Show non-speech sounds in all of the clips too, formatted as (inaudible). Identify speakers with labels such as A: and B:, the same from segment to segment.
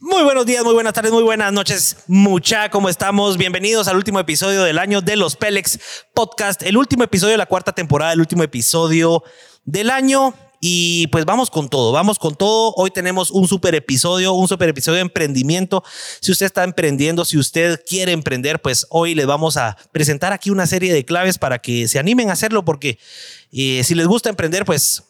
A: buenos días, muy buenas tardes, muy buenas noches, mucha, ¿cómo estamos? Bienvenidos al último episodio del año de los Pelex Podcast, el último episodio de la cuarta temporada, el último episodio del año. Y pues vamos con todo, vamos con todo. Hoy tenemos un super episodio, un super episodio de emprendimiento. Si usted está emprendiendo, si usted quiere emprender, pues hoy les vamos a presentar aquí una serie de claves para que se animen a hacerlo, porque eh, si les gusta emprender, pues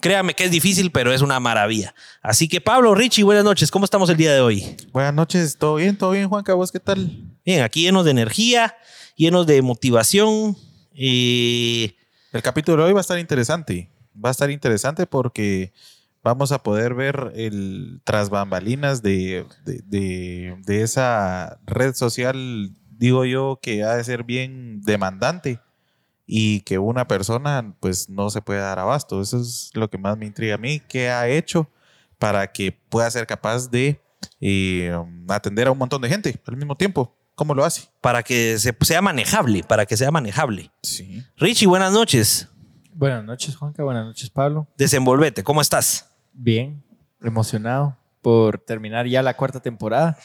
A: créame que es difícil, pero es una maravilla. Así que Pablo, Richie, buenas noches. ¿Cómo estamos el día de hoy?
B: Buenas noches, ¿todo bien? ¿Todo bien, Juanca? ¿Vos qué tal?
A: Bien, aquí llenos de energía, llenos de motivación. eh,
B: El capítulo de hoy va a estar interesante. Va a estar interesante porque vamos a poder ver el tras bambalinas de, de, de- de esa red social, digo yo, que ha de ser bien demandante y que una persona pues no se puede dar abasto. Eso es lo que más me intriga a mí. ¿Qué ha hecho para que pueda ser capaz de eh, atender a un montón de gente al mismo tiempo? ¿Cómo lo hace?
A: para que se- sea manejable, para que sea manejable.
B: Sí.
A: Richie, buenas noches.
C: Buenas noches, Juanca. Buenas noches, Pablo.
A: Desenvolvete, ¿cómo estás?
C: Bien, emocionado por terminar ya la cuarta temporada,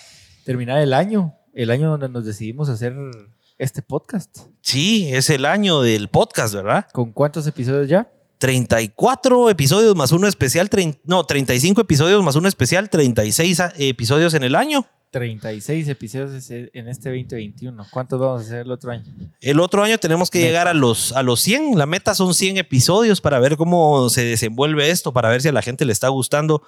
C: terminar el año, el año donde nos decidimos hacer este podcast.
A: Sí, es el año del podcast, ¿verdad?
C: ¿Con cuántos episodios ya?
A: 34 episodios más uno especial, trein- no, 35 episodios más uno especial, 36 a- ah, episodios en el año.
C: 36 episodios es- en este 2021. ¿Cuántos vamos a hacer el otro año?
A: El otro año tenemos que
C: Meta.
A: llegar a los, a los 100. La meta son 100 episodios para ver cómo se desenvuelve esto, para ver si a la gente le está gustando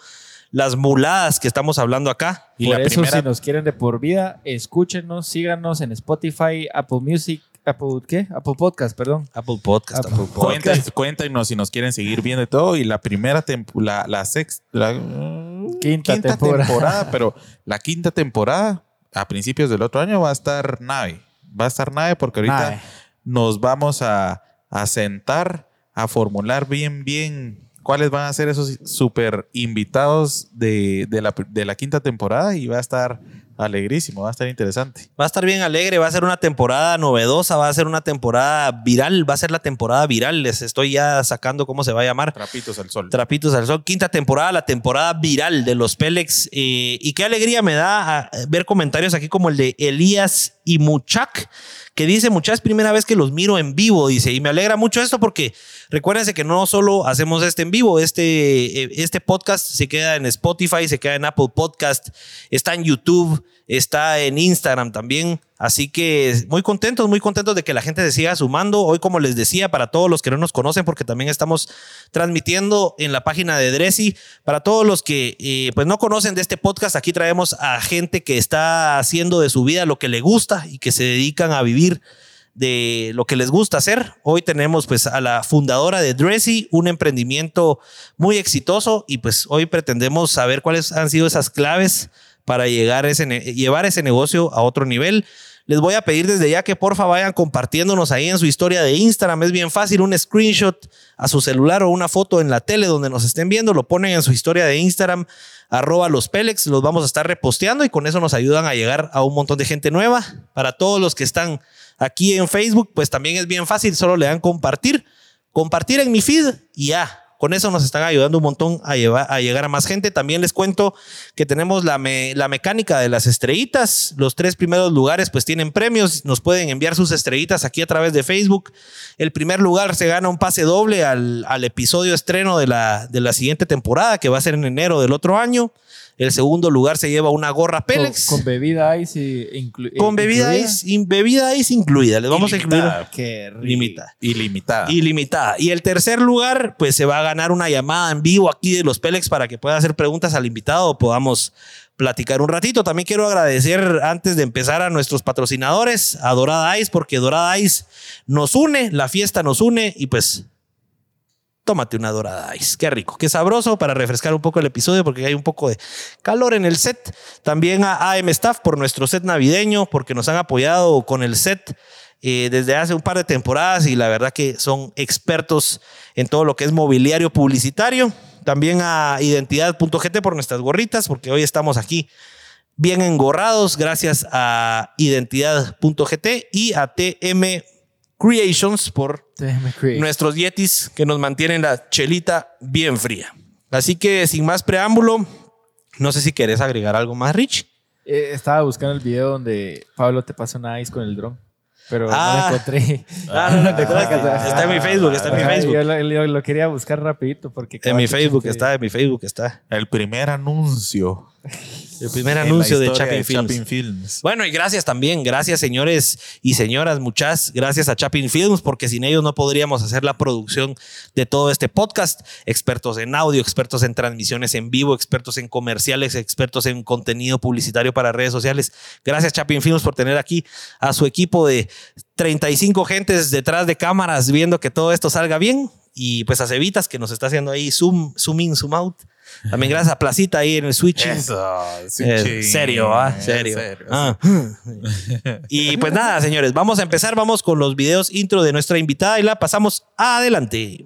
A: las muladas que estamos hablando acá.
B: Y
C: por
B: la
C: eso,
B: primera-
C: si nos quieren de por vida, escúchenos, síganos en Spotify, Apple Music, Apple, ¿qué? Apple Podcast, perdón.
A: Apple Podcast.
C: Apple
A: Apple Podcast.
B: Cuenta- cuéntenos si nos quieren seguir viendo y todo. Y la primera temporada, la, la sexta, la, mm,
C: Quinta
B: temporada.
C: temporada.
B: pero la quinta temporada a principios del otro año va a estar nave. Va a estar nave porque ahorita
C: Ay,
B: nos vamos a, a sentar a formular bien, bien cuáles van a ser esos super invitados de, de la, de la quinta temporada y va a estar alegrísimo, va a estar interesante.
A: Va a estar bien alegre, va a ser una temporada novedosa, va a ser una temporada viral, va a ser la temporada viral. Les estoy ya sacando cómo se va a llamar.
B: Trapitos al sol.
A: Trapitos al Sol, quinta temporada, la temporada viral de los Pélex. eh, y qué alegría me da ah, ver comentarios aquí como el de Elías y Muchak, que dice, Muchak es primera vez que los miro en vivo, dice, y me alegra mucho esto porque recuérdense que no solo hacemos este en vivo, este, eh, este podcast se queda en Spotify, se queda en Apple Podcast, está en YouTube, está en Instagram también. Así que muy contentos, muy contentos de que la gente se siga sumando. Hoy, como les decía, para todos los que no nos conocen, porque también estamos transmitiendo en la página de Dresi. Para todos los que eh, pues no conocen de este podcast, aquí traemos a gente que está haciendo de su vida lo que le gusta y que se dedican a vivir de lo que les gusta hacer. Hoy tenemos pues a la fundadora de Dressy, un emprendimiento muy exitoso y pues hoy pretendemos saber cuáles han sido esas claves para llegar ese ne- llevar ese negocio a otro nivel. Les voy a pedir desde ya que porfa vayan compartiéndonos ahí en su historia de Instagram. Es bien fácil, un screenshot a su celular o una foto en la tele donde nos estén viendo, lo ponen en su historia de Instagram, arroba los Pelex, los vamos a estar reposteando y con eso nos ayudan a llegar a un montón de gente nueva. Para todos los que están aquí en Facebook, pues también es bien fácil, solo le dan compartir, compartir en mi feed y ya. Con eso nos están ayudando un montón a, llevar, a llegar a más gente. También les cuento que tenemos la, me- la mecánica de las estrellitas. Los tres primeros lugares pues tienen premios. Nos pueden enviar sus estrellitas aquí a través de Facebook. El primer lugar se gana un pase doble al, al episodio estreno de la, de la siguiente temporada que va a ser en enero del otro año. El segundo lugar se lleva una gorra Pélex.
C: Con,
A: Con,
C: con bebida ice y inclu-
A: bebida,
C: incluida.
A: is- in- bebida is incluida. Les vamos a incluir
B: Ilimitada.
C: Qué rico.
A: limitada.
B: Ilimitada.
A: Ilimitada. Y el tercer lugar, pues se va a ganar una llamada en vivo aquí de los Pélex para que pueda hacer preguntas al invitado o podamos platicar un ratito. También quiero agradecer antes de empezar a nuestros patrocinadores, a Dorada Ice, porque Dorada Ice nos une, la fiesta nos une y pues tómate una Dorada Ice. Qué rico, qué sabroso para refrescar un poco el episodio porque hay un poco de calor en el set. También a AM Staff por nuestro set navideño, porque nos han apoyado con el set eh, desde hace un par de temporadas y la verdad que son expertos en todo lo que es mobiliario publicitario. También a identidad.gt por nuestras gorritas, porque hoy estamos aquí bien engorrados gracias a identidad.gt y a TM Creations por
C: Déjame creer.
A: nuestros yetis que nos mantienen la chelita bien fría. Así que sin más preámbulo, No sé si querés agregar algo más, Rich.
C: Eh, estaba buscando el video donde Pablo te pasa una ice con el dron, pero
A: Ah.
C: no lo encontré.
A: Ah, no, no, te
C: acuerdas que-
A: está en mi Facebook, está en mi
C: Ajá,
A: Facebook.
C: Yo lo, yo lo quería buscar rapidito porque...
A: En mi
C: cabal,
A: Facebook
C: que-
A: está, en mi Facebook está.
B: El primer anuncio.
A: El primer
B: en la
A: anuncio de
B: historia
A: Chapin Films.
B: Chapin Films.
A: Bueno, y gracias también, gracias señores y señoras, muchas gracias a Chapin Films, porque sin ellos no podríamos hacer la producción de todo este podcast. Expertos en audio, expertos en transmisiones en vivo, expertos en comerciales, expertos en contenido publicitario para redes sociales. Gracias Chapin Films por tener aquí a su equipo de 35 gentes detrás de cámaras viendo que todo esto salga bien. Y pues a Cevitas que nos está haciendo ahí zoom, zoom in, zoom out. También gracias a Placita ahí en el switching.
B: Eso, sí,
A: Eh,
B: ching.
A: serio, ¿ah?
B: Eh,
A: Serio. Ah. Y pues nada, señores, vamos a empezar. Vamos con los videos intro de nuestra invitada y la pasamos adelante.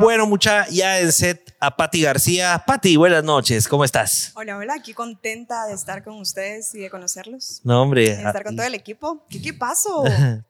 A: Bueno, mucha, ya en set a Patti García. Patti, buenas noches, ¿cómo estás?
D: Hola, hola, aquí contenta de estar con ustedes y de conocerlos.
A: No, hombre. ah,
D: De estar con todo el equipo. ¿Qué, qué pasó?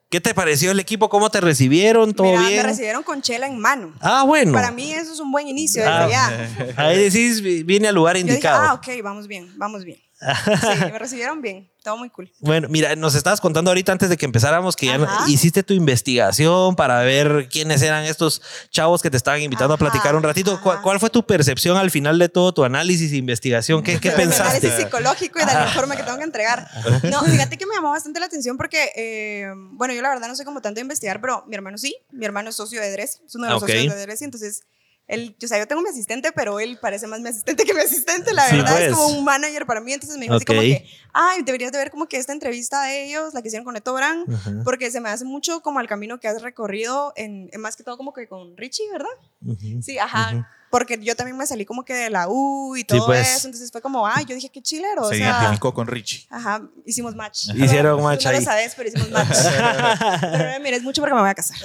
A: ¿Qué te pareció el equipo? ¿Cómo te recibieron? (laughs) ¿Todo
D: Mira, me
A: bien?
D: recibieron con chela en mano.
A: Ah, bueno.
D: Para mí eso es un buen inicio desde
A: Ah,
D: ya.
A: Ahí decís, vi- vine al lugar
D: Yo dije,
A: indicado.
D: ah, ok, vamos bien, vamos bien. Sí, me recibieron bien, todo muy cool.
A: Bueno, mira, nos estabas contando ahorita antes de que empezáramos que ya
D: Ajá.
A: hiciste tu investigación para ver quiénes eran estos chavos que te estaban invitando
D: Ajá,
A: a platicar un ratito. ¿Cuál,
D: ajá.
A: cuál fue tu percepción al final de todo tu análisis e investigación? ¿Qué,
D: (laughs)
A: qué
D: Pero mi
A: pensaste?
D: análisis psicológico y del informe que tengo que entregar. No, fíjate que me llamó bastante la atención porque, eh, bueno, yo la verdad no soy como tanto de investigar, pero mi hermano sí, mi hermano es socio de Dres, es uno de los
A: Ok.
D: socios de Dres, y entonces, él, o sea, yo tengo mi asistente, pero él parece más mi asistente que mi asistente, la
A: Sí,
D: verdad,
A: pues.
D: es como un manager para mí, entonces me dijo
A: Ok.
D: así como que, ay, deberías de ver como que esta entrevista de ellos, la que hicieron con Neto Brand, porque se me hace mucho como al camino que has recorrido, en, en más que todo como que con Richie, ¿verdad?
A: Ujú.
D: Sí, ajá. Porque yo también me salí como que de la U y
A: Sí,
D: todo
A: pues.
D: eso. Entonces fue como, ah, yo dije, qué chilero. O
B: Se
D: sea,
B: identificó con Richie.
D: ajá, hicimos match.
A: Hicieron
D: Tú
A: match
D: No
A: ahí.
D: lo sabes, pero
A: (laughs)
D: hicimos match. pero eh, mira, es mucho porque me voy a casar.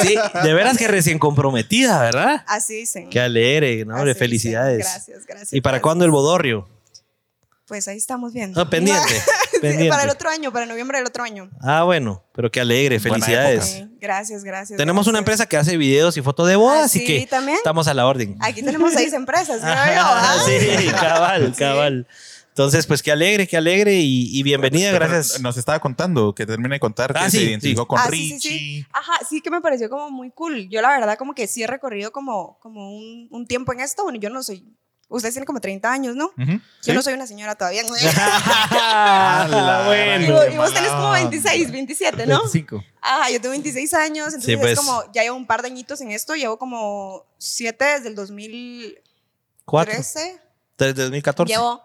A: Sí, de veras que recién comprometida, ¿verdad?
D: Así dicen.
A: Qué alegre, ¿no?
D: Así
A: Hombre,
D: dicen.
A: felicidades.
D: Gracias, gracias.
A: ¿Y para
D: gracias.
A: cuándo el bodorrio?
D: Pues ahí estamos viendo.
A: No, pendiente.
D: (laughs) Sí,
A: pendiente.
D: para el otro año, para noviembre del otro año.
A: Ah, bueno, pero qué alegre,
B: Buena
A: felicidades.
D: Sí, gracias, gracias.
A: Pues. Tenemos una
D: gracias.
A: empresa que hace videos y fotos de boda,
D: Ah,
A: así
D: sí,
A: que
D: también.
A: estamos a la orden.
D: Aquí tenemos seis empresas, creo yo.
A: Ajá,
D: ¿ah?
A: (laughs) sí, cabal, cabal. Entonces, pues qué alegre, qué alegre y, y bienvenida,
B: Pero
A: gracias. (laughs)
B: Nos estaba contando que termine de contar que
A: Ah,
B: se
A: sí,
B: identificó
A: sí.
B: con
D: Ah,
B: Richie.
D: sí, sí, sí. Ajá, sí que me pareció como muy cool. Yo la verdad como que sí he recorrido como, como un, un tiempo en esto. Bueno, yo no soy... Ustedes tienen como 30 años, ¿no?
B: Ujú,
D: Yo
B: sí.
D: no soy una señora todavía.
A: (laughs) Ah,
B: (laughs) la
D: y,
A: bueno.
D: vos, y vos tenés como 26, 27, ¿no?
C: 25.
D: Ajá, yo tengo 26 años, entonces
A: Sí, pues.
D: es como, ya llevo un par de añitos en esto, llevo como 7 desde el 2013.
A: Cuatro, desde 2014.
D: Llevo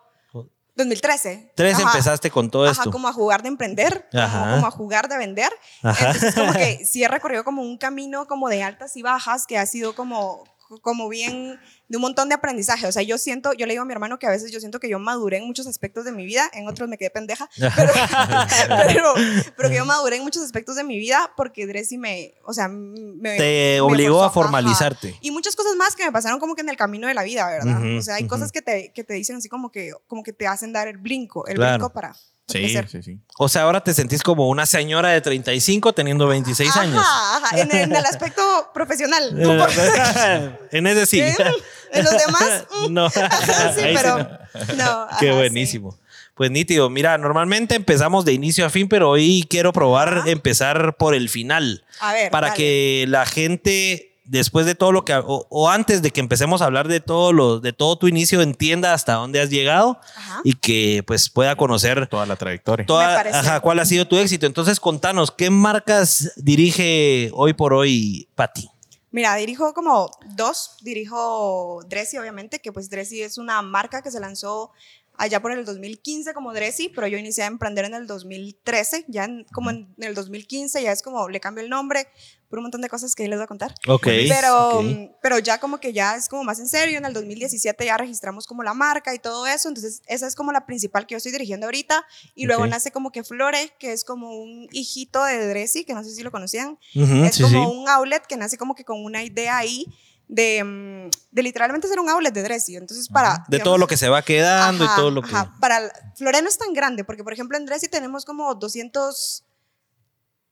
D: 2013.
A: Tres
D: Ajá.
A: empezaste con todo
D: Ajá,
A: esto.
D: como a jugar de emprender, como-
A: Ajá.
D: Como, a jugar de vender.
A: Ajá.
D: Entonces,
A: (laughs)
D: como que sí he recorrido como un camino como de altas y bajas que ha sido como, como bien de un montón de aprendizaje. O sea, yo siento, yo le digo a mi hermano que a veces yo siento que yo maduré en muchos aspectos de mi vida, en otros me quedé
A: (laughs)
D: pendeja, pero, pero, pero que yo maduré en muchos aspectos de mi vida porque Dressy me, o sea, me...
A: Te
D: me
A: obligó
D: forzó,
A: a
D: ajá.
A: formalizarte.
D: Y muchas cosas más que me pasaron como que en el camino de la vida, ¿verdad?
A: Ujú,
D: o sea, hay
A: ujú.
D: cosas que te, que te dicen así como que, como que te hacen dar el brinco, el
A: Claro.
D: brinco para... para crecer.
B: sí, sí.
A: O sea, ahora te sentís como una señora de 35 teniendo 26
D: Ajá,
A: años.
D: ajá, En, el- en el aspecto
A: (laughs)
D: profesional.
A: en ese sí.
D: En, en los demás. mm.
A: (laughs) No,
D: Ajá, (laughs) sí,
A: Ahí sí
D: pero.
A: no.
D: no,
A: (laughs) Qué
D: ajá,
A: buenísimo. Pues nítido, mira, normalmente empezamos de inicio a fin, pero hoy quiero probar
D: Ajá.
A: empezar por el final.
D: sí. A ver.
A: para
D: dale.
A: que la gente después de todo lo que o, o antes de que empecemos a hablar de todo lo de todo tu inicio entienda hasta dónde has llegado
D: Ajá.
A: y que pues pueda conocer
B: Toda la trayectoria.
D: Me
A: toda
D: parece.
A: ajá, cuál ha sido tu éxito. Entonces contanos qué marcas dirige hoy por hoy Patti.
D: Mira, dirijo como dos. Dirijo Dressy, obviamente, que pues Dressy es una marca que se lanzó allá por el 2015 como Dressy, pero yo inicié a emprender en el 2013, ya en- como en, en el 2015 ya es como le cambio el nombre por un montón de cosas que ahí les voy a contar.
A: Ok.
D: Pero,
A: ok.
D: pero ya como que ya es como más en serio, en el 2017 ya registramos como la marca y todo eso, entonces esa es como la principal que yo estoy dirigiendo ahorita y luego
A: Ok.
D: nace como que Flore, que es como un hijito de Dressy, que no sé si lo conocían,
A: Ujú,
D: mm, es
A: sí,
D: como
A: sí.
D: un outlet que nace como que con una idea ahí de, mm, de literalmente ser un outlet de Dressy. Entonces, para.
A: De todo lo que se va quedando y todo lo que.
D: Para el- Floreno es tan grande, porque por ejemplo en Dressy tenemos como 200.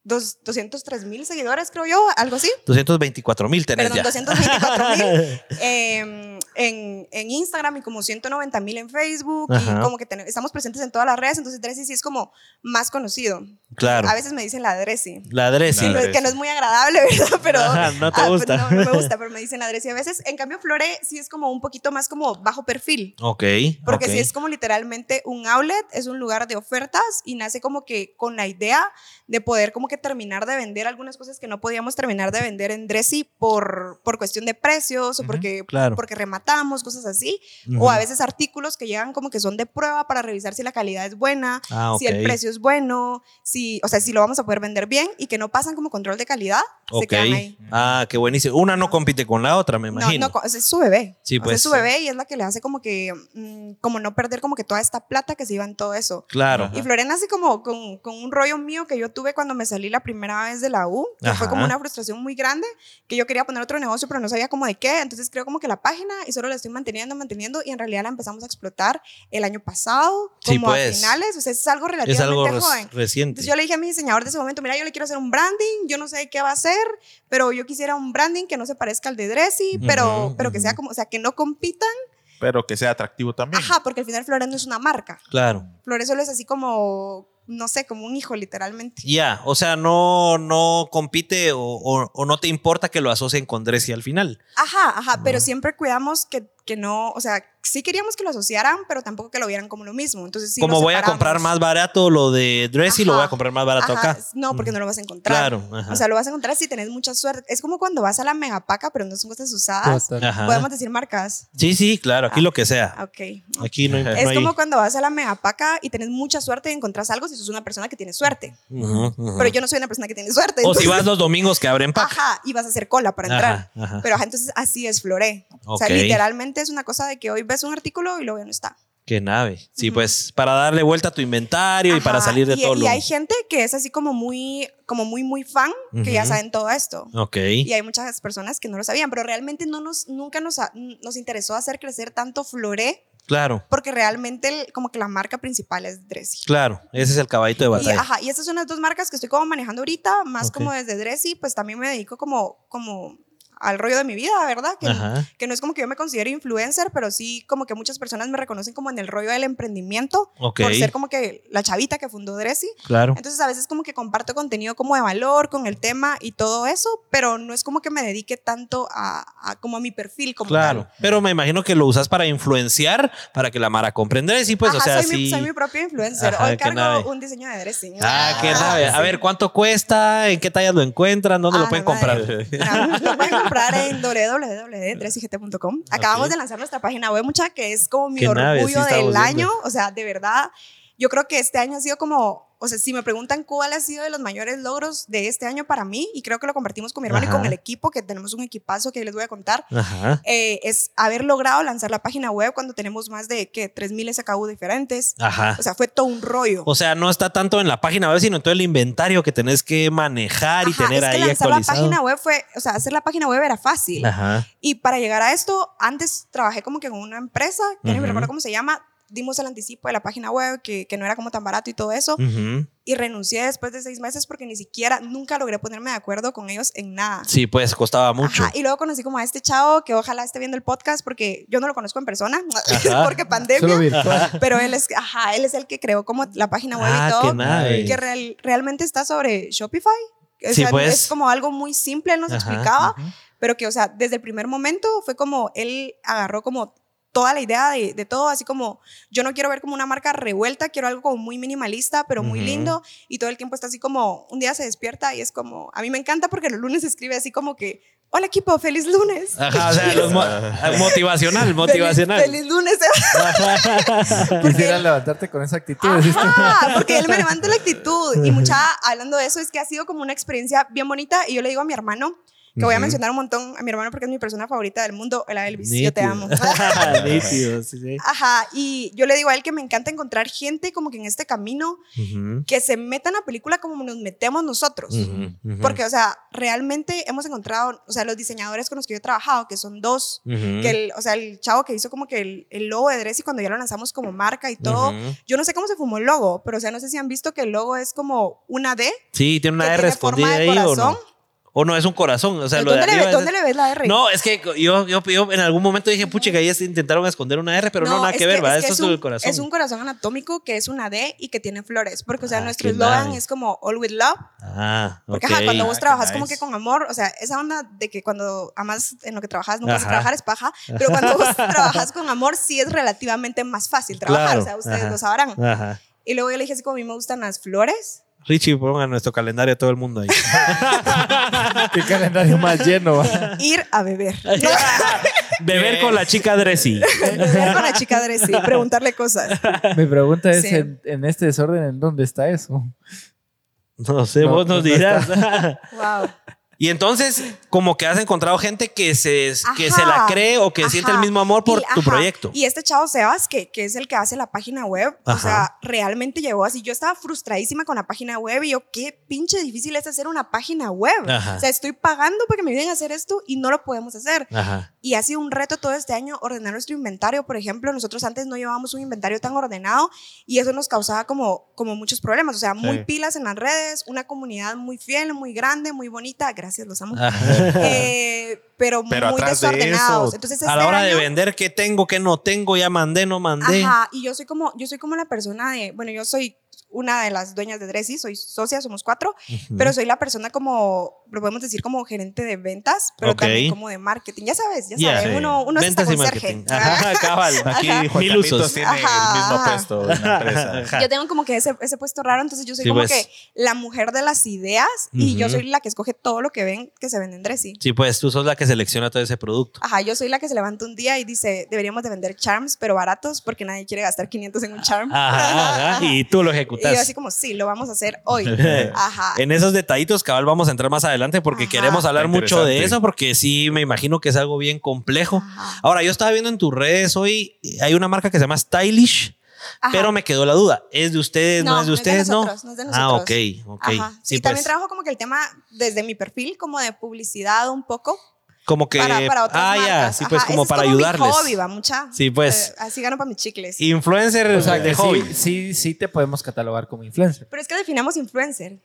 D: dos- 203 mil seguidores, creo yo, algo así.
A: 224 mil tenés
D: Perdón,
A: ya.
D: 224
A: (laughs)
D: mil em, en, en Instagram y como 190 mil en Facebook.
A: Ajá.
D: Y como que tenemos- estamos presentes en todas las redes, entonces Dressy sí es como más conocido.
A: claro.
D: A veces me dicen la Dressy.
A: La Dressy.
D: Sí, no, es que no es muy agradable, (laughs) ¿verdad? Pero
A: Ajá, no te
D: ah, pues
A: gusta.
D: no, no me gusta, pero me dicen la Dressy a veces. En cambio, Flore sí es como un poquito más como bajo perfil.
A: (laughs) Ok.
D: Porque
A: ok.
D: sí es como literalmente un outlet, es un lugar de ofertas y nace como que con la idea de poder como que terminar de vender algunas cosas que no podíamos terminar de vender en Dressy por, por cuestión de precios o porque,
A: claro.
D: porque rematamos, cosas así.
A: Ujú.
D: O a veces artículos que llegan como que son de prueba para revisar si la calidad es buena,
A: Ah, ok.
D: si el precio es bueno, si, o sea, si lo vamos a poder vender bien y que no pasan como control de calidad, se
A: Ok.
D: quedan ahí.
A: Ah, qué buenísimo. Una no compite con la otra, me
D: No,
A: imagino.
D: no, co- es su bebé.
A: Sí,
D: O sea,
A: pues,
D: es su
A: sí.
D: bebé y es la que le hace como que, mm, como no perder como que toda esta plata que se iba en todo eso.
A: Claro.
D: Y Florena así como con, con un rollo mío que yo tuve cuando me salí la primera vez de la U, que
A: Ajá.
D: fue como una frustración muy grande, que yo quería poner otro negocio pero no sabía como de qué, entonces creo como que la página y solo la estoy manteniendo, manteniendo y en realidad la empezamos a explotar el año pasado,
A: Sí,
D: como
A: pues.
D: a finales, o sea, es algo
A: Es
D: relativamente
A: algo res-
D: joven.
A: reciente.
D: Entonces yo le dije a mi diseñador de ese momento, mira, yo le quiero hacer un branding, yo no sé qué va a hacer, pero yo quisiera un branding que no se parezca al de Dressy, pero,
A: Ujú,
D: pero que sea como, o sea, que no compitan.
B: Pero que sea atractivo también.
D: Ajá, porque al final Flores no es una marca.
A: Claro.
D: Flores solo es así como, no sé, como un hijo literalmente.
A: Ya, o sea, no, no compite o, o- o no te importa que lo asocien con Dressy al final.
D: Ajá, ajá, pero siempre cuidamos que, que no, o sea, sí queríamos que lo asociaran, pero tampoco que lo vieran como lo mismo. Entonces sí
A: Como
D: lo
A: voy a comprar
D: separamos.
A: más barato lo de Dressy, lo
D: Ajá.
A: voy a comprar más barato
D: Ajá,
A: acá.
D: No, porque
A: Ujú.
D: no lo vas a encontrar.
A: Claro, ajá.
D: O sea, lo vas a encontrar si tenés mucha suerte. Es como cuando vas a la megapaca, pero no son cosas usadas.
C: Total.
A: Pues, Ajá. Ah.
D: Podemos Ah. decir marcas.
A: Sí, sí, claro, aquí lo que sea.
D: Ok.
A: Aquí no, no
D: Es
A: hay-
D: como cuando vas a la megapaca y tenés mucha suerte y encontrás algo si sos una persona que tiene suerte.
A: Ujú, ujú.
D: Pero yo no soy una persona que tiene suerte.
A: O si
D: entonces-
A: vas los domingos que abren pack.
D: Ajá, y vas a hacer cola para entrar.
A: Oh, Ajá, ajá.
D: Pero ajá, entonces así es Floré. O sea,
A: Ok.
D: literalmente es una cosa de que hoy ves un artículo y luego ya no está.
A: Qué nave. Sí,
D: Ujú.
A: pues para darle vuelta a tu inventario y para
D: Ajá,
A: salir de
D: y,
A: todo
D: y
A: lo.
D: hay gente que es así como muy, como muy, muy fan, que ya
A: Ujú.
D: saben todo esto.
A: Ok.
D: Y hay muchas personas que no lo sabían, pero realmente no nos, nunca nos, ha- nos interesó hacer crecer tanto Floré,
A: Claro,
D: porque realmente el- como que la marca principal es Dressy.
A: claro. Ese es el caballito de
D: Y,
A: batalla.
D: ajá, y estas son las dos marcas que estoy como manejando ahorita, más
A: Pues, Ok.
D: como desde Dressy, pues también me dedico como, como al rollo de mi vida, ¿verdad? Que,
A: Ajá.
D: que no es como que yo me considero influencer, pero sí como que muchas personas me reconocen como en el rollo del emprendimiento,
A: Ok. Oh.
D: por ser como que la chavita que fundó Dressy.
A: Claro.
D: Entonces a veces como que comparto contenido como de valor con el tema y todo eso, pero no es como que me dedique tanto a, a- como a mi perfil como
A: Claro.
D: tal.
A: Pero me imagino que lo usas para influenciar para que la Mara comprenda. Sí, pues,
D: Ajá,
A: o sea,
D: soy, mi,
A: sí.
D: soy mi propia influencer.
A: Ajá,
D: Hoy
A: qué nave.
D: cargo un diseño de Dressy.
A: Ah, qué nave. A ver, ¿cuánto cuesta? ¿En qué talla lo encuentran? ¿Dónde
D: Ah,
A: lo pueden
D: la madre.
A: comprar?
D: Ah, (laughs) Lo pueden comprar en www.3igt.com. Acabamos
A: Ok.
D: de lanzar nuestra página web, mucha que es como mi
A: Qué
D: orgullo
A: nave, sí estamos
D: del
A: viendo.
D: año. O sea, de verdad, yo creo que este año ha sido como, o sea, si me preguntan cuál ha sido de los mayores logros de este año para mí, y creo que lo compartimos con mi hermano
A: Ajá.
D: y con el equipo, que tenemos un equipazo que les voy a contar.
A: Ajá.
D: eh, es haber logrado lanzar la página web cuando tenemos más de que 3.000 SKU diferentes.
A: Ajá.
D: O sea, fue todo un rollo.
A: O sea, no está tanto en la página web, sino en todo el inventario que tenés que manejar y
D: Ajá,
A: tener
D: es que
A: ahí
D: lanzar
A: actualizado.
D: la página web fue, o sea, hacer la página web era fácil.
A: Ajá.
D: Y para llegar a esto, antes trabajé como que con una empresa, que no
A: Ujú.
D: me recuerdo cómo se llama, dimos el anticipo de la página web, que, que no era como tan barato y todo eso,
A: Ujú.
D: y renuncié después de seis meses porque ni siquiera, nunca logré ponerme de acuerdo con ellos en nada.
A: Sí, pues costaba mucho.
D: Ajá, y luego conocí como a este chavo que ojalá esté viendo el podcast porque yo no lo conozco en persona (laughs)
A: Ajá.
D: porque pandemia,
C: Solo virtual.
D: (laughs) pero él es, ajá, él es el que creó como la página web y
A: Ah,
D: todo
A: qué nave.
D: que real- realmente está sobre Shopify. O
A: Sí,
D: sea,
A: pues.
D: Es como algo muy simple, él nos
A: Ajá,
D: explicaba, pero que, o sea, desde el primer momento fue como él agarró como toda la idea de, de todo, así como yo no quiero ver como una marca revuelta, quiero algo como muy minimalista, pero muy
A: Ujú.
D: lindo, y todo el tiempo está así como, un día se despierta y es como, a mí me encanta porque los lunes escribe así como que, hola equipo, feliz lunes.
A: Ajá, o sea, los mo- (laughs) motivacional, Ah, motivacional. (laughs)
D: Feliz, feliz lunes.
C: Quisiera levantarte con esa actitud. (laughs)
D: Ah.
C: decís tú.
D: (laughs) Ajá, porque él me levanta la actitud. Y mucha, hablando de eso, es que ha sido como una experiencia bien bonita. Y yo le digo a mi hermano, que voy a mencionar un montón a mi hermano porque es mi persona favorita del mundo, el Elvis. Yo te amo.
A: (laughs)
E: Nítido, sí, sí.
D: Ajá, y yo le digo a él que me encanta encontrar gente como que en este camino
A: Ujú,
D: que se meta en la película como nos metemos nosotros.
A: ujú, ujú.
D: Porque, o sea, realmente hemos encontrado, o sea, los diseñadores con los que yo he trabajado, que son dos,
A: Ujú,
D: que el, o sea, el chavo que hizo como que el, el logo de Dressy cuando ya lo lanzamos como marca y todo,
A: ujú.
D: yo no sé cómo se fumó el logo, pero o sea, no sé si han visto que el logo es como una D.
A: Sí, tiene una
D: que
A: R
D: tiene forma
A: respondida
D: de
A: ahí o no.
D: corazón.
A: O no, es un corazón. O sea, lo de
D: ¿Dónde, le,
A: arriba
D: ve-
A: es-
D: dónde le ves la R?
A: No, es que yo, yo, yo en algún momento dije, puche, que ahí se intentaron esconder una R, pero no, nada
D: es
A: que, ver, ¿verdad?
D: es
A: Esto es,
D: es un,
A: el corazón.
D: Es un corazón anatómico que es una D y que tiene flores, porque o sea,
A: Ah,
D: nuestro
A: qué
D: eslogan
A: nice.
D: es como All With Love,
A: Ah, ok.
D: porque ajá, cuando vos
B: Ah, qué
D: trabajas como
B: nice.
D: que con amor, o sea, esa onda de que cuando amas en lo que trabajas nunca vas a
A: Ajá.
D: trabajar es paja, pero
A: (laughs)
D: cuando vos trabajas con amor sí es relativamente más fácil trabajar,
A: Claro,
D: o sea, ustedes
A: ajá.
D: lo sabrán.
A: Ajá.
D: Y luego yo le dije así como a mí me gustan las flores.
A: Richie, pongan nuestro calendario a todo el mundo ahí.
C: Qué calendario más lleno.
D: (laughs)
C: va.
D: Ir a beber.
A: (laughs)
D: (laughs)
A: Beber con la chica Dressy.
D: Beber con la chica Dressy,
A: (laughs)
D: preguntarle cosas.
C: Mi pregunta es,
D: Sí.
C: ¿en, en este desorden, ¿en dónde está eso?
A: No sé,
C: No,
A: vos nos
C: no
A: dirás.
D: (laughs) Wow.
A: y entonces, como que has encontrado gente que se, que
D: Ajá,
A: se la cree o que siente el
D: ajá.
A: mismo amor por
D: Y,
A: tu
D: ajá,
A: proyecto.
D: Y este chavo Sebas, que, que es el que hace la página web, o
A: Ajá.
D: sea, realmente llegó así. Yo estaba frustradísima con la página web y yo, qué pinche difícil es hacer una página web.
A: Ajá.
D: O sea, estoy pagando para que me vienen a hacer esto y no lo podemos hacer.
A: Ajá.
D: Y ha sido un reto todo este año ordenar nuestro inventario. Por ejemplo, nosotros antes no llevábamos un inventario tan ordenado y eso nos causaba como, como muchos problemas. O sea, muy
B: Sí.
D: pilas en las redes, una comunidad muy fiel, muy grande, muy bonita. Gracias, los
A: Ah.
D: amo.
A: Ajá.
D: Eh, pero,
B: Pero
D: muy
B: atrás de eso,
D: desordenados. Entonces,
A: A
D: este
A: la hora de
D: año-
A: vender, ¿qué tengo, qué no tengo? Ya mandé, no mandé.
D: Ajá, y yo soy como, yo soy como la persona de, bueno, yo soy una de las dueñas de Dressy, soy socia, somos cuatro,
A: Ujú.
D: pero soy la persona como, lo podemos decir como gerente de ventas, pero
A: Ok.
D: también como de marketing. Ya sabes, ya
A: Yeah.
D: sabes, uno, uno es hasta
A: Ventas y
D: conserje.
A: marketing. Ajá, cabal.
B: Aquí Juan
A: Mil
B: Carlitos
A: usos.
B: tiene el mismo
D: Ajá.
B: puesto en
A: (laughs)
B: la empresa.
A: Ajá.
D: Yo tengo como que ese, ese puesto raro, entonces yo soy
A: Sí,
D: como
A: pues.
D: que la mujer de las ideas y yo
A: Ujú.
D: soy la que escoge todo lo que ven que se vende en Dressy.
A: Sí, pues tú sos la que selecciona todo ese producto.
D: Ajá, yo soy la que se levanta un día y dice, deberíamos de vender charms, pero baratos, porque nadie quiere gastar 500 en un charm.
A: Ah, Ajá, ajá, y tú lo
D: Y yo
A: ejecutas.
D: así como, sí, lo vamos a hacer
A: (laughs)
D: hoy. Ajá.
A: En esos detallitos, cabal, vamos a entrar más adelante porque
D: Ajá.
A: queremos hablar mucho de
B: Interesante.
A: eso porque sí, me imagino que es algo bien complejo.
D: Ajá.
A: Ahora, yo estaba viendo en tus redes hoy, eh, hay una marca que se llama Stylish,
D: Ajá.
A: pero me quedó la duda. ¿Es de ustedes? ¿No,
D: No,
A: es de
D: no es de
A: ustedes?
D: nosotros, no es de
A: ah,
D: nosotros.
A: ok, ok.
D: Ajá. Sí,
A: Sí,
D: también
A: pues,
D: trabajo como que el tema desde mi perfil, como de publicidad un poco.
A: como que...
D: para, para otras
A: ah,
D: marcas.
A: ya, sí, pues
D: Ajá,
A: como
D: ese
A: para
D: es como
A: ayudarles.
D: Mi hobby, va, mucha.
A: Sí, pues.
D: Eh, así gano para mis chicles.
A: Influencer
C: O sea,
A: de
C: que
A: hobby.
C: sí, sí, sí te podemos catalogar como influencer.
D: Pero es que definamos influencer.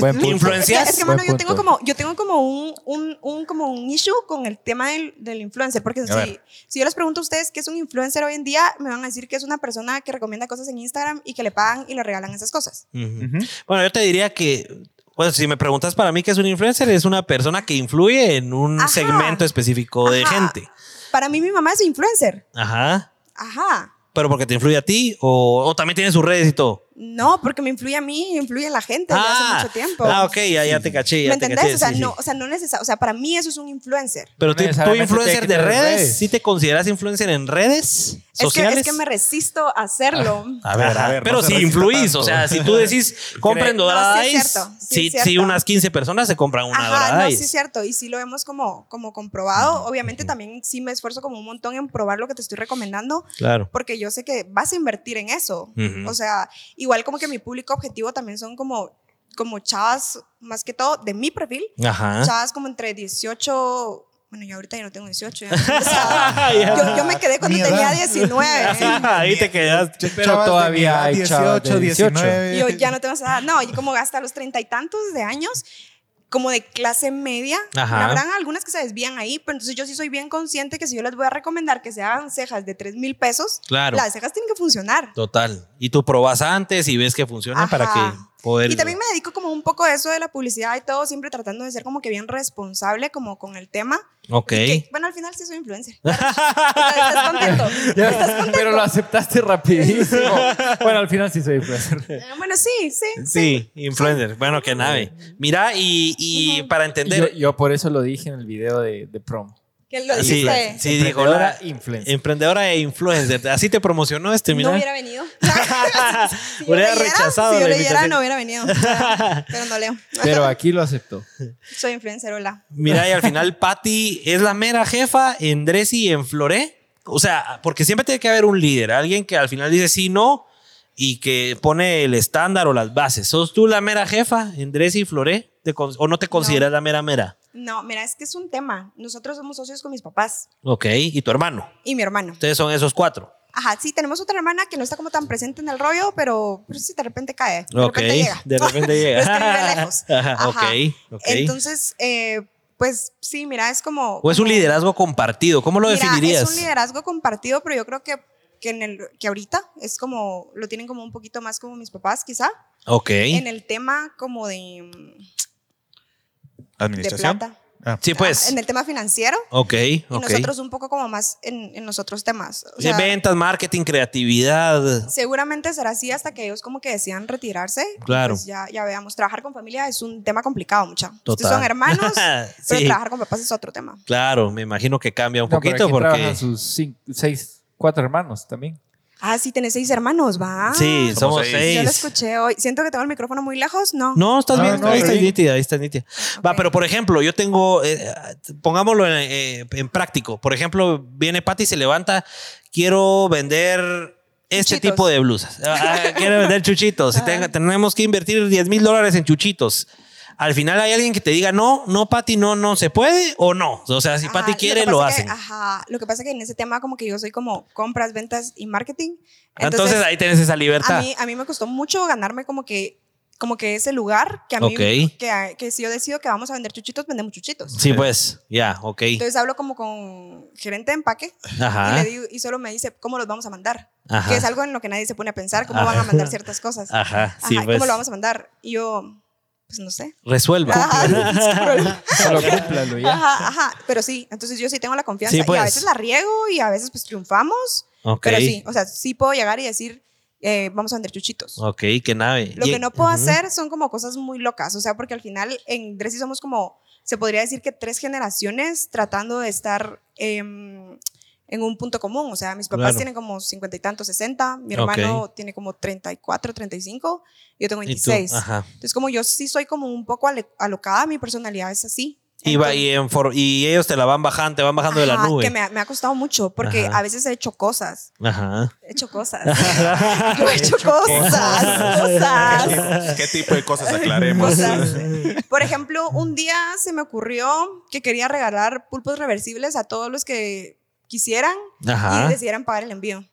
C: Buen punto.
A: Influencias.
D: (laughs) Es que, mano,
C: Buen
D: yo tengo
C: punto.
D: como, yo tengo como un, un, un- como un issue con el tema del, del influencer. Porque si,
B: ver.
D: si yo les pregunto a ustedes qué es un influencer hoy en día, me van a decir que es una persona que recomienda cosas en Instagram y que le pagan y le regalan esas cosas.
A: Ujú.
B: Ujú.
A: Bueno, yo te diría que, bueno, si me preguntas para mí qué es un influencer, es una persona que influye en un
D: Ajá.
A: segmento específico de
D: Ajá.
A: gente.
D: Para mí, mi mamá es influencer.
A: Ajá.
D: Ajá.
A: Pero porque te influye a ti o, o también tiene sus redes y todo.
D: No, porque me influye a mí, influye a la gente desde hace mucho tiempo.
A: ah, ok, ya, ya te caché.
D: ¿Me
A: Ya te
D: entendés?
A: caché,
D: o sea,
A: sí, sí.
D: no, o sea, no necesar- o sea, para mí eso es un influencer.
A: Pero tú,
C: No
A: tú
C: necesariamente
A: influencer de
C: tiene que
A: redes,
C: tener redes.
A: ¿sí te consideras influencer en redes
D: Es que,
A: sociales?
D: es que me resisto a hacerlo.
B: A ver,
A: Ajá,
B: a ver.
A: pero
B: no se
A: si
B: resista
A: influís,
B: tanto.
A: o sea, (laughs) si tú decís, compren
D: No, sí es
A: doradice,
D: cierto, sí es
A: sí, sí,
D: cierto.
A: unas 15 personas se compran una
D: Ajá, no,
A: doradice.
D: sí es cierto. Y sí lo hemos como, como
A: Ah,
D: comprobado. Obviamente también sí me esfuerzo como un montón en probar lo que te estoy recomendando,
A: Claro.
D: porque yo sé que vas a invertir en eso.
A: Ujú.
D: O sea, igual como que mi público objetivo también son como, como chavas, más que todo, de mi perfil,
A: Ajá.
D: chavas como entre 18... Bueno, yo ahorita ya no tengo 18.
A: (laughs)
D: ya. O sea, yo, yo me quedé cuando
B: Mi
D: tenía
B: edad.
A: (laughs)
D: 19.
A: Ahí te quedaste.
C: Pero todavía hay chavas de
B: 19.
D: Y yo ya no tengo esa edad. No, yo como hasta los treinta y tantos de años, como de clase media,
A: Ajá.
D: habrán algunas que se desvían ahí, pero entonces yo sí soy bien consciente que si yo les voy a recomendar que se hagan cejas de tres mil pesos,
A: Claro.
D: las cejas tienen que funcionar.
A: Total. Y tú probas antes y ves que funciona para
D: Ajá.
A: que Poder-
D: Y también me dedico como un poco a eso de la publicidad y todo, siempre tratando de ser como que bien responsable como con el tema.
A: Ok.
D: Y que, bueno, al final sí soy influencer. (laughs) ¿Estás contento? ¿Estás contento?
C: Pero lo aceptaste
D: (laughs)
C: rapidísimo. bueno, al final sí soy influencer.
D: Eh, Bueno, sí, sí.
A: Sí, influencer. Bueno, que nave. Mira, y, y para
C: Yo,
A: entender.
C: yo por eso lo dije en el video de, de prom.
D: Que lo
A: Ah, sí,
D: dijiste.
A: sí, digo,
C: Emprendedora
A: la-
C: influencer.
A: emprendedora e influencer. Así te promocionó este, mira. (laughs)
D: No hubiera (laughs) venido. Si yo
A: Hubiera
D: leyera,
A: rechazado
D: Si yo
A: la
D: leyera,
A: invitación.
D: no hubiera venido.
A: (laughs)
D: Ah, Pero no leo.
C: Pero aquí lo aceptó.
D: Soy influencer, hola.
A: Mira, y
D: (laughs)
A: al final Patty es la mera jefa en Dressi y en Floré. O sea, porque siempre tiene que haber un líder, alguien que al final dice sí, no y que pone el estándar o las bases. ¿Sos tú la mera jefa en Dressi y Floré? ¿Te con- ¿O no te consideras la mera mera?
D: No, mira, es que es un tema. Nosotros somos socios con mis papás
A: Ok, y tu hermano.
D: y mi hermano.
A: Ustedes son esos cuatro.
D: Ajá, sí, tenemos otra hermana que no está como tan presente en el rollo, pero, pero sí de repente cae. De
A: Ok,
D: repente llega.
A: de repente
D: (laughs)
A: llega.
D: No es que vive lejos.
A: (laughs) Ajá,
D: Ajá.
A: ok, ok.
D: Entonces, eh, pues sí, mira, es como.
A: ¿O es un liderazgo compartido? ¿Cómo lo
D: Mira,
A: definirías?
D: Es un liderazgo compartido, pero yo creo que, que, en el, que ahorita es como, lo tienen como un poquito más como mis papás, quizá,
A: ok.
D: en el tema como de, mm, de
B: Administración.
D: plata.
A: sí,
D: Ah,
A: pues.
D: En el tema financiero.
A: ok,
D: y
A: ok.
D: nosotros un poco como más en, en los otros temas. O
A: Sí,
D: sea,
A: ventas, marketing, creatividad.
D: seguramente será así hasta que ellos como que decidan retirarse.
A: Claro.
D: Pues ya, ya veamos, trabajar con familia es un tema complicado, mucha. Ustedes
A: Total. (laughs)
D: son hermanos, pero
A: Sí.
D: trabajar con papás es otro tema.
A: Claro, me imagino que cambia un
C: No, pero
A: poquito
C: aquí
A: porque
C: trabajan sus cinco- seis, cuatro hermanos también.
D: Ah, sí, tenés seis hermanos, va.
A: sí,
B: Somos
A: somos
B: seis.
A: seis.
D: Ah, Yo lo escuché hoy. Siento que tengo el micrófono muy lejos, ¿no?
A: No, estás
C: No,
A: bien,
C: no,
A: ahí estás
C: está bien.
A: nítida, ahí estás nítida. Va,
D: Ok.
A: pero por ejemplo, yo tengo, eh, pongámoslo en, eh, en práctico. Por ejemplo, viene Pati y se levanta, quiero vender este
D: Chuchitos.
A: tipo de blusas. Ah, quiero vender
D: (laughs)
A: chuchitos. Y tenga- tenemos que invertir 10 mil dólares en chuchitos. Al final hay alguien que te diga, no, no, Pati, no, no se puede o no. O sea, si
D: Ajá,
A: Pati
D: que
A: quiere,
D: pasa
A: lo
D: es que-
A: hacen.
D: ajá, lo que pasa es que en ese tema como que yo soy como compras, ventas y marketing.
A: entonces, ahí tienes esa libertad.
D: a mí, a mí me costó mucho ganarme como que, como que ese lugar que a mí,
A: Ok.
D: que, que si yo decido que vamos a vender chuchitos, vendemos chuchitos.
A: Sí, pues, ya, ok.
D: Entonces hablo como con gerente de empaque
A: Ajá.
D: y, le digo, y solo me dice cómo los vamos a mandar,
A: Ajá.
D: que es algo en lo que nadie se pone a pensar, cómo van a
A: Ajá.
D: mandar
A: (laughs)
D: ciertas cosas.
A: Ajá, sí,
D: Ajá, ¿y
A: pues.
D: ¿Cómo lo vamos a mandar? Y yo, pues no sé. (laughs)
A: Resuelve. (laughs)
D: Ajá, es problema. (laughs)
C: Solo cúmplalo ya.
D: Ajá, ajá, pero sí, entonces yo sí tengo la confianza
A: Sí, pues.
D: y a veces la riego y a veces pues triunfamos,
A: Ok.
D: pero sí, o sea, sí puedo llegar y decir, eh, vamos a vender chuchitos.
A: Ok, qué nave.
D: Lo
A: Y-
D: que no puedo
A: Ujú.
D: hacer son como cosas muy locas, o sea, porque al final en Dressy somos como, se podría decir que tres generaciones tratando de estar em, en un punto común, o sea, mis papás
A: Claro.
D: tienen como cincuenta y tantos, sesenta, mi
A: Ok.
D: hermano tiene como 34, 35, yo tengo
A: ¿Y tú?
D: 26.
A: Ajá.
D: Entonces como yo sí soy como un poco ale- alocada, mi personalidad es así.
A: Y, va-
D: Entonces-
A: y, en for- y ellos te la van bajando, te van bajando de la
D: Ajá,
A: nube.
D: Que me ha, me ha costado mucho porque
A: Ajá.
D: a veces he hecho cosas.
A: Ajá.
D: (laughs) He
A: (laughs)
D: hecho cosas. Yo he hecho cosas. Cosas.
B: Ah. (laughs) ¿Qué tipo de cosas aclaremos?
D: cosas. Por ejemplo, un día se me ocurrió que quería regalar pulpos reversibles a todos los que quisieran y
A: Ajá.
D: decidieran pagar el envío.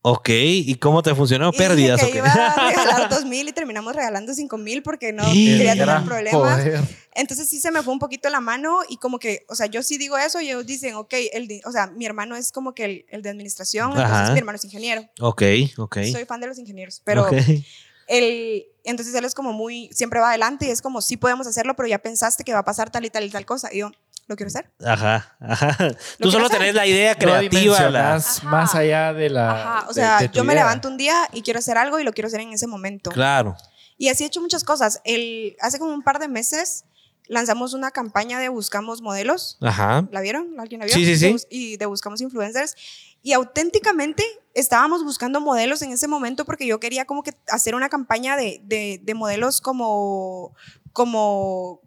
A: Ok, ¿y cómo te funcionó?
D: Y dije
A: Pérdidas.
D: que
A: ok.
D: iba a regalar dos mil y terminamos regalando cinco mil porque no quería tener
C: Gran
D: problemas.
C: poder.
D: Entonces sí se me fue un poquito la mano y como que, o sea, yo sí digo eso y ellos dicen, ok, el de- o sea, mi hermano es como que el, el de administración,
A: Ajá.
D: entonces mi hermano es ingeniero.
A: (laughs) Ok, ok.
D: Soy fan de los ingenieros, pero
A: Ok. (laughs)
D: él, entonces él es como muy, siempre va adelante y es como, sí podemos hacerlo, pero ya pensaste que va a pasar tal y tal y tal cosa. Y yo, ¿lo quiero hacer?
A: Ajá, ajá. Tú
D: que
A: solo
D: pasa-
A: tenés la idea creativa.
C: No
A: la-
C: dimensionás
D: Ajá.
C: más allá de la.
D: Ajá, o
C: Ah, de-
D: sea,
C: de tu
D: yo me
C: idea.
D: levanto un día y quiero hacer algo y lo quiero hacer en ese momento.
A: Claro.
D: Y así he hecho muchas cosas. El, hace como un par de meses lanzamos una campaña de Buscamos Modelos.
A: Ajá.
D: ¿La vieron? ¿Alguien la vio?
A: Sí, sí, sí.
D: De bus- y de Buscamos Influencers. Y auténticamente estábamos buscando modelos en ese momento porque yo quería como que hacer una campaña de, de- de modelos como, como,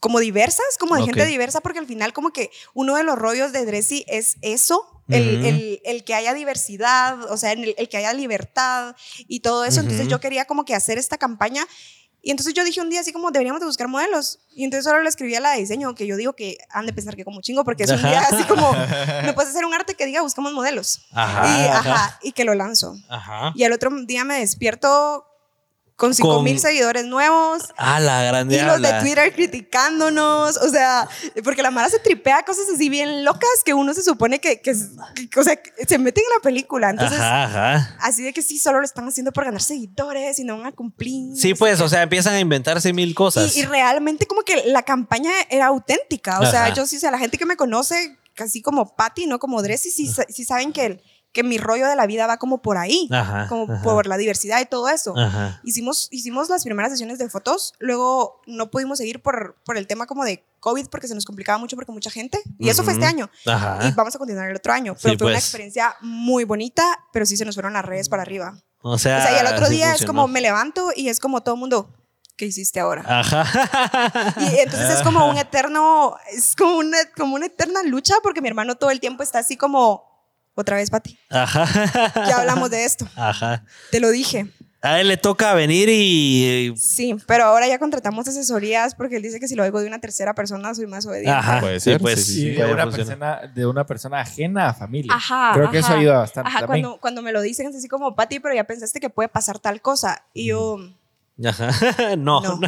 D: como diversas, como de
A: Ok.
D: gente diversa, porque al final como que uno de los rollos de Dressy es eso. El,
A: Ujú.
D: el- el que haya diversidad, o sea, en el, el que haya libertad y todo eso. Entonces
A: Ujú.
D: yo quería como que hacer esta campaña y entonces yo dije un día así como, deberíamos de buscar modelos. Y entonces solo le escribí a la de diseño, que yo digo que han de pensar que como chingo, porque es un día
A: (laughs)
D: así como, me puedes hacer un arte que diga, buscamos modelos.
A: Ajá.
D: y, ajá,
A: Ajá.
D: y que lo lanzo.
A: Ajá.
D: Y al otro día me despierto con 5
A: Con-
D: mil seguidores nuevos.
A: Ah, la grande.
D: Y los de
A: ala.
D: Twitter criticándonos, o sea, porque la Mara se tripea cosas así bien locas que uno se supone que, que, que- o sea, que se meten en la película. Entonces,
A: Ajá, ajá.
D: así de que sí, solo lo están haciendo por ganar seguidores y no van a cumplir.
A: Sí, pues, o sea, empiezan a inventarse mil cosas.
D: Y, y realmente como que la campaña era auténtica. O sea,
A: Ajá.
D: yo sí, o sea, la gente que me conoce, casi como Patty, no como Dressy, sí, sa- sí saben que, el- que mi rollo de la vida va como por ahí,
A: Ajá,
D: como
A: ajá.
D: por la diversidad y todo eso.
A: Ajá.
D: Hicimos, hicimos las primeras sesiones de fotos, luego no pudimos seguir por, por el tema como de COVID porque se nos complicaba mucho porque mucha gente, y eso fue
A: Ujú.
D: este año, y
A: Ajá.
D: vamos a continuar el otro año, pero
A: Sí,
D: fue una
A: pues.
D: experiencia muy bonita, pero sí se nos fueron las redes para arriba.
A: O sea,
D: O sea, y el otro
A: sí
D: día es
A: funcionó.
D: como me levanto y es como todo mundo, ¿qué hiciste ahora?
A: Ajá.
D: (laughs) Y eh, entonces es como
A: Ah.
D: un eterno, es como una, como una eterna lucha porque mi hermano todo el tiempo está así como, otra vez, Pati,
A: Ajá.
D: ya hablamos de esto,
A: Ajá.
D: te lo dije.
A: A él le toca venir y.
D: Sí, pero ahora ya contratamos asesorías porque él dice que si lo oigo de una tercera persona soy más obediente.
A: Ajá.
B: Puede
A: Sí,
B: ser,
A: pues.
B: sí, sí,
C: Y
B: sí.
C: de,
A: ya
C: una
A: funciona.
C: persona, de una persona ajena a familia.
D: Ajá,
C: Creo que eso
D: ajá.
C: ayuda bastante
D: Ajá,
C: también.
D: cuando, cuando me lo dicen es así como, Pati, pero ya pensaste que puede pasar tal cosa. Y yo,
A: Ajá. (laughs) No.
D: No.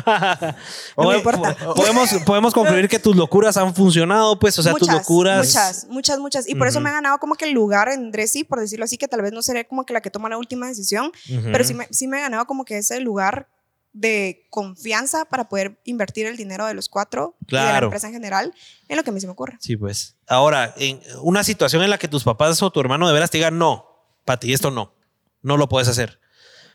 A: Pod-
D: me importa.
A: po- Podemos, podemos concluir que tus locuras han funcionado, pues, o sea, tus
D: muchas,
A: locuras.
D: muchas, muchas, muchas. Y por eso me ha ganado como que el lugar en Dressy, por decirlo así, que tal vez no seré como que la que toma la última decisión,
A: Ujú.
D: pero sí me, sí me he ganado como que ese lugar de confianza para poder invertir el dinero de los cuatro y de la
A: Claro.
D: empresa en general en lo que a mí se me ocurre.
A: Sí, pues. Ahora, en una situación en la que tus papás o tu hermano de veras te digan, no, Pati, esto no, no lo puedes hacer.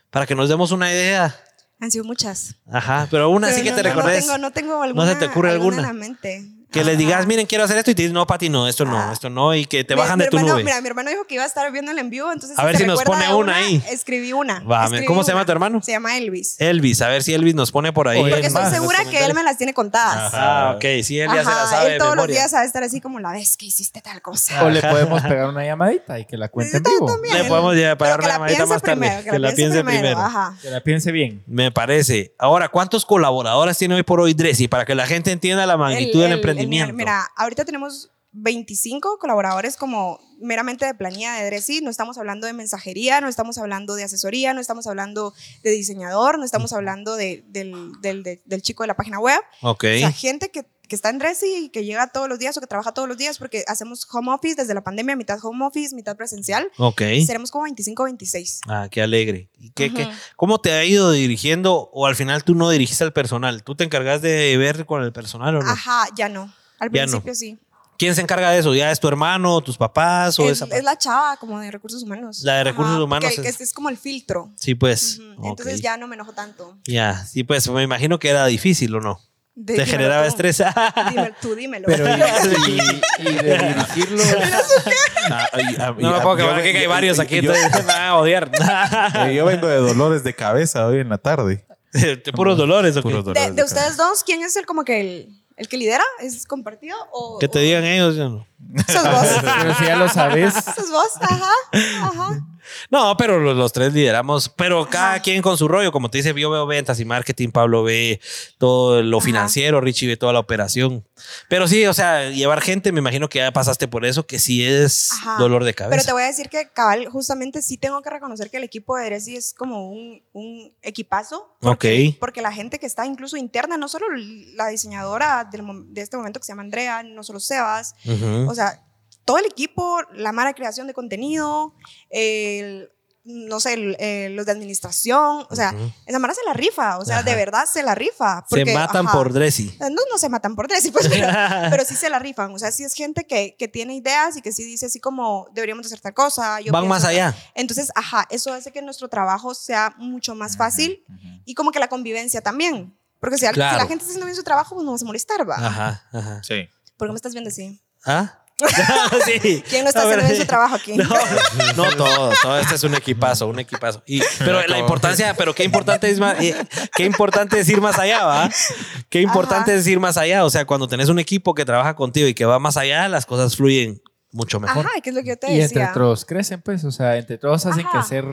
A: Para que nos demos una idea.
D: Han sido muchas.
A: Ajá, pero una
D: Pero
A: sí que
D: no,
A: te
D: no,
A: recordes.
D: No tengo, no tengo
A: No
D: alguna.
A: se te ocurre
D: en
A: alguna.
D: la mente.
A: Que les
D: Ajá.
A: digas, miren, quiero hacer esto y te dicen, no, Pati, no, esto no,
D: Ajá.
A: esto no, y que te
D: Mi-
A: bajan
D: mi
A: de tu
D: hermano-
A: nube.
D: Mira, mi hermano dijo que iba a estar viendo el en vivo, entonces
A: A ver
D: te
A: si nos
D: recuerda
A: pone
D: de
A: una ahí.
D: Escribí una.
A: Va,
D: escribí
A: ¿cómo se llama
D: una.
A: tu hermano? Eh,
D: Se llama Elvis.
A: Elvis, a ver si Elvis nos pone por ahí.
C: Oye,
D: Porque
C: es
D: estoy
C: más, en los
D: segura que él me las tiene contadas.
A: Ah, ok, sí, él ya se
D: Ajá,
A: la sabe
D: él
A: de
D: todos los
A: memoria.
D: días sabe estar así como la vez que hiciste tal cosa.
C: O le podemos pegar una llamadita y que la cuente en
D: Sí,
C: vivo.
D: también.
A: Le podemos ya
D: Pero
A: pagar
D: que
A: una
D: la
A: llamadita
D: piense
A: más tarde.
D: primero, que la piense primero. Ajá.
C: Que la piense bien.
A: Me parece. Ahora, ¿cuántos colaboradores tiene hoy por hoy Dressy? Para que la gente entienda la magnitud
D: El-
A: del
D: el- el-
A: emprendimiento.
D: mira, ahorita tenemos 25 colaboradores como meramente de planilla de Dressy. No estamos hablando de mensajería, no estamos hablando de asesoría, no estamos hablando de diseñador, no estamos hablando de- del, del- de- del chico de la página web.
A: ok.
D: O sea, gente que, que está en Dressy y que llega todos los días o que trabaja todos los días porque hacemos home office desde la pandemia, mitad home office, mitad presencial.
A: ok.
D: Seremos como 25, 26.
A: Ah, qué alegre. ¿Y qué, qué-
D: Ujú.
A: ¿Cómo te ha ido dirigiendo o al final tú no dirigís al personal? ¿Tú te encargas de ver con el personal o no?
D: Ajá, ya no. Al
A: Ya no.
D: principio sí.
A: ¿Quién se encarga de eso? ¿Ya es tu hermano, tus papás o
D: Es,
A: esa
D: es la chava como de recursos humanos.
A: La de recursos humanos
D: Que, que
A: es-
D: es, es como el filtro.
A: Sí, pues.
D: Ujú.
A: Ok.
D: Entonces ya no me enojo tanto.
A: Ya, sí, pues me imagino que era difícil o no.
D: De-
A: Te
D: dímelo
A: generaba
D: tú.
A: estrés. (laughs)
D: Dime- tú dímelo.
C: Pero (laughs) y,
D: (laughs)
C: y- y de (laughs) dirigirlo.
B: Ah, y- ah,
A: (laughs)
B: y-
A: No me
B: ah,
A: puedo
B: yo-
A: quemar, que hay
B: yo-
A: varios
B: yo-
A: aquí,
B: Yo,
A: entonces me van a odiar. (laughs)
B: (laughs) eh, yo vengo de dolores de cabeza hoy en la tarde.
A: Puros dolores, ¿o qué?
B: Puros
D: de,
B: dolores
D: de
B: de
D: ustedes dos, ¿quién es el como que el, el que lidera? ¿Es compartido? O,
A: Que te
D: o-
A: digan ellos. yo no.
D: ¿Sos
C: Pero
A: (laughs)
D: vos?
C: si ya lo sabes.
D: ¿Sos vos? Ajá. Ajá.
A: No, pero los, los tres lideramos, pero cada
D: Ajá.
A: quien con su rollo. Como te dice, yo veo ventas y marketing, Pablo ve todo lo
D: Ajá.
A: financiero, Richie ve toda la operación. Pero sí, o sea, llevar gente, me imagino que ya pasaste por eso, que sí es
D: Ajá.
A: dolor de
D: Pero te
A: cabeza.
D: voy a decir que cabal, justamente sí tengo que reconocer que el equipo de Dressy es como un, un equipazo.
A: Ok.
D: porque la gente que está incluso interna, no solo la diseñadora del mom- de este momento que se llama Andrea, no solo Sebas,
A: Ujú.
D: o sea, todo el equipo, la mala creación de contenido, el- no sé, el- eh, los de administración, o sea,
A: Ujú.
D: esa mara se la rifa, o sea,
A: Ajá.
D: de verdad se la rifa.
A: Se
D: porque,
A: matan
D: ajá,
A: por Dressy.
D: no, no se matan por tres, (laughs) pues, pero,
A: (laughs)
D: pero sí se la rifan. O sea, sí es gente que, que tiene ideas y que sí dice así como deberíamos hacer tal cosa. (laughs) yo
A: Van más
D: pienso
A: allá.
D: entonces, ajá, eso hace que nuestro trabajo sea mucho más fácil y como que la convivencia también. Porque si, al- si
A: Claro.
D: la gente está haciendo bien su trabajo, pues no vas a molestar, va.
A: Ajá, ajá.
B: Sí.
D: ¿Por qué me estás viendo así?
A: ¿Ah?
D: (laughs)
A: Sí.
D: ¿Quién no está
A: A ver,
D: haciendo
A: (laughs)
D: bien su trabajo aquí?
A: No, no todo, todo este es un equipazo, un equipazo. Y, pero la importancia, pero qué importante es más, eh, qué importante es ir más allá, ¿va? Qué importante
D: Ajá.
A: es ir más allá. O sea, cuando tenés un equipo que trabaja contigo y que va más allá, las cosas fluyen mucho mejor.
D: Ajá, que es lo que yo te
C: Y entre
D: decía.
C: todos crecen, pues. O sea, entre todos hacen
D: Ajá.
C: crecer.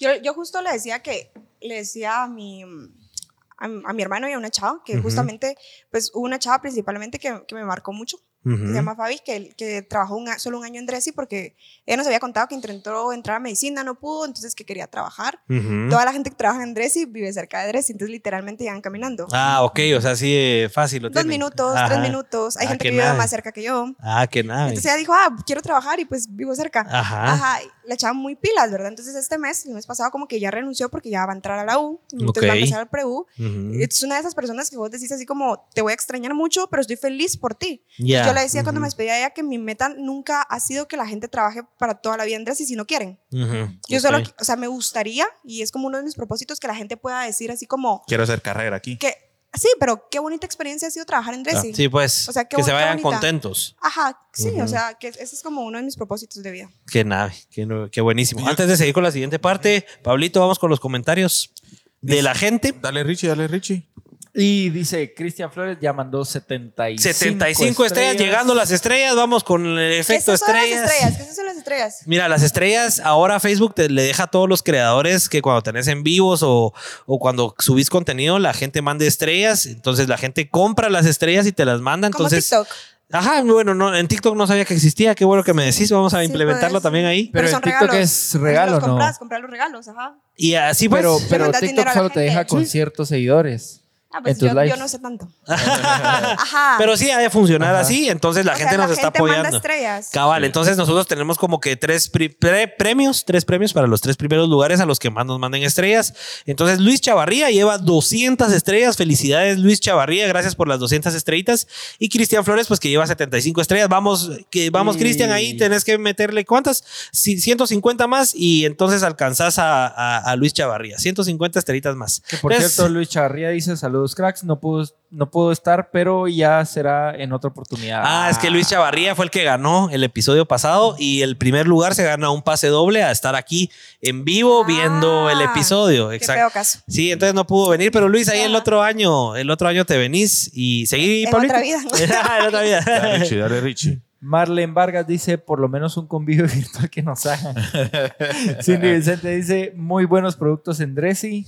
D: Yo, yo justo le decía que, le decía a mi, a, a mi hermano y a una chava, que
A: Ujú.
D: justamente, pues hubo una chava principalmente que, que me marcó mucho, que se llama Fabi, que, que trabajó un a- solo un año en Dresi porque ella nos había contado que intentó entrar a medicina, no pudo, entonces que quería trabajar.
A: Ujú.
D: Toda la gente que trabaja en Dresi vive cerca de Dresi, entonces literalmente llegan caminando.
A: Ah, ok, o sea, sí, eh, fácil. Lo
D: Dos
A: tienen.
D: minutos,
A: Ajá.
D: tres minutos. Hay
A: Ah,
D: gente
A: qué
D: que vive
A: nave.
D: más cerca que yo.
A: Ah, que nada.
D: Entonces ella dijo, ah, quiero trabajar y pues vivo cerca.
A: Ajá.
D: Ajá, y la echaba muy pilas, ¿verdad? Entonces este mes, el mes pasado como que ya renunció porque ya va a entrar a la U, entonces va a
A: Ok. Mm.
D: empezar al pre-U.
A: Ujú.
D: Es una de esas personas que vos decís así como, te voy a extrañar mucho, pero estoy feliz por ti.
A: Ya.
D: Yo le decía cuando me
A: Ujú.
D: despedí a ella que mi meta nunca ha sido que la gente trabaje para toda la vida en y si no quieren.
A: Ujú.
D: Yo solo,
A: Ok.
D: qui- o sea, me gustaría, y es como uno de mis propósitos, que la gente pueda decir así como,
B: Quiero hacer carrera aquí.
D: que sí, pero qué bonita experiencia ha sido trabajar en Dressy.
A: Sí, pues.
D: O sea, qué
A: que se
D: bo- qué
A: vayan
D: bonita.
A: contentos.
D: Ajá, sí,
A: Ujú.
D: o sea, que ese es como uno de mis propósitos de vida.
A: Qué nave, qué, no- qué buenísimo. Antes de seguir con la siguiente parte, Pablito, vamos con los comentarios de la gente.
B: Dale, Richie, dale, Richie.
C: Y dice, Cristian Flores ya mandó 75.
A: 75 estrellas, llegando las estrellas, vamos con el efecto
D: ¿Qué son
A: estrellas.
D: las estrellas? ¿Qué son las estrellas?
A: Mira, las estrellas, ahora Facebook te, le deja a todos los creadores que cuando tenés en vivos o, o cuando subís contenido, la gente manda estrellas, entonces la gente compra las estrellas y te las manda,
D: Como
A: entonces...
D: TikTok.
A: Ajá, bueno, no, en TikTok no sabía que existía, qué bueno que me decís, vamos a
D: Sí,
A: implementarlo
D: puedes.
A: también ahí.
C: Pero,
D: Pero
C: en
D: son
C: TikTok
D: regalos.
C: es regalo,
D: los
C: ¿no?
D: compras, comprar los regalos, ajá.
A: Y así pues...
C: Pero, pero
D: mandas dinero
C: TikTok
D: a la
C: solo te
D: gente.
C: deja con
D: Sí.
C: ciertos seguidores.
D: Ah,
C: En
D: pues
C: tus
D: yo, yo
C: lives.
D: no
A: (laughs)
D: sé tanto. Ajá.
A: Pero sí ha de funcionar
C: Ajá.
A: así, entonces la
D: O sea,
A: gente nos está
D: gente
A: apoyando.
D: Manda estrellas.
A: Cabal, entonces nosotros tenemos como que tres pri- pre- premios, tres premios para los tres primeros lugares a los que más nos manden estrellas. Entonces Luis Chavarría lleva 200 estrellas, felicidades Luis Chavarría, gracias por las 200 estrellitas. Y Cristian Flores, pues que lleva 75 estrellas, vamos, que, vamos
C: Y-
A: Cristian, ahí tenés que meterle cuántas, Sí, 150 más y entonces alcanzás a, a- a Luis Chavarría, 150 estrellitas más.
C: Que por
A: Entonces,
C: cierto, Luis Charría dice, saludos cracks, no puedo, no puedo estar, pero ya será en otra oportunidad.
A: Ah, es que Luis Chavarría fue el que ganó el episodio pasado y el primer lugar se gana un pase doble a estar aquí en vivo
D: Ah,
A: viendo el episodio.
D: Qué
A: Exacto.
D: feo caso.
A: Sí, entonces no pudo venir, pero Luis, ahí el
D: Ajá.
A: otro año, el otro año te venís y seguir,
D: En
A: Pablito. Ah,
D: otra vida.
A: (laughs) en otra vida.
B: (laughs) Dale, Richie, dale,
D: (laughs)
B: Richie.
C: Marlene Vargas dice, por lo menos un convivio (laughs) virtual que
B: (laughs)
C: nos hagan. Cindy Vicente dice, muy buenos productos en Dressy.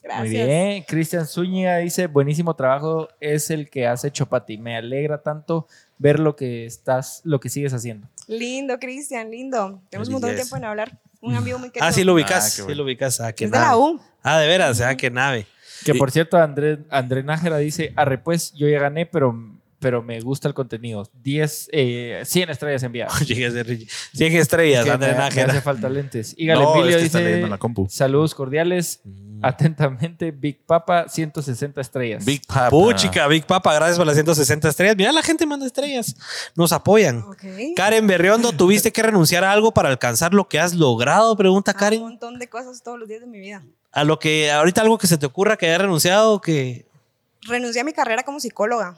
D: Gracias.
C: Muy bien. Cristian Zúñiga dice, buenísimo trabajo es el que has hecho, Pati. Me alegra tanto ver lo que estás, lo que sigues haciendo.
D: Lindo, Cristian, lindo. Tenemos un montón de
B: Belleza.
D: tiempo en hablar. Un amigo muy
A: (laughs)
D: querido.
A: Ah, sí lo ubicas,
B: Ah, qué
A: sí
B: bueno.
A: lo ubicas. Ah, qué
D: Es de la
A: nave.
D: U.
A: Ah, de veras, ah, qué nave. (laughs)
C: Que por cierto, Andrés André Nájera dice, arre pues, yo ya gané, pero, pero me gusta el contenido. 10, eh, 100
B: (laughs)
C: estrellas enviadas.
A: Llegué a ser Richie. 100 estrellas, ah,
C: Que
A: André
C: me- me
A: Nájera.
C: hace falta lentes. Y
B: No,
C: Galemilio
B: es que está leyendo
C: dice,
B: en la compu.
C: saludos cordiales.
A: Mm.
C: Atentamente, Big Papa, 160 estrellas.
B: Big Papa.
A: Puchica, Big Papa, gracias por las 160 estrellas. Mira, la gente manda estrellas. Nos apoyan.
D: Ok.
A: Karen Berriondo, ¿tuviste que renunciar a algo para alcanzar lo que has logrado? Pregunta
D: Ah, Un
A: Karen.
D: montón de cosas todos los días de mi vida.
A: A lo que ahorita algo que se te ocurra que haya renunciado, que.
D: Renuncié a mi carrera como psicóloga.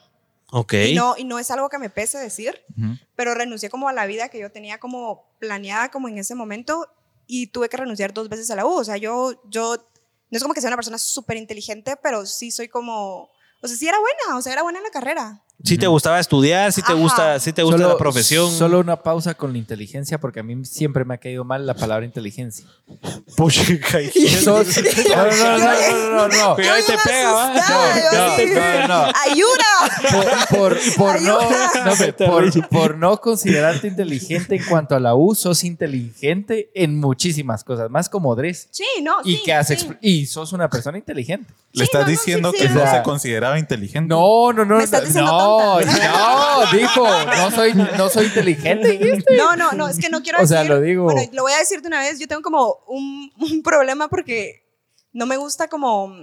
A: Ok.
D: Y no, y no es algo que me pese decir,
B: Ujú.
D: pero renuncié como a la vida que yo tenía como planeada como en ese momento y tuve que renunciar dos veces a la U. O sea, yo, yo no es como que sea una persona súper inteligente, pero sí soy como, o sea, sí era buena, o sea, era buena en la carrera.
A: Si te gustaba estudiar, si te
D: Ajá.
A: gusta, si te gusta
C: Solo-
A: la profesión.
C: Solo una pausa con la inteligencia, porque a mí siempre me ha caído mal la palabra inteligencia.
A: (laughs) Puchica. y-
C: So- (laughs) no, no, no, no, no, no, no.
A: Cuidado y te
D: Yo
A: pega, ¿va?
D: asustada, yo
A: No,
D: así,
C: no, no.
D: ¡Ayuda!
C: Por, por- por no,
D: Ayuda.
C: no, hombre, por, por no considerarte inteligente en cuanto a la U, sos inteligente en muchísimas cosas, más como Dres.
D: Sí, no,
C: Y,
D: Oh, sí,
C: que has
D: sí.
C: expl- y sos una persona inteligente.
B: Le estás
D: no, no, sí,
B: diciendo
D: sí,
B: que
D: sí.
B: no
C: O sea,
B: se consideraba inteligente.
C: No, no, no.
D: Me estás diciendo
C: no,
D: tonta.
C: no, dijo, no soy, no soy inteligente. (laughs) dijiste.
D: No, no, no, es que no quiero
C: O sea,
D: decir-
C: lo digo.
D: Bueno, lo voy a decir de una vez, yo tengo como un, un problema porque no me gusta como,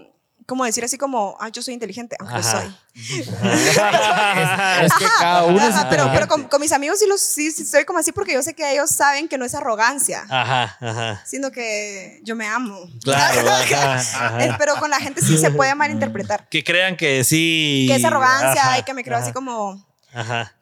D: como decir así como, ah, yo soy inteligente, aunque
A: Ajá.
D: lo soy.
C: Es que cada uno es
D: Ajá, pero, pero
C: inteligente.
D: con, con mis amigos sí, los, sí, sí soy como así porque yo sé que ellos saben que no es arrogancia,
C: Ah.
A: Ajá, ajá.
D: sino que yo me amo. (laughs)
A: Claro, ajá, ajá.
D: Eh, Pero con la gente sí
C: (laughs)
D: se puede malinterpretar.
A: Que crean que sí.
D: Que es arrogancia
A: Ajá,
D: y que me creo así
A: ajá,
D: como...
A: Ajá.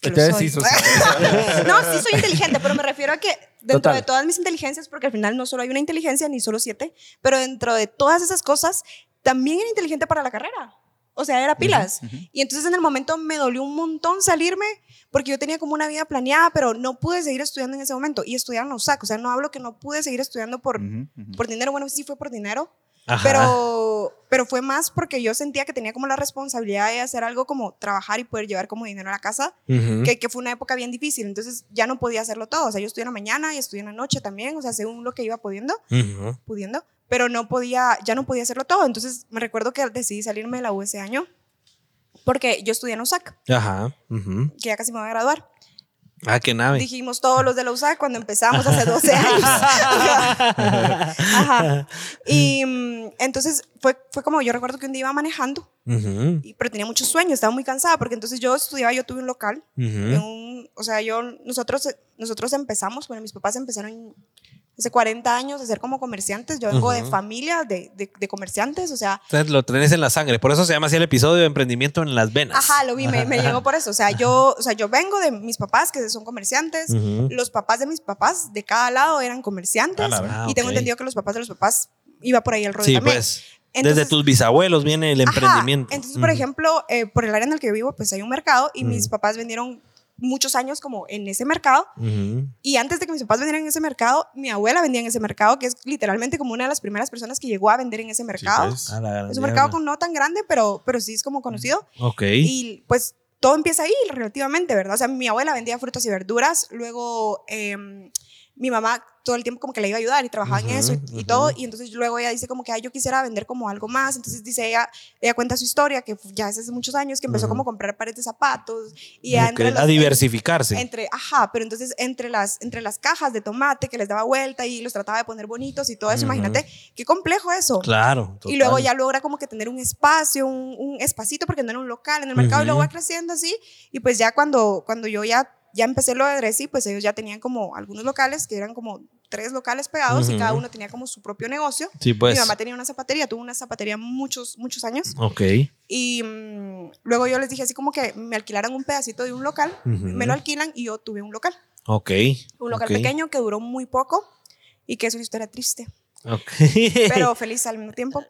D: que lo
C: Entonces
D: soy.
C: sí sos
D: (laughs)
C: inteligente.
D: no, sí soy inteligente, pero me refiero a que dentro
C: Total.
D: de todas mis inteligencias, porque al final no solo hay una inteligencia ni solo siete, pero dentro de todas esas cosas, también era inteligente para la carrera. O sea, era pilas. Y entonces en el momento me dolió un montón salirme porque yo tenía como una vida planeada, pero no pude seguir estudiando en ese momento. Y estudiar no saco. O sea, no hablo que no pude seguir estudiando por,
B: Ujú, ujú.
D: por dinero. Bueno, sí fue por dinero,
A: Ajá.
D: Pero, pero fue más porque yo sentía que tenía como la responsabilidad de hacer algo como trabajar y poder llevar como dinero a la casa,
A: Ujú.
D: que, que fue una época bien difícil. Entonces ya no podía hacerlo todo. O sea, yo estudié en la mañana y estudié en la noche también, o sea, según lo que iba pudiendo,
A: Ujú.
D: pudiendo, pero no podía, ya no podía hacerlo todo. Entonces me recuerdo que decidí salirme de la U ese año porque yo estudié en USAC,
A: Ajá. Ujú.
D: que ya casi me voy a graduar.
A: Ah, qué nave.
D: Dijimos todos los de la USAC cuando empezamos hace 12 años.
A: (laughs)
D: Ajá. Y mm, entonces fue, fue como yo recuerdo que un día iba manejando,
A: (laughs)
D: (laughs)
A: Ujú.
D: y- pero tenía muchos sueños, estaba muy cansada porque entonces yo estudiaba, yo tuve un local, en
A: Ujú.
D: un- o sea, yo, nosotros, nosotros empezamos, bueno, mis papás empezaron hace 40 años a ser como comerciantes, yo vengo de
A: Ujú.
D: familia de, de- de comerciantes, o sea,
A: Entonces lo tenés en la sangre. Por eso se llama así el episodio de emprendimiento en las venas.
D: ajá, lo vi, me, me llegó por eso, o sea, yo, o sea, yo vengo de mis papás que son comerciantes,
A: Ujú.
D: los papás de mis papás de cada lado eran comerciantes
B: A la
A: verga.
D: y tengo
A: Ah, ok.
D: entendido que los papás de los papás iba por ahí el rollo
A: Sí,
D: también.
A: pues.
D: Entonces-
A: Desde tus bisabuelos viene el
D: Ajá.
A: emprendimiento.
D: Entonces, por
A: Ujú.
D: ejemplo, eh, por el área en el que yo vivo, pues hay un mercado y mis
A: Ujú.
D: papás vendieron muchos años como en ese mercado.
A: Ujú.
D: Y antes de que mis papás vendieran en ese mercado, mi abuela vendía en ese mercado, que es literalmente como una de las primeras personas que llegó a vender en ese mercado.
B: pues.
A: A la gran
D: es un mercado
A: diabla.
D: con- no tan grande, pero, pero sí es como conocido.
A: Ok.
D: Y pues todo empieza ahí relativamente, ¿verdad? O sea, mi abuela vendía frutas y verduras, luego eh, mi mamá todo el tiempo como que le iba a ayudar y trabajaba en
A: Ujú,
D: eso y, y
A: ujú.
D: todo, y entonces luego ella dice como que, ay, yo quisiera vender como algo más, entonces dice ella, ella cuenta su historia, que ya hace muchos años que empezó
A: Ujú.
D: como a comprar pares de zapatos y ya
A: Ok,
D: entre
A: A
D: las-
A: diversificarse.
D: entre, ajá, pero entonces entre las, entre las cajas de tomate que les daba vuelta y los trataba de poner bonitos y todo eso,
A: Ujú.
D: imagínate, qué complejo eso.
A: claro.
D: Y luego
A: total.
D: ya logra como que tener un espacio, un, un espacito, porque no era un local en el mercado, y luego
A: Ujú.
D: va creciendo así. Y pues ya cuando, cuando yo ya, ya empecé lo de Dressy, pues ellos ya tenían como algunos locales, que eran como tres locales pegados, y
A: Ujú.
D: cada uno tenía como su propio negocio.
A: Sí, pues.
D: Mi mamá tenía una zapatería, tuvo una zapatería muchos, muchos años.
A: Ok.
D: Y mm, luego yo les dije así como que me alquilaran un pedacito de un local,
A: Ujú.
D: me lo alquilan y yo tuve un local.
A: Ok.
D: Un local
A: Ok.
D: pequeño que duró muy poco y que es una historia
A: (laughs)
D: triste,
A: Ok. (laughs)
D: pero feliz al mismo tiempo.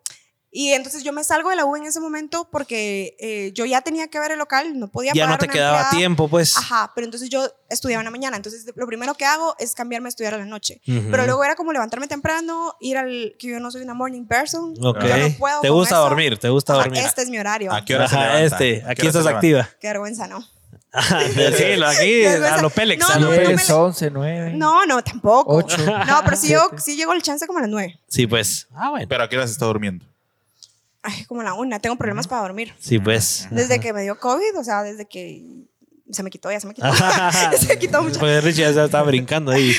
D: Y entonces yo me salgo de la U en ese momento porque eh, yo ya tenía que ver el local, no podía
A: ya no
D: pagar
A: te
D: una
A: quedaba
D: empleada.
A: tiempo, pues.
D: Ajá, pero entonces yo estudiaba en la mañana, entonces lo primero que hago es cambiarme a estudiar a la noche.
A: Ujú.
D: Pero luego era como levantarme temprano, ir al... que yo no soy una morning person.
A: Ok.
D: yo no puedo
A: te
D: con
A: gusta
D: eso.
A: dormir, te gusta
D: Ajá,
A: dormir.
D: Este es mi horario.
B: ¿A qué hora se
A: Ajá,
B: levanta? ¿A
A: este,
B: qué
A: aquí
B: hora se
A: estás
B: levanta?
A: activa.
D: Qué vergüenza, ¿no?
A: Ajá,
B: (laughs)
A: sí,
D: (laughs)
A: lo aquí, a lo Pélex, a lo
D: No, no me-
A: Pélex.
C: 10, 11, 9,
D: No, no, tampoco.
C: 8.
D: No, pero sí, yo, sí llego el chance como a las nueve.
A: Sí, pues. Ah, bueno.
B: Pero ¿a qué hora se está durmiendo?
D: Ay, como la una, tengo problemas para dormir.
A: Sí, pues.
D: Desde que me dio COVID, o sea, desde que se me quitó, ya se me quitó. (laughs)
A: (laughs)
D: se quitó mucho.
A: Pues Richie ya se estaba brincando ahí.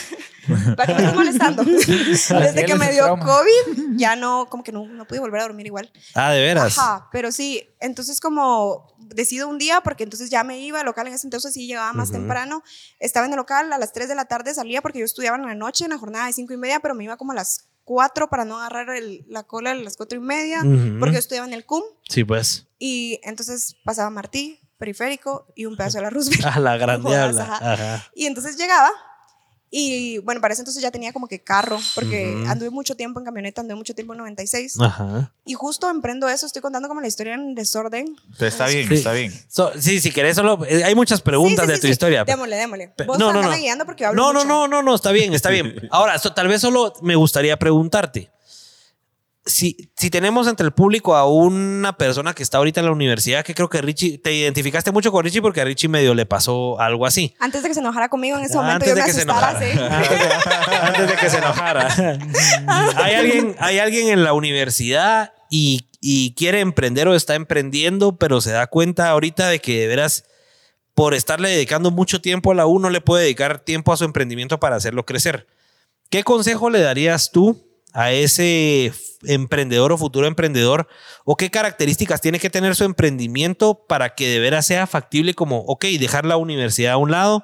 D: Para que me estés molestando. desde que
C: es
D: me
C: el
D: dio
C: trauma.
D: COVID, ya no, como que no, no pude volver a dormir igual.
A: Ah, de veras.
D: Ajá, pero sí, entonces como decido un día, porque entonces ya me iba al local en ese entonces, sí llegaba más
A: Ujú.
D: temprano, estaba en el local a las 3 de la tarde, salía porque yo estudiaba en la noche, en la jornada de 5 y media, pero me iba como a las 4 para no agarrar el- la cola a las 4 y media,
A: Ujú.
D: porque yo estudiaba en el CUM,
A: Sí, pues.
D: (laughs) y entonces pasaba Martí, periférico y
A: (laughs)
D: un pedazo de la Roosevelt.
A: A la gran
D: Jodas,
A: diabla.
D: ajá.
A: Ajá.
D: (laughs) Y entonces llegaba y bueno, para ese entonces ya tenía como que carro, porque
A: Ujú. Ah.
D: anduve mucho tiempo en camioneta, anduve mucho tiempo en 96.
A: Ajá.
D: Y justo emprendo eso, estoy contando como la historia en desorden.
B: Está bien,
A: Sí.
B: está bien.
A: So, sí, si querés, solo. eh, hay muchas preguntas
D: Sí, sí,
A: de
D: sí,
A: tu
D: sí.
A: historia.
D: Démosle, démosle.
A: Pe-
D: Vos
A: no, no,
D: andame
A: no.
D: guiando porque yo hablo
A: No, no,
D: mucho.
A: no, no, no, está bien, está bien. Ahora, so- tal vez solo me gustaría preguntarte. Si, si tenemos entre el público a una persona que está ahorita en la universidad, que creo que Richie, te identificaste mucho con Richie porque a Richie medio le pasó algo así.
D: Antes de que se enojara conmigo en ese
A: Ah,
D: momento,
A: antes
D: yo
A: de
D: me
A: que se
D: asustaba, sí.
A: Antes de que se enojara. hay, alguien, hay alguien en la universidad y, y quiere emprender o está emprendiendo, pero se da cuenta ahorita de que de veras, por estarle dedicando mucho tiempo a la U, no le puede dedicar tiempo a su emprendimiento para hacerlo crecer. ¿Qué consejo le darías tú a ese f- emprendedor o futuro emprendedor? ¿O qué características tiene que tener su emprendimiento para que de veras sea factible como, ok, dejar la universidad a un lado?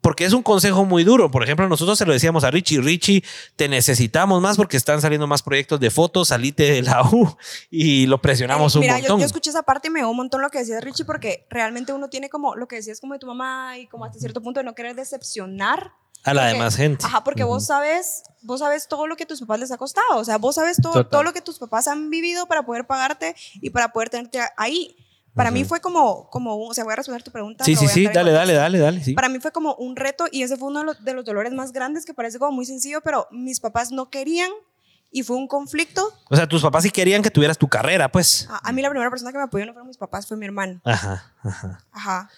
A: Porque es un consejo muy duro. Por ejemplo, nosotros se lo decíamos a Richie, Richie, te necesitamos más porque están saliendo más proyectos de fotos, salite de la U (laughs) y lo presionamos Ah, un
D: Mira, yo-
A: montón.
D: Yo, escuché esa parte y me dio un montón lo que decías, Richie, porque realmente uno tiene como lo que decías como de tu mamá y como hasta cierto punto de no querer decepcionar
A: a la
D: porque-
A: demás gente.
D: Ajá, porque vos sabes, vos sabes todo lo que tus papás les ha costado, o sea, vos sabes todo,
C: Total.
D: todo lo que tus papás han vivido para poder pagarte y para poder tenerte ahí. Para mí
A: Ujú.
D: fue como, como, un- o sea, voy a responder tu pregunta.
A: Sí,
D: pero
A: sí,
D: voy a
A: sí,
D: entrar en
A: dale, dale,
D: contexto.
A: dale, dale. sí.
D: Para mí fue como un reto y ese fue uno de los, de los dolores más grandes que parece como muy sencillo, pero mis papás no querían y fue un conflicto.
A: O sea, tus papás sí querían que tuvieras tu carrera, pues.
D: A, a mí la primera persona que me apoyó no fueron mis papás, fue mi hermano.
A: Ajá, ajá.
D: Ajá.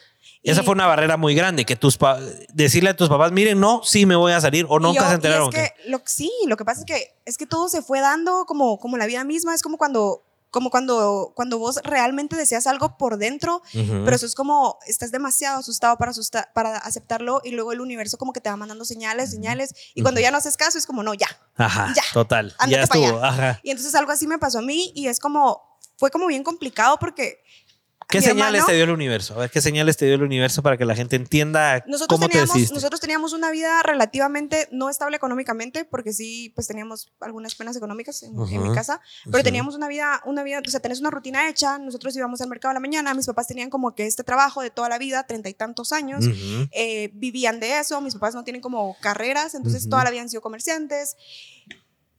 A: Esa
D: Y-
A: fue una barrera muy grande, que tus pa- decirle a tus papás, miren, no, sí me voy a salir, o
D: y
A: nunca
D: yo-
A: se
D: y
A: enteraron.
D: Es que, lo, sí, lo que pasa es que, es que todo se fue dando como, como la vida misma, es como cuando como cuando, cuando vos realmente deseas algo por dentro,
A: que- Ujú.
D: pero eso es como, estás demasiado asustado para, asusta- para aceptarlo y luego el universo como que te va mandando señales, señales, y cuando ya no haces caso es como, no, ya,
A: Ajá,
D: Ya,
A: total.
D: ándate
A: Ya
D: pa' allá.
A: estuvo. Ajá.
D: Y entonces algo así me pasó a mí y es como, fue como bien complicado porque...
A: ¿Qué
D: mi
A: señales
D: hermano-
A: te dio el universo? A ver, ¿qué señales te dio el universo para que la gente entienda
D: Nosotros
A: cómo te
D: teníamos,
A: decidiste?
D: nosotros teníamos una vida relativamente no estable económicamente, porque sí, pues teníamos algunas penas económicas en, en mi
A: Ajá,
D: casa, pero teníamos una vida, una vida, o sea, tenés una rutina hecha, nosotros íbamos al mercado a la mañana, mis papás tenían como que este trabajo de toda la vida, treinta y tantos años,
A: Ujú.
D: eh, vivían de eso, mis papás no tienen como carreras, entonces
A: Ujú.
D: toda la vida han sido comerciantes.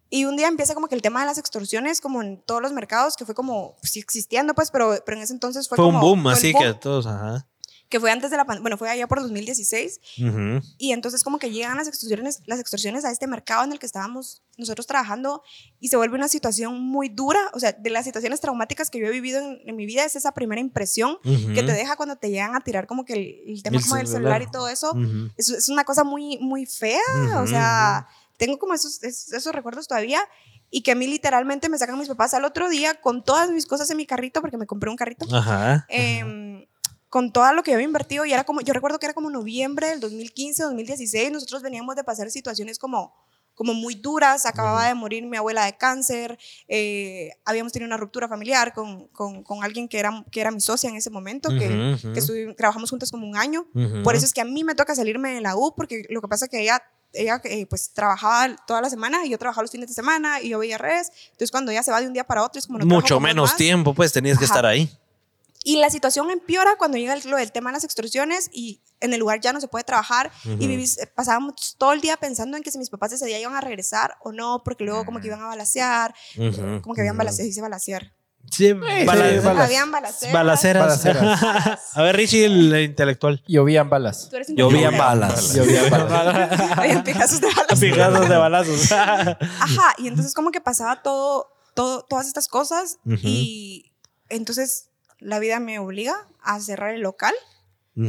D: Y un día empieza como que el tema de las extorsiones, como en todos los mercados, que fue como, sí existiendo pues, pero, pero en ese entonces fue,
A: Fue un
D: como-
A: boom,
D: fue el
A: así
D: boom,
A: que todos, ajá.
D: que fue antes de la pandemia, bueno, fue allá por 2016,
A: Ujú.
D: y entonces como que llegan las extorsiones, las extorsiones a este mercado en el que estábamos nosotros trabajando y se vuelve una situación muy dura, o sea, de las situaciones traumáticas que yo he vivido en, en mi vida es esa primera impresión
A: Ujú.
D: que te deja cuando te llegan a tirar como que el, el tema
A: El
D: como del
A: celular.
D: celular y todo eso,
A: Ujú.
D: es, es una cosa muy, muy fea,
A: Ujú,
D: o sea, tengo como esos, es- esos recuerdos todavía y que a mí literalmente me sacan mis papás al otro día con todas mis cosas en mi carrito, porque me compré un carrito,
A: Ajá.
D: em, con todo lo que había invertido y era como, yo recuerdo que era como noviembre del 2015, 2016, nosotros veníamos de pasar situaciones como como muy duras, acababa de morir mi abuela de cáncer, eh, habíamos tenido una ruptura familiar con, con, con alguien que era, que era mi socia en ese momento, que,
A: Ujú,
D: que
A: ujú.
D: estuvi- trabajamos juntas como un año,
A: Ujú.
D: por eso es que a mí me toca salirme de la U, porque lo que pasa es que ella, ella eh, pues trabajaba toda la semana y yo trabajaba los fines de semana y yo veía redes. Entonces cuando ella se va de un día para otro es como no trabajo
A: Mucho
D: como
A: menos
D: más.
A: tiempo, pues tenías que
D: Ajá.
A: estar ahí.
D: Y la situación empeora cuando llega el- lo del tema de las extorsiones y en el lugar ya no se puede trabajar y
A: Ujú.
D: vivís, eh, pasábamos todo el día pensando en que si mis papás ese día iban a regresar o no, porque luego como que iban a balacear,
A: Ujú,
D: como que habían
A: ujú.
D: balacear, dice balacear.
A: Sí, bala-
C: sí, bala-
D: Habían balaceras.
A: balaceras. (laughs) A ver, Richie, el intelectual.
C: Llovían balas.
D: Tú eres
A: Llovían
D: inteligente.
A: balas.
C: Llovían balas.
D: (laughs) Habían picazos de balas.
A: Picazos de balazos.
D: Ajá, y entonces como que pasaba todo, todo todas estas cosas
A: Ujú.
D: y entonces la vida me obliga a cerrar el local,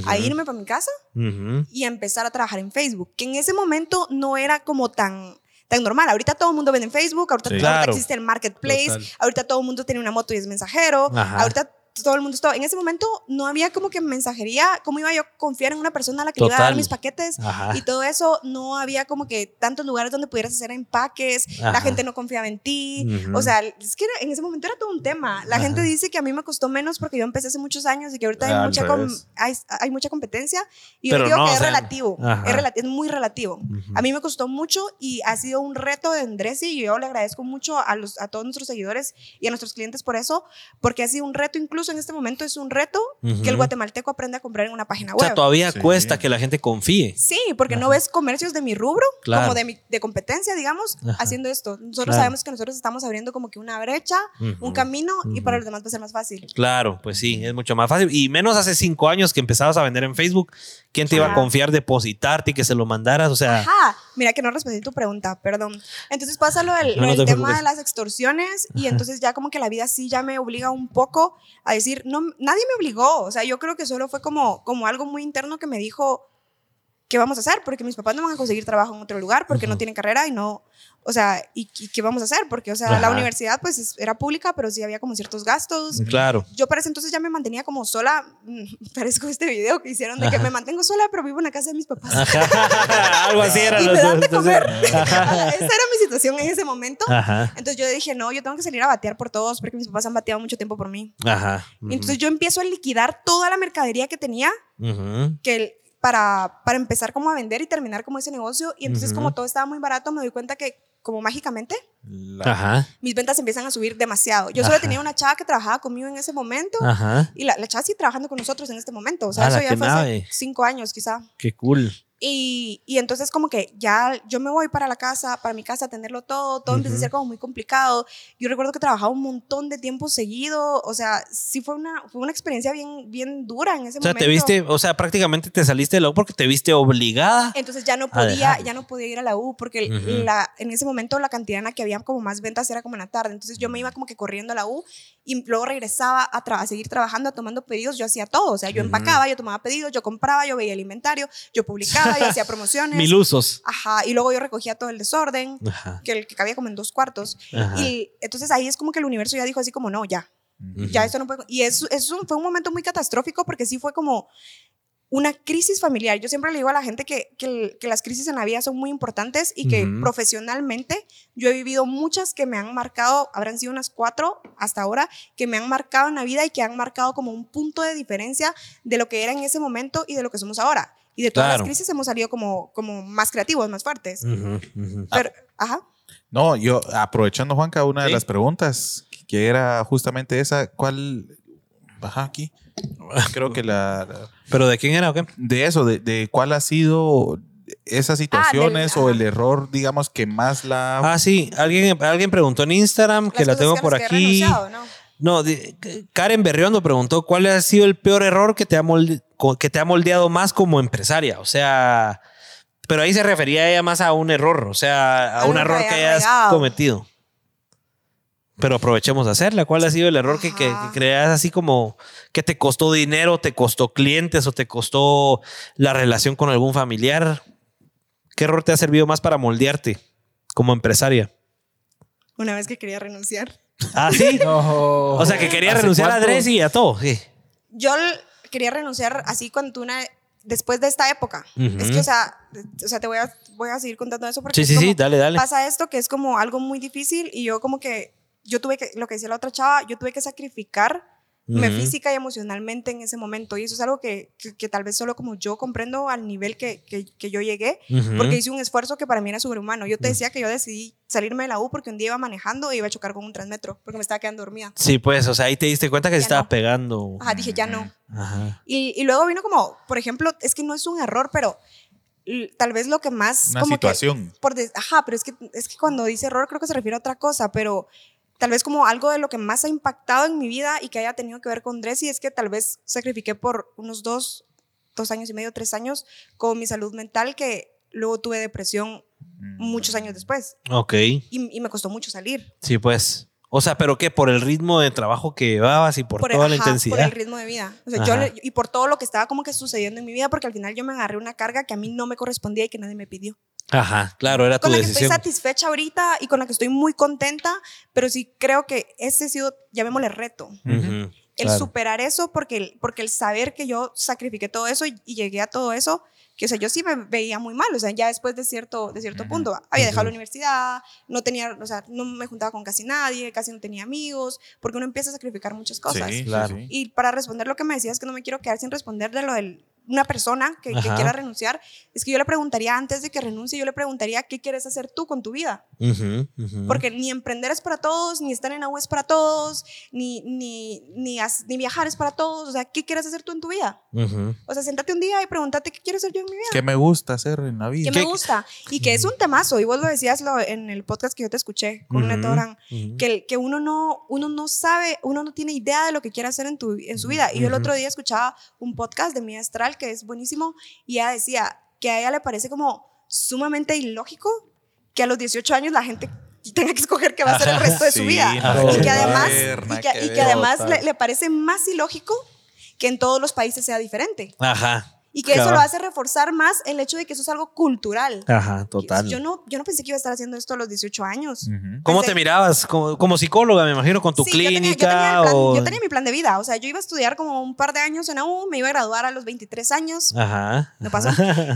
D: a irme para mi casa
A: Ujú.
D: y a empezar a trabajar en Facebook, que en ese momento no era como tan tan normal. Ahorita todo el mundo vende en Facebook, ahorita,
A: Sí.
D: ahorita
A: Claro.
D: existe el marketplace,
F: Total.
D: ahorita todo el mundo tiene una moto y es mensajero,
A: Ajá.
D: ahorita todo el mundo estaba, en ese momento no había como que mensajería, cómo iba yo a confiar en una persona a la que le iba a dar
A: Total. Ah.
D: mis paquetes,
A: Ajá.
D: y todo eso no había como que tantos lugares donde pudieras hacer empaques,
A: Ajá.
D: la gente no confiaba en ti,
A: Ujú.
D: o sea, es que era- en ese momento era todo un tema. La
A: Ajá.
D: gente dice que a mí me costó menos porque yo empecé hace muchos años y que ahorita
B: Al
D: hay, mucha com-
B: revés.
D: hay, hay mucha competencia y yo
A: Pero
D: digo
A: no,
D: que
A: o
D: es
A: sea,
D: relativo,
A: ajá.
D: es, relati- es muy relativo.
A: Ujú.
D: A mí me costó mucho y ha sido un reto de Endresi y yo le agradezco mucho a, los, a todos nuestros seguidores y a nuestros clientes por eso, porque ha sido un reto, incluso en este momento es un reto que el
A: Ujú.
D: guatemalteco aprenda a comprar en una página
A: O
D: web.
A: sea, todavía
B: Sí.
A: cuesta que la gente confíe.
D: Sí, porque no
A: Ajá.
D: ves comercios de mi rubro,
A: Claro.
D: como de, mi, de competencia, digamos,
A: Ajá.
D: haciendo esto. Nosotros
A: Claro.
D: sabemos que nosotros estamos abriendo como que una brecha,
A: Ujú.
D: un camino, y
A: Ujú.
D: para los demás va a ser más fácil.
A: Claro, pues sí, es mucho más fácil. Y menos hace cinco años que empezabas a vender en Facebook. ¿Quién te iba a
D: Ajá.
A: confiar depositarte y que se lo mandaras? O sea,
D: Ajá, mira que no respondí tu pregunta, perdón. Entonces pasa lo
A: No,
D: del, lo
A: no
D: del
A: te
D: tema
A: preocupes.
D: de las extorsiones y entonces ya como que la vida sí ya me obliga un poco a decir, no, nadie me obligó, o sea, yo creo que solo fue como, como algo muy interno que me dijo, ¿qué vamos a hacer? Porque mis papás no van a conseguir trabajo en otro lugar porque no tienen carrera y no, o sea, ¿y, y qué vamos a hacer? Porque, o sea,
A: Ajá.
D: la universidad pues es- era pública, pero sí había como ciertos gastos. (laughs)
A: claro.
D: Yo para ese entonces ya me mantenía como sola, mm, (laughs) parezco este video que hicieron de que me mantengo sola, pero vivo en la casa de mis papás
A: Algo así era.
D: y
A: los-
D: me dan de
A: los-
D: comer. (laughs) Esa era mi situación en ese momento.
A: Ajá,
D: Entonces yo dije, no, yo tengo que salir a batear por todos porque mis papás han bateado mucho tiempo por mí.
A: ajá.
D: Y entonces yo empiezo a liquidar toda la mercadería que tenía
A: Ujú.
D: que el- para, para empezar como a vender y terminar como ese negocio. Y entonces
A: Ujú.
D: como todo estaba muy barato, me doy cuenta que como mágicamente
A: Ajá,
D: mis ventas empiezan a subir demasiado. Yo solo
A: Ajá.
D: tenía una chava que trabajaba conmigo en ese momento.
A: ajá.
D: Y la, la chava sigue trabajando con nosotros en este momento. O sea,
A: Ala,
D: eso
A: qué
D: ya fue hace
A: nave.
D: cinco años quizá.
A: Qué cool.
D: Y, y entonces como que ya yo me voy para la casa, para mi casa, a tenerlo todo, todo empieza a
A: Ujú.
D: ser como muy complicado. Yo recuerdo que trabajaba un montón de tiempo seguido, o sea, sí fue una, fue una experiencia bien, bien dura en ese
A: O sea,
D: este momento.
A: te viste, o sea, prácticamente te saliste de la U porque te viste obligada.
D: Entonces ya no
A: A
D: podía,
A: dejarlo.
D: ya no podía ir a la U porque
A: Ujú.
D: la, en ese momento la cantidad en la que había como más ventas era como en la tarde. Entonces yo me iba como que corriendo a la U y luego regresaba a, tra- a seguir trabajando, a tomando pedidos. Yo hacía todo. O sea, yo empacaba, yo tomaba pedidos, yo compraba, yo veía el inventario, yo publicaba, yo
A: (laughs)
D: hacía promociones.
A: Mil usos.
D: Ajá, y luego yo recogía todo el desorden,
A: Ajá.
D: que el que cabía como en dos cuartos.
A: Ajá.
D: Y entonces ahí es como que el universo ya dijo así como, no, ya, ya esto no puede... Y eso, eso fue un momento muy catastrófico porque sí fue como una crisis familiar. Yo siempre le digo a la gente que, que el- que las crisis en la vida son muy importantes y que
A: Ujú.
D: profesionalmente yo he vivido muchas que me han marcado, habrán sido unas cuatro hasta ahora, que me han marcado en la vida y que han marcado como un punto de diferencia de lo que era en ese momento y de lo que somos ahora. Y de todas
A: Claro. Mm.
D: las crisis hemos salido como, como más creativos, más fuertes.
A: Ujú, ujú.
D: Pero, ajá.
B: No, yo aprovechando, Juanca, una
A: Sí.
B: de las preguntas que era justamente esa, ¿cuál? Baja aquí. Creo que la- la
A: ¿Pero de quién era o qué?
B: de eso, de, de cuál ha sido esas situaciones o
D: Ah, ajá.
B: el error, digamos, que más la...
A: Ah, sí. Alguien, alguien preguntó en Instagram, que
D: Las
A: la
D: cosas
A: tengo
D: que a
A: por
D: las que he
A: aquí.
D: renunciado, ¿no?
A: No, de- Karen Berriondo preguntó cuál ha sido el peor error que te ha molde- co- que te ha moldeado más como empresaria. O sea, pero ahí se refería ella más a un error, o sea, a
D: Algo
A: un
D: que
A: error que
D: hayas
A: hayas
D: regado.
A: cometido. Pero aprovechemos de hacerla. ¿Cuál ha sido el error que, que-
D: Ajá.
A: que creas así como que te costó dinero, te costó clientes o te costó la relación con algún familiar? ¿Qué error te ha servido más para moldearte como empresaria?
D: Una vez que quería renunciar.
A: Ah, sí. (laughs) O sea, que quería renunciar a Dress y a todo. Sí.
D: yo l- quería renunciar así cuando una después de esta época.
A: Ujú.
D: Es que, o sea, de- o sea, te voy a, voy a seguir contando eso porque
A: Sí,
D: es
A: sí, sí,
D: como-
A: dale, dale.
D: pasa esto que es como algo muy difícil y yo como que, yo tuve que, lo que decía la otra chava, yo tuve que sacrificar me
A: Ujú.
D: física y emocionalmente en ese momento y eso es algo que, que, que tal vez solo como yo comprendo al nivel que, que, que yo llegué
A: Ujú.
D: porque hice un esfuerzo que para mí era sobrehumano. Yo te decía que yo decidí salirme de la U porque un día iba manejando y iba a chocar con un transmetro porque me estaba quedando dormida.
A: Sí, pues, o sea, ahí te diste cuenta que se
D: Ya
A: estaba
D: no.
A: pegando.
D: Ajá, dije, ya no.
A: Ajá.
D: Y, y luego vino como, por ejemplo, es que no es un error, pero l- tal vez lo que más...
B: Una
D: como que-
B: situación.
D: por des- ajá, pero es que, es que cuando dice error creo que se refiere a otra cosa, pero tal vez como algo de lo que más ha impactado en mi vida y que haya tenido que ver con Dressy es que tal vez sacrifiqué por unos dos, dos años y medio, tres años con mi salud mental que luego tuve depresión muchos años después
A: Ok.
D: y, y me costó mucho salir.
A: Sí, pues. O sea, pero que por el ritmo de trabajo que llevabas y por,
D: Por el-
A: toda la
D: ajá,
A: intensidad.
D: Por el ritmo de vida. O sea, yo
A: Ajá.
D: le- y por todo lo que estaba como que sucediendo en mi vida, porque al final yo me agarré una carga que a mí no me correspondía y que nadie me pidió.
A: Ajá, claro, era tu
D: Con la que
A: decisión.
D: estoy satisfecha ahorita y con la que estoy muy contenta, pero sí creo que ese ha sido, llamémosle reto,
A: Ujú.
D: el
A: Claro.
D: superar eso, porque el, porque el saber que yo sacrifiqué todo eso y, y llegué a todo eso, que o sea, yo sí me veía muy mal, o sea, ya después de cierto, de cierto punto, había dejado la universidad, no tenía, o sea, no me juntaba con casi nadie, casi no tenía amigos, porque uno empieza a sacrificar muchas cosas.
B: Sí, sí,
A: claro.
B: sí.
D: Y para responder lo que me decías, que no me quiero quedar sin responder de lo de una persona que, que
A: Ajá.
D: quiera renunciar, es que yo le preguntaría antes de que renuncie, yo le preguntaría qué quieres hacer tú con tu vida.
A: Ujú, ujú.
D: Porque ni emprender es para todos, ni estar en la U es para todos, ni, ni, ni, as- ni viajar es para todos. O sea, ¿qué quieres hacer tú en tu vida?
A: Ujú.
D: O sea, siéntate un día y pregúntate qué quiero hacer yo en mi vida.
B: ¿Qué me gusta hacer en la vida?
D: ¿Qué me gusta? Y que es un temazo. Y vos lo decías lo- en el podcast que yo te escuché con
A: Ujú.
D: Neto Oran
A: Ujú.
D: que, el- que uno, no, uno no sabe, uno no tiene idea de lo que quiere hacer en, tu, en su vida. Y yo el
A: Ujú.
D: otro día escuchaba un podcast de Mía Astral que es buenísimo y ella decía que a ella le parece como sumamente ilógico que a los 18 años la gente tenga que escoger qué va a hacer el resto de su
B: Sí,
D: vida.
B: nada
D: y, que
B: que
D: además,
B: ver,
D: y
B: nada
D: que,
B: que
D: y que
B: ver,
D: además le,
B: total.
D: le parece más ilógico que en todos los países sea diferente.
A: Ajá.
D: Y que eso
A: Cabal.
D: lo hace reforzar más el hecho de que eso es algo cultural.
A: Ajá, total.
D: Yo no, yo no pensé que iba a estar haciendo esto a los 18 años.
B: Ujú.
A: ¿Cómo
D: pensé-
A: te mirabas? Como, como psicóloga, me imagino, con tu
D: Sí, yo tenía- yo
A: clínica.
D: tenía, el plan-
A: o-
D: yo tenía mi plan de vida. O sea, yo iba a estudiar como un par de años en la U, me iba a graduar a los
A: (laughs)
D: 23 años.
A: Ajá.
D: No pasó.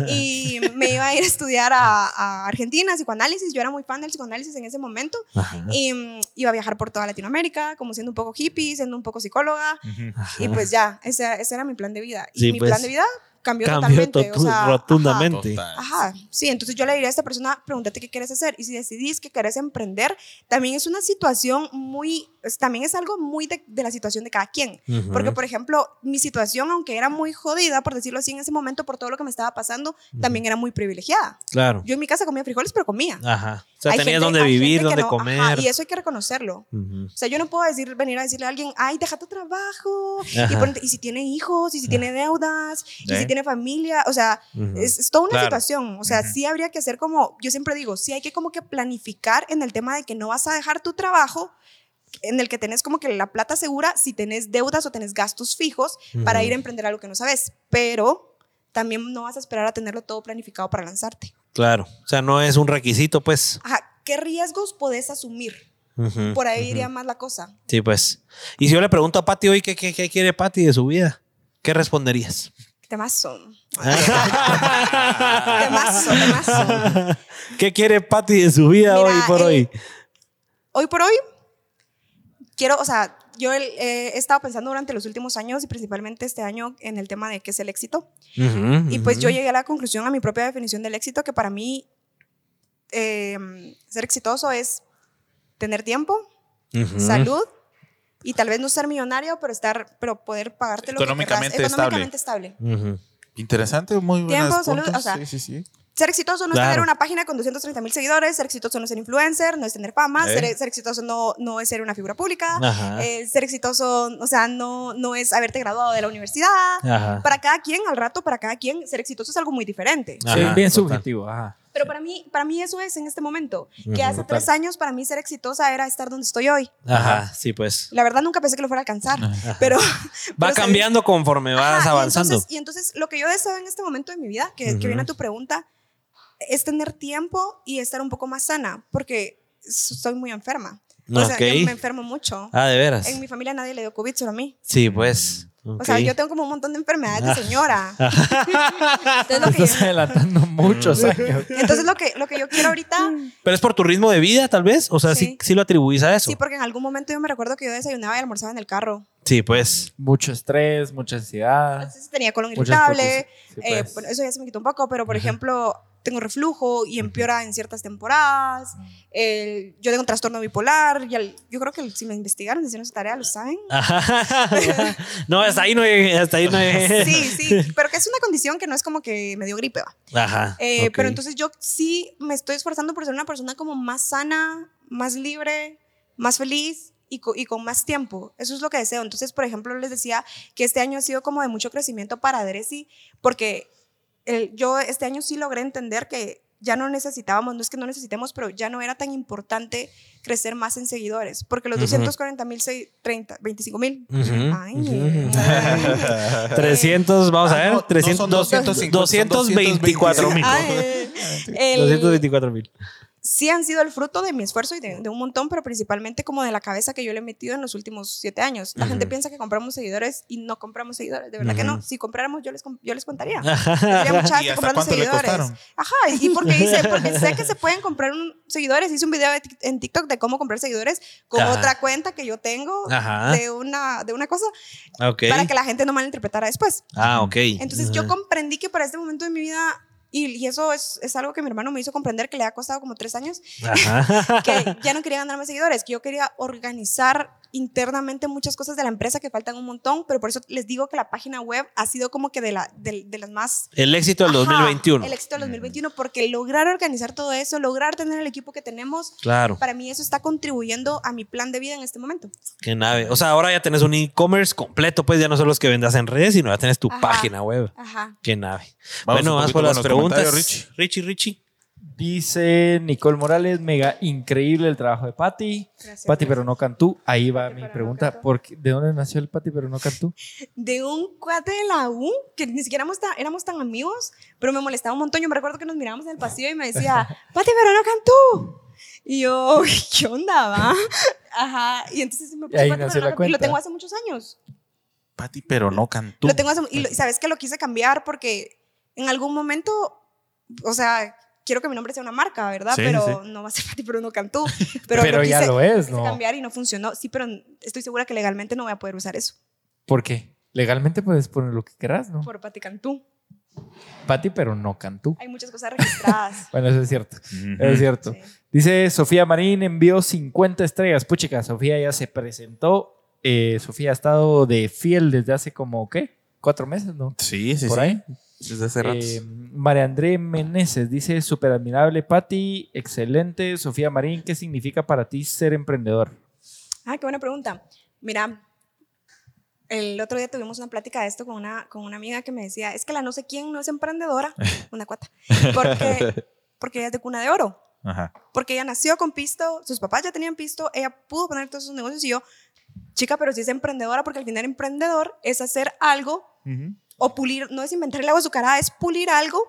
D: Y me iba a ir a estudiar a, a Argentina, psicoanálisis. Yo era muy fan del psicoanálisis en ese momento.
A: Ajá.
D: Y mm, iba a viajar por toda Latinoamérica, como siendo un poco hippie, siendo un poco psicóloga.
A: Ajá. (laughs)
D: Y pues ya, ese, ese era mi plan de vida. Y
A: Sí,
D: mi
A: pues,
D: plan de vida cambió,
A: Cambió
D: totalmente.
A: totu-
D: o sea, ajá.
A: rotundamente.
B: Total.
D: Ajá, sí, entonces yo le diría a esta persona, pregúntate qué quieres hacer y si decidís que querés emprender, también es una situación muy, es- también es algo muy de, de la situación de cada quien.
A: Ujú.
D: Porque, pues, por ejemplo, mi situación, aunque era muy jodida, por decirlo así, en ese momento, por todo lo que me estaba pasando, también era muy privilegiada.
A: Claro.
D: Yo en mi casa comía frijoles, pero comía.
A: Ajá. Ah, sea,
D: Hay
A: tenías
D: gente-
A: dónde
D: hay gente
A: vivir,
D: que
A: dónde
D: no, ajá,
A: comer.
D: y eso hay que reconocerlo.
A: Ujú.
D: O sea, yo no puedo decir, venir a decirle a alguien, ay, deja tu trabajo. Y,
A: Ajá.
D: ponte- y si tiene hijos, y si tiene deudas, y
B: ¿Eh?
D: si tiene familia. O sea,
A: Ujú.
D: es, es toda una
A: Claro.
D: situación. O sea,
G: Ujú.
D: sí habría que hacer como, yo siempre digo, sí hay que como que planificar en el tema de que no vas a dejar tu trabajo en el que tenés como que la plata segura si tenés deudas o tenés gastos fijos para
A: Ujú.
D: ir a emprender algo que no sabes. Pero también no vas a esperar a tenerlo todo planificado para lanzarte.
A: Claro. O sea, no es un requisito, pues.
D: Ajá, ¿qué riesgos podés asumir?
A: Ujú.
D: Por ahí iría más la cosa.
A: Sí, pues. Y si yo le pregunto a Pati hoy qué, qué, qué quiere Pati de su vida, ¿qué responderías?
D: ¿Qué temas son? (laughs) Temazo, temazo.
A: ¿Qué quiere Pati de su vida
D: Mira,
A: hoy por
D: eh,
A: hoy?
D: hoy por hoy, quiero, o sea, yo el- eh, he estado pensando durante los últimos años y principalmente este año en el tema de qué es el éxito.
A: Ujú,
D: Y pues
A: ujú.
D: yo llegué a la conclusión, a mi propia definición del éxito, que para mí eh, ser exitoso es tener tiempo,
A: Ujú.
D: salud y tal vez no ser millonario, pero estar, pero poder pagarte lo que querrás.
B: Económicamente estable.
D: económicamente estable.
A: Ujú.
B: Interesante, muy buenas
D: Tiempo, salud,
B: puntos.
D: o sea,
B: sí, sí, sí.
D: Ser exitoso no es
A: Claro.
D: tener una página con 230 mil seguidores, ser exitoso no es ser influencer, no es tener fama,
B: ¿Eh?
D: ser, ser exitoso no, no es ser una figura pública,
A: Ajá.
D: eh, ser exitoso, o sea, no, no es haberte graduado de la universidad.
A: Ajá.
D: Para cada quien, al rato, para cada quien, ser exitoso es algo muy diferente.
A: Ajá,
C: es bien
A: total.
C: subjetivo, ajá.
D: Pero para mí, para mí eso es en este momento.
A: Ujú.
D: Que hace tres años para mí ser exitosa era estar donde estoy hoy.
A: Ajá, sí, pues.
D: La verdad nunca pensé que lo fuera a alcanzar, pero...
A: Va
D: (laughs) pero se-
A: cambiando conforme
D: Ajá,
A: vas
D: y
A: avanzando.
D: entonces- Y entonces, lo que yo deseo en este momento de mi vida, que,
A: Ujú.
D: que viene a tu pregunta, es tener tiempo y estar un poco más sana, porque soy muy enferma. O sea,
A: Ok.
D: yo me enfermo mucho.
A: Ah, de veras.
D: En mi familia nadie le dio COVID, solo a mí.
A: Sí, pues.
D: O sea,
A: Ok. Ah.
D: yo tengo como un montón de enfermedades de
A: (laughs)
D: señora. Entonces, lo que
C: Estás
D: yo,
C: adelantando muchos años.
D: entonces, lo que, lo que yo
A: (laughs)
D: quiero ahorita,
A: Pero es por tu ritmo de vida, tal vez. O sea, sí, sí,
D: Sí.
A: lo atribuís a eso.
D: sí, porque en algún momento yo me recuerdo que yo desayunaba y almorzaba en el carro.
A: Sí,
D: (laughs)
A: pues.
C: Mucho estrés, mucha ansiedad.
D: Entonces tenía colon
C: Ah. muchas
D: irritable.
C: preocupaciones. Sí,
D: eh,
C: pues.
D: bueno, eso ya se me quitó un poco, pero por ejemplo, tengo reflujo y empeora en ciertas temporadas.
C: Ah.
D: el- yo tengo un trastorno bipolar. Y el- yo creo que el- si me investigaron, hicieron su tarea, lo
C: (laughs)
D: saben.
A: Ajá. no, hasta ahí no llegué. Hasta ahí no llegué.
D: Sí, sí, pero que es una condición que no es como que me dio gripe. va.
A: Ajá.
D: Eh,
A: ok.
D: Pero entonces yo sí me estoy esforzando por ser una persona como más sana, más libre, más feliz y co- y con, más tiempo. Eso es lo que deseo. Entonces, por ejemplo, les decía que este año ha sido como de mucho crecimiento para Dressy, porque el- yo este año sí logré entender que ya no necesitábamos, no es que no necesitemos, pero ya no era tan importante crecer más en seguidores, porque los
A: Ujú.
D: 240 mil, 30, 25 mil.
A: Ujú, (laughs)
D: Ay. (laughs)
A: ujú. 300, vamos a
B: Ah,
A: ver,
B: no, no
A: 300,
B: son 250, son
A: 224 mil.
D: Ay, eh, el-
A: 224
D: (laughs)
A: mil.
D: sí han sido el fruto de mi esfuerzo y de, de un montón, pero principalmente como de la cabeza que yo le he metido en los últimos siete años. La gente
A: Ujú.
D: piensa que compramos seguidores y no compramos seguidores. De verdad que no.
A: Ujú.
D: Si compráramos, yo les, com- yo les contaría.
A: (laughs) Ajá.
D: Tendría
B: (laughs) ¿Y
D: mucha gente
B: hasta
D: comprando
B: cuánto le
D: seguidores.
B: costaron?
D: Ajá, y porque, hice, porque sé que se pueden comprar un- seguidores. Hice un video de tic- en TikTok de cómo comprar seguidores con
A: Ajá.
D: otra cuenta que yo
A: (laughs)
D: tengo
A: Ajá.
D: de una, de una cosa
A: Ok.
D: para que la gente no malinterpretara después.
A: Ah, ok.
D: Entonces
A: Ajá.
D: yo comprendí que para este momento de mi vida, y, y eso es, es algo que mi hermano me hizo comprender que le ha costado como tres años,
A: Ajá. (laughs)
D: que ya no quería ganar más seguidores, que yo quería organizar internamente muchas cosas de la empresa que faltan un montón, pero por eso les digo que la página web ha sido como que de, la, de, de las más...
A: El éxito del
D: Ajá,
A: 2021.
D: El éxito del 2021, porque lograr organizar todo eso, lograr tener el equipo que tenemos,
A: Claro,
D: para mí eso está contribuyendo a mi plan de vida en este momento.
A: qué nave. O sea, ahora ya tenés un e-commerce completo, pues ya no son los que vendas en redes, sino ya tenés tu
D: Ajá.
A: página web.
D: Ajá.
A: Qué nave.
B: Vamos
A: bueno,
B: un
A: vas
B: poquito
A: por
B: con
A: las
B: los
A: preguntas.
B: comentarios,
A: Richie, Richie.
C: Dice Nicole Morales, mega increíble el trabajo de Patti.
D: Gracias.
C: Patti pero no cantú. Ahí va
D: Pati
C: mi
D: pues. pero no
C: pregunta.
D: cantú.
C: ¿Por qué- ¿De dónde nació el Patti pero no cantú?
D: de un cuate de la U, que ni siquiera éramos tan, éramos tan amigos, pero me molestaba un montón. Yo me recuerdo que nos mirábamos en el pasillo y
C: (laughs)
D: me decía, Pati, pero no cantó. Y yo, "Uy, ¿qué onda, va? Ajá. Y entonces me
C: Y ahí
D: "Pati, pero
C: nació
D: no
C: la
D: cantó". Y lo
C: cuenta.
D: tengo hace muchos años.
B: Pati, pero no cantó.
D: Lo tengo hace, y, lo- y sabes que lo quise cambiar porque en algún momento, o sea, quiero que mi nombre sea una marca, ¿verdad?
B: Sí,
D: pero no va a ser Pati, pero no
C: (laughs)
D: cantó. Pero,
C: Pero, ya
D: quise-
C: lo es,
D: quise
C: ¿no?
D: cambiar y no funcionó. Sí, pero estoy segura que legalmente no voy a poder usar eso
C: ¿Por qué? Legalmente puedes poner lo que querrás, ¿no?
D: por Pati Cantú.
C: Patti pero no cantú.
D: Hay muchas cosas registradas.
C: Bueno, eso es cierto.
B: Ujú.
C: Es cierto.
D: Sí.
C: Dice Sofía Marín envió 50 estrellas. Puchica, Sofía ya se presentó. Eh, Sofía ha estado de fiel desde hace como, ¿qué? ¿Cuatro meses, no?
B: Sí, sí,
C: Por
B: sí.
C: ahí.
H: desde hace rato.
C: Eh, María André Meneses dice, super admirable, Patti, excelente. Sofía Marín, ¿qué significa para ti ser emprendedor?
D: Ah, qué buena pregunta. Mira, el otro día tuvimos una plática de esto con una, con una amiga que me decía, es que la no sé quién no es emprendedora, una cuata, porque, porque ella es de cuna de oro,
B: (laughs) Ajá.
D: porque ella nació con pisto, sus papás ya tenían pisto, ella pudo poner todos sus negocios y yo, chica, pero si es emprendedora, porque al final emprendedor es hacer algo o pulir, no es inventar el agua azucarada, es pulir algo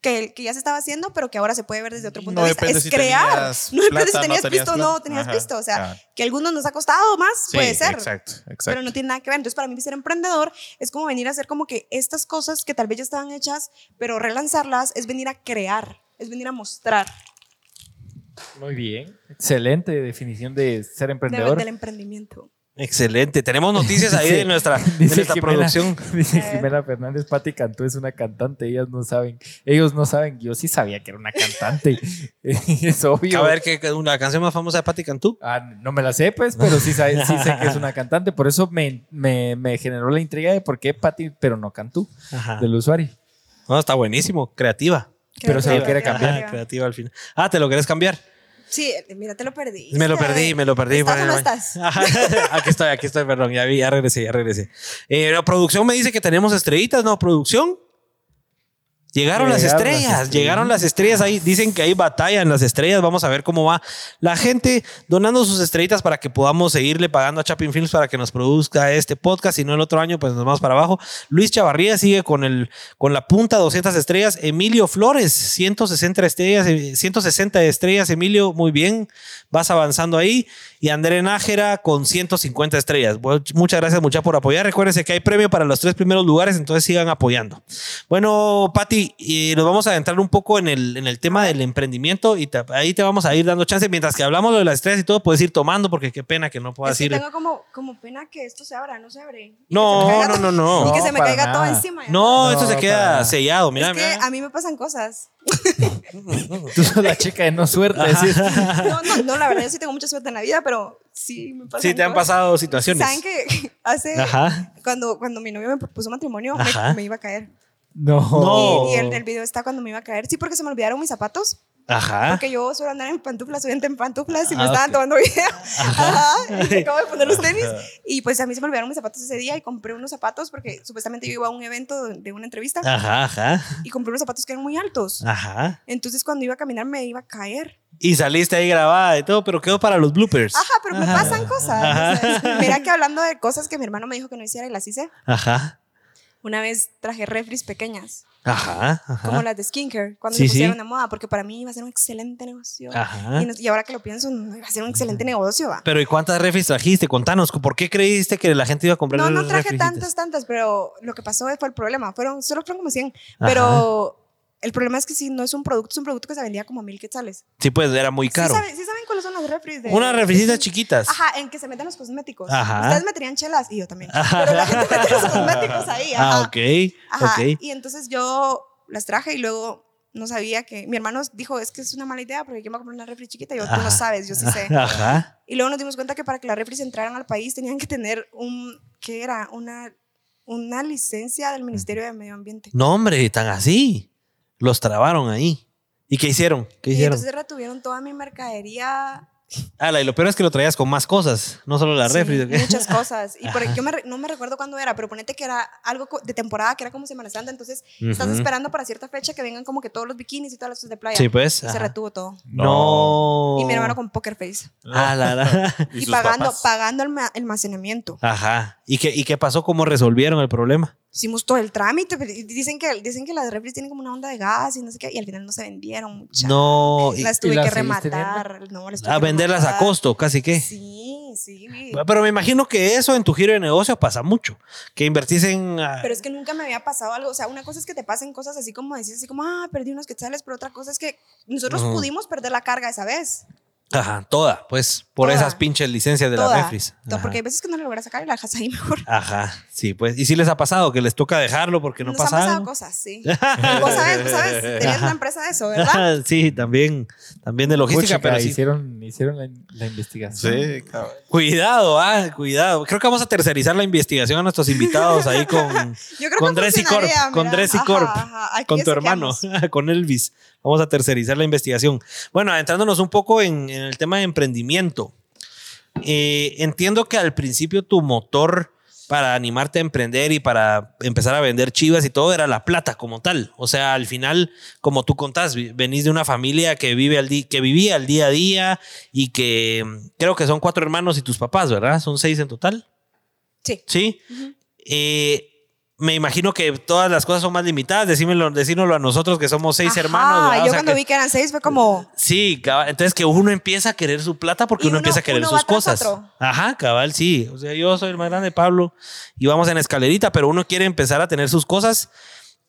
D: que, que ya se estaba haciendo, pero que ahora se puede ver desde otro punto de vista. Es crear. (laughs) no depende si tenías pisto o no tenías pisto. O sea, que a algunos nos ha costado más, puede ser.
B: Exacto, exacto.
D: Pero no tiene nada que ver. Entonces, para mí, ser emprendedor es como venir a hacer como que estas cosas que tal vez ya estaban hechas, pero relanzarlas es venir a crear, es venir a mostrar
C: Muy bien. Excelente definición de ser
D: de-
C: emprendedor. (laughs)
D: del emprendimiento.
A: Excelente. Tenemos noticias ahí de nuestra, de nuestra
C: Jimena-
A: producción.
C: (laughs) dice
D: A ver.
C: Jimena Fernández, Patti Cantú es una cantante, ellas no saben, ellos no saben, yo sí sabía que era una cantante, (laughs) es obvio.
A: A ver, ¿qué, qué- la canción más famosa de Patti Cantú.
C: Ah, no me la sé, pues, pero sí, sabe- sí sé que
A: (laughs)
C: es una cantante, por eso me, me- me generó la intriga de por qué Patti, pero no Cantú,
A: Ajá.
C: del usuario.
A: No, está buenísimo. Creativa.
C: Pero se lo
D: Creativa,
C: quiere cambiar.
D: creativa.
A: Ajá, creativa al final. Ah, ¿te lo querés cambiar?
D: Sí, mira, te lo perdí.
A: Me lo perdí, me lo perdí.
D: ¿Estás o
A: Bueno,
D: no
A: bueno.
D: estás?
A: Ajá. (laughs) aquí estoy, aquí estoy, perdón. Ya vi, ya regresé, ya regresé. Eh, la producción me dice que tenemos estrellitas, ¿no? Producción. Llegaron las
C: Llegaron las
A: estrellas,
C: estrellas.
A: llegaron las estrellas ahí. Dicen que hay batalla en las estrellas. Vamos a ver cómo va la gente donando sus estrellitas para que podamos seguirle pagando a Chapin Films para que nos produzca este podcast. Si no, el otro año, pues nos vamos para abajo. Luis Chavarría sigue con, el, con la punta, 200 estrellas. Emilio Flores, 160 estrellas, eh, 160 estrellas. Emilio, muy bien, vas avanzando ahí. Y André Nájera con 150 estrellas. Bueno, muchas gracias, muchas por apoyar. Recuérdense que hay premio para los tres primeros lugares, entonces sigan apoyando. Bueno, Pati, y nos vamos a adentrar un poco en el, en el tema del emprendimiento y te- ahí te vamos a ir dando chance. Mientras que hablamos lo de las estrellas y todo, puedes ir tomando porque qué pena que no puedas
D: Es que
A: ir.
D: tengo como, como pena que esto se abra, no se abre. Y que se me
A: No,
D: caiga
A: no, no,
D: todo- (laughs)
A: no.
D: Y que
C: No,
D: se me
C: para
D: caiga todo
C: nada.
D: encima. ya.
A: No, esto
C: No,
A: se queda
C: para-
A: sellado. Mira,
D: es que
A: mira.
D: a mí me pasan cosas.
C: Tú sos la chica de no suerte.
A: Ajá.
C: sí.
D: No, no, no, la verdad, yo sí tengo mucha suerte en la vida, pero sí me pasan
A: Sí, te han
D: cosas.
A: pasado situaciones.
D: ¿Saben que (laughs) hace,
A: Ajá.
D: cuando, cuando mi novio me propuso matrimonio,
A: Ajá.
D: me, me iba a caer?
C: No.
A: No.
D: Y, y el, el video está cuando me iba a caer. Sí, porque se me olvidaron mis zapatos.
A: Ajá.
D: Porque yo suelo andar en pantuflas, soy gente en pantuflas y me
C: Ah,
D: estaban
C: ok.
D: tomando video. Ajá. Y me acabo de poner los tenis. Y pues a mí se me olvidaron mis zapatos ese día y compré unos zapatos porque supuestamente yo iba a un evento de una entrevista
A: Ajá, ajá.
D: y compré unos zapatos que eran muy altos.
A: Ah. Ajá.
D: Entonces cuando iba a caminar me iba a caer.
A: Y saliste ahí grabada y todo, pero quedó para los bloopers.
D: Ajá, pero me pasan cosas. O sea, mira que hablando de cosas que mi hermano me dijo que no hiciera y las hice,
A: Ajá.
D: una vez traje refris pequeñas,
A: Ajá. Ajá.
D: como las de skincare, cuando
A: Sí,
D: se pusieron
A: sí.
D: de moda, porque para mí iba a ser un excelente negocio.
A: Ajá.
D: Y, no- y ahora que lo pienso, no iba a ser un excelente negocio. va.
A: Pero ¿y cuántas refis trajiste? Contanos, ¿por qué creíste que la gente iba a comprar
D: No, no
A: los
D: traje
A: refrisitos?
D: tantas, tantas, pero lo que pasó fue el problema. Fueron, solo fueron como 100. Pero el problema es que si no es un producto, es un producto que se vendía como a mil quetzales.
A: Sí, pues era muy
D: ¿Sí,
A: caro.
D: saben- sí saben cuáles son las refris? de-
A: Unas refrisitas chiquitas.
D: Ajá, en que se meten los cosméticos.
A: Ajá.
D: Ustedes meterían chelas y yo también.
A: (laughs)
D: Pero la gente mete los cosméticos ahí. Ajá.
A: Ah, ok.
D: Ajá.
A: Ok.
D: Y entonces yo las traje y luego no sabía que. Mi hermano dijo: Es que es una mala idea porque yo me voy a comprar una refri chiquita. Y yo, tú
A: Ajá.
D: no sabes, yo sí
A: (laughs)
D: sé.
A: Ajá.
D: Y luego nos dimos cuenta que para que las refris entraran al país tenían que tener un, ¿qué era? Una, una licencia del Ministerio de Medio Ambiente.
A: No, hombre, tan así. Los trabaron ahí. ¿Y qué hicieron? ¿Qué
D: Y
A: hicieron?
D: entonces retuvieron toda mi mercadería,
A: Ala, y lo peor es que lo traías con más cosas, no solo la
D: sí,
A: refri. ¿ok?
D: muchas cosas.
A: (laughs)
D: Y por,
A: Ajá.
D: yo me re- no me recuerdo cuándo era, pero ponete que era algo co- de temporada, que era como Semana Santa, entonces estás
A: Ujú.
D: esperando para cierta fecha que vengan como que todos los bikinis y todas las cosas de playa.
A: Sí, pues.
D: Y se
A: ajá. Oh.
D: retuvo todo.
A: No.
D: Y mi hermano con poker face.
A: Ah, la, (laughs)
D: (laughs)
A: la.
D: Y,
H: sus
D: pagando,
H: papás.
D: pagando el ma- almacenamiento.
A: Ajá. ¿Y qué, ¿Y qué pasó? ¿Cómo resolvieron el problema?
D: Hicimos todo el trámite. pero Dicen que, dicen que las refris tienen como una onda de gas y no sé qué. Y al final no se vendieron. mucha.
A: No. y-
D: Las tuve
C: las
D: que
C: seguiste
D: rematar. No, las tuve
A: a
D: que
A: Ah, venderlas a
D: rematar.
A: costo, casi que.
D: Sí, sí.
A: Pero me imagino que eso en tu giro de negocio pasa mucho. Que invertís en. ah,
D: Pero es que nunca me había pasado algo. O sea, una cosa es que te pasen cosas así como decir, así como, ah, perdí unos quetzales, pero otra cosa es que nosotros
A: Ajá.
D: pudimos perder la carga esa vez.
A: Ajá, toda, pues, por
D: Toda.
A: esas pinches licencias de
D: Toda.
A: las refris.
D: To-
A: Ajá.
D: Porque hay veces que no la logras sacar y la dejas ahí (laughs) mejor.
A: Ajá, sí, pues. ¿Y si les ha pasado que les toca dejarlo porque no
D: Nos
A: pasa
D: han pasado
A: algo? (laughs)
D: cosas, sí. Vos sabes, vos sabes, tenés
A: Ajá.
D: una empresa de
A: (laughs)
D: eso, ¿verdad?
A: sí, también, también de logística,
C: Puchica,
A: pero sí.
C: hicieron, hicieron la, la investigación.
B: Sí, cabrón.
A: Cuidado, ah, cuidado. Creo que vamos a tercerizar la investigación a nuestros invitados ahí
D: (laughs)
A: con,
D: Yo creo
A: Con
D: que
A: Dressy
D: funcionaría,
A: Corp, con
D: mira.
A: Dressy
D: Ajá,
A: Corp,
D: ajá. Aquí
A: con
D: ya
A: tu hermano,
D: saqueamos.
A: (laughs) con Elvis. Vamos a tercerizar la investigación. Bueno, adentrándonos un poco en, en el tema de emprendimiento. Eh, entiendo que al principio tu motor para animarte a emprender y para empezar a vender chivas y todo era la plata como tal. O sea, al final, como tú contás, vi- venís de una familia que, vive al di- que vivía al día a día y que mm, creo que son cuatro hermanos y tus papás, ¿verdad? Son seis en total.
D: Sí.
A: Sí.
D: Ujú.
A: Eh, me imagino que todas las cosas son más limitadas. Decímelo, decínoslo a nosotros que somos seis
D: Ajá,
A: hermanos. ¿verdad? O
D: Yo
A: sea
D: cuando
A: que-
D: vi que eran seis fue como.
A: Sí, cabal. Entonces que uno empieza a querer su plata porque
D: Y
A: uno,
D: uno-
A: empieza a querer
D: uno
A: sus
D: va tras
A: cosas.
D: otro.
A: Ajá, cabal, sí. O sea, yo soy el más grande, Pablo, y vamos en escalerita, pero uno quiere empezar a tener sus cosas.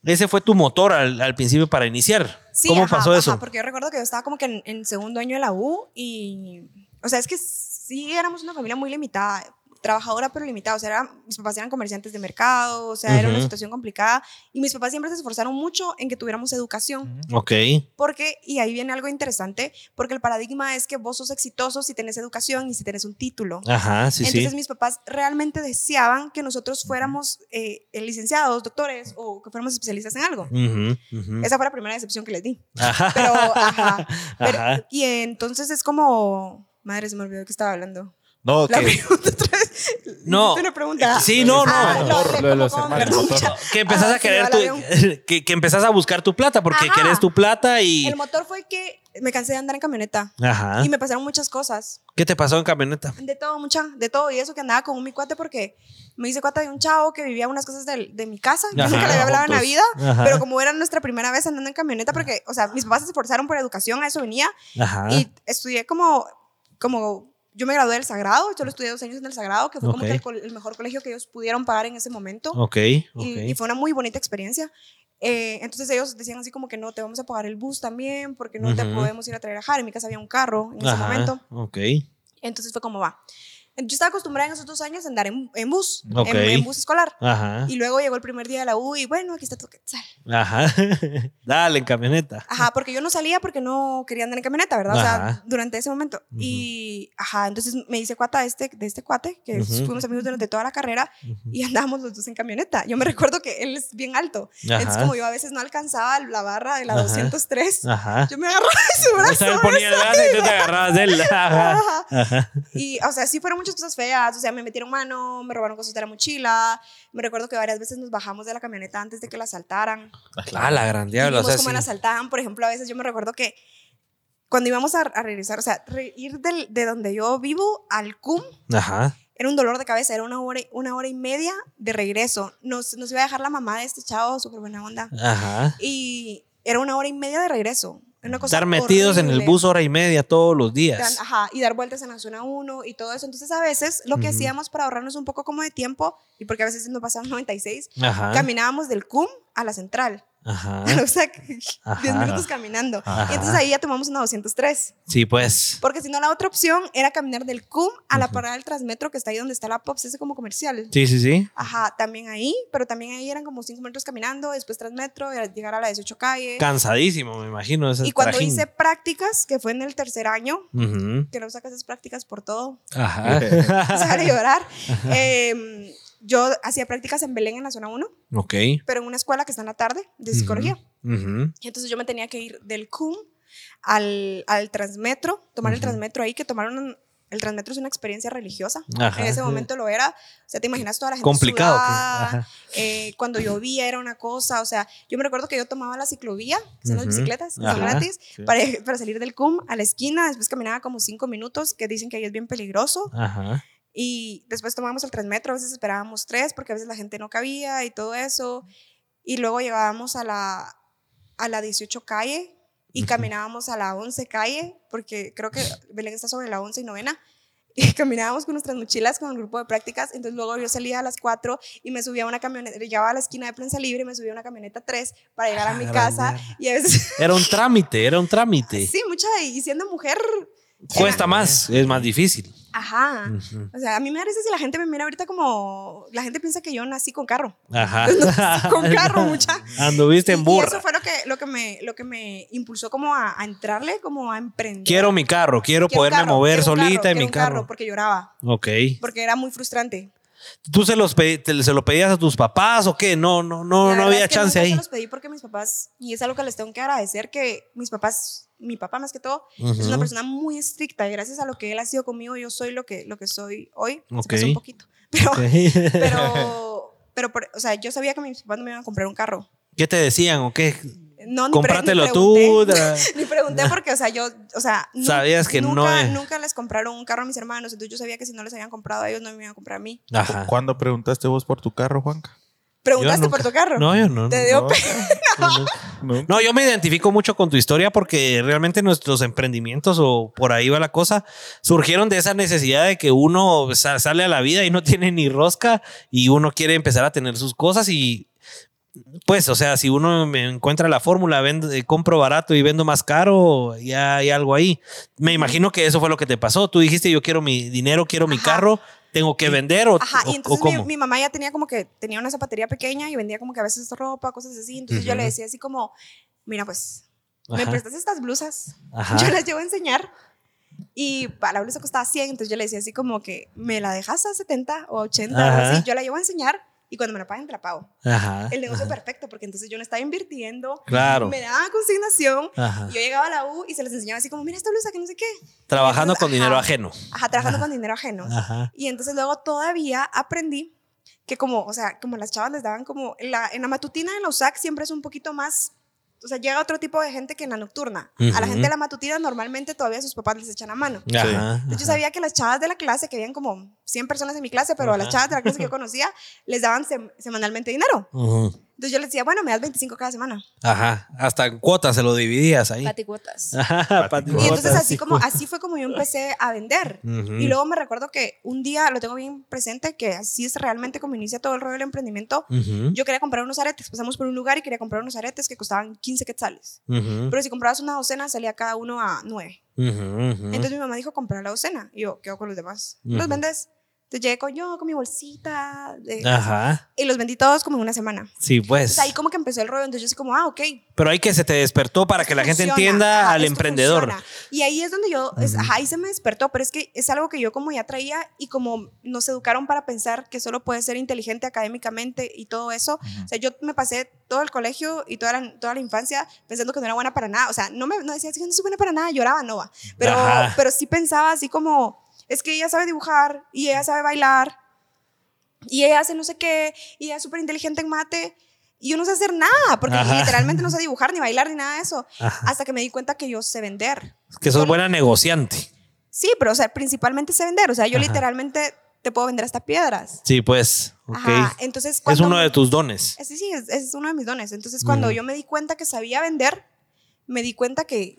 A: Ese fue tu motor al, al principio para iniciar.
D: Sí,
A: ¿Cómo
D: ajá,
A: pasó
D: ajá,
A: eso?
D: porque yo recuerdo que yo estaba como que en, en segundo año de la U y. O sea, es que sí éramos una familia muy limitada, trabajadora pero limitada. O sea, era- mis papás eran comerciantes de mercado, o sea, era una
A: Ujú.
D: situación complicada. Y mis papás siempre se esforzaron mucho en que tuviéramos educación.
A: Ok.
D: Porque, y ahí viene algo interesante, porque el paradigma es que vos sos exitoso si tenés educación y si tenés un título.
A: Ajá, Ah, sí,
D: Entonces
A: sí.
D: mis papás realmente deseaban que nosotros fuéramos eh, eh, licenciados, doctores o que fuéramos especialistas en algo.
A: Ujú, ujú.
D: Esa fue la primera decepción que les di.
A: Ajá.
D: Pero,
A: (laughs)
D: ajá, pero-
A: Ajá.
D: y entonces es como, madre, se me olvidó de qué estaba hablando.
B: No,
D: La
B: que,
D: pregunta otra vez.
A: No. Eh,
D: Hiciste Una pregunta.
A: Sí, no, no.
D: Ah, lo de
C: Lo de los
D: cómo
C: hermanos.
D: comer mucha.
A: que empezás
D: Ah,
A: a
D: sí,
A: querer
D: al
A: tu, (laughs) que, que empezás a buscar tu plata porque
D: Ajá.
A: querés tu plata y Ah.
D: El motor fue que me cansé de andar en camioneta
A: ajá
D: y me pasaron muchas cosas.
A: qué te pasó en camioneta
D: De todo, mucha, de todo. Y eso que andaba con un mi cuate porque me hice cuate de un chavo que vivía unas cosas del- de, mi casa. Yo
A: Ajá,
D: nunca le había hablado en la
A: juntos.
D: vida,
A: Ajá.
D: pero como era nuestra primera vez andando en camioneta, porque, o sea, mis papás se esforzaron por educación, a eso venía.
A: ajá
D: Y estudié como, como, yo me gradué del Sagrado, yo lo estudié dos años en el Sagrado, que fue como
A: Ok.
D: que el, col- el mejor colegio que ellos pudieron pagar en ese momento.
A: ok ok
D: Y- Y, fue una muy bonita experiencia. Eh, entonces ellos decían así como que no, te vamos a pagar el bus también, porque no te
A: Ujú.
D: podemos ir a traer a Jara. En mi casa había un carro en ese
A: Ajá,
D: momento.
A: ok
D: Entonces fue como va. Yo estaba acostumbrada en esos dos años a andar en, en bus, en-
A: Ok. Ah.
D: en, bus escolar.
A: ajá
D: Y luego llegó el primer día de la U y bueno, aquí está tu quetzal.
A: ajá (laughs) dale en camioneta
D: Ajá, porque yo no salía porque no quería andar en camioneta, ¿verdad? O
A: Ajá.
D: sea, durante ese momento.
A: Ujú.
D: Y ajá, entonces me hice cuata de este, de este cuate, que
A: Ujú.
D: fuimos amigos durante toda la carrera
A: Ujú.
D: y andábamos los dos en camioneta. Yo me recuerdo que él es bien alto. Entonces,
A: ajá
D: como yo a veces no alcanzaba la barra de la
A: Ajá. Ah.
D: 203,
A: ajá
D: yo me agarraba de su brazo.
A: o sea, él ponía el gas y tú te agarrabas
D: (laughs)
A: de él ajá
D: Ajá.
A: ajá
D: Y, o sea, sí fueron muchas cosas feas. O sea, me metieron mano, me robaron cosas de la mochila. Me recuerdo que varias veces nos bajamos de la camioneta antes de que la asaltaran.
A: ah la gran diablo o
D: Vimos
A: sea
D: cómo la
A: sí.
D: asaltaban. Por ejemplo, a veces yo me recuerdo que cuando íbamos a, a regresar, o sea, re- ir del- de donde yo vivo al CUM,
A: ajá
D: era un dolor de cabeza. Era una hora, y- una hora y media de regreso. Nos, nos iba a dejar la mamá de este chavo, súper buena onda.
A: Ah. ajá
D: Y era una hora y media de regreso. Era Una cosa
A: estar metidos en el
D: horrible.
A: bus hora y media todos los
D: Dan-
A: días
D: ajá, y dar vueltas en la zona 1 y todo eso. Entonces, a veces lo que
A: Ujú.
D: hacíamos para ahorrarnos un poco como de tiempo, y porque a veces nos pasaban 96,
A: ajá
D: caminábamos del CUM a la central.
A: ajá
D: (laughs) o sea, que-
A: Ajá.
D: 10 minutos caminando.
A: Ajá.
D: Y entonces ahí ya tomamos una 203.
A: sí pues
D: Porque si no, la otra opción era caminar del CUM a la parada del Transmetro, que está ahí donde está la Pops, ese como comercial.
A: sí sí sí
D: Ajá, también ahí, pero también ahí eran como 5 metros caminando, después Transmetro, era llegar a la 18 calle.
A: cansadísimo me imagino ese
D: y cuando
A: trajín.
D: hice prácticas, que fue en el tercer año,
A: Ujú.
D: que no sacas esas prácticas por todo,
A: Ajá.
D: empezar
A: (laughs)
D: a llorar. Eh, yo hacía prácticas en Belén en la zona 1,
A: ok.
D: pero en una escuela que está en la tarde de psicología.
A: Ujú.
D: Y Entonces yo me tenía que ir del CUM al, al Transmetro, tomar el
A: Ujú.
D: Transmetro ahí, que tomaron... un- el Transmetro es una experiencia religiosa.
A: Ajá.
D: En ese momento lo era. O sea, te imaginas toda la gente
A: Complicado. que-
D: sudada,
A: ajá.
D: eh, cuando llovía era una cosa, o sea, yo me recuerdo que yo tomaba la ciclovía, que son las
A: Ujú.
D: bicicletas, que son
A: Ajá.
D: gratis,
B: Sí.
D: para, para salir del CUM a la esquina, después caminaba como cinco minutos, que dicen que ahí es bien peligroso,
A: Ajá.
D: y después tomábamos el Transmetro, a veces esperábamos tres porque a veces la gente no cabía y todo eso. Y luego llegábamos a la, a la 18 calle y
A: Ujú.
D: caminábamos a la 11 calle porque creo
A: (laughs)
D: que Belén está sobre la 11 y novena. (laughs) Y caminábamos con nuestras mochilas con el grupo de prácticas. Entonces luego yo salía a las 4 y me subía a una camioneta. Llegaba a la esquina de Prensa Libre y me subía a una camioneta 3 para llegar a mi
A: Ah,
D: casa.
A: grande.
D: Y a veces, (laughs)
A: Era un trámite, era un trámite.
D: Ah, sí, Ah. mucha. Y siendo mujer,
A: Cuesta más, es más difícil.
D: Ajá.
A: Ujú.
D: O sea, a mí me da risa si la gente me mira ahorita como. La gente piensa que yo nací con carro. (laughs)
A: Ajá.
D: Nací con carro, mucha.
A: Anduviste
D: Y-
A: en
D: Y eso
A: burra.
D: fue lo que, lo que, me, lo que me impulsó como a, a entrarle, como a emprender.
A: Quiero mi carro, quiero,
D: Quiero un
A: poderme
D: carro,
A: mover
D: quiero un
A: solita
D: carro,
A: en mi
D: quiero un carro.
A: carro.
D: Porque lloraba,
A: Ok.
D: porque era muy frustrante.
A: ¿Tú se, los pe- te- se lo pedías a tus papás o qué? No, no, no, no
D: La verdad
A: había
D: es que
A: chance
D: nunca
A: ahí.
D: Se los pedí porque mis papás, y es algo que les tengo que agradecer, que mis papás, mi papá más que todo, es una
A: Ujú.
D: persona muy estricta y gracias a lo que él ha sido conmigo, yo soy lo que, lo que soy hoy.
A: Ok.
D: Se pasó un poquito. (laughs) Pero,
A: Ok. (laughs)
D: pero, pero por- o sea, yo sabía que mis papás no me iban a comprar un carro.
A: ¿Qué te decían o qué?
D: No, ni pre-
A: Comprátelo
D: ni
A: tú.
D: (laughs) pregunté.
A: da-
D: Ni pregunté porque, o sea, yo, o sea, nu-
A: Sabías que no
D: nunca,
A: es.
D: nunca les compraron un carro a mis hermanos, entonces yo sabía que si no les habían comprado a ellos no me iban a comprar a mí.
A: Ajá.
B: ¿Cuándo preguntaste vos por tu carro, Juanca?
D: Preguntaste
A: nunca-
D: por tu carro.
A: No, yo no. no.
D: Te dio (laughs)
B: No, no, no.
A: No, yo me identifico mucho con tu historia porque realmente nuestros emprendimientos o por ahí va la cosa surgieron de esa necesidad de que uno sa- sale a la vida y no tiene ni rosca y uno quiere empezar a tener sus cosas y pues, o sea, si uno me encuentra la fórmula, vendo- eh, compro barato y vendo más caro, ya hay algo ahí. Me imagino que eso fue lo que te pasó. Tú dijiste, yo quiero mi dinero, quiero mi
D: Ajá.
A: carro, tengo que vender o,
D: Ajá,
A: o-
D: y
A: o
D: entonces mi,
A: cómo.
D: mi mamá ya tenía como que tenía una zapatería pequeña y vendía como que a veces ropa, cosas así. Entonces yo
A: Ujú.
D: le decía así como, mira, pues, me
A: Ajá,
D: prestas estas blusas,
A: ajá.
D: yo las llevo a enseñar. Y pa- la blusa costaba 100, entonces yo le decía así como que, ¿me la dejas a 70 o 80? o
A: Ajá.
D: así, yo la llevo a enseñar y cuando me la paguen te la pago.
A: Ajá,
D: El negocio
A: ajá.
D: perfecto, porque entonces yo no estaba invirtiendo,
A: Claro. Ah.
D: me daba consignación.
A: Ajá.
D: y Yo llegaba a la U y se les enseñaba así como, mira esta blusa que no sé qué.
A: Trabajando
D: Entonces,
A: con dinero
D: ajá.
A: ajeno.
D: Ajá, trabajando
A: Ah.
D: con dinero ajeno.
A: Ajá.
D: Y entonces luego todavía aprendí que como, o sea, como las chavas les daban como, en la, en la matutina en la USAC siempre es un poquito más, o sea, llega otro tipo de gente que en la nocturna. A la
A: Ujú.
D: gente de la matutina normalmente todavía sus papás les echan a mano.
A: Ajá,
D: Entonces yo
A: ajá.
D: sabía que las chavas de la clase, que habían como 100 personas en mi clase, pero a las
A: Ajá.
D: chavas de la clase
A: (laughs)
D: que yo conocía, les daban sem- semanalmente dinero.
A: Ujú.
D: Entonces yo les decía, bueno, me das 25 cada semana.
A: Ajá. Hasta en cuotas se lo dividías ahí.
D: Paticuotas.
A: Ah, Ajá,
D: Y
A: paticuotas.
D: entonces así como así fue como yo empecé a vender.
A: Ujú.
D: Y luego me recuerdo que un día lo tengo bien presente que así es realmente como inicia todo el rollo del emprendimiento.
A: Ujú,
D: Yo quería comprar unos aretes, pasamos por un lugar y quería comprar unos aretes que costaban 15 quetzales.
A: ujú,
D: Pero si comprabas una docena salía cada uno a 9.
A: ujú, ujú.
D: Entonces mi mamá dijo comprar la docena y yo quedo con los demás.
A: Mm. Ujú.
D: Los vendes. Entonces llegué con yo con mi bolsita de-
A: Ah. Ajá.
D: y los vendí todos como en una semana.
A: Sí, pues.
D: Entonces ahí como que empezó el rollo, entonces yo así como, ah, ok,
A: Pero hay que se te despertó para que la gente
D: funciona,
A: entienda
D: ajá,
A: al
D: esto
A: emprendedor.
D: funciona. Y ahí es donde yo, es- ajá, ahí se me despertó, pero es que es algo que yo como ya traía y como nos educaron para pensar que solo puedes ser inteligente académicamente y todo eso. O sea, yo me pasé todo el colegio y toda la, toda la infancia pensando que no era buena para nada. O sea, no me no decía, "Es que no soy buena para nada, lloraba, no va. Pero,
A: Ajá.
D: pero sí pensaba así como, es que ella sabe dibujar y ella sabe bailar y ella hace no sé qué y ella es súper inteligente en mate. Y yo no sé hacer nada, porque
A: Ajá. (laughs)
D: literalmente no sé dibujar, ni bailar, ni nada de eso
A: Ajá.
D: hasta que me di cuenta que yo sé vender.
A: Que sos
D: Con-
A: buena negociante.
D: Sí, pero o sea, principalmente sé vender. O sea, yo
A: Ajá.
D: literalmente te puedo vender hasta piedras.
A: Sí, pues. Ok.
D: Ajá. Entonces,
A: Es
D: cuando-
A: uno de tus dones.
D: Sí, sí, es, es uno de mis dones. Entonces, cuando
A: Ujú.
D: yo me di cuenta que sabía vender, me di cuenta que,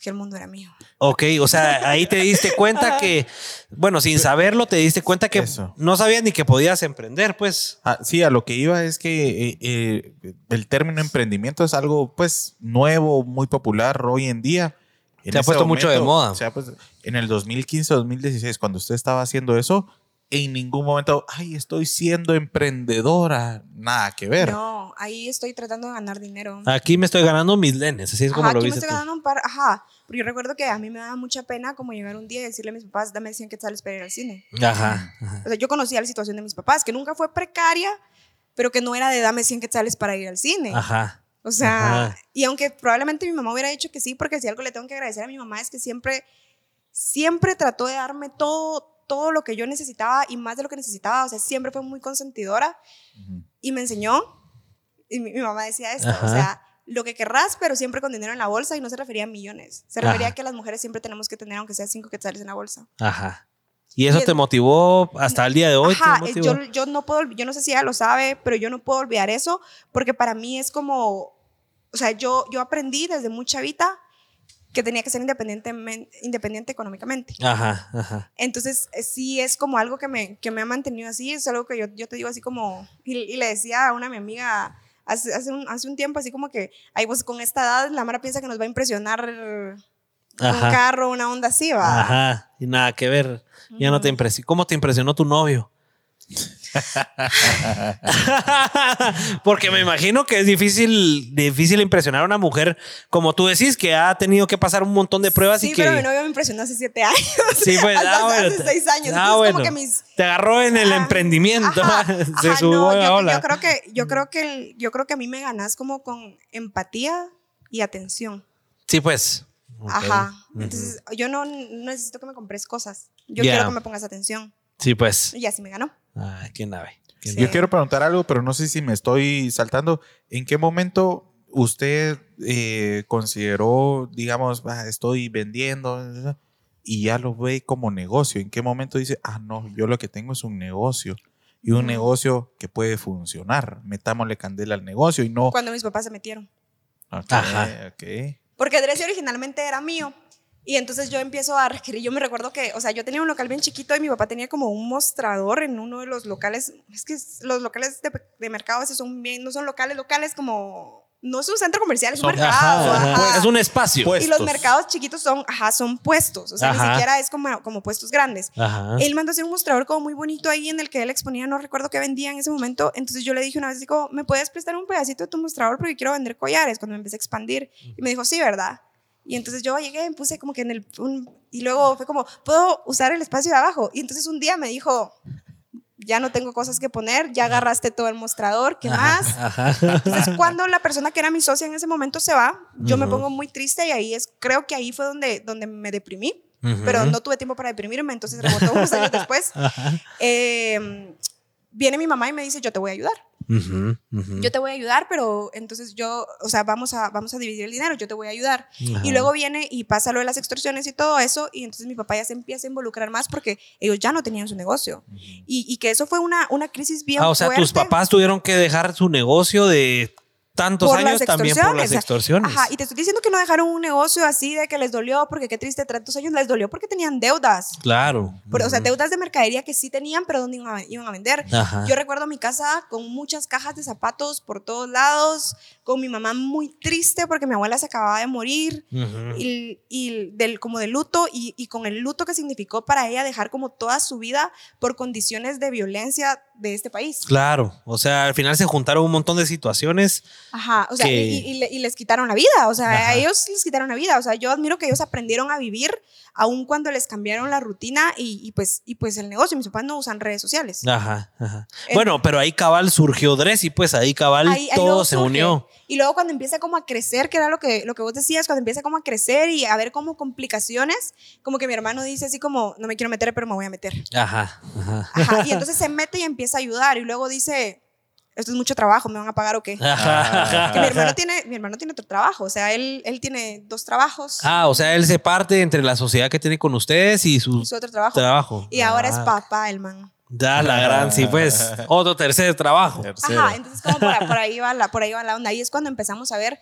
D: que el mundo era mío.
A: Ok, o sea, ahí te diste cuenta que, bueno, sin saberlo, te diste cuenta que
B: Eso.
A: no sabías ni que podías emprender, pues.
B: Ah, sí, a lo que iba es que eh, eh, el término emprendimiento es algo pues nuevo, muy popular hoy en día. En
A: Se ha
B: ese
A: puesto mucho de moda.
B: se ha puesto- en el 2015, 2016, cuando usted estaba haciendo eso, en ningún momento, ay, estoy siendo emprendedora, nada que ver.
D: No, ahí estoy tratando de ganar dinero.
A: Aquí me estoy ganando mis lenes, así Ah, es como
D: Ajá,
A: lo
D: aquí me
A: viste
D: estoy
A: tú.
D: ganando un par. Ajá, pero yo recuerdo que a mí me daba mucha pena como llegar un día y decirle a mis papás, dame 100 quetzales para ir al cine.
A: Ajá. ajá.
D: O sea, yo conocía la situación de mis papás, que nunca fue precaria, pero que no era de dame 100 quetzales para ir al cine.
A: Ajá.
D: O sea,
A: Ajá.
D: y aunque probablemente mi mamá hubiera dicho que sí, porque si algo le tengo que agradecer a mi mamá es que siempre, siempre trató de darme todo, todo lo que yo necesitaba y más de lo que necesitaba. O sea, siempre fue muy consentidora
B: Ujú.
D: y me enseñó. Y mi, mi mamá decía esto,
A: Ajá.
D: o sea, lo que querrás, pero siempre con dinero en la bolsa y no se refería a millones. Se refería
A: Ajá.
D: a que las mujeres siempre tenemos que tener, aunque sea cinco quetzales en la bolsa.
A: Ajá. ¿Y eso
D: Y el-
A: te motivó hasta el día de hoy? te
D: Ajá, eh,
A: motivó?
D: yo, yo no puedo, ol- yo no sé si ella lo sabe, pero yo no puedo olvidar eso porque para mí es como, o sea, yo, yo aprendí desde muy chavita que tenía que ser independiente, independiente económicamente.
A: Ajá, ajá.
D: Entonces, eh, sí es como algo que me, que me ha mantenido así, es algo que yo, yo te digo así como, y, y le decía a una mi amiga pues hace, hace, un, hace un tiempo, así como que, ay, vos con esta edad la Mara piensa que nos va a impresionar un
A: Ajá.
D: carro, una onda así, va.
A: Ajá. Y nada que ver. Ya no te impresionó. ¿Cómo te impresionó tu novio? (laughs) Porque me imagino que es difícil, difícil impresionar a una mujer, como tú decís, que ha tenido que pasar un montón de pruebas
D: sí,
A: y que.
D: pero mi novio me impresionó hace siete años.
A: (laughs) Sí,
D: (laughs)
A: pues,
D: hasta
A: ah, bueno,
D: hace seis años.
A: ah,
D: Entonces,
A: bueno.
D: como que mis
A: Te agarró en el
D: Ajá.
A: emprendimiento.
D: Ajá,
A: (laughs) Se
D: ajá,
A: subió
D: no,
A: a la
D: yo,
A: ola.
D: yo creo que yo creo que el- yo creo que a mí me ganas como con empatía y atención.
A: Sí, pues. Ok.
D: Ajá.
A: Ujú.
D: Entonces, yo no, no necesito que me compres cosas. Yo
A: Ya.
D: quiero que me pongas atención.
A: Sí, pues.
D: Y así me ganó.
A: Ah, quién sabe. ¿Quién
D: Sí.
A: sabe?
B: Yo quiero preguntar algo, pero no sé si me estoy saltando. ¿En qué momento usted eh, consideró, digamos, "Ah, estoy vendiendo y ya lo ve como negocio? ¿En qué momento dice, ah, no, yo lo que tengo es un negocio y un
D: Mm.
B: negocio que puede funcionar? Metámosle candela al negocio y
A: Oh.
B: no.
D: Cuando mis papás se metieron.
B: Ok,
A: Ajá. (laughs)
B: ok.
D: Porque Dressy originalmente era mío. Y entonces yo empiezo a requerir. Yo me recuerdo que, o sea, yo tenía un local bien chiquito y mi papá tenía como un mostrador en uno de los locales. Es que es- los locales de, de mercado esos son bien, no son locales, locales como. No es un centro comercial, es un
B: Son-
D: mercado.
A: Ajá, ajá.
D: ajá.
A: Es un espacio.
B: Pues-
D: Y los
B: puestos.
D: mercados chiquitos son, ajá, son puestos. O sea,
A: Ajá.
D: ni siquiera es como, como puestos grandes.
A: Ajá.
D: Él mandó hacer un mostrador como muy bonito ahí en el que él exponía, no recuerdo qué vendía en ese momento. Entonces yo le dije una vez, digo, ¿me puedes prestar un pedacito de tu mostrador porque quiero vender collares? Cuando me empecé a expandir. Y me dijo, sí, ¿verdad? Y entonces yo llegué, me puse como que en el... un- y luego fue como, ¿puedo usar el espacio de abajo? Y entonces un día me dijo, ya no tengo cosas que poner, ya agarraste todo el mostrador, ¿qué más?
A: Ajá. (laughs)
D: Entonces, cuando la persona que era mi socia en ese momento se va, yo me
A: Ujú.
D: pongo muy triste y ahí es, creo que ahí fue donde, donde me deprimí,
A: Ujú.
D: pero no tuve tiempo para deprimirme, entonces rebotó unos años después. (laughs) Eh, viene mi mamá y me dice, yo te voy a ayudar,
A: Ujú, ujú.
D: yo te voy a ayudar, pero entonces yo, o sea, vamos a, vamos a dividir el dinero, yo te voy a ayudar.
A: Ajá.
D: Y luego viene y pasa lo de las extorsiones y todo eso, y entonces mi papá ya se empieza a involucrar más porque ellos ya no tenían su negocio. Y, y que eso fue una, una crisis bien
A: Ah, o sea, tus
D: fuerte.
A: papás tuvieron que dejar su negocio de tantos
D: Por las
A: años también por las extorsiones.
D: Ajá, y te estoy diciendo que no dejaron un negocio así de que les dolió porque qué triste, tantos años les dolió porque tenían deudas.
A: Claro.
D: Por- O sea,
A: Ujú.
D: deudas de mercadería que sí tenían, pero donde iban a, iban a vender.
A: Ajá.
D: Yo recuerdo mi casa con muchas cajas de zapatos por todos lados, con mi mamá muy triste porque mi abuela se acababa de morir
A: Ujú.
D: y, y del, como de luto y, y con el luto que significó para ella dejar como toda su vida por condiciones de violencia de este país.
A: Claro, o sea, al final se juntaron un montón de situaciones.
D: Ajá, o sea,
A: que-
D: y, y- y le- y les quitaron la vida, o sea,
A: Ajá.
D: a ellos les quitaron la vida, o sea, yo admiro que ellos aprendieron a vivir aun cuando les cambiaron la rutina y, y pues, y pues el negocio, mis papás no usan redes sociales.
A: Ajá, ajá.
D: Eh,
A: bueno, pero ahí cabal surgió Dressy, pues ahí cabal
D: Ahí- ahí
A: todo
D: luego
A: se
D: surge.
A: unió.
D: Y luego cuando empieza como a crecer, que era lo que, lo que vos decías, cuando empieza como a crecer y a ver como complicaciones, como que mi hermano dice así como, no me quiero meter, pero me voy a meter.
A: Ajá, ajá.
D: Ajá, y entonces se mete y empieza a ayudar y luego dice, esto es mucho trabajo, ¿me van a pagar o qué?
A: Ajá, ajá,
D: Que
A: ajá.
D: mi hermano tiene, mi hermano tiene otro trabajo, o sea, él, él tiene dos trabajos.
A: Ah, o sea, él se parte entre la sociedad que tiene con ustedes y su,
D: y su otro trabajo.
A: trabajo.
D: Y ahora es
A: Ah,
D: papá el man.
A: Da la gran, sí, (laughs) pues. Otro tercer trabajo.
B: Tercero.
D: Ajá, entonces como por, por ahí va la, por ahí va la onda. Ahí es cuando empezamos a ver,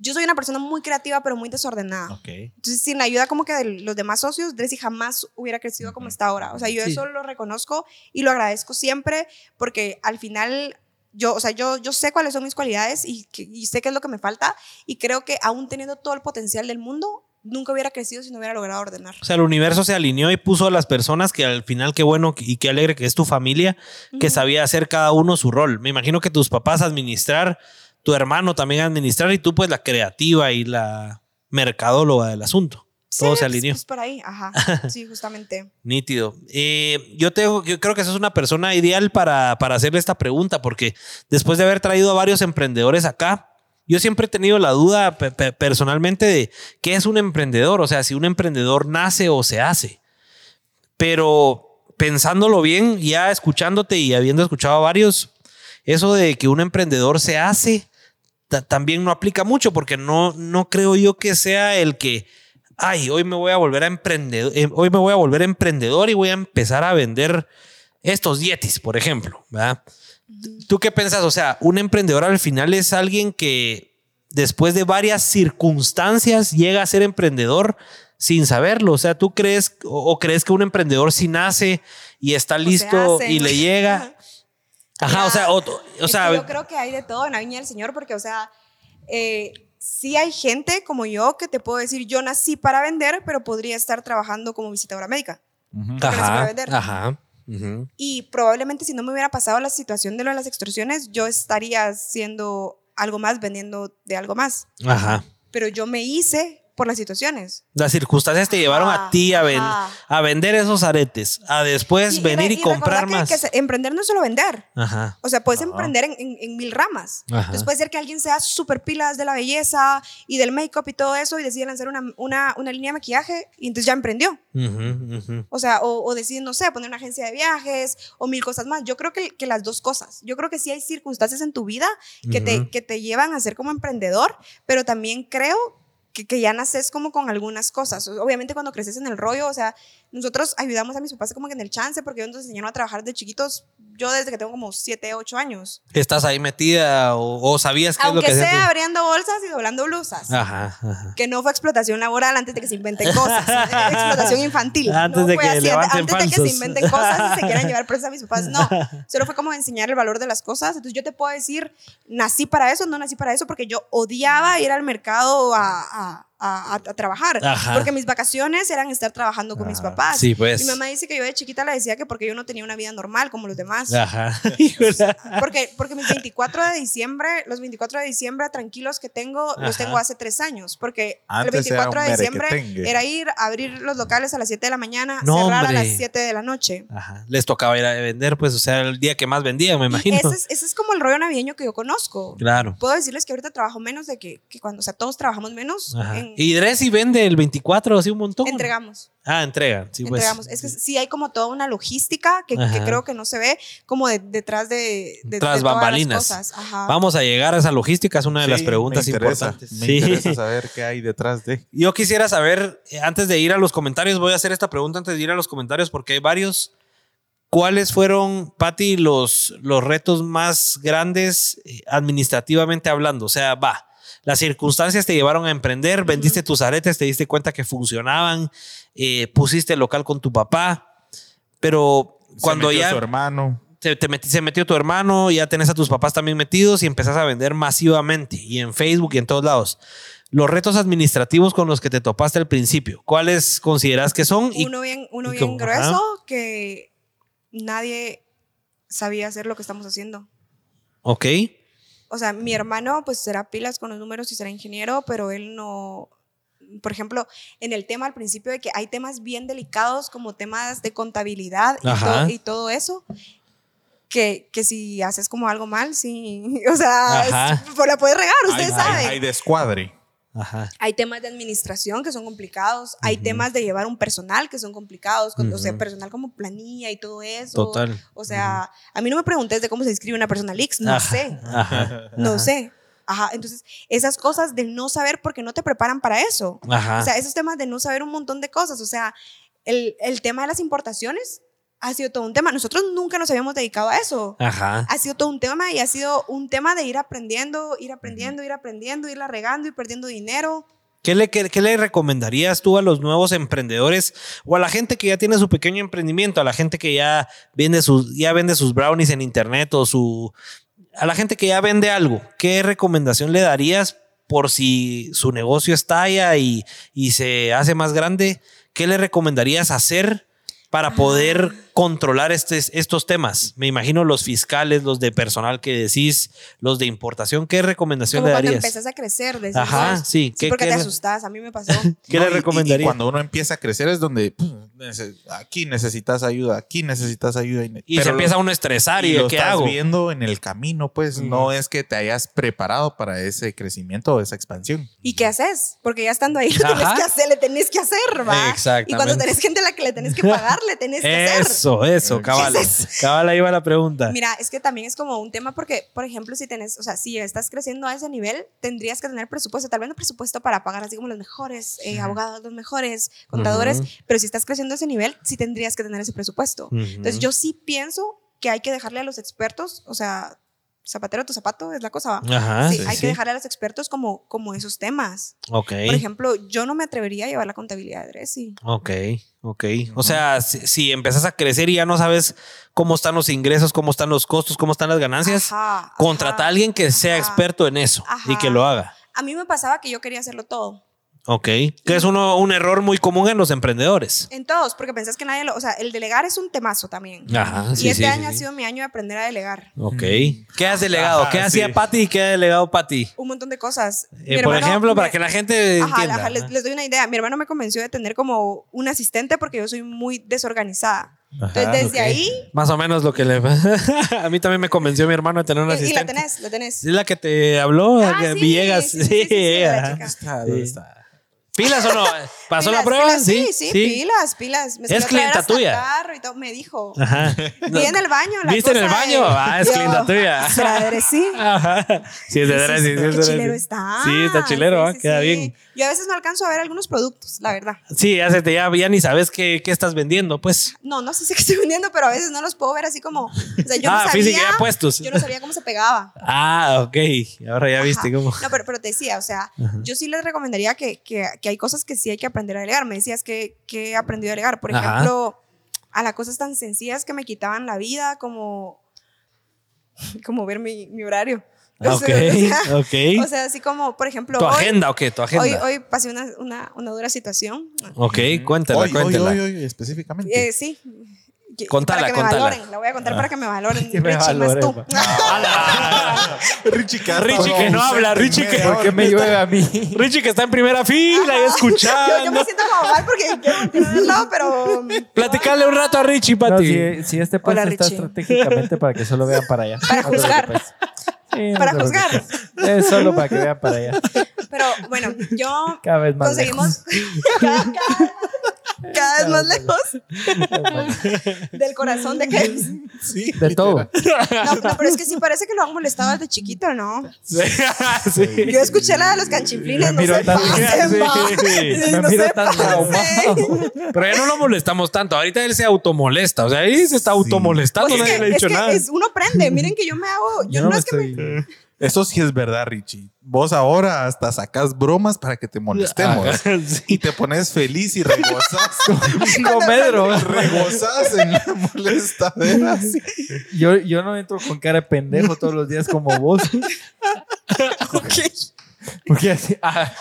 D: yo soy una persona muy creativa pero muy desordenada.
B: Ok.
D: Entonces sin la ayuda como que de los demás socios, Dressy jamás hubiera crecido como está ahora. O sea, yo
A: Sí.
D: eso lo reconozco y lo agradezco siempre porque al final... Yo, o sea, yo, yo sé cuáles son mis cualidades y, que- y sé qué es lo que me falta y creo que aún teniendo todo el potencial del mundo, nunca hubiera crecido si no hubiera logrado ordenar.
A: O sea, el universo se alineó y puso a las personas que al final qué bueno y qué alegre que es tu familia, que
D: Ujú.
A: sabía hacer cada uno su rol. Me imagino que tus papás administrar, tu hermano también administrar y tú pues la creativa y la mercadóloga del asunto. Todo
D: Sí,
A: se
D: pues-
A: alineó.
D: pues por ahí,
A: (laughs)
D: ajá. Sí, justamente.
A: Nítido. Eh, yo, tengo, yo creo que esa es una persona ideal para, para hacerle esta pregunta, porque después de haber traído a varios emprendedores acá, yo siempre he tenido la duda pe- pe- personalmente de qué es un emprendedor, o sea, si un emprendedor nace o se hace. Pero pensándolo bien, ya escuchándote y habiendo escuchado a varios, eso de que un emprendedor se hace ta- también no aplica mucho, porque no, no creo yo que sea el que ay, hoy me voy a volver a emprendedor, eh, hoy me voy a volver emprendedor y voy a empezar a vender estos dietis, por ejemplo, ¿verdad? ¿Tú qué piensas? O sea, un emprendedor al final es alguien que después de varias circunstancias llega a ser emprendedor sin saberlo. O sea, ¿tú crees o, o crees que un emprendedor si nace y está
D: se
A: listo
D: hace,
A: y
D: ¿no?
A: le
D: (laughs)
A: llega? Ajá, o sea, o, o
D: Es que
A: sea,
D: yo creo que hay de todo en la viña del Señor, porque, o sea, eh, sí hay gente como yo que te puedo decir, yo nací para vender, pero podría estar trabajando como visitadora médica. no se puede
A: Ajá,
D: vender.
A: ajá. ujú.
D: Y probablemente si no me hubiera pasado la situación de lo de las extorsiones, yo estaría haciendo algo más, vendiendo de algo más.
A: Ajá.
D: Pero yo me hice por las situaciones.
A: Las circunstancias te llevaron a
D: Ah,
A: ti a, ven-
D: ajá.
A: a vender esos aretes, a después venir y,
D: re-
A: comprar
D: recordá que-
A: más.
D: que se- emprender no es solo vender.
A: Ajá.
D: O sea, puedes emprender en, en- en mil ramas.
A: Ajá.
D: Entonces puede ser que alguien sea súper pilas de la belleza y del make-up y todo eso y decide lanzar una, una- una línea de maquillaje y entonces ya emprendió.
A: Ujú, ujú.
D: O sea, o, o decide, no sé, poner una agencia de viajes o mil cosas más. Yo creo que, que las dos cosas. Yo creo que sí hay circunstancias en tu vida que,
A: Ujú.
D: te, que te llevan a ser como emprendedor, pero también creo que, que ya naces como con algunas cosas. Obviamente cuando creces en el rollo, o sea, nosotros ayudamos a mis papás como que en el chance porque ellos nos enseñaron a trabajar de chiquitos, yo desde que tengo como 7, 8 años.
A: Estás ahí metida o, o sabías qué es
D: Aunque
A: lo que
D: sea
A: hacías
D: abriendo bolsas y doblando blusas.
A: tú. Ajá, ajá.
D: Que no fue explotación laboral antes de que se inventen cosas.
A: (laughs)
D: explotación infantil.
A: Antes
D: No
A: de
D: fue
A: que
D: así,
A: levanten
D: Antes de que
A: falsos.
D: se inventen cosas y se quieran llevar presas a mis papás.
A: (laughs)
D: No. Solo fue como enseñar el valor de las cosas. Entonces yo te puedo decir, nací para eso, no nací para eso, porque yo odiaba ir al mercado a, a- a- a- a trabajar.
A: Ajá.
D: Porque mis vacaciones eran estar trabajando con mis papás.
A: Sí, pues.
D: Mi mamá dice que yo de chiquita le decía que porque yo no tenía una vida normal como los demás.
A: Ajá. (laughs) Hijo de
D: (laughs)
A: la- (laughs)
D: Porque, porque mis 24 de diciembre, los 24 de diciembre tranquilos que tengo, los
A: Ajá.
D: tengo hace tres años. Porque
B: Antes
D: el 24
B: era
D: de
B: un
D: diciembre
B: merequetengue.
D: era ir a abrir los locales a las 7 de la mañana,
A: No,
D: cerrar a
A: hombre.
D: las 7 de la noche.
A: Ajá. Les tocaba ir a vender, pues, o sea, el día que más vendían, me
D: Y
A: imagino.
D: ese es, ese es como el rollo navideño que yo conozco.
A: Claro.
D: Puedo decirles que ahorita trabajo menos de que, que cuando, o sea, todos trabajamos menos.
A: Ajá.
D: en-
A: Y Dressy vende el 24, así un montón.
D: entregamos,
A: Ah, entregan. Sí, pues.
D: entregamos. Es que sí hay como toda una logística que, que
A: Ajá.
D: creo que no se ve como de- detrás de, de, de
A: Tras
D: todas las
A: bambalinas.
D: cosas. Ajá.
A: Vamos a llegar a esa logística, es una de las
B: Sí,
A: preguntas
B: me interesa,
A: importantes.
B: Me
A: Sí.
B: interesa saber qué hay detrás de.
A: (laughs) Yo quisiera saber, eh, antes de ir a los comentarios, voy a hacer esta pregunta antes de ir a los comentarios porque hay varios. ¿Cuáles fueron, Patti, los, los retos más grandes eh, administrativamente hablando? O sea, va, las circunstancias te llevaron a emprender, vendiste tus aretes, te diste cuenta que funcionaban, eh, pusiste el local con tu papá, pero cuando
B: Se metió
A: ya
B: su hermano.
A: te, te meti- se metió tu hermano, ya tenés a tus papás también metidos y empezás a vender masivamente y en Facebook y en todos lados. Los retos administrativos con los que te topaste al principio, ¿cuáles consideras que son? Y,
D: uno bien, uno
A: y
D: bien
A: como-
D: grueso
A: ajá.
D: que nadie sabía hacer lo que estamos haciendo.
A: ok,
D: O sea, mi hermano pues será pilas con los números y será ingeniero, pero él no... Por ejemplo, en el tema al principio de que hay temas bien delicados como temas de contabilidad y,
A: Ajá.
D: to- y todo eso, que, que si haces como algo mal, sí, (laughs) o sea,
A: Ajá.
D: es- pues, la puedes regar, ustedes
B: hay, hay-
D: saben.
B: hay descuadre.
A: ajá,
D: Hay temas de administración que son complicados, hay temas de llevar un personal que son complicados, con, o sea,
A: Ujú.
D: personal como planilla y todo eso.
A: total.
D: O sea, a mí no me preguntes de cómo se inscribe una persona Leaks, no
A: Ajá,
D: sé,
A: Ajá,
D: no
A: ajá,
D: sé. Ajá, entonces esas cosas de no saber porque no te preparan para eso.
A: Ajá.
D: O sea, esos temas de no saber un montón de cosas, o sea, el, el tema de las importaciones ha sido todo un tema. Nosotros nunca nos habíamos dedicado a eso
A: Ajá.
D: ha sido todo un tema y ha sido un tema de ir aprendiendo, ir aprendiendo, ir aprendiendo, irla regando y perdiendo dinero.
A: ¿Qué le, qué- qué le recomendarías tú a los nuevos emprendedores o a la gente que ya tiene su pequeño emprendimiento, a la gente que ya vende sus, ya vende sus brownies en internet o su, a la gente que ya vende algo? ¿Qué recomendación le darías por si su negocio estalla y, y se hace más grande? ¿Qué le recomendarías hacer para poder controlar estes- estos temas? Me imagino los fiscales, los de personal que decís, los de importación. ¿Qué recomendación
D: Como
A: le
D: cuando
A: darías?
D: empezás a crecer. Desde
A: Ajá,
D: entonces.
A: sí. ¿Qué-
D: porque
A: qué
D: te
A: le-
D: asustás, a mí me
A: (laughs)
D: pasó.
A: ¿Qué
B: No,
A: le
B: y- y- y
A: recomendaría?
B: cuando uno empieza a crecer es donde pum, nece- aquí necesitas ayuda, aquí necesitas ayuda. ne-
A: Y
B: pero
A: se
B: lo-
A: empieza uno a estresar y,
B: y lo
A: ¿qué
B: estás
A: hago? Mm.
B: viendo en el camino, pues no es que te hayas preparado para ese crecimiento o esa expansión.
D: ¿Y qué haces? Porque ya estando ahí, (laughs) lo
A: Ajá.
D: tenés que hacer, le tenés que hacer, ¿va?
A: Exactamente.
D: Y cuando tenés gente a la que le tenés que pagar, le tenés que hacer.
A: Eso, eso,
B: Eh,
A: cabal.
D: Jesus.
A: Cabal, ahí va la pregunta.
D: Mira, es que también es como un tema porque, por ejemplo, si tenés, o sea, si estás creciendo a ese nivel, tendrías que tener presupuesto, tal vez no presupuesto para pagar así como los mejores eh, abogados, los mejores contadores,
A: Ujú.
D: pero si estás creciendo a ese nivel, sí tendrías que tener ese presupuesto.
A: Ujú.
D: Entonces yo sí pienso que hay que dejarle a los expertos, o sea, zapatero a tu zapato es la cosa. ¿va?
A: Ajá,
D: sí,
A: Ah, sí,
D: hay
A: sí.
D: que dejarle a los expertos como, como esos temas.
A: Ok,
D: Por ejemplo, yo no me atrevería a llevar la contabilidad de Dressy.
A: ok, ok. O sea, si, si empezás a crecer y ya no sabes cómo están los ingresos, cómo están los costos, cómo están las ganancias,
D: Ajá,
A: contrata
D: ajá.
A: a alguien que sea
D: ajá.
A: experto en eso y que lo haga.
D: A mí me pasaba que yo quería hacerlo todo.
A: Ok. Que es uno, un error muy común en los emprendedores.
D: En todos, porque pensás que nadie lo. O sea, el delegar es un temazo también.
A: Ajá, Ah, sí,
D: y este
A: sí,
D: año
A: sí,
D: ha
A: sí.
D: sido mi año de aprender a delegar.
A: Ok. ¿Qué has delegado?
B: Ajá,
A: ¿Qué
B: sí.
A: hacía Patty y qué ha delegado Patty?
D: Un montón de cosas.
A: Eh,
D: Mi
A: por
D: hermano
A: ejemplo, para
D: me-
A: que la gente
D: Ajá,
A: entienda.
D: ajá, les, les doy una idea. Mi hermano me convenció de tener como un asistente porque yo soy muy desorganizada. Entonces, desde ahí.
A: Más o menos lo que le... (laughs) a mí también me convenció mi hermano de tener un
D: y- Y, la
A: asistente.
D: tenés, la tenés.
A: Es la que te habló,
D: Ah,
A: que
D: sí,
A: Villegas.
D: sí, sí, sí, sí, sí, la
A: ajá.
D: chica.
A: Sí. ¿Pilas o no? ¿Pasó la
D: Pilas,
A: prueba?
D: pilas,
A: sí,
D: sí, pilas, pilas. Me
A: Es
D: salió a traer
A: clienta
D: hasta
A: tuya.
D: el carro y todo.
A: (laughs)
D: Me dijo.
A: Ajá.
D: Vi en el baño. La
A: ¿Viste en el
D: cosa (laughs)
A: baño? Ah, es
D: Yo,
A: clienta tuya.
D: madre,
A: (laughs)
D: sí.
A: Ajá. Sí, es de veras, sí, es
D: eh. Sí, sí,
A: de
D: qué
A: veras,
D: chilero
A: sí.
D: está.
A: Sí, está chilero,
D: Sí,
A: ¿ah?
D: sí,
A: queda
D: sí.
A: bien.
D: Yo a veces no alcanzo a ver algunos productos, la verdad.
A: Sí, ya, se te- ya, ya ni sabes qué, qué estás vendiendo, pues.
D: No, no sé si (laughs) que estoy vendiendo, pero a veces no los puedo ver así como. O sea, yo
A: ah,
D: no sabía.
A: física, ya puestos.
D: Yo no sabía cómo se pegaba.
A: (laughs) Ah, ok. Ahora ya viste
D: Ajá.
A: cómo.
D: No, pero, pero te decía, o sea, yo sí les recomendaría que, que, que hay cosas que sí hay que aprender a delegar. Me decías que, que he aprendido a delegar. Por
A: Ajá.
D: ejemplo, a las cosas tan sencillas que me quitaban la vida, como, como ver mi, mi horario. (laughs)
A: Ah,
D: O
A: Ok,
D: sea, o sea, (laughs)
A: ok.
D: o sea, así como, por ejemplo,
A: ¿Tu
D: hoy,
A: agenda o qué? ¿Tu
D: hoy,
A: agenda?
D: hoy pasé una, una, una dura situación.
A: ok, cuéntala,
B: Hoy, hoy,
A: cuéntala.
B: hoy, hoy, específicamente.
D: Eh, sí. Que-
A: Contala,
D: para que me
A: contala.
D: valoren, la voy a contar para que
A: (laughs)
D: me valoren.
C: Que me
D: Richie,
C: valoren,
D: más tú.
C: pa.
A: Ah, ¡Hala!
B: (laughs) Richie Castro.
A: Richie que no habla, Richie que-
C: ¿Por qué me llueve
A: (laughs)
C: a mí?
A: Richie que está en primera fila y
D: (laughs) (laughs) Yo, yo
A: escuchando.
D: me siento como mal porque quiero voltear al lado, pero.
A: Platicarle un rato a Richie, Pati.
C: No, si, si este puesto
D: Hola,
C: está
D: Richie.
C: estratégicamente para que solo vean para allá.
D: (laughs) Para
C: No te
D: juzgar.
A: pues.
C: preocupes. Sí, no te
D: Para juzgar.
C: preocupes. Es solo para que vean para allá.
D: Pero bueno, yo
C: Cada vez más.
D: conseguimos (laughs) cada, cada- cada vez más lejos
C: lejos.
D: del corazón de que
B: (laughs) Sí,
C: De todo.
D: no, no, pero es que sí parece que lo han molestado desde chiquito, ¿no?
A: Sí. sí. (laughs)
D: Yo escuché la de los canchinflines, no
C: Me miro
D: se
C: tan-
D: (laughs) pasen, ma.
A: Sí.
D: Sí,
C: Me
D: no
C: miro
D: se
C: tan
D: pasen.
A: Pero ya no lo molestamos tanto. Ahorita él se automolesta. O sea, ahí se está automolestando.
D: Pues es
A: nadie
D: que-
A: le ha dicho
D: es que
A: nada.
D: es- uno prende, miren que yo me hago, yo no, es que me,
B: Eso sí es verdad, Richie. Vos ahora hasta sacás bromas para que te
A: Ah, (laughs)
B: molestemos. Y te pones feliz y regozás.
C: Como Pedro.
A: (laughs)
B: regozás en la molestadera. sí.
C: Yo, yo no entro con cara de pendejo todos los días como
D: (laughs)
C: vos. Porque así. ah,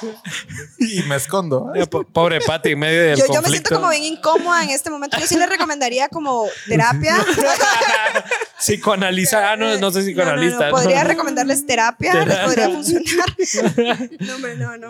B: Y me escondo.
A: Ya, po- Pobre Pati, en medio del
D: yo, yo me siento
A: conflicto. (laughs)
D: como bien incómoda en este momento. Yo sí les recomendaría como terapia.
A: (laughs) Psicoanalizar. Ah, no, no sé
D: No, no, no,
A: psicoanalista. ¿no?
D: Podría recomendarles terapia, les
A: Terapia. (laughs)
D: podría funcionar. No, hombre, no, no.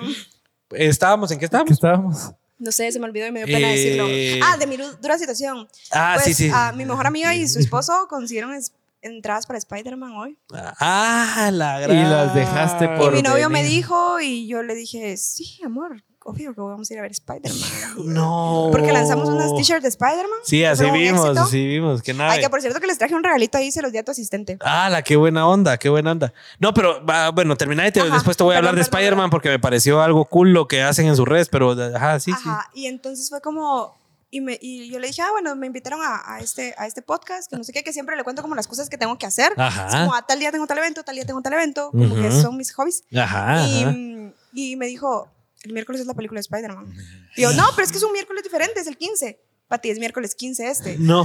A: Estábamos, ¿en qué
C: que
A: estábamos?
C: estábamos.
D: No sé, se me olvidó y me dio pena
A: Eh.
D: decirlo. Ah, de mi du- dura situación.
A: Ah,
D: Pues,
A: sí, sí.
D: ah, mi mejor amiga y su esposo consiguieron es- entradas para Spider-Man hoy.
A: Ah, la gran.
C: Y las dejaste
D: Y
C: por-
D: mi novio me
C: venir.
D: dijo y yo le dije, sí, amor, obvio que vamos a ir a ver Spider-Man.
A: No.
D: Porque lanzamos unas t-shirts de Spider-Man.
A: Oh. Sí,
D: que
A: así
D: fueron un
A: vimos,
D: éxito.
A: así vimos. Que nada.
D: Ay, que por cierto que les traje un regalito ahí, se los di a tu asistente.
A: Ah, la qué buena onda, qué buena onda. No, pero ah, bueno, termina y te-
D: Ajá,
A: después te voy a
D: perdón,
A: hablar de
D: perdón,
A: Spider-Man
D: perdón.
A: porque me pareció algo cool lo que hacen en sus redes, pero ajá, sí,
D: Ajá, y entonces fue como... Y, me, y yo le dije, ah, bueno, me invitaron a, a este, a este podcast, que no sé qué, que siempre le cuento como las cosas que tengo que hacer.
A: sí.
D: Es
A: Ajá.
D: como, ah, tal día tengo tal evento, tal día tengo tal evento, como que
A: Ujú.
D: son mis hobbies.
A: Ajá.
D: Y,
A: ajá.
D: mm, y me dijo, el miércoles es la película de Spider-Man. Y yo, no, pero es que es un miércoles diferente, es el 15. Pati, es miércoles 15
A: (laughs)
D: este. (laughs)
A: No.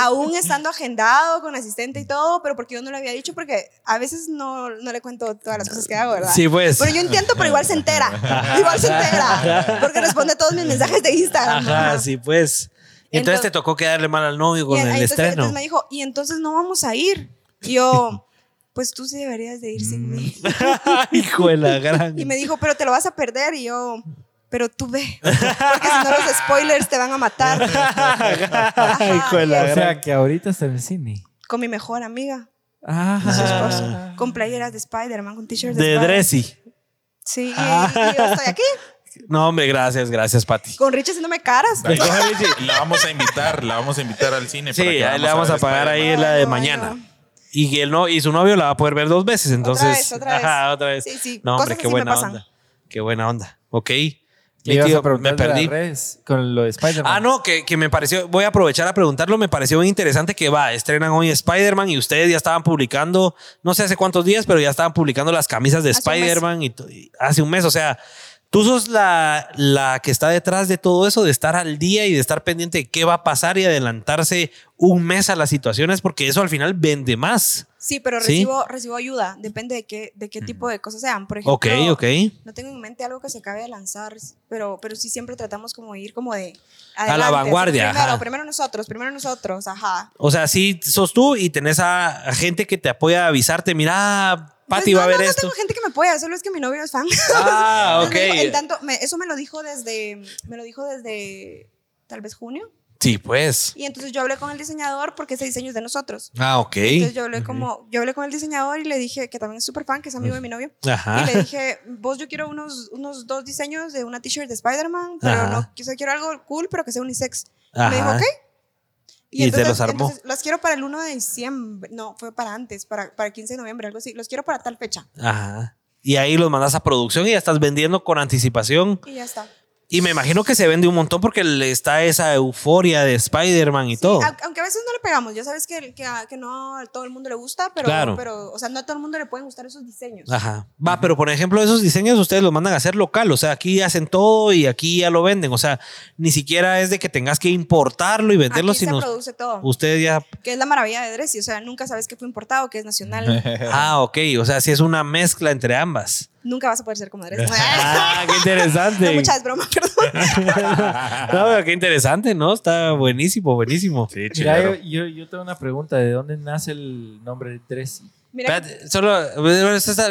D: Aún estando agendado con asistente y todo, pero porque yo no le había dicho, porque a veces no, no le cuento todas las cosas que hago, ¿verdad?
A: sí, pues.
D: Pero yo intento, pero igual se entera. Igual se entera. Porque responde todos mis mensajes de Instagram.
A: Ajá, sí, pues. Y entonces,
D: Entonces-
A: te tocó quedarle mal al novio con
D: Y
A: el
D: entonces,
A: estreno. (laughs)
D: entonces me dijo, y entonces no vamos a ir. Y yo, pues tú sí deberías de ir sin mí.
A: Mm. Hijo de la gran.
D: (laughs) Y me dijo, pero te lo vas a perder. Y yo, pero tú ve. Porque si no, los spoilers te van a
A: (laughs)
D: matar. Ajá,
A: Hijo de
D: y
A: la
C: O sea,
A: gran.
C: que ahorita está en el cine.
D: Con mi mejor amiga,
A: Ajá.
D: su esposo. Con playeras de Spider-Man, con t-shirts de,
A: de
D: Spider-Man.
A: Dressy.
D: Sí, y- y
A: Ah.
D: yo estoy aquí.
A: No, hombre, gracias, gracias, Pati.
D: Con Richie haciéndome caras.
A: pues, Me coge Richie.
B: La vamos a invitar, la vamos a invitar al cine.
A: Sí,
B: para que
A: ahí le vamos
B: ver
A: a pagar ahí
B: Spider-Man.
A: la de
D: Bueno,
A: mañana.
D: bueno.
A: Y él no, y su novio la va a poder ver dos veces, entonces.
D: vez, otra vez.
A: Ajá, otra vez.
D: Sí, sí,
A: No, hombre,
D: cosas
A: qué
D: así me
A: buena
D: pasan.
A: onda. Qué buena onda. Ok.
C: Le ibas
A: Líquido,
C: a preguntar
A: me
C: de las
A: perdí.
C: redes con lo de Spider-Man.
A: Ah, no, que, que me pareció, voy a aprovechar a preguntarlo, me pareció bien interesante que va, estrenan hoy Spider-Man y ustedes ya estaban publicando, no sé hace cuántos días, pero ya estaban publicando las camisas de
D: Hace un mes.
A: Spider-Man y, to- y hace un mes, o sea, tú sos la, la que está detrás de todo eso, de estar al día y de estar pendiente de qué va a pasar y adelantarse un mes a las situaciones, porque eso al final vende más.
D: Sí, pero
A: ¿Sí?
D: recibo, recibo ayuda, depende de qué, de qué tipo de cosas sean. Por ejemplo,
A: Ok, ok.
D: no tengo en mente algo que se acabe de lanzar, pero, pero sí siempre tratamos como de ir como de...
A: la
D: adelante,
A: vanguardia,
D: Primero,
A: ajá.
D: primero nosotros, primero nosotros, ajá.
A: O sea, sí sos tú y tenés a, a gente que te apoya a avisarte, mira, Pati
D: Pues no,
A: va a ver
D: no, no
A: esto.
D: tengo gente que me pueda, solo es que mi novio es fan. (laughs)
A: Ah,
D: Entonces, me dijo- en
A: ok.
D: tanto, me- eso me lo dijo desde, me lo dijo desde tal vez junio.
A: Sí, pues.
D: Y entonces yo hablé con el diseñador porque ese diseño es de nosotros.
A: Ah, ok.
D: Entonces yo hablé como, yo hablé con el diseñador y le dije, que también es súper fan, que es amigo de mi novio.
A: Ajá.
D: Y le dije, vos yo quiero unos, unos dos diseños de una t-shirt de Spider-Man, pero
A: Ajá.
D: no, quizá quiero algo cool, pero que sea unisex.
A: Ajá.
D: Me dijo, ok.
A: Y te los armó.
D: entonces, los quiero para el 1 de diciembre. No, fue para antes, para, para 15 de noviembre, algo así. Los quiero para tal fecha.
A: Ajá. Y ahí los mandas a producción y ya estás vendiendo con anticipación.
D: Y ya está.
A: Y me imagino que se vende un montón porque le está esa euforia de Spider-Man y
D: Sí,
A: todo.
D: au- Aunque a veces no le pegamos, ya sabes que, que, a- que no a todo el mundo le gusta, pero,
A: Claro.
D: pero, o sea, no a todo el mundo le pueden gustar esos diseños.
A: Ajá. Va, pero por ejemplo, esos diseños ustedes los mandan a hacer local. O sea, aquí hacen todo y aquí ya lo venden. O sea, ni siquiera es de que tengas que importarlo y venderlo,
D: Aquí se
A: sino
D: produce todo,
A: ustedes ya.
D: que es la maravilla de Dressi, o sea, nunca sabes que fue importado, que
A: (laughs)
D: es nacional,
A: Ah, ok. O sea, sí es una mezcla entre
D: (laughs)
A: ambas.
D: nunca vas a poder ser como Dressi.
A: (laughs) Ah, qué interesante.
D: (laughs) no, muchas bromas, (laughs) perdón.
A: (laughs) No, pero qué interesante, ¿no? Está buenísimo, buenísimo.
B: Sí,
C: Mira,
B: chilero.
C: yo, yo, yo tengo una pregunta. ¿De dónde nace el nombre de Dressi?
D: Mira,
A: Espérate, solo,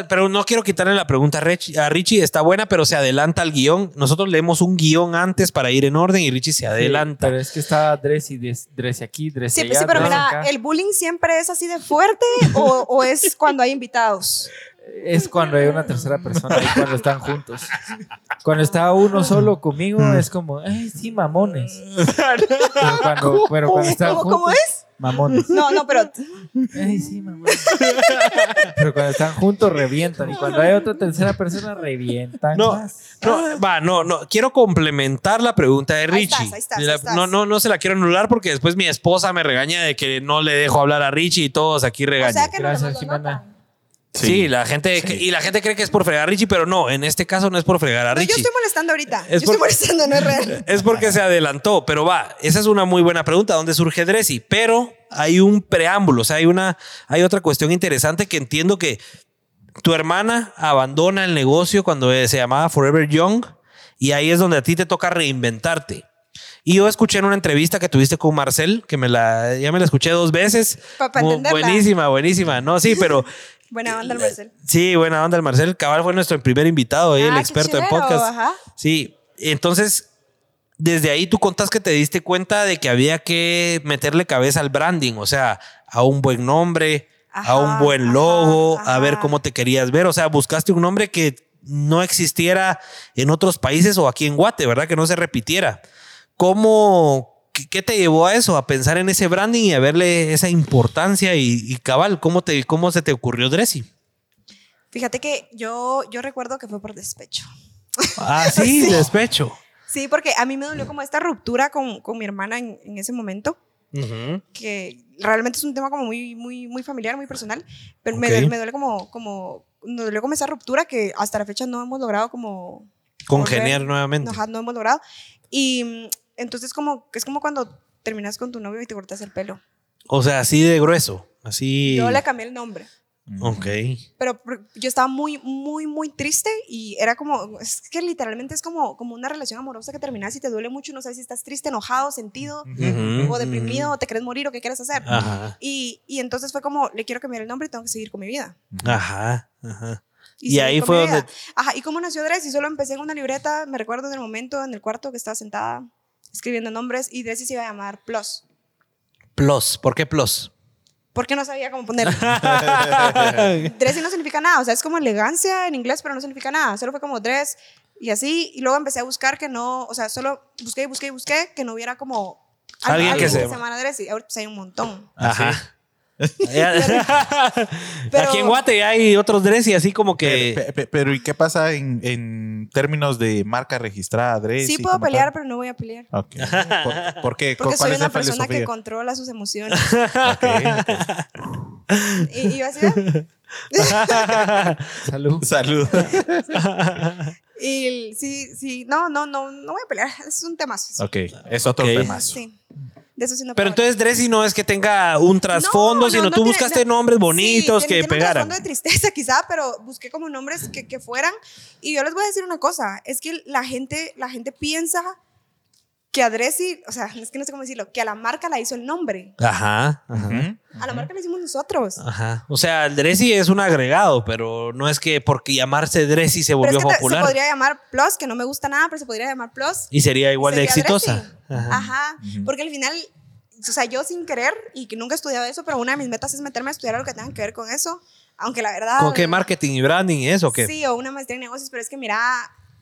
A: pero no quiero quitarle la pregunta a Rich- a Richie. Está buena, pero se adelanta al guión. Nosotros leemos un guión antes para ir en orden y Richie se adelanta.
C: pero es que está Dressi, des- Dressi aquí, Dressi
D: sí, pues
C: allá.
D: sí, pero
C: Dressi
D: mira,
C: acá.
D: ¿el bullying siempre es así de fuerte o, o es cuando hay invitados?
C: Es cuando hay una tercera persona y cuando están juntos. Cuando está uno solo conmigo
A: Mm.
C: es como, ay,
A: (laughs)
C: sí, mamones. Pero cuando, pero cuando están
D: ¿Cómo,
C: juntos,
D: cómo es?
C: mamones.
D: No,
A: (laughs)
D: no, pero
C: Ay, sí, mamones. Pero cuando están juntos revientan y cuando hay otra tercera persona revientan.
A: No.
C: más.
A: No, va, no, no. Quiero complementar la pregunta de Richie.
D: estás, Ah. ahí estás, ahí
A: La-
D: estás.
A: No, no, no se la quiero anular porque después mi esposa me regaña de que no le dejo hablar a Richie y todos aquí
D: o
A: regañan.
D: sea que no
C: Gracias,
D: nos lo
C: Jimena.
D: notan.
A: sí. la gente que- y la gente cree que es por fregar a Richie, pero no, en este caso no es por fregar a
D: No, yo
A: Richie.
D: estoy molestando ahorita.
A: Es
D: yo estoy
A: porque-
D: molestando, no es
A: (laughs)
D: real.
A: Es porque se adelantó, pero va, esa es una muy buena pregunta, ¿dónde surge Dressy? Pero hay un preámbulo, o sea, hay una hay otra cuestión interesante que entiendo que tu hermana abandona el negocio cuando eh, se llamaba Forever Young y ahí es donde a ti te toca reinventarte. Y yo escuché en una entrevista que tuviste con Marcel, que me la ya me la escuché dos veces.
D: Pa- pa
A: Bu-
D: entenderla.
A: buenísima, buenísima. No, sí, pero
D: Buena onda, el Marcel.
A: sí, buena onda el Marcel Cabal fue nuestro primer invitado, eh, el
D: Ah, qué
A: experto en
D: chilero,
A: podcast.
D: ajá.
A: Sí, entonces, desde ahí tú contás que te diste cuenta de que había que meterle cabeza al branding, o sea, a un buen nombre, a un
D: Ajá,
A: buen
D: ajá,
A: logo, a
D: ajá.
A: ver cómo te querías ver, o sea, buscaste un nombre que no existiera en otros países o aquí en Guate, ¿verdad? Que no se repitiera. ¿Cómo, qué, qué te llevó a eso, a pensar en ese branding y a verle esa importancia y, y cabal? ¿Cómo, te, ¿Cómo se te ocurrió Dressy?
D: Fíjate que yo, yo recuerdo que fue por despecho.
A: Ah, (laughs) sí, despecho.
D: Sí, porque a mí me dolió como esta ruptura con, con mi hermana en, en ese momento, que realmente es un tema como muy, muy, muy familiar, muy personal, pero me,
A: Ok.
D: duele, me duele como, como, me dolió como esa ruptura que hasta la fecha no hemos logrado como...
A: Congeniar
D: volver.
A: nuevamente.
D: Ajá, no hemos logrado. Y mm, entonces como, es como cuando terminas con tu novio y te cortas el pelo.
A: O sea, así de grueso. Así.
D: Yo le cambié el nombre.
A: Ok.
D: pero pr- yo estaba muy, muy, muy triste y era como, es que literalmente es como, como una relación amorosa que terminas y te duele mucho, no sabes si estás triste, enojado, sentido,
A: Ujú,
D: o deprimido,
A: ujú.
D: o te querés morir, o qué quieres hacer.
A: Ajá.
D: Y, y entonces fue como, le quiero cambiar el nombre y tengo que seguir con mi vida.
A: Ajá. Ajá. Y
D: seguí
A: ahí
D: con
A: fue
D: mi
A: donde-
D: vida. Ajá, ¿y cómo nació Dressy? Solo empecé en una libreta, me recuerdo en el momento, en el cuarto que estaba sentada escribiendo nombres y Dressy se iba a llamar Plus.
A: Plus. ¿Por qué (laughs) plus?
D: Porque no sabía cómo
A: (laughs)
D: ponerlo.
A: Ajá.
D: Dressy no significa nada, o sea, es como elegancia en inglés, pero no significa nada. Solo fue como dress y así. Y luego empecé a buscar que no, o sea, solo busqué y busqué y busqué que no hubiera como al-
A: Alguien que se-
D: llamara Dressy. Ahorita pues, hay un montón. (laughs) Pero-
A: Aquí en Guate hay otros dressy así como que.
B: Pero, pe- pe- pero, ¿y qué pasa en, en términos de marca registrada, Dress?
D: Sí puedo pelear, pero no voy a pelear.
B: ¿Por, por qué?
D: (laughs) Porque
B: ¿Cuál
D: soy
B: es la
D: una persona que
B: filosofía?
D: controla
A: (laughs)
D: sus emociones.
B: Ok, pues,
D: y, y yo así, ah.
A: (laughs)
C: Salud.
B: ok. Salud.
D: Y el- sí, sí, no, no, no, no voy a pelear. Es un tema.
B: ok, es otro
A: Ok.
B: tema.
D: Sí. de eso sí no
A: Pero
D: puedo hablar.
A: entonces Dressy no es que tenga un trasfondo,
D: No, no,
A: sino
D: no
A: tú
D: tiene-
A: buscaste
D: no-
A: nombres bonitos
D: sí,
A: que
D: tiene- tiene un
A: pegaran.
D: trasfondo de tristeza (laughs) quizá, pero busqué como nombres que, que fueran. Y yo les voy a decir una cosa, es que la gente, la gente piensa que a Dressy, o sea, es que no sé cómo decirlo, que a la marca la hizo el nombre.
A: Ajá, ajá.
D: A la marca la hicimos nosotros.
A: Ajá. O sea, el Dressy es un agregado, pero no es que porque llamarse Dressy se
D: Pero
A: volvió
D: es que te- se
A: popular
D: podría llamar Plus, que no me gusta nada, pero se podría llamar Plus.
A: y sería igual de
D: Sería
A: exitosa.
D: Dressy. Ajá. Porque al final, o sea, yo sin querer, y que nunca he estudiado eso, pero una de mis metas es meterme a estudiar algo que tenga que ver con eso. Aunque la verdad.
A: ¿Con qué marketing y branding es o qué?
D: Sí, o una maestría en negocios, pero es que mira,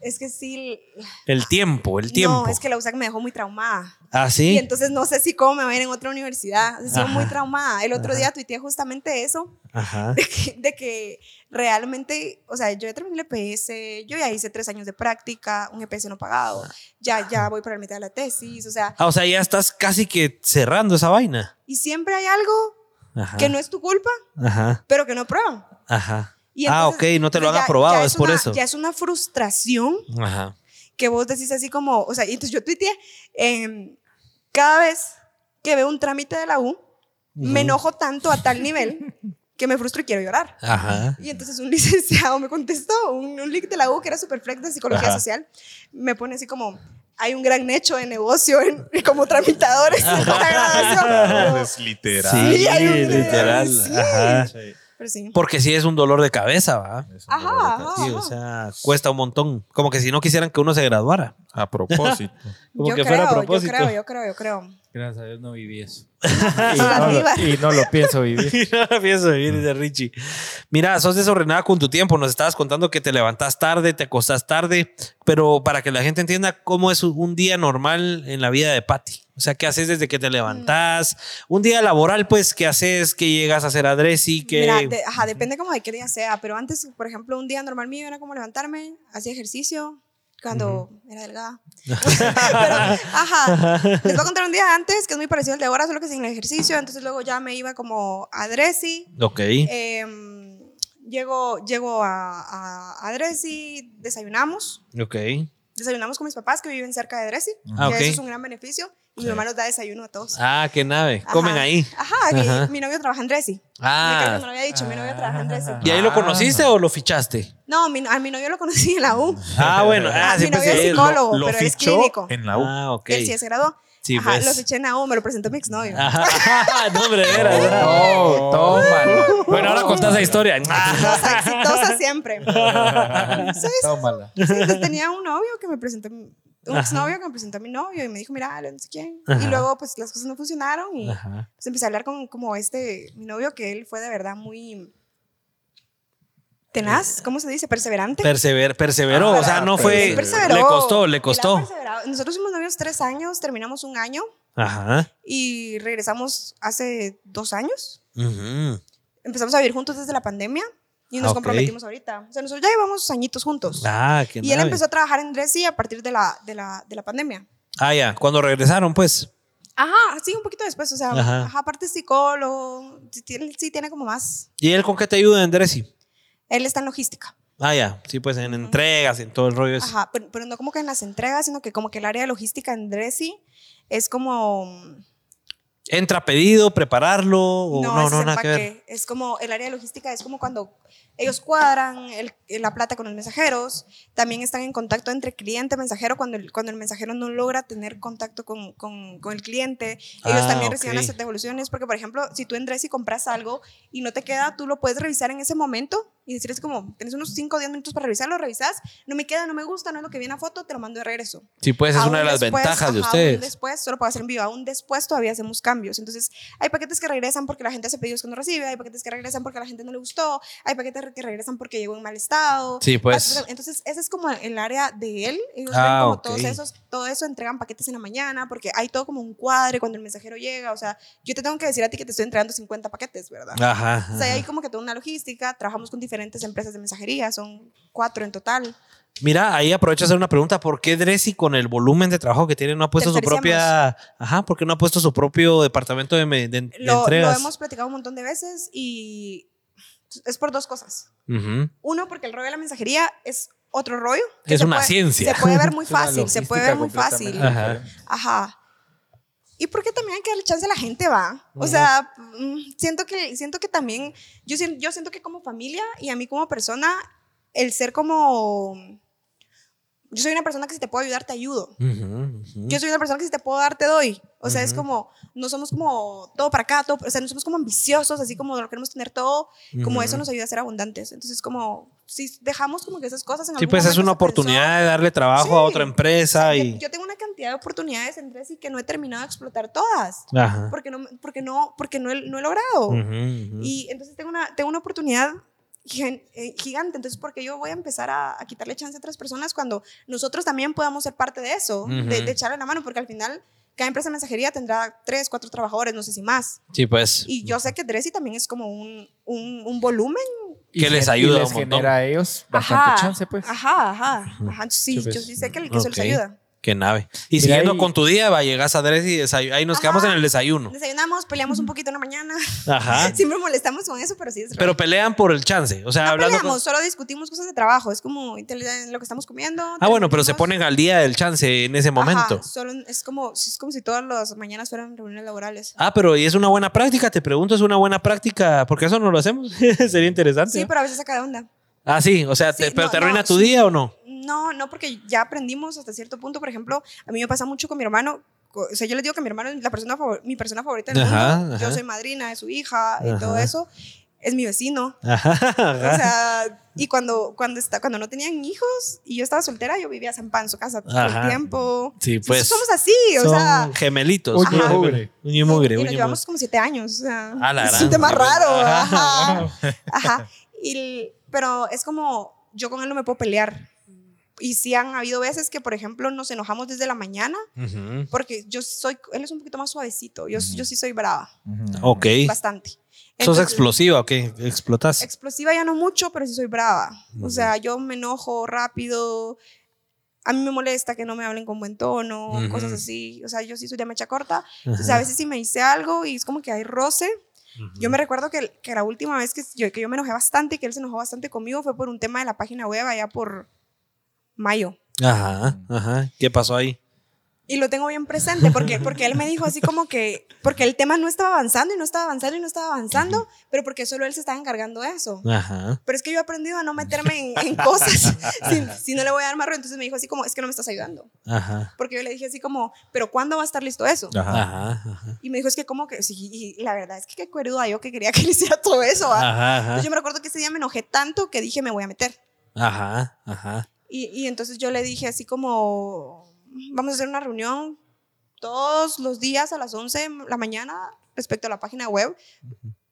D: es que sí.
A: El tiempo, el tiempo.
D: No, es que la USAC me dejó muy traumada.
A: ¿Ah,
D: Y
A: sí?
D: entonces no sé si cómo me va a ir en otra universidad. Estoy
A: Ajá.
D: muy traumada. El otro
A: Ajá.
D: día tuiteé justamente eso. (laughs)
A: Ajá.
D: de que, de que realmente, o sea, yo ya terminé el EPS, yo ya hice tres años de práctica, un EPS no pagado, ya, ya voy para la mitad de la tesis, o sea,
A: Ah, o sea, ya estás casi que cerrando esa vaina.
D: y siempre hay algo
A: Ajá.
D: que no es tu culpa,
A: Ajá.
D: pero que no prueban.
A: Ajá.
D: Y
A: ah, ok,
D: entonces,
A: no te lo han
D: ya-
A: aprobado,
D: ya
A: es, por
D: una-
A: eso.
D: Ya es una frustración
A: Ajá.
D: que vos decís así como, o sea, y entonces yo tuiteé, em, cada vez que veo un trámite de la U, me enojo tanto a
A: (laughs)
D: tal nivel que me frustro y quiero llorar.
A: Ajá.
D: Y entonces un (laughs) licenciado me contestó, un, un link de la U que era Superflex de Psicología
A: Ajá.
D: Social, me pone así como, hay un gran hecho de negocio en, (laughs) como tramitadores en la
A: (laughs)
D: graduación.
B: Ah, Es literal.
A: Sí,
D: hay un-
A: literal.
D: sí.
A: Ajá.
D: Pero sí.
A: Porque sí es un dolor de cabeza, ¿va?
B: Es un
D: Ajá,
B: dolor de
D: ajá,
A: Sí,
D: ajá.
A: o sea, cuesta un montón. Como que si no quisieran que uno se graduara.
B: A propósito.
A: como
D: yo
A: que
D: creo,
A: fuera a
D: Yo
A: propósito.
D: creo, yo creo, yo creo.
C: Gracias a Dios no viví eso.
A: Ah,
C: Y no
D: viva.
C: lo, y no lo pienso
A: (laughs)
C: vivir.
A: Y (laughs) no pienso vivir, dice Richie. Mira, sos desordenada con tu tiempo. Nos estabas contando que te levantás tarde, te acostás tarde, pero para que la gente entienda cómo es un día normal en la vida de Patty. O sea, ¿qué haces desde que
D: Mm.
A: te levantás? Un día laboral, pues, ¿qué haces? ¿Qué llegas a hacer a Dressy? ¿Qué?
D: Mira, de- ajá, depende como de qué día sea, pero antes, por ejemplo, un día normal mío era como levantarme, hacía ejercicio cuando
A: (laughs)
D: era delgada. Pero, ajá, les voy a contar un día antes que es muy parecido al de ahora, solo que sin el ejercicio, entonces luego ya me iba como a Dressy,
A: ok.
D: Em, llego llego a, a, a Dressi, desayunamos.
A: ok.
D: Desayunamos con mis papás que viven cerca de Dressi.
A: Ah,
D: que
A: ok.
D: Eso es un gran beneficio. Y mi mamá nos da desayuno a todos.
A: Ah, qué nave.
D: Ajá.
A: Comen ahí.
D: Ajá, que
A: Ajá.
D: mi novio trabaja en Dressi. Me
A: Ah.
D: no lo había dicho, mi novio trabaja en Dressi.
A: ¿Y ahí
C: Ah.
A: lo conociste o lo fichaste?
D: No, mi, a mi novio lo conocí en la U.
C: (laughs)
A: Ah, bueno. Ah,
D: Ah, mi
A: siempre
D: (laughs) novio es
A: se-
D: psicólogo,
B: lo
D: pero es
B: fichó
D: clínico.
B: en la U.
A: Ah, ok.
D: Él sí se graduó.
A: Sí, pues. Ah.
D: Ajá,
A: ves.
D: lo fiché en la U, me lo presentó mi exnovio.
A: Ajá. (laughs) no, hombre, de veras, ¿verdad?
C: No, Oh, tómala.
A: Bueno, ahora contás esa historia.
D: Exitosa, exitosa
A: (laughs)
D: siempre. Sí, sí,
C: Tómala.
D: Sí, entonces tenía un novio que me presentó, un exnovio que me presentó a mi novio y me dijo, mira, no sé quién. Y luego, pues las cosas no funcionaron y
A: Ajá.
D: pues, empecé a hablar con como este, mi novio, que él fue de verdad muy
A: Eh.
D: tenaz, ¿cómo se dice? Perseverante.
A: Persever- perseveró, o sea, no
D: Él
A: fue.
D: perseveró.
A: Le costó,
D: Él
A: le
D: ha
A: costó.
D: perseverado. Nosotros fuimos novios tres años, terminamos un año
A: Ajá.
D: y regresamos hace dos años.
A: Ujú.
D: Empezamos a vivir juntos desde la pandemia y
A: Ah,
D: nos
A: ok.
D: comprometimos ahorita. O sea, nosotros ya llevamos añitos juntos.
A: Ah, qué
D: y él
A: nave.
D: empezó a trabajar en Dressi a partir de la, de la, de la pandemia.
A: Ah, ya. Cuando regresaron, pues.
D: Ajá, sí, un poquito después, o sea,
A: Ajá.
D: ajá, aparte es psicólogo, sí tiene, sí tiene como más.
A: ¿Y él con qué te ayuda en Dressy?
D: Él está en logística,
A: Ah, ya. Sí, pues en entregas, en todo el rollo. ese.
D: ajá, pero, pero no como que en las entregas, sino que como que el área de logística en Dressi es como...
A: Entra pedido, prepararlo. O no, no,
D: es
A: nada que ver.
D: empaque, es como el área de logística, es como cuando ellos cuadran el- la plata con los mensajeros, también están en contacto entre cliente y mensajero cuando el, cuando el mensajero no logra tener contacto con, con- con el cliente, ellos
A: Ah,
D: también reciben
A: ok.
D: las devoluciones, porque por ejemplo, si tú entras y compras algo y no te queda, tú lo puedes revisar en ese momento y decirles como, tienes unos 5 o 10 minutos para revisarlo, revisas, no me queda, no me gusta, no es lo que viene a foto, te lo mando de regreso.
A: Sí, pues es
D: Aún
A: una de las
D: después,
A: ventajas de
D: ajá, Aún
A: ustedes.
D: después, solo puedo hacer envío. Aún después todavía hacemos cambios. Entonces, hay paquetes que regresan porque la gente hace pedidos que no recibe, hay paquetes que regresan porque a la gente no le gustó, hay paquetes que regresan porque llegó en mal estado.
A: Sí, pues.
D: Entonces, ese es como el área de él. Ellos
A: Ah,
D: ven como
A: ok.
D: todos esos, todo eso entregan paquetes en la mañana porque hay todo como un cuadre cuando el mensajero llega. O sea, yo te tengo que decir a ti que te estoy entregando 50 paquetes, ¿verdad?
A: Ajá.
D: O
A: ajá.
D: sea, hay como que toda una logística, trabajamos con diferentes empresas de mensajería, son cuatro en total.
A: Mira, ahí aprovecho a hacer una pregunta. ¿Por qué Dressy con el volumen de trabajo que tiene no ha puesto su propia... Ajá, ¿por qué no ha puesto su propio departamento de, me- de- de
D: lo, lo
A: entregas?
D: hemos platicado un montón de veces y es por dos cosas.
A: Ujú.
D: Uno, porque el rollo de la mensajería es otro rollo.
A: Es
D: se
A: una
D: puede-
A: ciencia. (laughs)
D: Se puede ver muy
C: Es una
D: fácil, se puede
C: logística
D: ver muy fácil.
C: completamente
A: Ajá.
C: diferente.
D: Ajá. Y porque también hay que darle chance a la gente, va. O sea, mm, siento que, siento que también, yo, sien- yo siento que como familia y a mí como persona, el ser como, yo soy una persona que si te puedo ayudar, te ayudo. Yo soy una persona que si te puedo dar, te doy. O sea, es como, no somos como todo para acá, todo, o sea, no somos como ambiciosos, así como lo queremos tener todo, como eso nos ayuda a ser abundantes. Entonces, como, si dejamos como que esas cosas en
A: Sí,
D: algún
A: pues es
D: momento
A: una
D: se pensó,
A: oportunidad de darle trabajo
D: Sí.
A: a otra empresa
D: yo-
A: y...
D: yo, tengo una cantidad de oportunidades, Andrés, y que no he terminado de explotar todas.
A: Ajá.
D: Porque no, porque no, porque no he, no he logrado.
A: Ujú, ujú.
D: Y entonces tengo una, tengo una oportunidad gen- eh, gigante. Entonces, ¿por qué yo voy a empezar a, a quitarle chance a otras personas cuando nosotros también podamos ser parte de eso? de,
A: Ujú.
D: de echarle la mano, porque al final cada empresa de mensajería tendrá tres, cuatro trabajadores, no sé si más.
A: Sí, pues.
D: Y yo sé que Dressy también es como un, un, un volumen.
C: Y
A: Que
C: gen-
A: les ayuda
C: y les
A: un montón.
C: genera a ellos bastante chance, pues.
D: Ajá, ajá. ajá. Entonces, Sí,
C: Sí, pues.
D: yo sí sé que, el- que eso les
A: Ok.
D: ayuda.
A: Qué nave. Y
C: Mira,
A: siguiendo
C: ahí-
A: con tu día, va, llegas a Dres y desay- ahí nos
D: Ajá.
A: quedamos en el desayuno.
D: Desayunamos, peleamos un poquito en la mañana. (laughs)
A: Ajá.
D: Siempre molestamos con eso, pero sí es
A: Pero pelean por el chance. O sea,
D: No
A: hablando
D: peleamos,
A: con-
D: solo discutimos cosas de trabajo. Es como te- lo que estamos comiendo.
A: Ah, bueno, pero se
D: discutimos.
A: ponen al día del chance en ese momento.
D: Ajá, solo es como, es como si todas las mañanas fueran reuniones laborales.
A: Ah, pero ¿y es una buena práctica? Te pregunto, ¿es una buena práctica? Porque eso no lo hacemos. (laughs) Sería interesante.
D: Sí,
A: ¿no?
D: pero a veces saca de onda.
A: Ah, sí. O sea,
D: Sí,
A: te- pero
D: no,
A: ¿te arruina
D: no,
A: tu
D: sí.
A: día o no?
D: No, no, porque ya aprendimos hasta cierto punto. Por ejemplo, a mí me pasa mucho con mi hermano. co- O sea, yo les digo que mi hermano es la persona favor- mi persona favorita del
A: Ajá,
D: mundo. Yo
A: ajá.
D: soy madrina de su hija y
A: Ajá.
D: todo eso. Es mi vecino.
A: Ajá.
D: O sea, y cuando, cuando, está, cuando no tenían hijos y yo estaba soltera, yo vivía en en su casa todo
A: Ajá.
D: el tiempo.
A: (laughs) Sí, pues.
D: Somos así, o
A: Son
D: sea.
A: gemelitos.
C: Uña y
A: Ajá.
C: mugre.
A: Uña y mugre,
D: y
A: uña
D: nos
A: y
D: llevamos como siete años. O sea,
A: Ah, la
D: es
A: gran.
D: un tema raro.
A: Ajá.
D: Ajá.
A: (laughs)
D: Ajá. Y el- pero es como, yo con él no me puedo pelear. Y sí han habido veces que, por ejemplo, nos enojamos desde la mañana
A: mugre. Ujú.
D: porque yo soy, él es un poquito más suavecito. Yo, yo sí soy brava,
A: Ok.
D: bastante.
A: ¿Sos
D: Entonces,
A: explosiva o qué? ¿Explotas?
D: Explosiva ya no mucho, pero sí soy brava. O sea, yo me enojo rápido. A mí me molesta que no me hablen con buen tono,
A: Ujú.
D: cosas así. O sea, yo sí soy de mecha corta. Entonces, a
A: Ajá.
D: veces si me hice algo y es como que hay roce. Yo me recuerdo que, que la última vez que yo, que yo me enojé bastante y que él se enojó bastante conmigo fue por un tema de la página web allá por mayo.
A: Ajá, ajá. ¿Qué pasó ahí?
D: Y lo tengo bien presente porque, porque él me dijo así como que, porque el tema no estaba avanzando y no estaba avanzando y no estaba avanzando, pero porque solo él se estaba encargando de eso.
A: Ajá.
D: Pero es que yo he aprendido a no meterme en, en cosas (laughs) si, si no le voy a dar marro. Entonces me dijo así como, es que no me estás ayudando.
A: Ajá.
D: Porque yo le dije así como, pero ¿cuándo va a estar listo eso?
A: Ajá, ajá.
D: Y me dijo, es que como que, sí, y la verdad es que qué cueruda yo que quería que le hiciera todo eso. ¿va?
A: Ajá,
D: Entonces
A: ajá.
D: yo me recuerdo que ese día me enojé tanto que dije, me voy a meter.
A: Ajá, ajá.
D: Y, y entonces yo le dije así como, vamos a hacer una reunión todos los días a las 11 de la mañana respecto a la página web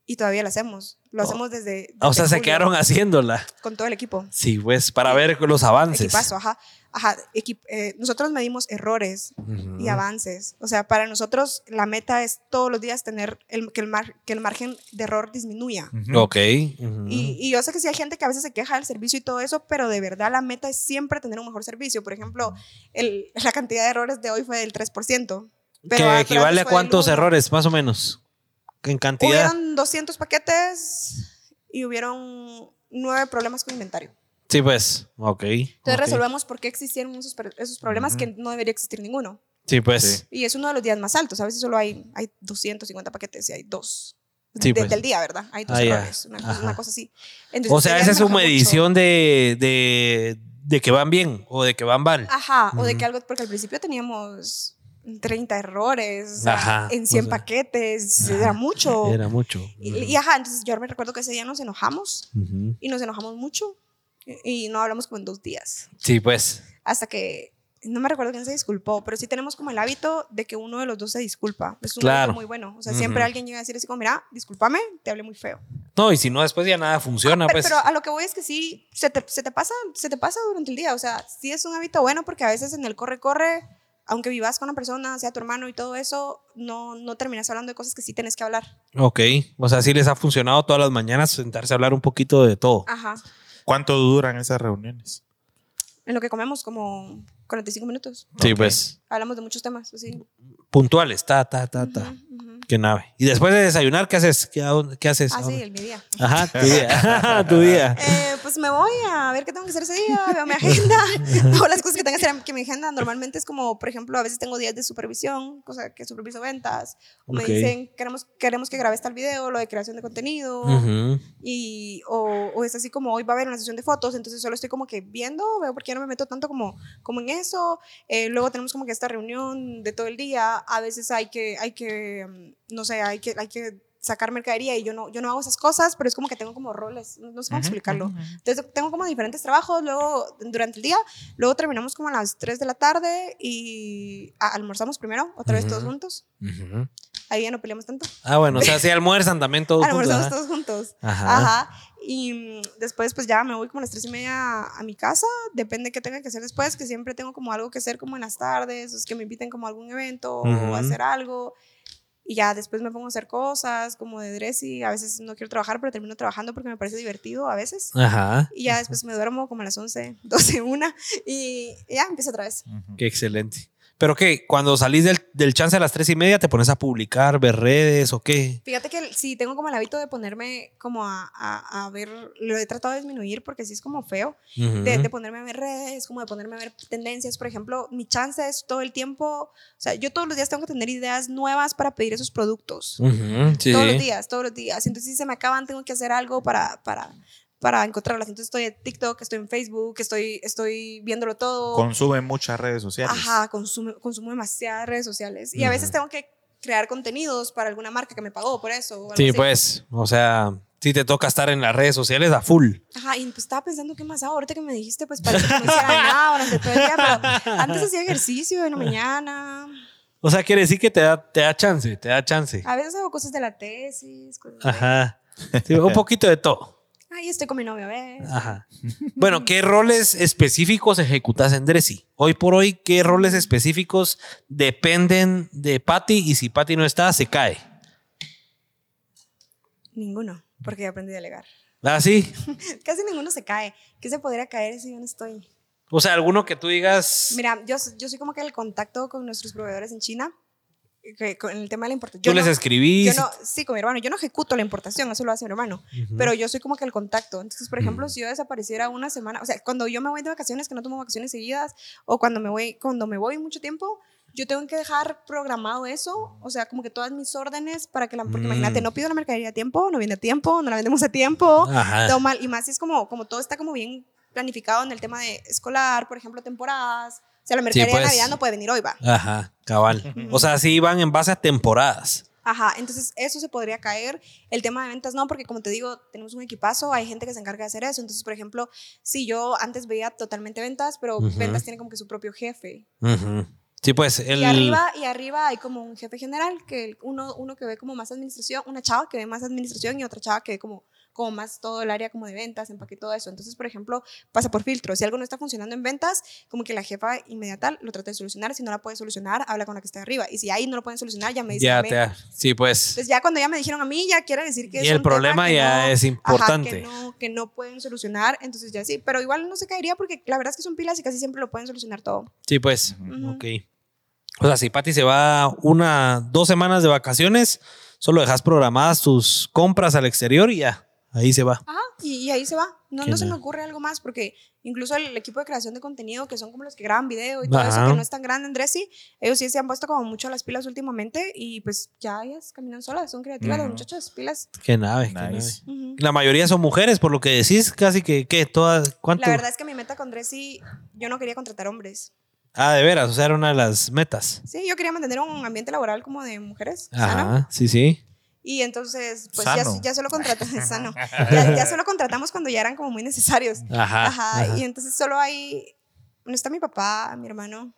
D: y todavía la hacemos. Lo
A: Oh.
D: hacemos desde...
A: Ah, O
D: desde
A: sea, se
D: julio
A: quedaron haciéndola.
D: Con todo el equipo.
A: Sí, pues, para ver los avances.
D: Equipazo, ajá. Ajá, equip- eh, nosotros medimos errores
A: Ujú.
D: y avances. O sea, para nosotros la meta es todos los días tener el, que, el mar- que el margen de error disminuya.
A: Ok. Ujú.
D: Y, y yo sé que sí hay gente que a veces se queja del servicio y todo eso, pero de verdad la meta es siempre tener un mejor servicio. Por ejemplo, el- la cantidad de errores de hoy fue del 3%. Pero
A: ¿Que
D: ah, pero
A: equivale
D: antes
A: a
D: fue
A: cuántos
D: del uno.
A: errores, más o menos? En cantidad.
D: Hubieron 200 paquetes y hubieron nueve problemas con inventario.
A: Sí, pues. Ok.
D: Entonces
A: ok.
D: resolvemos por qué existieron esos, per- esos problemas que no debería existir ninguno.
A: Sí, pues.
B: Sí.
D: Y es uno de los días más altos. A veces solo hay, hay 250 paquetes y hay dos.
A: Sí,
D: De-
A: pues.
D: Del día, ¿verdad? Hay dos
A: Ah, ya.
D: errores, una, cosa- una
A: Ajá.
D: cosa así. Entonces,
A: O sea,
D: ella
A: esa es
D: me
A: su
D: enojó mucho.
A: medición de, de, de que van bien o de que van mal.
D: Ajá, o de
A: Ujú.
D: que algo, porque al principio teníamos 30 errores o sea,
A: Ajá,
D: en 100
A: o sea,
D: paquetes,
A: ajá,
D: era mucho.
A: Era mucho.
D: Ah, Y, y ajá, entonces yo me recuerdo que ese día nos enojamos
A: Ujú.
D: y nos enojamos mucho y, y no hablamos como en dos días.
A: Sí, pues.
D: Hasta que, no me recuerdo quién se disculpó, pero sí tenemos como el hábito de que uno de los dos se disculpa. Es un
A: Claro.
D: hábito muy bueno. O sea, siempre
A: Ujú.
D: alguien llega a decir así como, mira, discúlpame, te hablé muy feo.
A: No, y si no, después ya nada funciona,
D: Pe-
A: pues.
D: Ah, Pero a lo que voy es que sí, se te, se te pasa, se te pasa durante el día. O sea, sí es un hábito bueno porque a veces en el corre-corre, aunque vivas con una persona, sea tu hermano y todo eso, no, no terminas hablando de cosas que sí tienes que hablar.
A: Ok, o sea, sí les ha funcionado todas las mañanas sentarse a hablar un poquito de todo.
D: Ajá.
B: ¿Cuánto duran esas reuniones?
D: En lo que comemos, como 45 minutos.
A: Sí, pues.
D: Hablamos de muchos temas, así.
A: Puntuales, ta, ta, ta, ta.
D: Ujú, ujú.
A: Qué nave. Y después de desayunar, ¿qué haces? ¿Qué, a dónde- qué haces?
D: Ah,
A: ahora?
D: sí, el mi día.
A: Ajá, tu (laughs) día. tu día.
D: Eh, pues me voy a ver qué tengo que hacer ese día, veo mi
A: (laughs)
D: agenda, todas las cosas que tengo que hacer en que mi agenda. Normalmente es como, por ejemplo, a veces tengo días de supervisión, cosa que superviso ventas, o
A: Ok.
D: me dicen, queremos, queremos que grabes tal video, lo de creación de contenido,
A: Ujú.
D: y, o, o es así como, hoy va a haber una sesión de fotos, entonces solo estoy como que viendo, veo por qué no me meto tanto como, como en eso. Eh, luego tenemos como que esta reunión de todo el día, a veces hay que, hay que mm, no sé, hay que... Hay que sacar mercadería y yo no, yo no hago esas cosas, pero es como que tengo como roles, no no sé cómo explicarlo. Entonces tengo como diferentes trabajos, luego durante el día, luego terminamos como a las 3 de la tarde y a- almorzamos primero, otra vez todos
A: Ujú.
D: juntos.
A: Ujú.
D: Ahí ya no peleamos tanto.
A: Ah, bueno, o sea, sí almuerzan también todos juntos.
D: (laughs) almorzamos
A: ajá.
D: todos juntos.
A: Ajá.
D: Ajá. Y mm, después pues ya me voy como a las 3 y media a mi casa, depende qué tenga que hacer después, que siempre tengo como algo que hacer como en las tardes, o es que me inviten como a algún evento
A: Ujú.
D: o a hacer algo. Y ya después me pongo a hacer cosas como de dressy, a veces no quiero trabajar, pero termino trabajando porque me parece divertido a veces.
A: Ah, Ajá.
D: Y ya después me duermo como a las (laughs) 11, 12, 1 y ya empiezo otra vez.
A: Qué excelente. Pero que cuando salís del, del chance a las tres y media, te pones a publicar, ver redes o qué.
D: Fíjate que sí, tengo como el hábito de ponerme como a, a- a ver, lo he tratado de disminuir porque sí es como feo,
A: Ujú.
D: de, de ponerme a ver redes, como de ponerme a ver tendencias, por ejemplo, mi chance es todo el tiempo, o sea, yo todos los días tengo que tener ideas nuevas para pedir esos productos,
A: Ujú, sí.
D: todos los días, todos los días, entonces si se me acaban tengo que hacer algo para, para, para encontrarlas, entonces estoy en TikTok, estoy en Facebook, estoy, estoy viéndolo todo.
B: Consume muchas redes sociales.
D: Ajá, consumo, consumo demasiadas redes sociales. Y a
A: Ujú.
D: veces tengo que crear contenidos para alguna marca que me pagó por eso. o algo
A: Sí,
D: así.
A: pues, o sea, sí te toca estar en las redes sociales a full.
D: Ajá, y pues estaba pensando qué más hago. Ahorita que me dijiste, pues parece que no hiciera nada durante todo el día, pero antes hacía ejercicio en
A: Ah.
D: la mañana.
A: O sea, quiere decir que te da, te da chance, te da chance.
D: A veces hago cosas de la tesis. Cosas de-
A: Ajá. Sí, (laughs) un poquito de todo.
D: Ay, estoy con mi novio, ¿ves?
A: Ajá. Bueno, ¿qué roles específicos ejecutas en Dressy? Hoy por hoy, ¿qué roles específicos dependen de Patty? Y si Patty no está, se cae.
D: Ninguno, porque ya aprendí a delegar.
A: ¿Ah, sí?
D: Casi ninguno se cae. ¿Qué se podría caer si yo no estoy?
A: O sea, alguno que tú digas.
D: Mira, yo, yo soy como que el contacto con nuestros proveedores en China, que- con el tema de la importación.
A: tú les
D: Yo
A: escribís.
D: no, sí, con mi hermano. Yo no ejecuto la importación, eso lo hace mi hermano.
A: Ujú. Mm.
D: Pero yo soy como que el contacto. Entonces, por ejemplo, si yo desapareciera una semana, o sea, cuando yo me voy de vacaciones, que no tomo vacaciones seguidas, o cuando me voy, cuando me voy mucho tiempo, yo tengo que dejar programado eso, o sea, como que todas mis órdenes para que la, porque
A: Mm.
D: imagínate, no pido la mercadería a tiempo, no viene a tiempo, no la vendemos a tiempo,
A: Ajá.
D: todo mal. Y más si es como, como todo está como bien planificado en el tema de escolar, por ejemplo, temporadas. O sea, la mercadería
A: pues.
D: de Navidad no puede venir hoy, va.
A: Ajá, cabal. O sea, sí van en base a temporadas.
D: Ajá, entonces eso se podría caer. El tema de ventas no, porque como te digo, tenemos un equipazo, hay gente que se encarga de hacer eso. Entonces, por ejemplo, si yo antes veía totalmente ventas, pero
A: Ujú.
D: ventas tiene como que su propio jefe.
A: Ujú. Sí, pues el.
D: Y arriba, y arriba hay como un jefe general, que el- uno, uno que ve como más administración, una chava que ve más administración y otra chava que ve como como más todo el área como de ventas, empaque todo eso. Entonces, por ejemplo, pasa por filtro. Si algo no está funcionando en ventas, como que la jefa inmediata lo trata de solucionar. Si no la puede solucionar, habla con la que está arriba. Y si ahí no lo pueden solucionar, ya me dice
A: ya
D: también.
A: te- Sí, pues.
D: Entonces ya cuando ya me dijeron a mí, ya quiere decir que
A: Y
D: es
A: el
D: un tema
A: problema
D: que
A: ya
D: no-
A: es
D: ajá,
A: importante.
D: que, no, que no pueden solucionar, entonces ya sí, pero igual no se caería porque la verdad es que son pilas y casi siempre lo pueden solucionar todo.
A: Sí, pues.
D: Ujú.
A: Ok. O sea, si Patty se va una, dos semanas de vacaciones, solo dejas programadas tus compras al exterior y ya. Ahí se va.
D: Ajá, y, y ahí se va. No,
A: Qué
D: no se me
A: nada.
D: ocurre algo más porque incluso el, equipo de creación de contenido, que son como los que graban video y todo
A: Ajá.
D: eso, que no es tan grande, Andrés sí, ellos sí se han puesto como mucho las pilas últimamente y pues ya ellas caminan solas, son creativas
A: Mm.
D: las
B: Ujú.
D: muchachas, pilas.
A: Qué nave, qué nave.
B: Nice.
D: Ujú.
A: La mayoría son mujeres, por lo que decís, casi que, ¿qué? Todas, ¿Cuánto?
D: La verdad es que mi meta con Dressy, yo no quería contratar hombres.
A: Ah, de veras, o sea, era una de las metas.
D: Sí, yo quería mantener un ambiente laboral como de mujeres sano.
A: Ajá, sí, sí.
D: Y entonces, pues ya,
B: Sano.
D: ya solo contratamos, (laughs) sano. Ya, ya solo contratamos cuando ya eran como muy necesarios.
A: Ajá.
D: Ajá,
A: Ajá.
D: Y entonces solo hay, no está mi papá, mi hermano,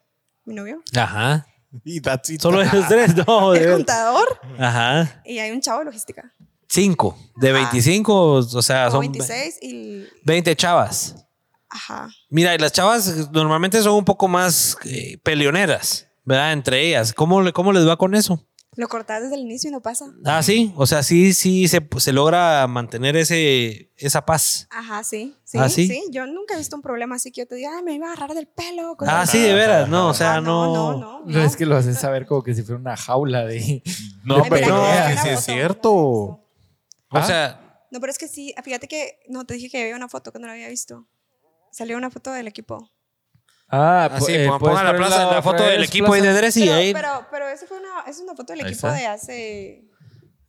D: mi novio,
A: Ajá.
B: (laughs) Y that's it.
A: Solo (laughs) esos tres, no. Oh, de
D: el
A: veras.
D: contador
A: Ajá.
D: y hay un chavo de logística.
A: Cinco. De
D: Ajá.
A: 25, o sea,
D: Ah. Como
A: Ah, son
D: 26 y...
A: 20 chavas.
D: Ajá.
A: Mira, y las chavas eh, normalmente son un poco más eh, peleoneras, ¿verdad? Entre ellas. ¿Cómo, le- ¿Cómo les va con eso?
D: Lo cortás desde el inicio y no pasa.
A: Ah, sí. O sea, sí, sí se, se logra mantener ese, esa paz.
D: Ajá, sí. Sí,
A: ¿Ah, sí?
D: sí? Yo nunca he visto un problema así que yo te diga, "Ay, me iba a agarrar del pelo. cosas
A: Ah,
D: así.
A: sí, de veras. No, o sea,
D: Ah,
A: no.
D: No, no,
A: (laughs)
D: no.
C: No, es que lo haces saber como que si fuera una jaula de.
B: No,
D: Ay,
B: pero
D: mira,
B: no,
D: yo
B: es
D: era
B: que sí
D: botón,
B: es cierto.
A: O sea,
D: No, pero es que sí, fíjate que no te dije que había una foto que no la había visto. Salió una foto del equipo.
C: Ah,
A: así,
C: eh,
A: ponga-
C: puedes
A: ponga la,
C: poner
A: plaza- pues, la pues,
C: otra
A: foto del
C: vez,
A: equipo ahí
C: plaza.
A: de Dressy.
D: pero,
A: ahí.
D: pero, pero eso fue una, es una foto del
B: Ahí
D: equipo
B: está.
D: de hace.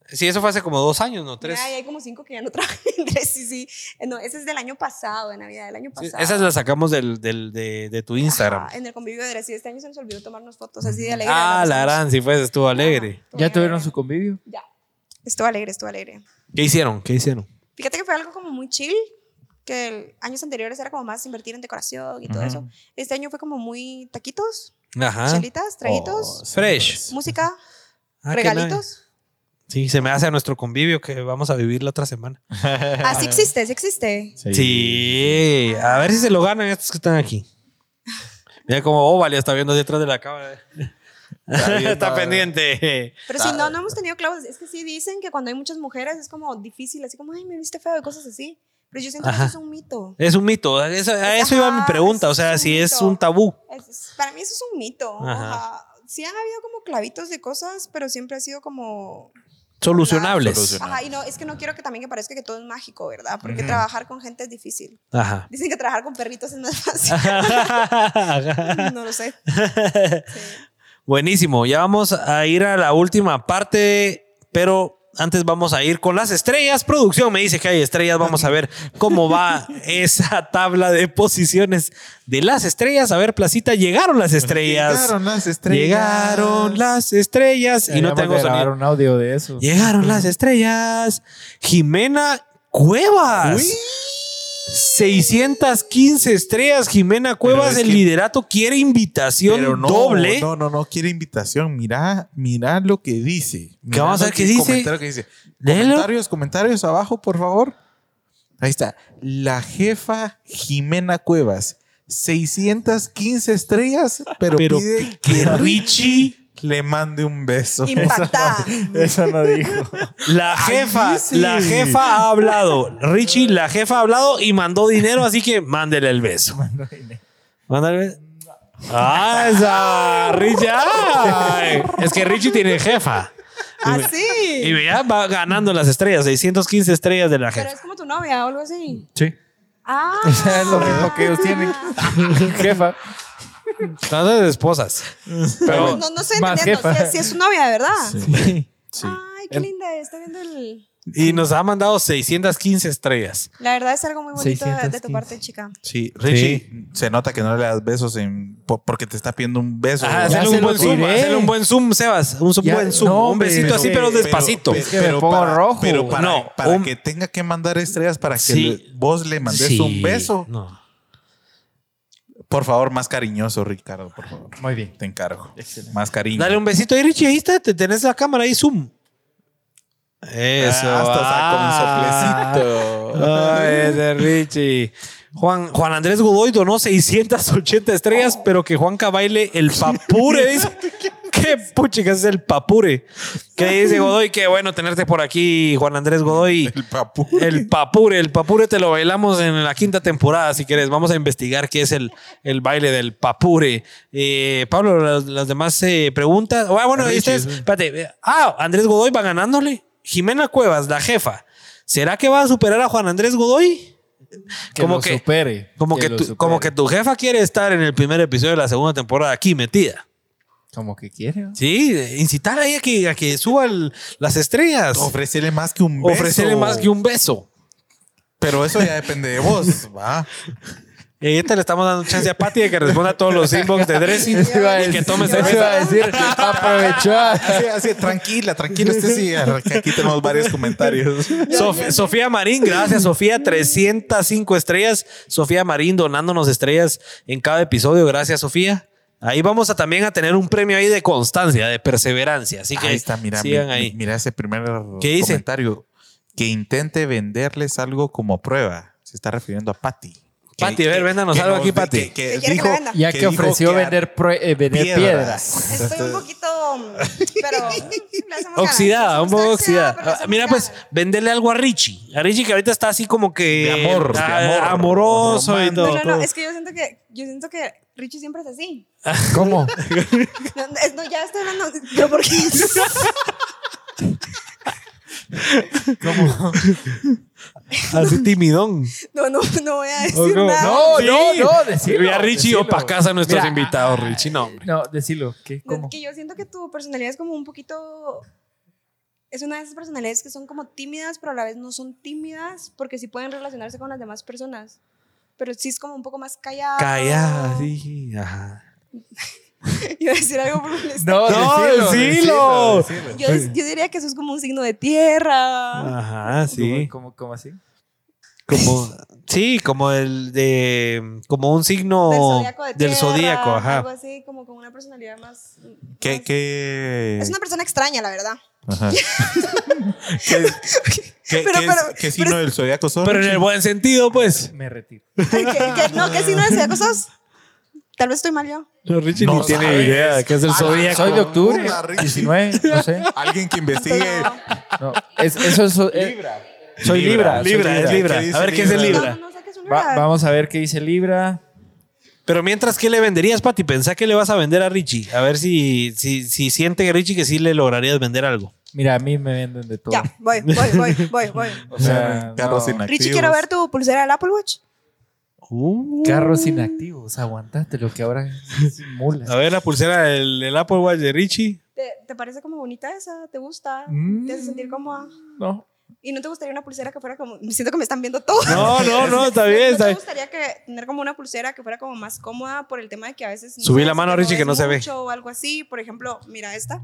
A: Sí, eso fue hace como dos años, ¿no? Tres.
D: Ay, hay como cinco que ya no (laughs) trabajan en Dress, sí, sí. Eh, No, ese es del año pasado, de Navidad del año
A: Sí,
D: pasado.
A: esas las sacamos del, del- de, de tu Instagram.
D: Ajá, en el convivio de Dress. Y este año se nos olvidó tomarnos fotos así de alegre.
A: Ah,
D: nos
A: la
D: hicimos.
A: gran, sí, pues estuvo alegre.
D: Ajá,
C: ¿Ya
D: estuvo
C: tuvieron
D: alegre.
C: su convivio?
D: Ya. Estuvo alegre, estuvo alegre.
A: ¿Qué hicieron? ¿Qué hicieron?
D: Fíjate que fue algo como muy chill, que el- años anteriores era como más invertir en decoración y todo eso. Este año fue como muy taquitos,
A: Ajá.
D: chelitas, traguitos,
A: Fresh.
D: música,
A: Oh, Ah, qué nice.
D: regalitos.
A: Sí, se me hace a nuestro convivio que vamos a vivir la otra semana. (laughs)
D: Así existe, Ah, sí existe.
A: Sí. A ver si se lo ganan estos que están aquí. (laughs) Mira cómo Ovalia está viendo detrás de la cámara. está pendiente.
D: Pero si no, no hemos tenido clavos. Es que sí dicen que cuando hay muchas mujeres es como difícil, así como, ay, me viste feo y cosas así. Pero yo siento
A: Ajá.
D: que eso es un mito.
A: Es un mito. Eso- a eso iba mi
D: Ajá,
A: pregunta. O sea,
D: es un
A: si es
D: mito.
A: un tabú.
D: Es- es- para mí eso es un mito.
A: Ajá.
D: Ajá. Sí han habido como clavitos de cosas, pero siempre ha sido como
A: Solucionables.
D: Ajá, y no, es que no quiero que también que parezca que todo es mágico, ¿verdad? Porque trabajar con gente es difícil.
A: Ajá.
D: Dicen que trabajar con perritos es más (laughs) fácil.
A: (laughs)
C: (laughs)
D: (laughs) no lo sé.
A: Buenísimo. Ya vamos a ir a la última parte, pero antes vamos a ir con las estrellas. Producción me dice que hay estrellas. Vamos a ver cómo va
B: (laughs)
A: esa tabla de posiciones de las estrellas. A ver, Placita, llegaron las estrellas.
B: Llegaron las estrellas.
A: Llegaron las estrellas. Y no
C: Deberíamos
A: tengo
C: de grabar
A: sonido.
C: un audio de
A: (laughs)
C: eso.
A: Llegaron las estrellas. Jimena Cuevas. 615 estrellas. Jimena Cuevas,
B: es
A: el
B: que-
A: liderato quiere invitación
B: Pero no,
A: doble.
B: No, no, no quiere invitación. Mira, mira lo que dice. Mira
A: vamos a
B: lo
A: ver qué dice?
B: comentario que dice.
A: Léelo.
B: Comentarios, comentarios abajo, por favor. Ahí está. La jefa Jimena Cuevas. 615 estrellas, pero,
A: Pero
B: pide
A: que
B: que
A: Richie,
B: le mande un beso.
D: Impactada.
C: Eso no dijo.
A: la jefa,
B: sí.
A: la jefa ha hablado. Richie, la jefa ha hablado y mandó dinero, así que mándele el beso. Mándale el beso. Ah, esa Richie. ay. Es que Richie tiene jefa. Y
D: Así.
A: ya va ganando las estrellas, 615 estrellas de la
D: Pero
A: jefa.
D: es como tu novia o algo así.
A: Sí.
D: Ah.
C: (laughs) es lo mismo que ellos (laughs) tienen. Jefa.
A: Todas de esposas.
D: No, no, no estoy
C: Más
D: entendiendo. Si
C: jefa.
D: es, sí es su novia, de verdad.
B: Sí.
D: Ay, qué linda. Está viendo el.
A: Y nos ha mandado 615 estrellas.
D: La verdad es algo muy bonito de, de
C: 615.
D: tu parte, chica.
B: Sí, Richie, se nota que no le das besos en, po- porque te está pidiendo un beso.
A: Ah,
C: Ya
A: hacerle
C: se
A: un buen
C: lo
A: zoom,
C: tiré.
A: hacerle un buen zoom, Sebas. Un zoom-
C: Ya,
A: buen zoom.
C: no,
A: un besito
C: pero-
A: así, pero despacito.
B: pero-
C: Es que me pongo
B: para,
C: rojo.
B: Pero para,
A: No,
B: para
A: un-
B: que tenga que mandar estrellas para que
A: Sí.
B: le- vos le mandes
A: Sí,
B: un beso.
A: no.
B: Por favor, más cariñoso, Ricardo, por favor.
C: Muy bien.
B: Te encargo. Más cariño.
A: Dale un besito ahí, Richie. Ahí está, te tenés la cámara ahí, zoom. Eso. ah.
B: Ah, hasta sacó
A: (laughs)
B: un soplecito.
A: Ay, ese Richie. Juan, Juan Andrés Godoy donó 680 estrellas, pero que Juanca baile el
B: (laughs)
A: papure. dice. Qué puchica es el papure. ¿Qué dice Godoy? Qué bueno tenerte por aquí, Juan Andrés Godoy.
B: El papu.
A: El papure, el papure te lo bailamos en la quinta temporada, si quieres. Vamos a investigar qué es el, el baile del papure. Eh, Pablo, las, las demás eh, preguntas. Ah, bueno, ahí
B: Richie,
A: estás.
B: sí.
A: Espérate. eh, Ah, Andrés Godoy va ganándole. Jimena Cuevas, la jefa. ¿Será que va a superar a Juan Andrés Godoy?
C: Que
A: Como
C: lo
A: que-
C: supere.
A: Como que,
C: lo
A: tu,
C: supere.
A: como que tu jefa quiere estar en el primer episodio de la segunda temporada aquí metida.
C: Como que quiere. ¿no?
A: Sí, eh, incitar ahí a que, a que suba el- las estrellas.
B: Ofrecerle más que un beso.
A: Ofrecerle más que un beso.
B: Pero eso ya depende de vos. Va.
A: (laughs) Y ahorita le estamos dando chance a Pati de que responda a todos los inbox de Dressing
C: Eso iba a
A: y que
C: decir-
A: tome
C: eso iba a
A: cerveza. (laughs)
C: decir, aprovechó. a-
B: Así, así, tranquila, tranquila. Usted sigue. que Aquí tenemos varios comentarios.
A: Sof- Sofía Marín, gracias Sofía, 305 estrellas. Sofía Marín donándonos estrellas en cada episodio, gracias Sofía. Ahí vamos a también a tener un premio ahí de constancia, de perseverancia, así que
B: ahí está, mira,
A: sigan
B: mi-
A: ahí.
B: mira ese primer
A: ¿Qué dice?
B: comentario. Que intente venderles algo como prueba. Se está refiriendo a Patty. Que-
A: Patty, a ver,
B: que-
A: véndanos
B: que
A: algo
B: nos-
A: aquí, Patty.
B: que- que
D: ¿Qué quiere que
B: dijo-
D: venda?
C: Ya
B: que
C: que,
B: dijo
C: ofreció
B: que a-
C: vender, prue- eh, vender
A: (laughs)
C: piedras.
D: Estoy un poquito pero le hacemos
A: Oxidada,
D: ganas.
A: un poco
D: Está
A: oxidada.
D: pero le
A: Ah,
D: hacemos
A: Mira, pues,
D: ganas.
A: venderle algo a Richie. A Richie que ahorita está así como que.
B: De amor, de
A: ah,
B: amor.
A: Amoroso y todo.
D: No, no, no,
A: todo.
D: es que yo siento que, yo siento que Richie siempre es (laughs) así.
C: ¿Cómo?
D: No, no, es- no, ya estoy hablando, pero ¿por qué? (laughs)
A: Así timidón.
D: No, no, no voy a decir
C: no,
D: nada.
C: (laughs) no, no, no,
A: decirlo.
C: decilo,
A: Mira, Richie
C: decilo.
A: opaca a nuestros
C: Mira,
A: invitados, Richie. No, hombre.
C: No, decilo. ¿Qué?
D: No,
C: ¿Cómo?
D: Que yo siento que tu personalidad es como un poquito... Es una de esas personalidades que son como tímidas, pero a la vez no son tímidas, porque sí pueden relacionarse con las demás personas. Pero sí es como un poco más callada. Ah.
A: Calla, sí. Ajá.
D: (laughs) Iba a decir algo
A: (laughs)
D: por el
C: No,
D: estilo.
A: No, decilo.
D: Yo, yo diría que eso es como un signo de tierra.
A: Ah. Ajá, sí.
C: ¿Cómo, cómo así?
A: (laughs) Como. Sí, como el de. Como un
D: del
A: signo
D: zodíaco de
A: Oh, del
D: tierra,
A: zodíaco,
D: Algo
A: ajá.
D: así, como con una personalidad más.
B: ¿Qué,
D: más-
B: qué,
D: Es una persona extraña, la verdad. (laughs)
B: Ajá. ¿Qué, qué-
D: Pero,
B: qué-
D: pero-
B: qué signo del zodiaco son?
A: Pero en el buen sentido, pues.
C: Me retiro.
D: ¿Qué, qué- no, ¿qué signo de zodiaco sos? Tal vez estoy mal yo.
A: No, Ah, Richie
B: No
A: ni tiene
B: sabes.
A: idea de qué es el zodíaco.
C: Ah, Soy de octubre.
B: Una, Richie.
C: 19, no sé.
B: Alguien que investigue.
D: (laughs)
C: No,
D: No,
C: es- eso es, es- Soy Libra. soy
A: Libra, es Libra.
B: dice
A: A ver qué es el
B: Libra?
D: no,
A: Libra.
D: no saques un
C: Va-
D: lugar.
C: vamos a ver qué dice Libra.
A: Pero mientras, ¿qué le venderías, Pati? Pensá que le vas a vender a Richie. A ver si, si, si siente que Richie que sí le lograrías vender algo.
C: Mira, a mí me venden de todo.
D: Ya, voy, voy, voy, voy, voy.
C: O sea,
B: Carros
C: no.
B: inactivos.
D: Richie, quiero ver tu pulsera del Apple Watch.
A: Uh.
C: Carros inactivos, aguantate lo que ahora es
A: A
C: mula.
A: ver la pulsera del, del Apple Watch de Richie.
D: ¿Te, te parece como bonita esa? ¿Te gusta?
C: Mm,
D: ¿Te hace sentir cómoda?
C: No.
D: ¿Y no te gustaría una pulsera que fuera como.? Me siento que me están viendo todos.
A: No, no,
D: (laughs)
A: no, está bien.
D: ¿No
A: Está
D: te
A: bien.
D: gustaría que tener como una pulsera que fuera como más cómoda por el tema de que a veces...
A: Subí la
D: si
A: mano,
D: te
A: Richie, que
D: mueves
A: no se ve.
D: mucho O algo así, por ejemplo, mira esta.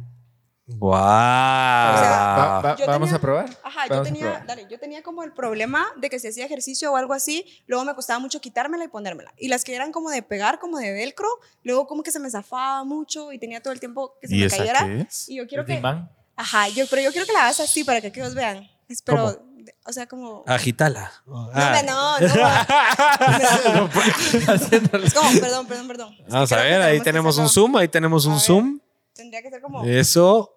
A: Wow.
B: Ah.
C: Va- va-
D: Yo
C: vamos
D: tenía-
C: a probar.
D: Ajá, yo
C: Vamos a
D: tenía,
C: probar.
D: dale, yo tenía como el problema de que si hacía ejercicio o algo así, luego me costaba mucho quitármela y ponérmela. Y las que eran como de pegar, como de velcro, luego como que se me zafaba mucho y tenía todo el tiempo que se
B: ¿Y
D: me
B: esa
D: cayera.
B: qué es?
D: Y yo quiero
C: ¿Es
D: que...
C: de imán?
D: Ajá, yo, pero yo quiero que la hagas así para que aquí os vean. Espero, de- o sea, como...
A: Agítala.
D: No,
A: ah,
D: no,
A: (laughs)
D: no. (laughs) Es como, perdón, perdón, perdón. Es que
A: pues. Vamos a
D: creo que
A: ver, ahí
D: que
A: tenemos un Eh,
D: hacerlo-
A: zoom, ahí tenemos
D: A
A: un
D: ver.
A: zoom.
D: Tendría que ser como...
A: Eso.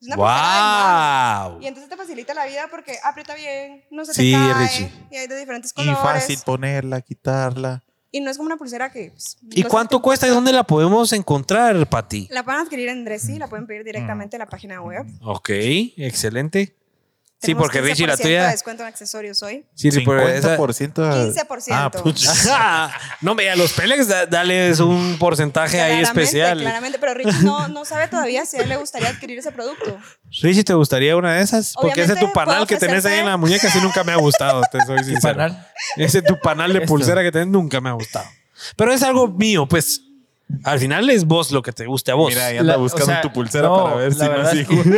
D: Es una pulsera de
A: Wow.
D: Y entonces te facilita la vida porque aprieta bien, no se
A: Sí,
D: te cae.
A: Richie.
D: Y hay de diferentes
B: Y
D: colores.
B: fácil ponerla, quitarla.
D: Y no es como una pulsera que... pues,
A: ¿Y
D: no sé
A: cuánto
D: qué-
A: cuesta y dónde la podemos encontrar, Pati?
D: La pueden adquirir en Dressi, la pueden
A: Mm.
D: pedir directamente en la página web.
A: Ok, excelente. Sí,
D: Tenemos
A: porque Richie la
D: 15% de
A: tuya.
D: descuento en
A: (laughs)
D: accesorios hoy.
A: Sí, sí, por esa-
B: 50%.
D: 15%.
B: Ah, pucha.
A: Ah, (laughs) no, mira, los Pelex, da- dales un porcentaje ahí
D: Claramente,
A: especial.
D: Claramente, pero Richie no, no sabe todavía si a él le gustaría adquirir ese producto.
A: Richie, ¿te gustaría una de esas? Porque ese
D: Obviamente,
A: tu panal
D: puedo
A: que tenés ahí
D: ofrecerte.
A: en la muñeca sí nunca me ha gustado, te (laughs) soy sincero.
C: Panal.
A: Ese tu panal de pulsera que tenés nunca me ha gustado. Pero es algo mío, pues. Al final es vos lo que te guste a vos.
B: Mira, ahí anda
C: La- o
B: buscando
C: sea,
B: tu pulsera
C: no,
B: para ver
C: la
B: si no
C: verdad
B: es
C: es que-
B: hijo.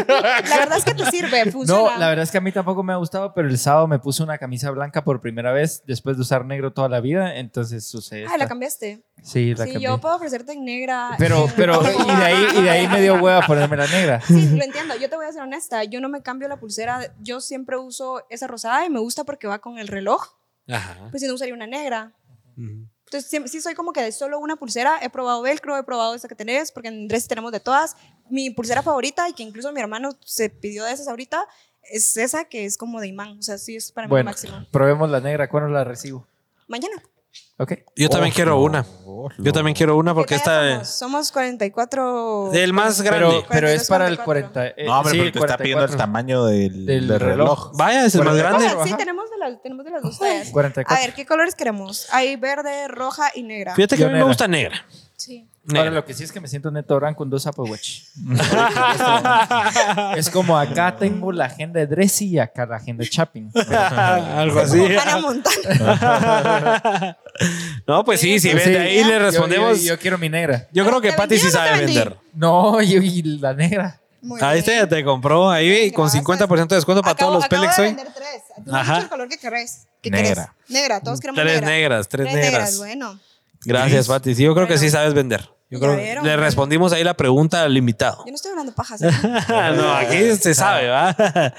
D: La verdad es que
A: (laughs)
D: te sirve, funciona.
C: No, la verdad es que a mí tampoco me ha gustado, pero el sábado me puse una camisa blanca por primera vez después de usar negro toda la vida, entonces sucede.
D: Ah, la
C: esta-
D: cambiaste.
C: Sí, la
D: Sí,
C: cambié.
D: yo puedo ofrecerte en negra.
C: Pero,
D: en-
C: pero, y de ahí, y de ahí me dio hueva ponerme la negra.
D: (laughs) Sí, lo entiendo. Yo te voy a ser honesta. Yo no me cambio la pulsera. Yo siempre uso esa rosada y me gusta porque va con el reloj.
A: Ajá.
D: Pues si no usaría una negra.
A: Ujú.
D: Entonces, sí, sí soy como que de solo una pulsera. He probado velcro, he probado esa que tenés, porque en Dress tenemos de todas. Mi pulsera favorita, y que incluso mi hermano se pidió de esas ahorita, es esa que es como de imán. O sea, sí es para
C: Bueno,
D: mí lo máximo.
C: probemos la negra, ¿cuándo la recibo?
D: Mañana.
C: ¿Ok?
A: Yo también quiero una. Yo también quiero una Ah, porque
D: ¿Qué talla
A: esta
D: somos? Somos 44.
A: del más grande.
C: Pero, pero es para el
D: 44.
C: 40. eh,
B: No, hombre,
C: sí,
B: pero te está pidiendo el
C: 44.
B: tamaño del,
C: Del
B: del reloj.
C: reloj.
A: Vaya, es el más
C: Bueno,
D: Ah,
A: grande.
D: sí,
C: Ajá.
D: tenemos de las, tenemos de las dos tallas. A
C: 44.
D: ver, ¿qué colores queremos? Hay verde, roja y negra.
A: Fíjate que
C: Yo
A: a mí me
C: negra.
A: gusta negra.
D: Sí.
C: Ahora
A: Negra.
C: lo que sí es que me siento neto gran con dos Apple Watch. es como acá tengo la agenda de Dressy y acá la agenda de Shopping.
A: (laughs)
B: (laughs)
A: Algo así. (laughs)
D: Como Hannah Montana.
A: No, pues sí, sí,
C: Sí.
A: vende ahí le
C: Yo-
A: respondemos.
C: Yo,
A: Yo,
C: yo quiero mi negra.
A: creo que
D: ¿Te
A: Pati sí
D: vendí o no te
A: sabe
D: vendí?
A: vender.
C: No, (laughs) yo y la negra.
D: Muy
A: Ahí
D: bien.
A: está, ya te compró. Ahí
D: Venga,
A: con
D: vas a-
A: 50% de descuento para
D: Pues Acabo-
A: todos los
D: acabo
A: Pelex
D: de
A: hoy.
D: vender tres. Tú me has
A: Ajá.
D: dicho el color que querés. ¿Qué
B: Negra.
D: querés? Negra, todos queremos
A: Tres
D: negra.
A: negras, tres negras.
D: bueno.
A: Gracias, Pati. Sí, yo creo que
D: Bueno.
A: sí sabes vender. Yo
D: Ya
A: creo
D: vieron,
A: le
D: bueno.
A: respondimos
D: (laughs)
A: ahí la pregunta al invitado.
D: ¿eh? Yo Ah, no estoy hablando pajas.
A: no, aquí se sabe, ¿va? (laughs)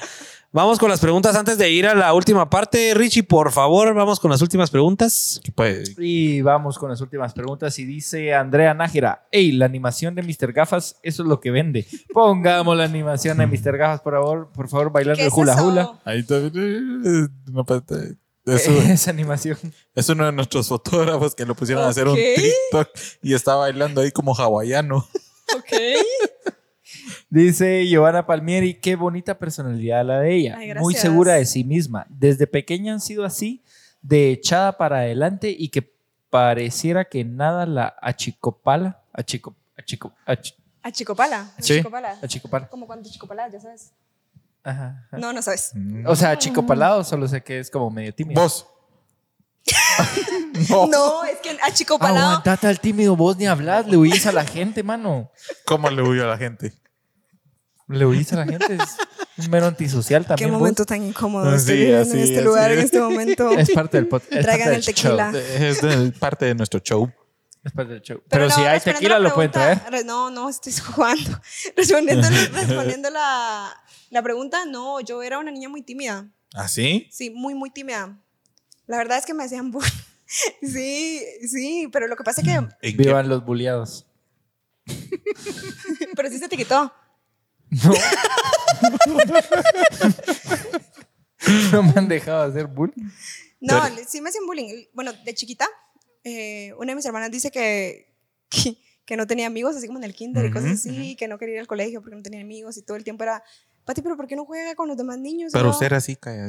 A: Vamos con las preguntas antes de ir a la última parte. Richie, por favor, vamos con las últimas preguntas.
B: Pues,
C: Y vamos con las últimas preguntas. Y dice Andrea Nájera: Hey, la animación de Mr. Gafas, eso es lo que vende. Pongamos la animación de Mr. Gafas, por favor, por favor, bailando
D: ¿Qué
C: el
D: es
C: hula
D: eso?
C: hula.
B: ahí también. eh, no falta- Es, un-
C: (laughs)
D: (laughs)
C: Esa animación.
B: es uno de nuestros fotógrafos que lo pusieron a hacer un
D: Ok.
B: TikTok y está bailando ahí como hawaiano.
D: Ok.
C: Dice Giovanna Palmieri, qué bonita personalidad la de ella, muy
D: Ay, gracias.
C: segura de sí misma. Desde pequeña han sido así, de echada para adelante y que pareciera que nada la achicopala, achico, achico, ach-
D: A Chicopala.
C: Sí.
D: Chicopala.
C: achicopala.
D: Como cuando Chicopala, ya sabes.
C: Ajá, ajá.
D: No, no sabes.
C: O sea, achicopalado, solo sé que es como medio tímido.
B: Vos.
D: No, (laughs)
B: no,
D: es que a Chicopala.
C: Aguantate al tímido, vos ni hablas, le huís a la gente, mano.
B: ¿Cómo le huyo a la gente?
C: Le huís a la gente, es un mero antisocial
D: Qué
C: también. vos.
D: momento tan incómodo. Estoy
B: Sí,
D: viviendo
B: así,
D: en este
B: así.
D: lugar, en este momento.
C: Es parte del podcast. es parte
D: Traigan
C: del
D: el tequila.
C: show,
B: Es de- parte de nuestro show.
C: es parte del show. Pero,
D: Pero
C: si
D: no,
C: hay
D: respondiendo
C: tequila,
D: la
C: lo pueden traer.
D: pregunta- re- No, no, estoy (laughs) jugando. Respondiendo,
B: (laughs)
D: respondiendo la, la pregunta, no, yo era una niña muy tímida.
B: ¿Ah, sí?
D: Sí, muy, muy tímida. La verdad es que me hacían bullying. (laughs) Sí, sí, pero lo que pasa es que.
B: ¿En qué-
C: Vivan los bulleados.
D: Pero sí se etiquetó.
C: (laughs) No me han dejado hacer bullying.
D: No, sí me hacían bullying. Bueno, de chiquita, eh, una de mis hermanas dice que, que, que no tenía amigos, así como en el kinder y cosas así, que no quería ir al colegio porque no tenía amigos y todo el tiempo era, Pati, pero ¿por qué no juega con los demás niños?
B: Pero
D: No,
B: usted era así
D: ¿Por qué no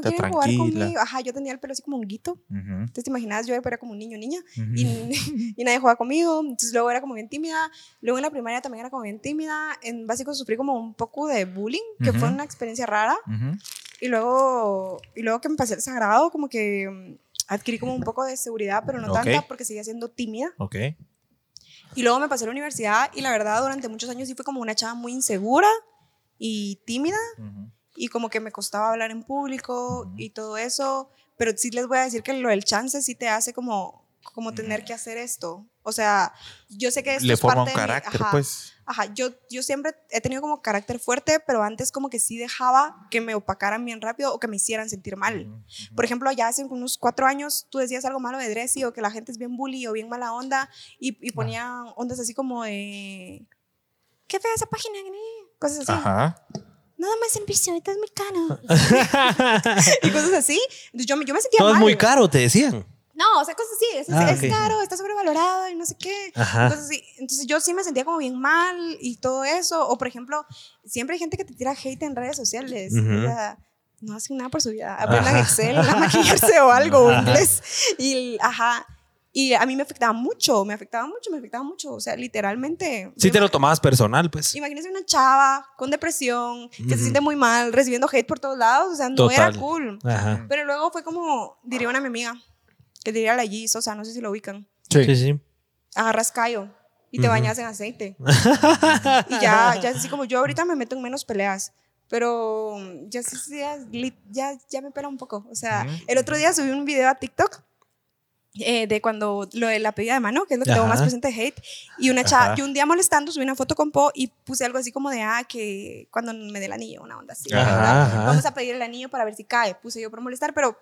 B: calladita,
D: quiere jugar
B: tranquila.
D: conmigo? Ajá, yo tenía el pelo así como honguito.
B: Ujú,
D: Entonces, ¿te imaginas? Yo era como un niño, niña,
B: ujú.
D: (laughs) y, y nadie jugaba conmigo. Entonces, luego era como bien tímida. Luego en la primaria también era como bien tímida. En básico sufrí como un poco de bullying, que fue
B: Ujú.
D: una experiencia rara.
B: Ujú.
D: Y luego, y luego que me pasé el sagrado, como que mm, adquirí como un poco de seguridad, pero no
B: Ok.
D: tanta, porque seguía siendo tímida.
B: Ok.
D: Y luego me pasé a la universidad y la verdad durante muchos años sí fue como una chava muy insegura y tímida
B: Ujú.
D: (laughs) y como que me costaba hablar en público y todo eso, pero sí les voy a decir que lo del chance sí te hace como, como tener que hacer esto. O sea, yo sé que esto
B: Le
D: es
B: forma un
D: parte de mi-
B: carácter,
D: ajá,
B: pues.
D: Ajá, yo, yo siempre he tenido como carácter fuerte, pero antes como que sí dejaba que me opacaran bien rápido o que me hicieran sentir mal. Por ejemplo, allá hace unos cuatro años tú decías algo malo de Dressy o que la gente es bien bully o bien mala onda y, y ponían ondas así como de... ¿Qué fea esa página? ni?", Cosas así.
B: Ajá.
D: Nada más en visión, es muy
B: (laughs)
D: caro. (laughs) y cosas así. Entonces yo, me- yo me sentía
A: Todo es
D: mal.
A: muy caro, te decían.
D: No, o sea, cosas así. Es,
A: Ah,
D: es
A: ok.
D: caro, está sobrevalorado y no sé qué.
A: Ajá.
D: Entonces, sí, entonces yo sí me sentía como bien mal y todo eso. O por ejemplo, siempre hay gente que te tira hate en redes sociales.
A: Ujú.
D: O sea, no hacen nada por su vida. Aprendan
A: Ajá.
D: Excel, a maquillarse o algo, o inglés. Y, el- ajá. Y a mí me afectaba mucho, me afectaba mucho, me afectaba mucho. O sea, literalmente.
A: Si
D: Yo
A: te lo
D: imag-
A: tomabas personal, pues.
D: Imagínense una chava con depresión, que
A: Ujú.
D: se siente muy mal, recibiendo hate por todos lados. O sea, no
A: Total.
D: era cool.
A: Ajá.
D: Pero luego fue como, diría una mi amiga, que diría la Gis, o sea, no sé si lo ubican
A: Sí, sí.
D: agarras callo y te
A: Ujú.
D: bañas en aceite. y ya, ya es así como yo ahorita me meto en menos peleas. Pero mm, ya, sí- sí, ya, li- ya, ya me pela un poco. O sea, el otro día subí un video a TikTok eh, de cuando lo de la pedida de mano, que es lo que tengo más
A: Ajá.
D: presente de hate. Y una chava,
B: Ajá.
D: yo un día molestando subí una foto con Po y puse algo así como de, ah, que cuando me dé el anillo, una onda así.
B: Ajá,
D: ¿verdad?
A: ajá.
D: Vamos a pedir el anillo para ver si cae. Puse yo por molestar, pero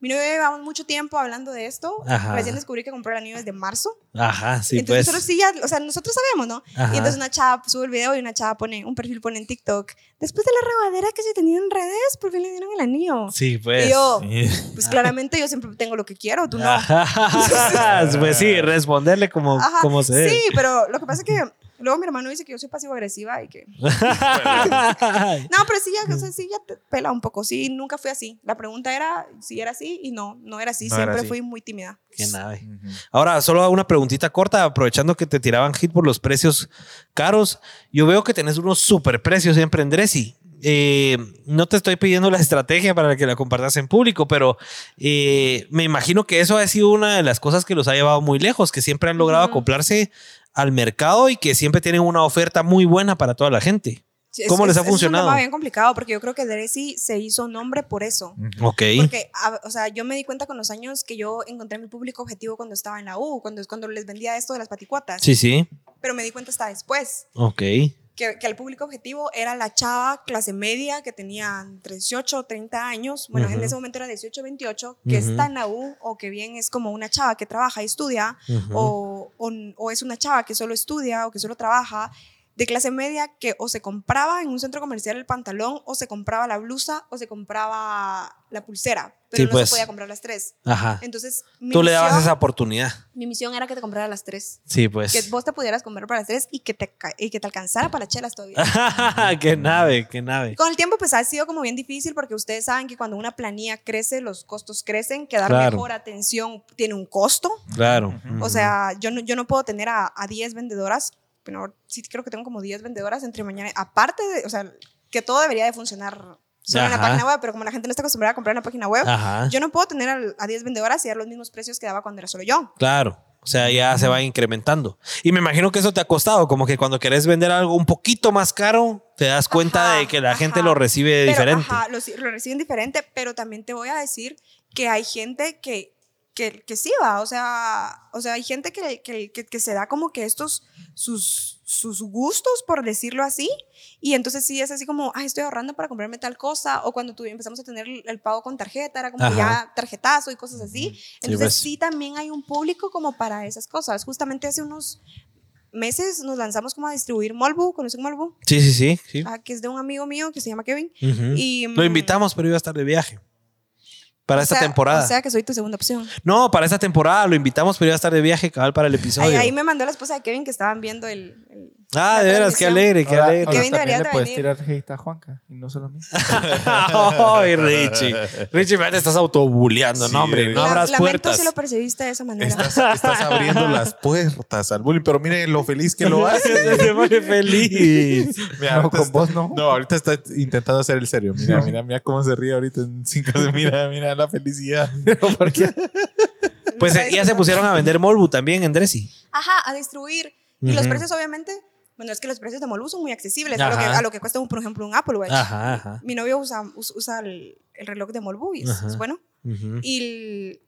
D: mi novio llevamos mucho tiempo hablando de esto.
A: Ajá.
D: Recién descubrí que compró el anillo desde marzo.
A: Ajá, sí,
D: Entonces
A: pues.
D: nosotros sí ya, o sea, nosotros sabemos, ¿no?
A: Ajá.
D: Y entonces una chava sube el video y una chava pone, un perfil pone en TikTok, después de la rebadera que se tenía en redes, por fin le dieron el anillo.
A: Sí, pues.
D: Y yo,
A: Sí.
D: Pues claramente yo siempre tengo lo que quiero, tú no.
A: Ah, Ajá. (laughs) Pues sí, responderle como,
D: Ajá.
A: como se (laughs)
D: Sí,
A: debe.
D: pero lo que pasa es que luego mi hermano dice que yo soy pasivo-agresiva y que... No, pero sí ya, o sea, sí ya te pela un poco, sí, nunca fui así. La pregunta era si era así y no, no era así,
B: No era
D: siempre
B: así.
D: fui muy tímida.
A: Qué nave.
B: Ujú.
A: Ahora, solo una preguntita corta, aprovechando que te tiraban hit por los precios caros. Yo veo que tenés unos super precios siempre en Dressi. Eh, no te estoy pidiendo la estrategia para que la compartas en público, pero eh, me imagino que eso ha sido una de las cosas que los ha llevado muy lejos, que siempre han logrado
D: Ujú.
A: acoplarse al mercado y que siempre tienen una oferta muy buena para toda la gente.
D: Sí, es-
A: ¿Cómo les
D: es-
A: ha funcionado?
D: Es un tema bien complicado porque yo creo que Dressy se hizo nombre por eso.
A: Ok.
D: Porque, a- o sea, yo me di cuenta con los años que yo encontré mi público objetivo cuando estaba en la U, cuando, cuando les vendía esto de las paticuatas.
A: Sí, sí.
D: Pero me di cuenta hasta después.
A: Ok.
D: que, que el público objetivo era la chava clase media que tenía entre 18 o 30 años, bueno, en
A: Ujú.
D: ese momento era 18 28, que
A: Ujú.
D: está en la U o que bien es como una chava que trabaja y estudia,
A: Ujú.
D: o, o, o es una chava que solo estudia o que solo trabaja, de clase media que o se compraba en un centro comercial el pantalón, o se compraba la blusa, o se compraba la pulsera, pero
A: Sí,
D: no
A: pues.
D: se podía comprar las tres.
A: Ajá.
D: Entonces, mi,
A: Tú le
D: misión,
A: dabas esa oportunidad.
D: mi misión era que te comprara las tres.
A: Sí,
D: Que
A: pues.
D: vos te pudieras comprar para las tres y que te, ca- y que te alcanzara para las chelas todavía.
A: Ah. (laughs) qué nave, qué nave.
D: Con el tiempo, pues ha sido como bien difícil porque ustedes saben que cuando una planilla crece, los costos crecen, que dar
A: Claro.
D: mejor atención tiene un costo.
A: Claro.
D: O sea, yo no, yo no puedo tener a, a 10 vendedoras, pero sí creo que tengo como 10 vendedoras entre mañana. Aparte de, o sea, que todo debería de funcionar solo en la
A: Ajá.
D: página web, pero como la gente no está acostumbrada a comprar en la página web,
A: Ajá.
D: yo no puedo tener al- a 10 vendedoras y dar los mismos precios que daba cuando era solo yo.
A: Claro. O sea, ya se va incrementando. Y me imagino que eso te ha costado, como que cuando querés vender algo un poquito más caro, te das cuenta
D: Ajá,
A: de que la
D: ajá.
A: gente lo recibe
D: Pero,
A: diferente.
D: ajá, lo, si- lo reciben diferente, pero también te voy a decir que hay gente que, que, que sí va, o sea, o sea, hay gente que, que, que- que se da como que estos, sus, sus gustos, por decirlo así, y entonces sí es así como, ay, estoy ahorrando para comprarme tal cosa, o cuando tú, empezamos a tener el, el pago con tarjeta, era como que
A: Ajá.
D: ya tarjetazo y cosas así,
A: pues.
D: entonces sí también hay un público como para esas cosas, justamente hace unos meses nos lanzamos como a distribuir Molbu, ¿conocen Molbu?
A: Sí, sí, sí. sí.
D: Ah, que es de un amigo mío que se llama Kevin.
A: Ujú.
D: Y,
A: lo
D: mm,
A: invitamos, pero iba a estar de viaje. Para
D: o
A: esta
D: sea-
A: temporada.
D: O sea que soy tu segunda opción.
A: no, para esta temporada lo invitamos, pero iba a estar de viaje cabal para el episodio.
D: Ahí, ahí me mandó la esposa de Kevin que estaban viendo el. el-
A: ah,
D: la
A: de veras, qué
D: transmisión.
A: alegre, qué
C: Ahora-
A: alegre.
C: ahora
D: Kevin debería
C: también
D: de
C: le puedes
D: venir.
C: tirar hate a Juanca y no solo a mí.
A: Ay, Richie. Richie, ya te estás autobuleando,
B: Sí,
A: no, hombre. No
D: La-
A: abras
D: lamento
A: puertas.
D: si lo percibiste de esa manera.
B: Estás, estás abriendo las puertas al bullying, pero mire lo feliz que
C: (laughs)
D: (laughs)
B: lo
A: (laughs)
B: hace.
A: Se pone feliz.
B: Mira, ahorita
C: no, con
A: pues,
B: está-
C: vos no. (laughs)
B: No, ahorita está intentando hacer el serio. Mira, mira, mira cómo se ríe ahorita en cinco
C: (laughs)
B: Mira, mira la felicidad.
A: Pues eh, ya se pusieron a vender Molbu también en Dressy.
D: (laughs) Ajá, a distribuir. Y los
A: Ujú.
D: precios, obviamente. Bueno, es que los precios de Molu son muy accesibles a lo,
A: Ajá.
D: que, a lo que cuesta, un, por ejemplo, un Apple Watch.
A: Ajá, ajá.
D: Mi novio usa, us- usa el, el reloj de Molbu y es-
A: Ajá.
D: es bueno.
A: Ujú.
D: Y el-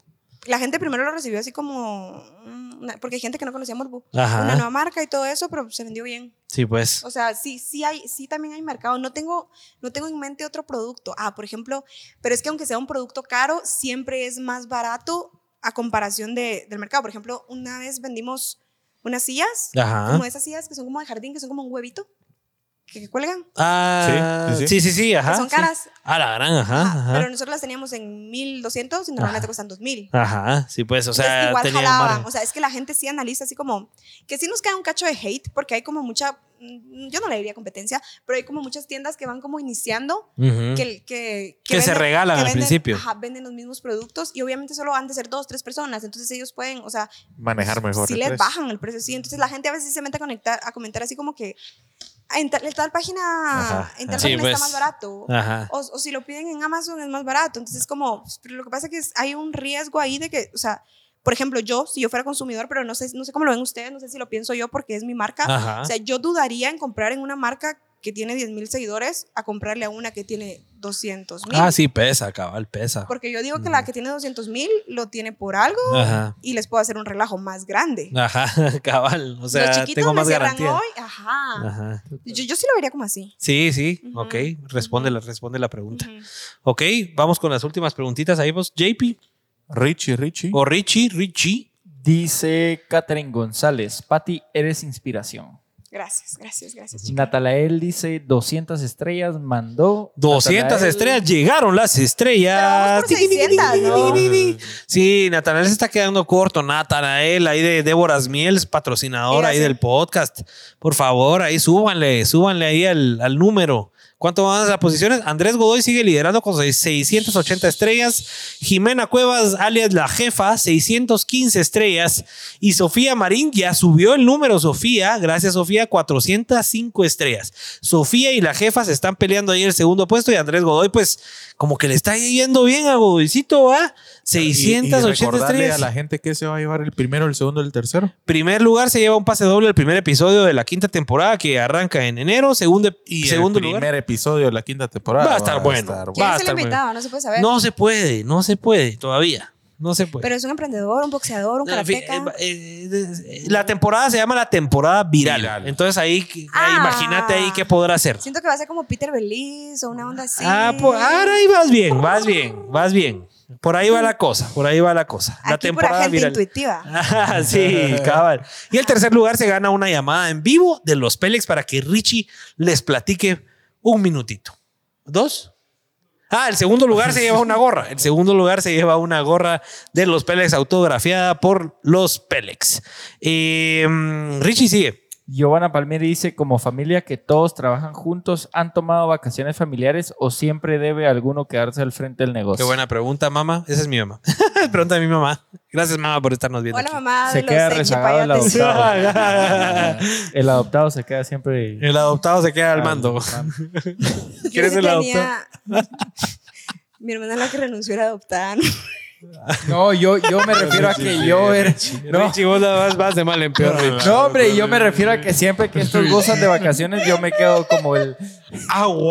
D: la gente primero lo recibió así como. mm, una- porque hay gente que no conocía Molbu.
A: Ajá.
D: Una nueva marca y todo eso, pero se vendió bien.
A: Sí, pues.
D: O sea, sí, sí hay, sí también hay mercado. No tengo, no tengo en mente otro producto. Ah, por ejemplo, pero es que aunque sea un producto caro, siempre es más barato a comparación de, del mercado. Por ejemplo, una vez vendimos unas sillas,
A: Ajá.
D: como esas sillas que son como de jardín, que son como un huevito, que, que cuelgan,
A: Ah,
B: Sí,
A: sí,
B: sí,
A: sí, sí, ajá.
D: que Pues son
A: sí.
D: caras.
A: Ah, la gran, ajá,
D: Ajá,
A: ajá.
D: Pero nosotros las teníamos en 1200 y normalmente
A: Ajá.
D: cuestan 2000.
A: Ajá, sí, pues, o
D: Entonces,
A: sea,
D: igual
A: tenía
D: jalaban.
A: margen.
D: O sea, es que la gente sí analiza así como que sí nos queda un cacho de hate porque hay como mucha, mm, yo no le diría competencia, pero hay como muchas tiendas que van como iniciando
A: Ujú.
D: que, que,
A: Que se regalan al
D: venden-
A: principio.
D: ajá, venden los mismos productos y obviamente solo han de ser dos, tres personas. Entonces ellos pueden, o sea,
B: Manejar mejor.
D: si
B: el
D: les
B: precio.
D: bajan el precio. Sí, entonces la gente a veces se mete a, conectar, a comentar así como que en tal, en tal página,
A: Ajá,
D: en tal
A: sí,
D: página
A: pues.
D: está más barato.
A: Ajá.
D: O, o si lo piden en Amazon es más barato. Entonces, es como, pero lo que pasa es que es- hay un riesgo ahí de que, o sea, por ejemplo, yo, si yo fuera consumidor, pero no sé, no sé cómo lo ven ustedes, no sé si lo pienso yo porque es mi marca.
A: Ajá.
D: O sea, yo dudaría en comprar en una marca que tiene 10 mil seguidores a comprarle a una que tiene 200 mil.
A: Ah, sí, Mm. pesa, cabal, pesa.
D: Porque yo digo que la que tiene 200 mil lo tiene por algo
A: Ajá.
D: y les puedo hacer un relajo más grande.
A: Ajá, (laughs) cabal. O sea, tengo más
D: cierran
A: garantía.
D: hoy. Ajá.
A: Ajá.
D: Yo, yo sí lo vería como así.
A: Sí, sí,
D: Ujú.
A: ok. Responde la, responde la pregunta.
D: Ujú.
A: Ok, vamos con las últimas preguntitas. Ahí vos, JP
B: Richie, Richie.
A: o Richie, Richie.
C: Dice Catherine González, Patti, eres inspiración.
D: Gracias, gracias, gracias.
C: Natalael dice 200 estrellas, mandó.
A: 200
C: Natalael-
A: estrellas, llegaron las
D: Pero
A: estrellas.
D: vamos por 600, ¿no?
A: Sí, Natanael se está quedando corto. Natanael, ahí de Déboras Miels, patrocinador
D: Era
A: ahí
D: así.
A: del podcast. Por favor, ahí súbanle, súbanle ahí al, al número. ¿Cuánto van las posiciones? Andrés Godoy sigue liderando con seis- 680 estrellas. Jimena Cuevas, alias la jefa, 615 estrellas. Y Sofía Marín ya subió el número, Sofía. Gracias, Sofía, 405 estrellas. Sofía y la jefa se están peleando ahí el segundo puesto. Y Andrés Godoy, pues, como que le está yendo bien a Godoycito, ¿va?
B: Y- y
A: 680
B: recordarle
A: estrellas.
B: a la gente que se va a llevar el primero, el segundo, el tercero.
A: Primer lugar se lleva un pase doble al primer episodio de la quinta temporada que arranca en enero. Segundo,
B: Y
A: segundo
B: el primer
A: lugar.
B: episodio de la quinta temporada.
A: Va a estar bueno. Va a
D: ¿Quién es el
A: estar muy bien.
D: invitado? No se puede saber.
A: No se puede, no se puede todavía.
C: No se puede.
D: Pero es un emprendedor, un boxeador, un
A: pues. No, en fin,
D: karateca.
A: eh, eh, eh, La temporada se llama la temporada viral.
B: Viral.
A: Entonces ahí, ahí
D: Ah.
A: imagínate ahí qué podrá hacer.
D: Siento que va a ser como Peter Beliz o una onda así.
A: Ah, pues ahora ahí vas bien, vas bien, vas bien. Por ahí va la cosa, por ahí va la cosa. la
D: Aquí
A: temporada
D: pura gente
A: viral.
D: intuitiva.
A: Ah, (laughs) sí, cabal. Y el tercer lugar se gana una llamada en vivo de los Pelex para que Richie les platique un minutito. ¿Dos? Ah, el segundo lugar se lleva una gorra. El segundo lugar se lleva una gorra de los Pelex autografiada por los Pelex. Eh, mm, Richie sigue.
C: Giovanna Palmieri dice, como familia que todos trabajan juntos, ¿han tomado vacaciones familiares o siempre debe alguno quedarse al frente del
A: Qué
C: negocio?
A: buena pregunta, mamá. Esa es mi mamá. (laughs) Pregunta a mi mamá. Gracias, mamá, por estarnos viendo.
D: Hola,
A: aquí.
D: mamá.
C: Se
D: de los
C: queda rezagado el
D: enchipayates.
C: adoptado. (laughs) El adoptado se queda siempre...
A: El adoptado se queda al (laughs) mando.
D: Yo
A: (laughs) ¿Quieres
D: sí
A: el
D: tenía- Mi hermana la que renunció era adoptada. ¿no?
F: No, yo, yo me refiero a que yo era. No,
A: Richie, vos nada más vas de mal en peor. Richie.
C: No, hombre, yo me refiero a que siempre que estos gozan de vacaciones, yo me quedo como el...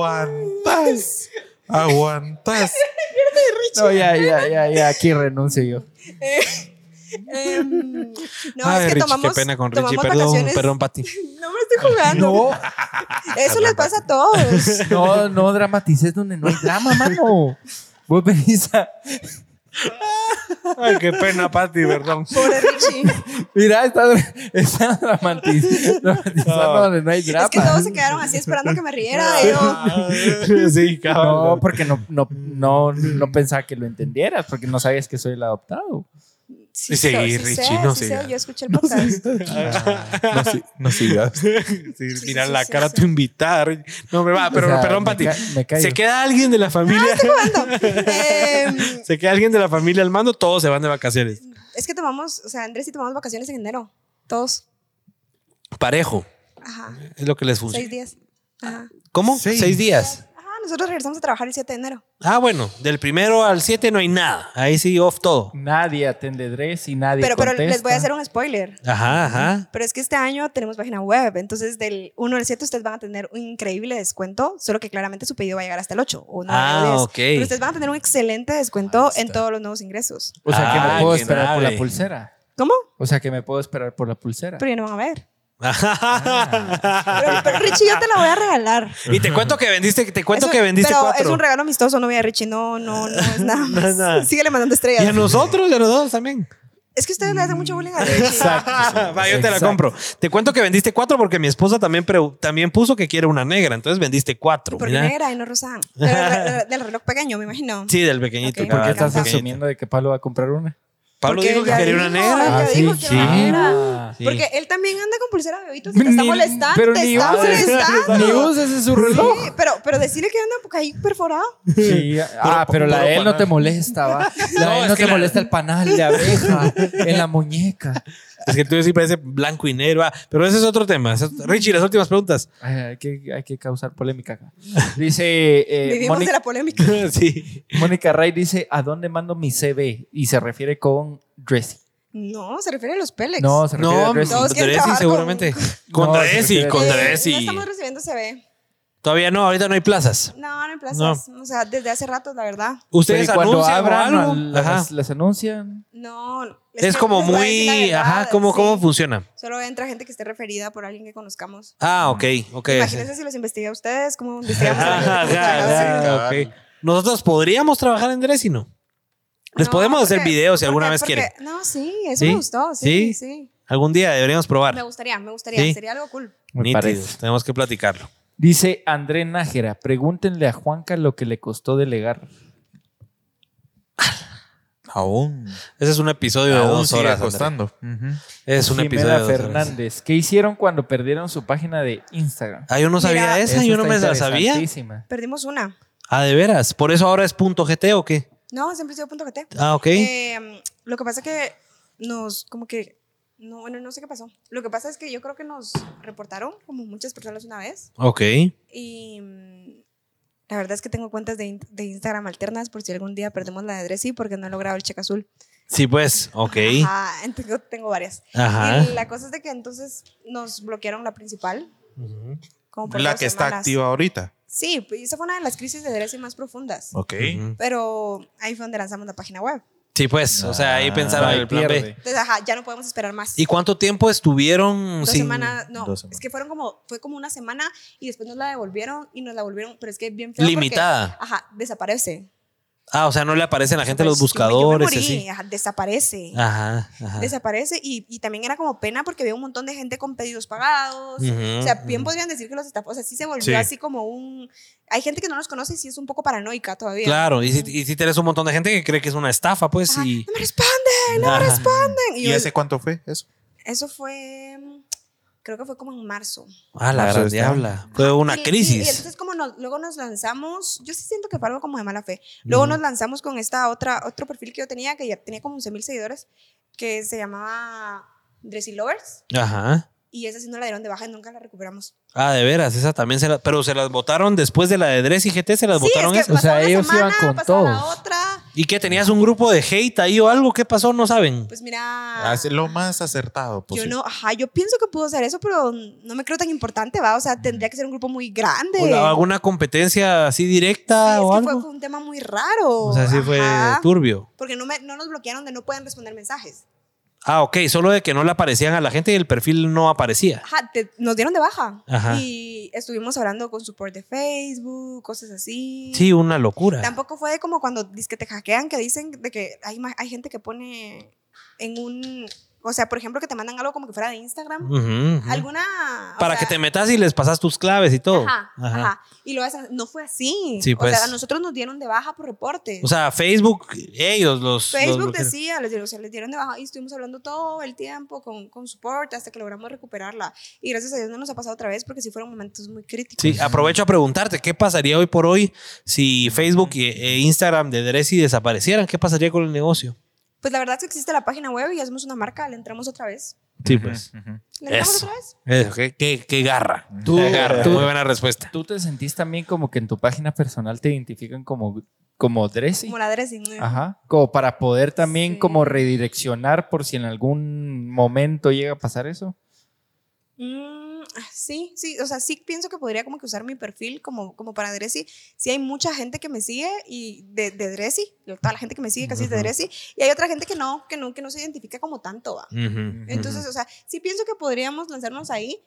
B: Aguantas. Aguantas.
C: No, ya, ya, ya, ya, aquí renuncio yo.
D: Em, (laughs) no,
A: Ay,
D: es que
A: Richie,
D: tomamos,
A: qué pena con
D: tomamos
A: Richie. Perdón,
D: vacaciones.
A: perdón, Pati.
D: No me estoy jugando.
C: No,
D: (laughs) Eso les pasa a todos.
C: no, no dramatices donde no hay drama, mano. Vos venís a...
A: (laughs) Ay, qué pena, Pati, perdón.
D: Pobre Richie.
C: Mira, está, está dramatiz- dramatizando donde no hay drama.
D: Es que todos se quedaron así esperando que me riera. y
A: (laughs)
D: yo,
A: sí,
C: No,
A: cabrón.
C: porque no, no, no, no pensaba que lo entendieras, porque no sabías que soy el adoptado.
D: sí,
A: Sí,
D: soy, sí
A: Richie,
D: sé,
A: no
D: sí
A: siga.
D: sé, Yo escuché
A: (laughs)
D: el podcast.
B: No, si- no sigas.
A: Sí,
D: sí,
A: mira
D: sí,
A: la
D: sí,
A: cara a
D: sí.
A: tu invitada. Richie. No me va, pero
C: O sea,
A: perdón,
C: me
A: Pati.
C: ca- me callo.
A: se queda alguien de la
D: Ah,
A: familia.
D: Bueno, em,
A: (laughs) se queda alguien de la familia al mando, todos se van de vacaciones.
D: es que tomamos, o sea, Andrés y tomamos vacaciones en enero. Todos.
A: Parejo,
D: Ajá.
A: es lo que les funciona.
D: Seis días. Ajá.
A: ¿Cómo?
B: Sí.
A: Seis días.
D: Ajá, nosotros regresamos a trabajar el 7 de enero.
A: Ah, bueno, del primero al siete no hay nada. Ahí sí, off todo.
C: Nadie atende Dress y nadie
D: Pero, pero
C: contesta.
D: les voy a hacer un spoiler.
A: Ajá, ajá.
D: Pero es que este año tenemos página web, entonces del 1 al 7 ustedes van a tener un increíble descuento, solo que claramente su pedido va a llegar hasta el 8 o 9
A: Ah,
D: o 10.
A: ok.
D: Pero ustedes van a tener un excelente descuento en todos los nuevos ingresos.
C: O sea, que
A: Ah,
C: me puedo
A: qué
C: esperar por
A: grave.
C: la pulsera.
D: ¿Cómo?
C: O sea, que me puedo esperar por la pulsera.
D: Pero ya no van a ver.
A: Ah. (laughs)
D: Pero, pero, Richie, yo te la voy a regalar.
A: y te cuento que vendiste, te cuento
D: Es un-
A: que vendiste
D: pero
A: cuatro.
D: es un regalo amistoso, no voy a Richie. No,
A: (laughs)
D: no, no es nada.
A: No es nada.
D: más. (laughs) Síguele mandando
A: y
D: estrellas.
A: a nosotros, y a nosotros también.
D: Es que ustedes le hacen mucho bullying a Richie. (laughs)
A: Va, yo te la
C: Exacto.
A: compro. Te cuento que vendiste cuatro porque mi esposa también, preu- también puso que quiere una negra, entonces vendiste cuatro.
D: Porque
A: mira.
D: negra y no rosada. Del, del- del reloj pequeño, me imagino.
A: Sí, del pequeñito.
D: Ok.
A: cabal,
C: ¿Por qué estás
A: pequeñito.
C: asumiendo de que Pablo va a comprar una?
A: Pablo
D: Porque
A: dijo que
D: ya
A: quería una
D: dijo,
A: negra.
D: ya
C: Ah,
D: dijo
C: sí,
D: que era una
A: sí.
D: negra.
C: Ah.
A: Sí.
D: Porque él también anda con pulsera de bebitos y te está
C: Ni-
D: molestando.
C: pero
D: te
C: ni
D: está
C: uses.
D: molestando.
C: Ni uses ese su
D: (laughs)
C: reloj.
D: Sí, pero, pero decirle que anda por ahí perforado.
C: Sí, ah, pero la de él no te molesta, va. La de él no te molesta el panal de abeja en la muñeca.
A: Es que tú sí parece blanco y negro. ah, Pero ese es otro tema. Ese es- Richie, las últimas
D: (laughs)
A: preguntas.
C: Ay, hay, que, hay que causar polémica acá. Dice eh,
D: Vivimos
C: Mónica,
D: de la polémica.
A: sí.
C: Mónica Ray dice, ¿a dónde mando mi CV? Y se refiere con Dressy.
D: No, se refiere a los Pelex.
C: No, se refiere a
A: No,
C: Dressy.
D: Todos quieren
A: Dressy
D: trabajar
A: seguramente. Con
C: No, se
A: Dressy,
C: refiere-
A: con
D: Eh, No
A: Dressy.
D: estamos recibiendo CV.
A: Todavía no, ahorita no hay plazas.
D: No, no hay plazas. O sea, desde hace rato, la verdad.
A: Ustedes
C: Pero y cuando
A: anuncian o
C: abran,
A: algo.
C: las,
A: Ajá.
C: las- las anuncian.
D: No.
A: Es,
D: que
A: como
D: les voy a decir la
A: muy.
D: verdad,
A: Ajá, ¿cómo,
D: sí.
A: ¿cómo funciona?
D: Solo entra gente que esté referida por alguien que conozcamos.
A: Ah, ok, ok. (laughs)
D: Imagínense si los investigué a ustedes, cómo investigamos a la gente que
A: Ajá,
D: trabajaba
A: ajá,
D: ahí.
A: ajá, ok. Nosotros podríamos trabajar en Dressy, ¿no? Les
D: No,
A: podemos hacer
D: porque-
A: videos si alguna
D: porque-
A: vez
D: porque-
A: quieren.
D: No, sí, eso
A: ¿Sí?
D: me gustó.
A: ¿Sí?
D: Sí, sí.
A: Algún día deberíamos
D: Me
A: probar.
D: gustaría, me gustaría.
A: Sí.
D: Sería algo cool.
C: Me
A: Nítido,
C: parece.
A: Tenemos que platicarlo.
C: Dice André Nájera, pregúntenle a Juanca lo que le costó delegar.
B: Aún.
A: Ese es un episodio de
B: Aún
A: dos
B: sigue
A: horas.
B: costando.
A: Andrea. Es un
C: Jimena
A: episodio de dos horas.
C: Fernández, ¿qué hicieron cuando perdieron su página de Instagram?
A: Ah, yo no sabía
D: Mira,
A: esa,
C: Eso
A: yo no
C: está
A: me la sabía.
C: interesantísima.
D: Perdimos una.
A: Ah, de veras. Por eso ahora es punto GT o qué?
D: No, siempre he sido punto GT.
A: Ah, ok.
D: Eh, lo que pasa que nos, como que, no, bueno, no sé qué pasó. Lo que pasa es que yo creo que nos reportaron como muchas personas una vez
A: ok.
D: y mm, la verdad es que tengo cuentas de, in- de Instagram alternas por si algún día perdemos la de Dressy porque no he logrado el cheque azul.
A: Sí, pues, ok.
D: Ajá, (laughs) tengo, tengo varias.
A: Ajá.
D: Y la cosa es de que entonces nos bloquearon la principal.
A: Ujú.
D: Como por
B: La
D: dos
B: que está
D: semanas.
B: activa ahorita.
D: Sí, pues, esa fue una de las crisis de Dressy más profundas.
B: Ok.
A: Ujú.
D: Pero ahí fue donde lanzamos la página web.
A: Sí, pues, o sea, ahí
C: Ah,
A: pensaron en el plan B.
D: Entonces, ajá, ya no podemos esperar más.
A: ¿Y cuánto tiempo estuvieron
D: Dos
A: sin
D: semanas, no,
B: dos semanas.
D: es que fueron como, fue como una semana y después nos la devolvieron y nos la volvieron, pero es que bien feo porque-
A: limitada?
D: ajá, desaparece.
A: Ah, o sea, no le aparecen a la gente los
D: Pues, yo me- yo me
A: buscadores,
D: morí,
A: así.
D: ajá, desaparece.
A: Ajá, ajá.
D: Desaparece y, y también era como pena porque había un montón de gente con pedidos pagados.
A: Ujú,
D: O sea, bien
A: ujú.
D: podrían decir que los estafó. O sea, sí se volvió
B: Sí.
D: así como un. Hay gente que no nos conoce y sí es un poco paranoica todavía.
A: Claro, y si, y si tenés un montón de gente que cree que es una estafa, pues,
D: Ajá,
A: y...
D: No me responden, no
A: Ajá.
D: me responden. Y
B: ¿Y
D: yo-
B: hace cuánto fue eso?
D: eso fue. mm, Creo que fue como en marzo.
A: Ah, la
B: Eso
A: gran
B: está.
A: diabla. Fue una
D: Y- y- Y,
A: crisis.
D: entonces, como nos- luego nos lanzamos, yo sí siento que fue algo como de mala fe. Luego
A: Ujú.
D: nos lanzamos con esta otra, otro perfil que yo tenía, que ya tenía como 11 mil seguidores, que se llamaba Dressy Lovers.
A: Ajá.
D: Y esa sí no la dieron de baja y nunca la recuperamos.
A: Ah, de veras, esa también se la... Pero se las votaron después de la de Dress y GT, se las
D: Sí,
A: votaron
D: es que
A: esas.
C: O sea,
D: pasaba una
C: ellos
D: semana,
C: iban con
D: pasaba la
C: todos.
D: otra.
A: ¿Y qué? ¿Tenías un grupo de hate ahí o algo? ¿Qué pasó? No saben.
D: Pues mira.
B: Hace Ah, lo más acertado
D: Yo
B: posible.
D: no, ajá, yo pienso que pudo ser eso, pero no me creo tan importante, va. O sea, tendría que ser un grupo muy grande.
A: ¿O la- ¿Alguna competencia así directa
D: Pues, Sí, es
A: o
D: que
A: algo?
D: Fue, fue un tema muy raro.
A: o sea, sí fue
D: ajá,
A: turbio.
D: Porque no, me- no nos bloquearon de no pueden responder mensajes.
A: Ah, ok, solo de que no le aparecían a la gente y el perfil no aparecía.
D: Ajá, te- nos dieron de baja.
A: Ajá.
D: Y estuvimos hablando con support de Facebook, cosas así.
A: Sí, una locura.
D: Tampoco fue de como cuando dice que te hackean, que dicen de que hay, ma- hay gente que pone en un. O sea, por ejemplo, que te mandan algo como que fuera de Instagram.
A: Ujú, ujú.
D: Alguna. o
A: Para
D: sea,
A: que te metas y les pasas tus claves y todo.
D: Ajá,
A: Ajá.
D: ajá. Y lo hacen. No fue así.
A: Sí, pues.
D: O sea, a nosotros nos dieron de baja por reporte.
A: O sea, Facebook, ellos los... los
D: Facebook
A: bloquearon.
D: decía, les dieron, o sea, les dieron de baja y estuvimos hablando todo el tiempo con, con support hasta que logramos recuperarla. Y gracias a Dios no nos ha pasado otra vez porque sí fueron momentos muy críticos.
A: Sí, ah. aprovecho a preguntarte, ¿qué pasaría hoy por hoy si Facebook y- e Instagram de Dressy desaparecieran? ¿Qué pasaría con el negocio?
D: Pues la verdad es que existe la página web y hacemos una marca, le entramos otra vez.
A: Sí, pues.
D: ¿Le entramos
A: Eso.
D: otra vez?
A: qué, qué- qué garra.
C: (laughs) Tú-
A: Qué garra.
C: tú-
A: Muy buena respuesta.
C: ¿Tú te sentís también como que en tu página personal te identifican como, como Dressy?
D: Como la dressing. ¿no?
C: Ajá. Como para poder también
D: Sí.
C: como redireccionar por si en algún momento llega a pasar eso.
D: Mm, sí, sí, o sea, sí pienso que podría como que usar mi perfil como, como para Dressy. Sí hay mucha gente que me sigue y de, de Dressy, toda la gente que me sigue casi es de
A: Ujú.
D: Dressy, y hay otra gente que no, que no, que no se identifica como tanto, va.
A: Ujú.
D: Entonces, o sea, sí pienso que podríamos lanzarnos ahí.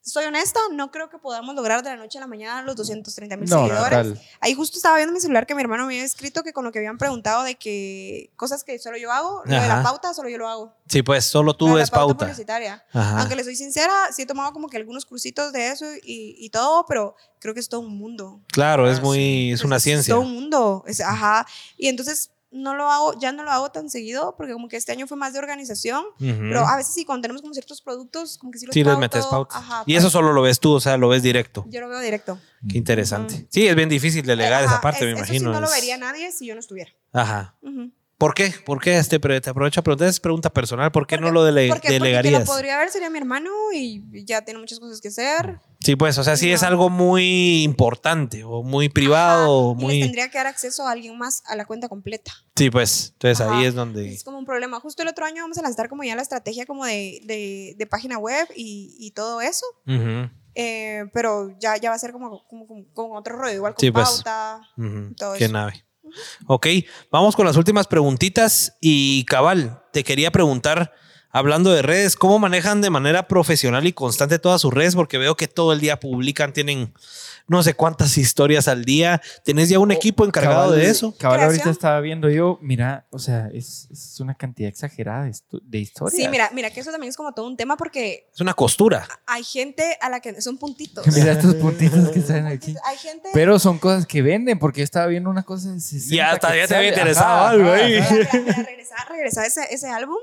D: Soy honesta, no creo que podamos lograr de la noche a la mañana los 230 mil
C: No,
D: seguidores.
C: total.
D: Ahí justo estaba viendo mi celular que mi hermano me había escrito que con lo que habían preguntado de que cosas que solo yo hago, lo de
A: Ajá.
D: la pauta solo yo lo hago.
A: Sí, pues solo tú
D: Lo de
A: ves
D: la pauta
A: pauta.
D: publicitaria.
A: Ajá.
D: Aunque le soy sincera, sí he tomado como que algunos cursitos de eso y, y todo, pero creo que es todo un mundo.
A: Claro, es
D: Ah,
A: muy,
D: sí.
A: es una ciencia.
D: Todo un mundo. Es- ajá. Y entonces no lo hago, ya no lo hago tan seguido porque como que este año fue más de organización.
A: Ujú.
D: Pero a veces sí, cuando tenemos como ciertos productos, como que sí los
A: Sí, les
D: pauto,
A: metes pauta.
D: ajá,
A: y eso solo lo ves tú, o sea, lo ves directo.
D: Yo lo veo directo.
A: Qué interesante.
D: Ujú.
A: Sí, es bien difícil delegar
D: Ajá,
A: esa parte,
D: es-
A: me
D: Eso sí
A: imagino.
D: no lo
A: es-
D: vería nadie si yo no estuviera.
A: Ajá.
D: Ujú.
A: ¿Por qué? ¿Por qué? Este, pre- te aprovecho a preguntar, es pregunta personal. ¿Por qué no lo dele-
D: Porque, porque quien
A: delegarías?
D: lo podría ver sería mi hermano y ya tiene muchas cosas que hacer.
A: Sí, pues, o sea, sí es
D: No.
A: algo muy importante o muy privado o
D: Ajá, Y les
A: muy...
D: tendría que dar acceso a alguien más a la cuenta completa.
A: Sí, pues, entonces ahí
D: Ajá.
A: es donde...
D: Es como un problema. Justo el otro año vamos a lanzar como ya la estrategia como de, de- de página web y, y todo eso.
A: Ujú,
D: Eh, pero ya, ya va a ser como, como, como- como otro rollo, igual con
A: Sí, pues.
D: pauta.
A: ujú.
D: Todo
A: Qué
D: eso.
A: nave. Ok, vamos con las últimas preguntitas y cabal, te quería preguntar, hablando de redes, ¿cómo manejan de manera profesional y constante todas sus redes? Porque veo que todo el día publican, tienen no sé cuántas historias al día, ¿tenés ya un equipo encargado
C: Oh, Cabal-
A: de eso?
C: Cabal, ahorita
D: Creación.
C: estaba viendo yo, mira, o sea, es, es una cantidad exagerada de, estu- de historias.
D: Sí, mira, mira que eso también es como todo un tema porque
A: Es una costura.
D: hay gente a la que
A: (laughs)
D: son puntitos.
C: (laughs) Mira estos puntitos que están aquí.
D: Hay gente.
C: Pero son cosas que venden, porque yo estaba viendo una cosa de 60
A: Ya, hasta
C: que
A: ya te
C: sale.
A: había interesado
C: Ajá,
A: algo
C: ajá,
A: ahí.
C: ajá.
D: Mira, mira,
A: (laughs)
D: mira, regresa, regresa ese, ese álbum.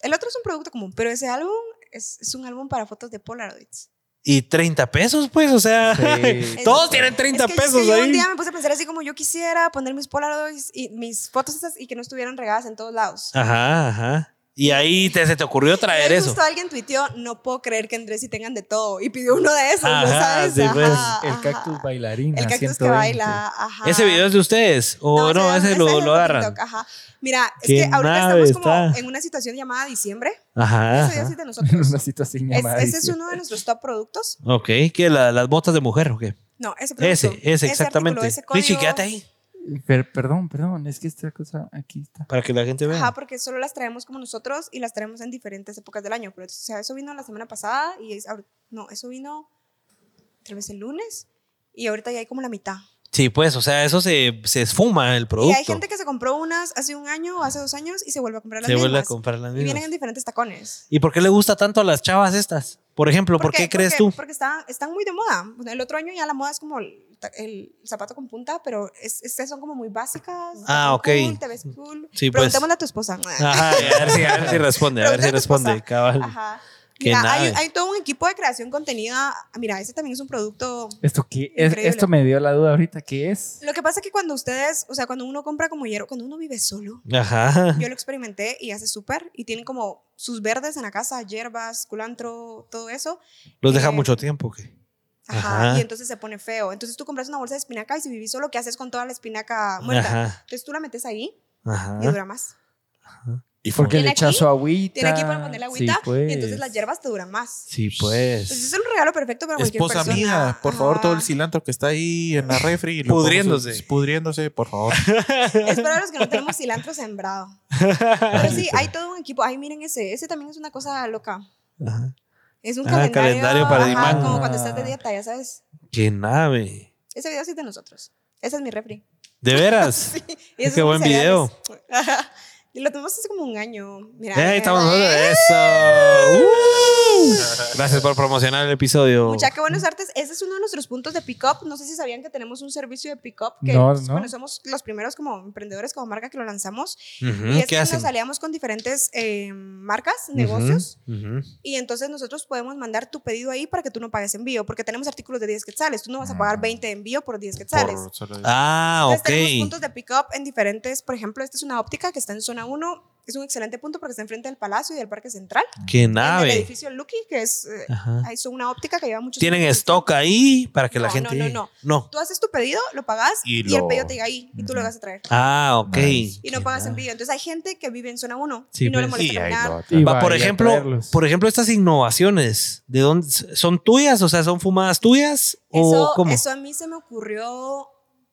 D: El otro es un producto común, pero ese álbum es, es un álbum para fotos de Polaroids.
A: Y 30 pesos, pues, o sea, (laughs)
C: Sí.
A: todos tienen 30
D: Es que- es que
A: pesos
D: yo
A: ahí.
D: un día me puse a pensar así como yo quisiera poner mis Polaroids y mis fotos esas y que no estuvieran regadas en todos lados.
A: Ajá, ajá. Y ahí te- se te
D: (laughs)
A: ocurrió traer
D: Y ahí
A: eso.
D: Justo alguien tuiteó, no puedo creer que Andrés y tengan de todo y pidió uno de esos, ¿no
A: Ajá,
D: sabes?
A: sí, pues.
D: Ajá,
C: El
D: Ah, ajá.
C: cactus bailarín.
D: El
C: a
D: cactus que
C: 120.
D: baila, ajá.
A: ¿Ese video es de ustedes? ¿O no?
D: ese
A: Ese,
D: es-
A: lo,
D: ese es
A: lo
D: de
A: agarran.
D: TikTok, ajá. Mira, es
A: Qué
D: que ahorita
A: nave
D: estamos como
A: está.
D: en una situación llamada diciembre.
A: Ajá.
D: Eso ya
A: ajá.
D: es
A: (laughs)
D: de
C: (laughs)
D: nosotros.
C: Una situación
D: Es-
C: llamada
D: ese es
C: edición.
D: uno de nuestros top productos.
A: Ok, que las botas de mujer, ok.
D: No, ese producto.
A: Ese, ese, exactamente.
D: artículo, ese
A: Richie,
D: código.
A: quédate ahí.
C: Per- perdón, perdón, es que esta cosa aquí está.
A: Para que la gente vea.
D: Ajá, porque solo las traemos como nosotros y las traemos en diferentes épocas del año. Pero, o sea, eso vino la semana pasada y es ahor- no, eso vino tal vez el lunes y ahorita ya hay como la mitad.
A: Sí, pues, o sea, eso se, se esfuma el producto.
D: Y hay gente que se compró unas hace un año o hace dos años y se vuelve a comprar las
A: se vuelve a
D: mismas.
A: comprar las
D: y vienen en
A: mismas.
D: diferentes tacones.
A: ¿Y por qué le gusta tanto a las chavas estas? Por ejemplo, ¿por, qué, crees
D: porque,
A: tú?
D: Porque está- están muy de moda. Bueno, El otro año ya la moda es como el, ta- el zapato con punta, pero es- estas son como muy básicas.
A: Ah,
D: Te ves
A: ok.
D: cool, te ves cool.
A: Sí, pues.
D: Preguntémosle a tu esposa.
A: (laughs) Ajá, a ver si, a ver si responde, a ver si
D: Pregúntale a tu
A: responde,
D: esposa.
A: cabal.
D: Ajá.
A: Qué
D: Mira, hay,
A: nave.
D: hay todo un equipo de creación contenida. Mira, ese también es un producto.
C: ¿Esto qué? es-
D: Increíble.
C: esto me dio la duda ahorita, ¿qué es?
D: Lo que pasa es que cuando ustedes, o sea, cuando uno compra como hierro, cuando uno vive solo,
A: Ajá.
D: yo lo experimenté y hace súper. Y tienen como sus verdes en la casa, hierbas, culantro, todo eso.
A: Los deja
D: eh,
A: mucho tiempo, ¿qué?
D: Ajá,
A: Ajá.
D: Y entonces se pone feo. Entonces tú compras una bolsa de espinaca y si vivís solo, ¿qué haces con toda la espinaca muerta?
A: Ajá.
D: Entonces tú la metes ahí
A: Ajá.
D: y dura más.
C: ¿Y porque
D: ¿Tiene
C: le echas
D: aquí?
C: su agüita?
D: Tiene aquí para poner la agüita
C: Sí, pues.
D: y entonces las hierbas te duran más.
A: Sí,
D: Entonces
A: pues.
D: es un regalo perfecto para cualquier
B: Esposa
D: persona.
B: mía, por favor, todo el
D: Ajá.
B: cilantro que está ahí en la refri. lo
A: Pudriéndose.
B: pongo su- Pudriéndose, por
D: (laughs)
B: favor.
D: Es para los que no tenemos cilantro sembrado. Pero sí, hay todo un equipo. Ay, miren ese. Ese también es una cosa loca.
A: Ajá.
D: Es un
A: Ah,
D: calendario,
A: calendario para
D: ajá,
A: imán.
D: como cuando estás de dieta, ya sabes.
A: Qué nave.
D: Ese video sí es de nosotros. Ese es mi refri.
A: De
D: (laughs)
A: veras.
D: Y esos
A: Qué
D: son
A: buen
D: cereales.
A: video.
D: Ajá. (laughs) y lo tomamos hace como un año. Mira.
A: Eh,
D: mira.
A: estamos hablando de eso. Uh. Gracias por promocionar el episodio.
D: Mucha, qué buenos artes. Ese es uno de nuestros puntos de pick-up. No sé si sabían que tenemos un servicio de pick-up. Que
C: No,
D: pues,
C: no.
D: bueno, somos los primeros como emprendedores, como marca que lo lanzamos.
A: Ujú,
D: y es
A: Mm, ¿Qué
D: que
A: hacen?
D: nos aliamos con diferentes eh, marcas,
A: Ujú,
D: negocios.
A: ujú.
D: Y entonces nosotros podemos mandar tu pedido ahí para que tú no pagues envío, porque tenemos artículos de 10 quetzales. Tú no vas a pagar 20 de envío por 10 quetzales.
B: Por solo-
A: Ah,
D: Entonces
A: ok.
D: tenemos puntos de pick-up en diferentes, por ejemplo, esta es una óptica que está en zona 1. Es un excelente punto porque está enfrente del Palacio y del Parque Central.
A: Qué
D: En el
A: nave.
D: edificio Lucky, que es... eh,
A: Ajá.
D: ahí son una óptica que lleva muchos...
A: Tienen
D: años.
A: stock ahí para que la
D: No,
A: gente.
D: no, no,
A: No.
D: Tú haces tu pedido, lo pagas
B: Y
D: y,
B: lo-
D: el pedido te llega ahí y tú lo vas a traer.
A: Ah, ok.
D: Y no
A: Qué
D: pagas
A: nave.
D: envío. Entonces hay gente que vive en zona 1
A: Sí,
D: y no le
A: pues.
D: molesta
B: Sí, ahí
D: caminar.
B: lo-
C: Y
A: Va, por
C: vaya a
A: ejemplo,
C: traerlos.
A: por ejemplo, estas innovaciones, ¿de dónde son tuyas? O sea, ¿son fumadas tuyas? ¿O
D: Eso,
A: cómo?
D: eso a mí se me ocurrió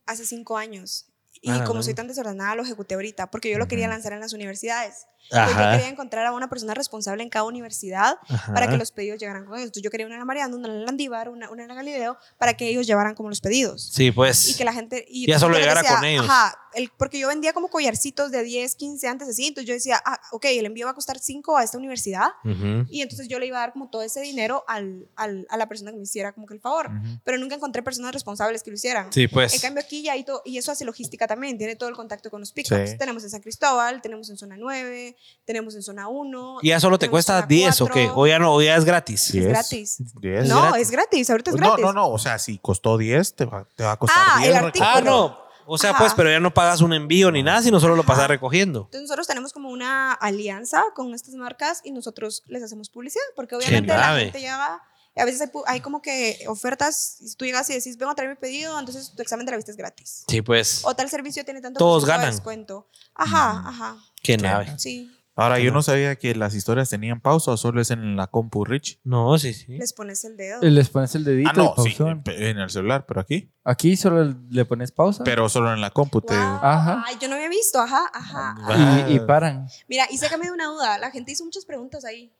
D: hace cinco años. Y
A: Ah, la
D: como
A: madre.
D: soy tan desordenada, lo ejecuté ahorita, porque yo lo quería lanzar en las universidades. Entonces, yo
A: Ajá,
D: quería encontrar a una persona responsable en cada universidad
A: ajá.
D: para que los pedidos llegaran con ellos. Entonces, yo quería una en la Mariana, una en la Landívar, una, una en la Galileo, para que ellos llevaran como los pedidos.
A: Sí, pues.
D: Y que la gente... Y
A: Ya solo
D: yo le
A: llegara
D: decía,
A: con ellos.
D: Ajá, el- porque yo vendía como collarcitos de 10, 15 antes así. Entonces, yo decía, ah, ok, el envío va a costar 5 a esta universidad.
A: Ujú.
D: Y entonces yo le iba a dar como todo ese dinero al, al- a la persona que me hiciera como que el favor. Pero nunca encontré personas responsables que lo hicieran.
A: Sí,
D: En
A: pues.
D: cambio aquí ya hay todo, y eso hace logística también, tiene todo el contacto con los pickups.
B: Sí.
D: Tenemos en San Cristóbal, tenemos en zona 9, tenemos en zona 1.
A: ¿Y ya solo te
D: tenemos
A: cuesta
D: zona
A: 10 o qué?
D: cuatro.
A: ¿O ya no? ¿O ya es gratis?
B: Sí.
D: Es
B: 10?
D: gratis.
B: Diez.
D: no, es gratis, ahorita es
B: pues, No,
D: gratis.
B: no, no. O sea, si costó 10, te va, te va a costar
D: Ah,
B: 10.
D: el
B: recuerda.
D: artículo.
A: Ah, no. O sea,
D: Ajá.
A: pues, pero ya no pagas un envío ni nada, sino solo lo pasas
D: Ajá.
A: recogiendo.
D: Entonces nosotros tenemos como una alianza con estas marcas y nosotros les hacemos publicidad, porque obviamente la
A: nave.
D: gente ya va, a veces hay, pu- hay como que ofertas, si tú llegas y decís, vengo a traer mi pedido, entonces tu examen de la vista es gratis.
A: Sí, pues.
D: O tal servicio tiene tanto
A: Todos
D: por ciento de
A: ganan. Mm.
D: descuento. Ajá, ajá,
A: Qué nave.
D: sí,
B: Ahora, yo no sabía que las historias tenían pausa o solo es en la compu Rich.
A: No, sí, sí.
D: les pones el dedo.
C: Y Les pones el dedito
B: Ah, no,
C: y
B: sí,
C: pausón.
B: en el celular, pero aquí.
C: Aquí solo le pones pausa
B: Pero solo en la compu. te-
D: Ah.
B: Ah,
D: Guau,
C: Ajá.
D: ay, yo no había visto, ajá,
A: Ah,
D: ajá.
C: y- y, paran.
D: Mira, y sácame de una duda, la gente hizo muchas preguntas ahí.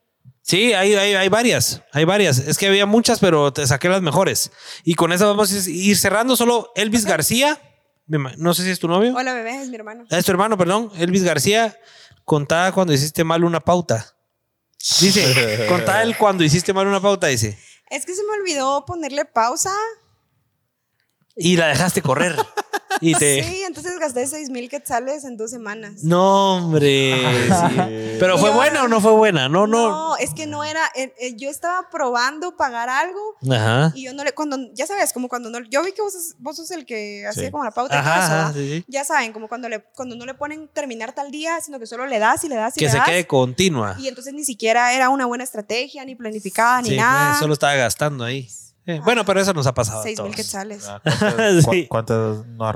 A: Sí, hay, hay, hay varias, hay varias. Es que había muchas, pero te saqué las mejores. Y con eso vamos a ir cerrando. Solo Elvis García, me ima- no sé si es tu novio, Ah,
D: Hola, bebé, es mi hermano.
A: es tu hermano, perdón. Elvis García, contaba cuando hiciste mal una pauta. (laughs) Dice, contá él cuando hiciste mal una pauta, dice.
D: Es que se me olvidó ponerle pausa.
A: Y la dejaste correr. Y te...
D: Sí, entonces gasté 6 mil quetzales en dos semanas.
A: No,
B: (laughs)
A: hombre. sí. Pero fue
D: Yo-
A: buena o no fue buena, no, no.
D: No, es que no era. eh, eh, yo estaba probando pagar algo
A: Ajá.
D: y yo no le. Cuando, ya sabes, como cuando no. Yo vi que vos, sos- vos sos el que hacía
B: Sí.
D: como la pauta y todo eso.
A: Ajá,
D: ¿va?
A: ajá, sí, sí.
D: Ya saben, como cuando, le, cuando no le ponen terminar tal día, sino que solo le das y le das y
A: Que
D: le
A: se
D: das.
A: quede continua.
D: Y entonces ni siquiera era una buena estrategia, ni planificada, ni
A: Sí,
D: nada.
A: pues, solo estaba gastando ahí. Eh, bueno, pero eso nos ha pasado. a
D: 6 mil
A: todos.
D: quetzales.
B: Ah, ¿Cuántas,
A: Sí.
B: cu- cuántas no has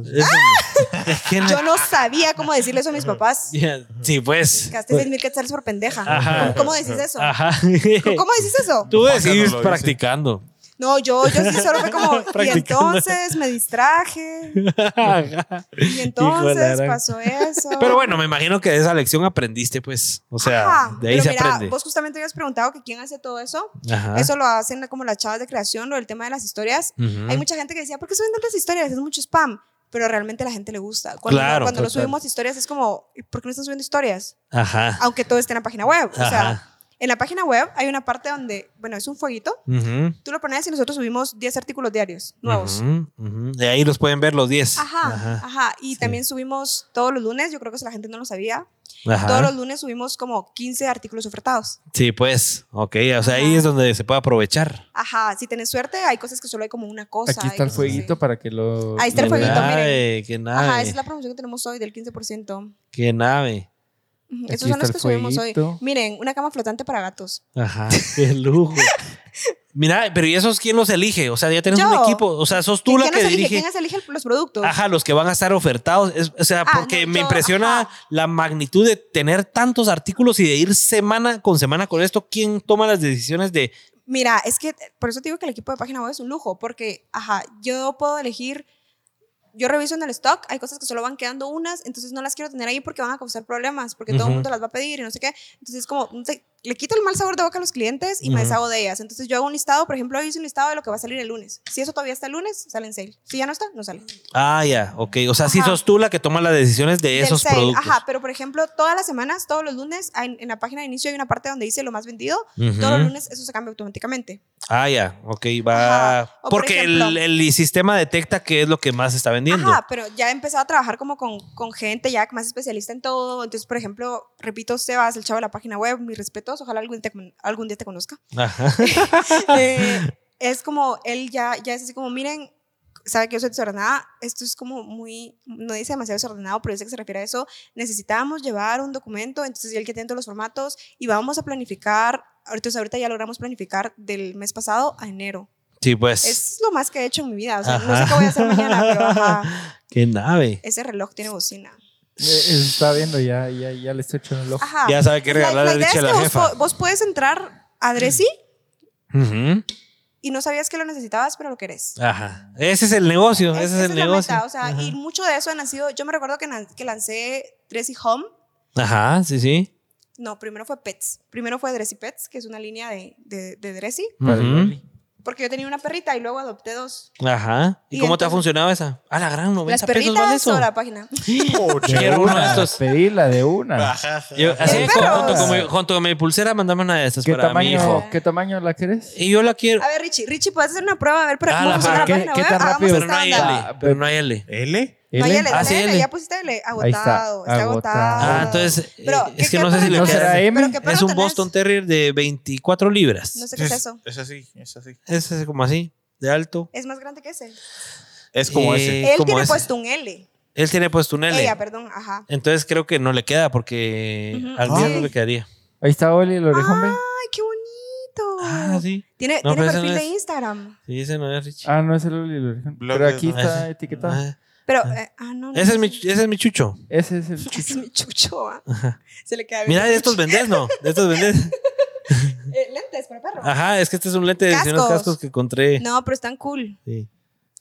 A: (laughs)
B: eso?
A: Eso no. (laughs) Es que no-
D: ¡Ah! Yo no sabía cómo decirle eso a
A: (laughs)
D: mis papás.
A: Ya, Sí, pues.
D: Gasté 6 mil quetzales por pendeja.
A: Ajá.
D: ¿Cómo decís eso?
A: Ajá.
D: ¿Cómo decís eso?
A: (laughs) Tú
B: Vaca no
A: decís
B: lo dice.
D: (laughs)
A: practicando.
D: No, yo, yo sí solo
A: (laughs)
D: fue como, y
A: Practicando.
D: entonces me distraje,
A: (laughs)
D: y entonces
A: gran.
D: pasó eso.
A: (laughs) Pero bueno, me imagino que de esa lección aprendiste, pues. O sea,
D: Ajá,
A: de ahí
D: pero
A: se
D: mira,
A: aprende. Ah.
D: Vos justamente habías preguntado que quién hace todo eso.
A: Ajá.
D: Eso lo hacen como las chavas de creación, lo del tema de las historias.
A: Ujú.
D: Hay mucha gente que decía, ¿por qué suben tantas historias? Es mucho spam. Pero realmente a la gente le gusta. Cuando,
A: Claro,
D: cuando no
A: total.
D: subimos historias es como, "¿Y ¿por qué no están subiendo historias?
A: Ajá.
D: Aunque todo esté en la página web. O sea,
A: Ajá.
D: en la página web hay una parte donde, bueno, es un fueguito.
A: Ujú.
D: Tú lo pones y nosotros subimos 10 artículos diarios nuevos.
A: Ujú, ujú. De ahí los pueden ver los 10.
D: Ajá, ajá, Y
A: Sí.
D: también subimos todos los lunes, yo creo que eso la gente no lo sabía.
A: Ajá.
D: Todos los lunes subimos como 15 artículos ofertados.
A: Sí, pues. Ok, o sea, ahí
D: Ajá.
A: es donde se puede aprovechar.
D: Ajá, si tenés suerte, hay cosas que solo hay como una cosa.
C: Aquí
D: hay
C: está el
D: cosas
C: fueguito
D: así.
C: para que lo.
D: Ahí está el
A: Qué
D: fueguito, Este miren.
A: nave, qué nave.
D: Ajá, esa es la promoción que tenemos hoy del 15%.
A: Qué nave.
D: Ujú,
C: Aquí
D: Esos
C: está
D: son los
C: el
D: que subimos hoy.
C: fueguito.
D: Miren, una cama flotante para gatos. (laughs)
A: Ajá, qué lujo. Mira, pero ¿y esos quién los elige? O sea, ya tenés
D: Yo.
A: un equipo. O sea, sos tú la
D: ¿Quién
A: que
D: nos elige?
A: dirige.
D: ¿Quién nos elige los productos?
A: Ajá, los que van a estar ofertados. Es- o sea,
D: Ah,
A: porque
D: no,
A: me
D: yo-
A: impresiona
D: ajá.
A: la magnitud de tener tantos artículos y de ir semana con semana con esto. ¿Quién toma las decisiones de
D: Mira, es que eh, por eso te digo que el equipo de página web es un lujo, porque, ajá, yo puedo elegir, yo reviso en el stock, hay cosas que solo van quedando unas, entonces no las quiero tener ahí porque van a causar problemas, porque todo
A: Ujú.
D: el mundo las va a pedir y no sé qué. Entonces, como, no sé, le quito el mal sabor de boca a los clientes y me
A: Ujú.
D: deshago de ellas. Entonces, yo hago un listado, por ejemplo, hoy hice un listado de lo que va a salir el lunes. Si eso todavía está el lunes, sale en sale. Si ya no está, no sale.
A: Ah, ya, ok. O sea, sí
D: Ajá.
A: sos tú la que toma las decisiones de
D: Del
A: esos
D: sale.
A: productos.
D: Ajá, pero por ejemplo, todas las semanas, todos los lunes, en, en la página de inicio hay una parte donde dice lo más vendido.
A: Ujú.
D: Todos los lunes eso se cambia automáticamente.
A: Ah, ya, ok, va.
D: Ajá. O por
A: Porque el,
D: ejemplo-
A: el sistema detecta qué es lo que más se está vendiendo.
D: Ajá, pero ya he empezado a trabajar como con, con gente ya más especialista en todo. Entonces, por ejemplo, repito, Sebas, el chavo de la página web, mis respetos, ojalá algún, te- algún día te conozca.
A: Ajá. (laughs)
D: Eh, es como, él ya, ya es así como, miren, sabe que yo soy desordenada, esto es como muy, no dice demasiado desordenado, pero dice que se refiere a eso, necesitábamos llevar un documento, entonces él que tiene todos los formatos y vamos a planificar, ahorita, ahorita ya logramos planificar del mes pasado a enero.
A: Sí, pues.
D: Es lo más que he hecho en mi vida, o sea, no
A: Ajá.
D: sé qué voy a hacer mañana,
A: (laughs)
D: pero ajá,
A: Qué nave.
D: ese reloj tiene bocina.
C: Eh, eh, está viendo, ya, ya, ya le estoy echando el ojo.
D: Ajá.
A: Ya sabe qué
D: La-
A: regalar
D: la
A: a
D: idea
A: Richie
D: es
A: la
D: que vos
A: jefa.
D: po- Vos, puedes entrar
A: (clears throat)
D: a Dressy
A: Ujú.
D: y no sabías que lo necesitabas, pero lo querés.
A: Ajá. Ese es el negocio, ese es
D: esa
A: el
D: la
A: negocio.
D: meta, o sea,
A: Ajá.
D: y mucho de eso ha nacido. Yo me recuerdo que, nan- que lancé Dressy Home.
A: Ajá, sí, sí.
D: No, primero fue Pets. Primero fue Dressy Pets, que es una línea de, de, de Dressy.
C: para el
A: Ujú.
C: Loli.
D: Porque yo tenía una perrita y luego adopté dos.
A: Ajá. ¿Y,
D: Y
A: cómo te ha
D: entonces-
A: funcionado esa? A la gran 90
D: Las
A: pesos vale
D: perritas
A: eso.
D: o la página.
A: Quiero uno de estos. Ah,
C: Pedirla de una.
A: Yo, así,
D: El
A: con-
D: perro.
A: junto, con mi, junto con mi pulsera, mandame una de estas
C: ¿Qué
A: para mi hijo. Eh,
C: tamaño,
D: hijo.
C: ¿Qué tamaño la querés?
A: Y yo la quiero.
D: A ver, Richie, Richie, ¿puedes hacer una prueba a ver para
A: Ah,
D: cómo
A: la
D: funciona la
C: página.
D: página
C: ¿Qué-
D: web?
C: qué tan
D: Hagamos
C: rápido?
A: Pero
D: esta
A: no hay
D: onda.
A: L. Pero no hay L.
B: ¿L?
D: No,
C: ¿L?
D: ya le,
A: Ah, sí,
D: dale,
A: L.
D: ya pusiste L.
C: Ahí está,
D: Agotado, está, agotado.
C: agotado.
A: Ah, entonces.
D: Pero,
A: eh,
D: ¿qué-
A: es que
D: qué
A: no sé si
D: perro
A: le
C: ¿No
D: tenés?
A: queda.
C: será M?
D: ¿Pero qué perro
A: Es un
D: tenés?
A: Boston Terrier de 24 libras.
D: No sé qué es eso.
B: Es así, es así.
A: Ese es como así, de alto.
D: Es más grande que ese.
B: Es como
A: Eh,
B: ese.
A: Es
D: Él
A: como
D: tiene
A: ese.
D: puesto un L.
A: Él tiene puesto un L.
D: Ella, perdón, ajá.
A: Entonces creo que no le queda porque
D: Ujú.
A: al mío
D: Ay.
A: no le quedaría.
C: Ahí está Oli, el orejón, ve.
D: Ay, qué bonito.
A: Ah, sí.
D: Tiene,
A: No,
D: tiene
A: pero ese
D: perfil
A: no
D: de
A: es.
D: Instagram.
A: Sí, ese no es Richie.
C: Ah, no es el Oli, el orejón.
B: Bloques,
C: Pero aquí
B: ¿no?
C: está
A: Ese.
C: etiquetado.
A: Ah,
D: Pero, eh, ah, no, no.
A: ese,
D: (laughs)
A: es mi,
D: chucho.
A: ese es mi chucho.
C: Ese es el
D: Es (laughs)
C: chucho.
D: mi chucho, ah.
A: Ajá.
D: Se le queda bien.
A: Mira, de estos vendes, ¿no? De estos vendes.
D: Eh, lentes para perro.
A: Ajá, es que este es un lente de unos
D: Cascos.
A: cascos que encontré.
D: No, pero están cool.
A: Sí.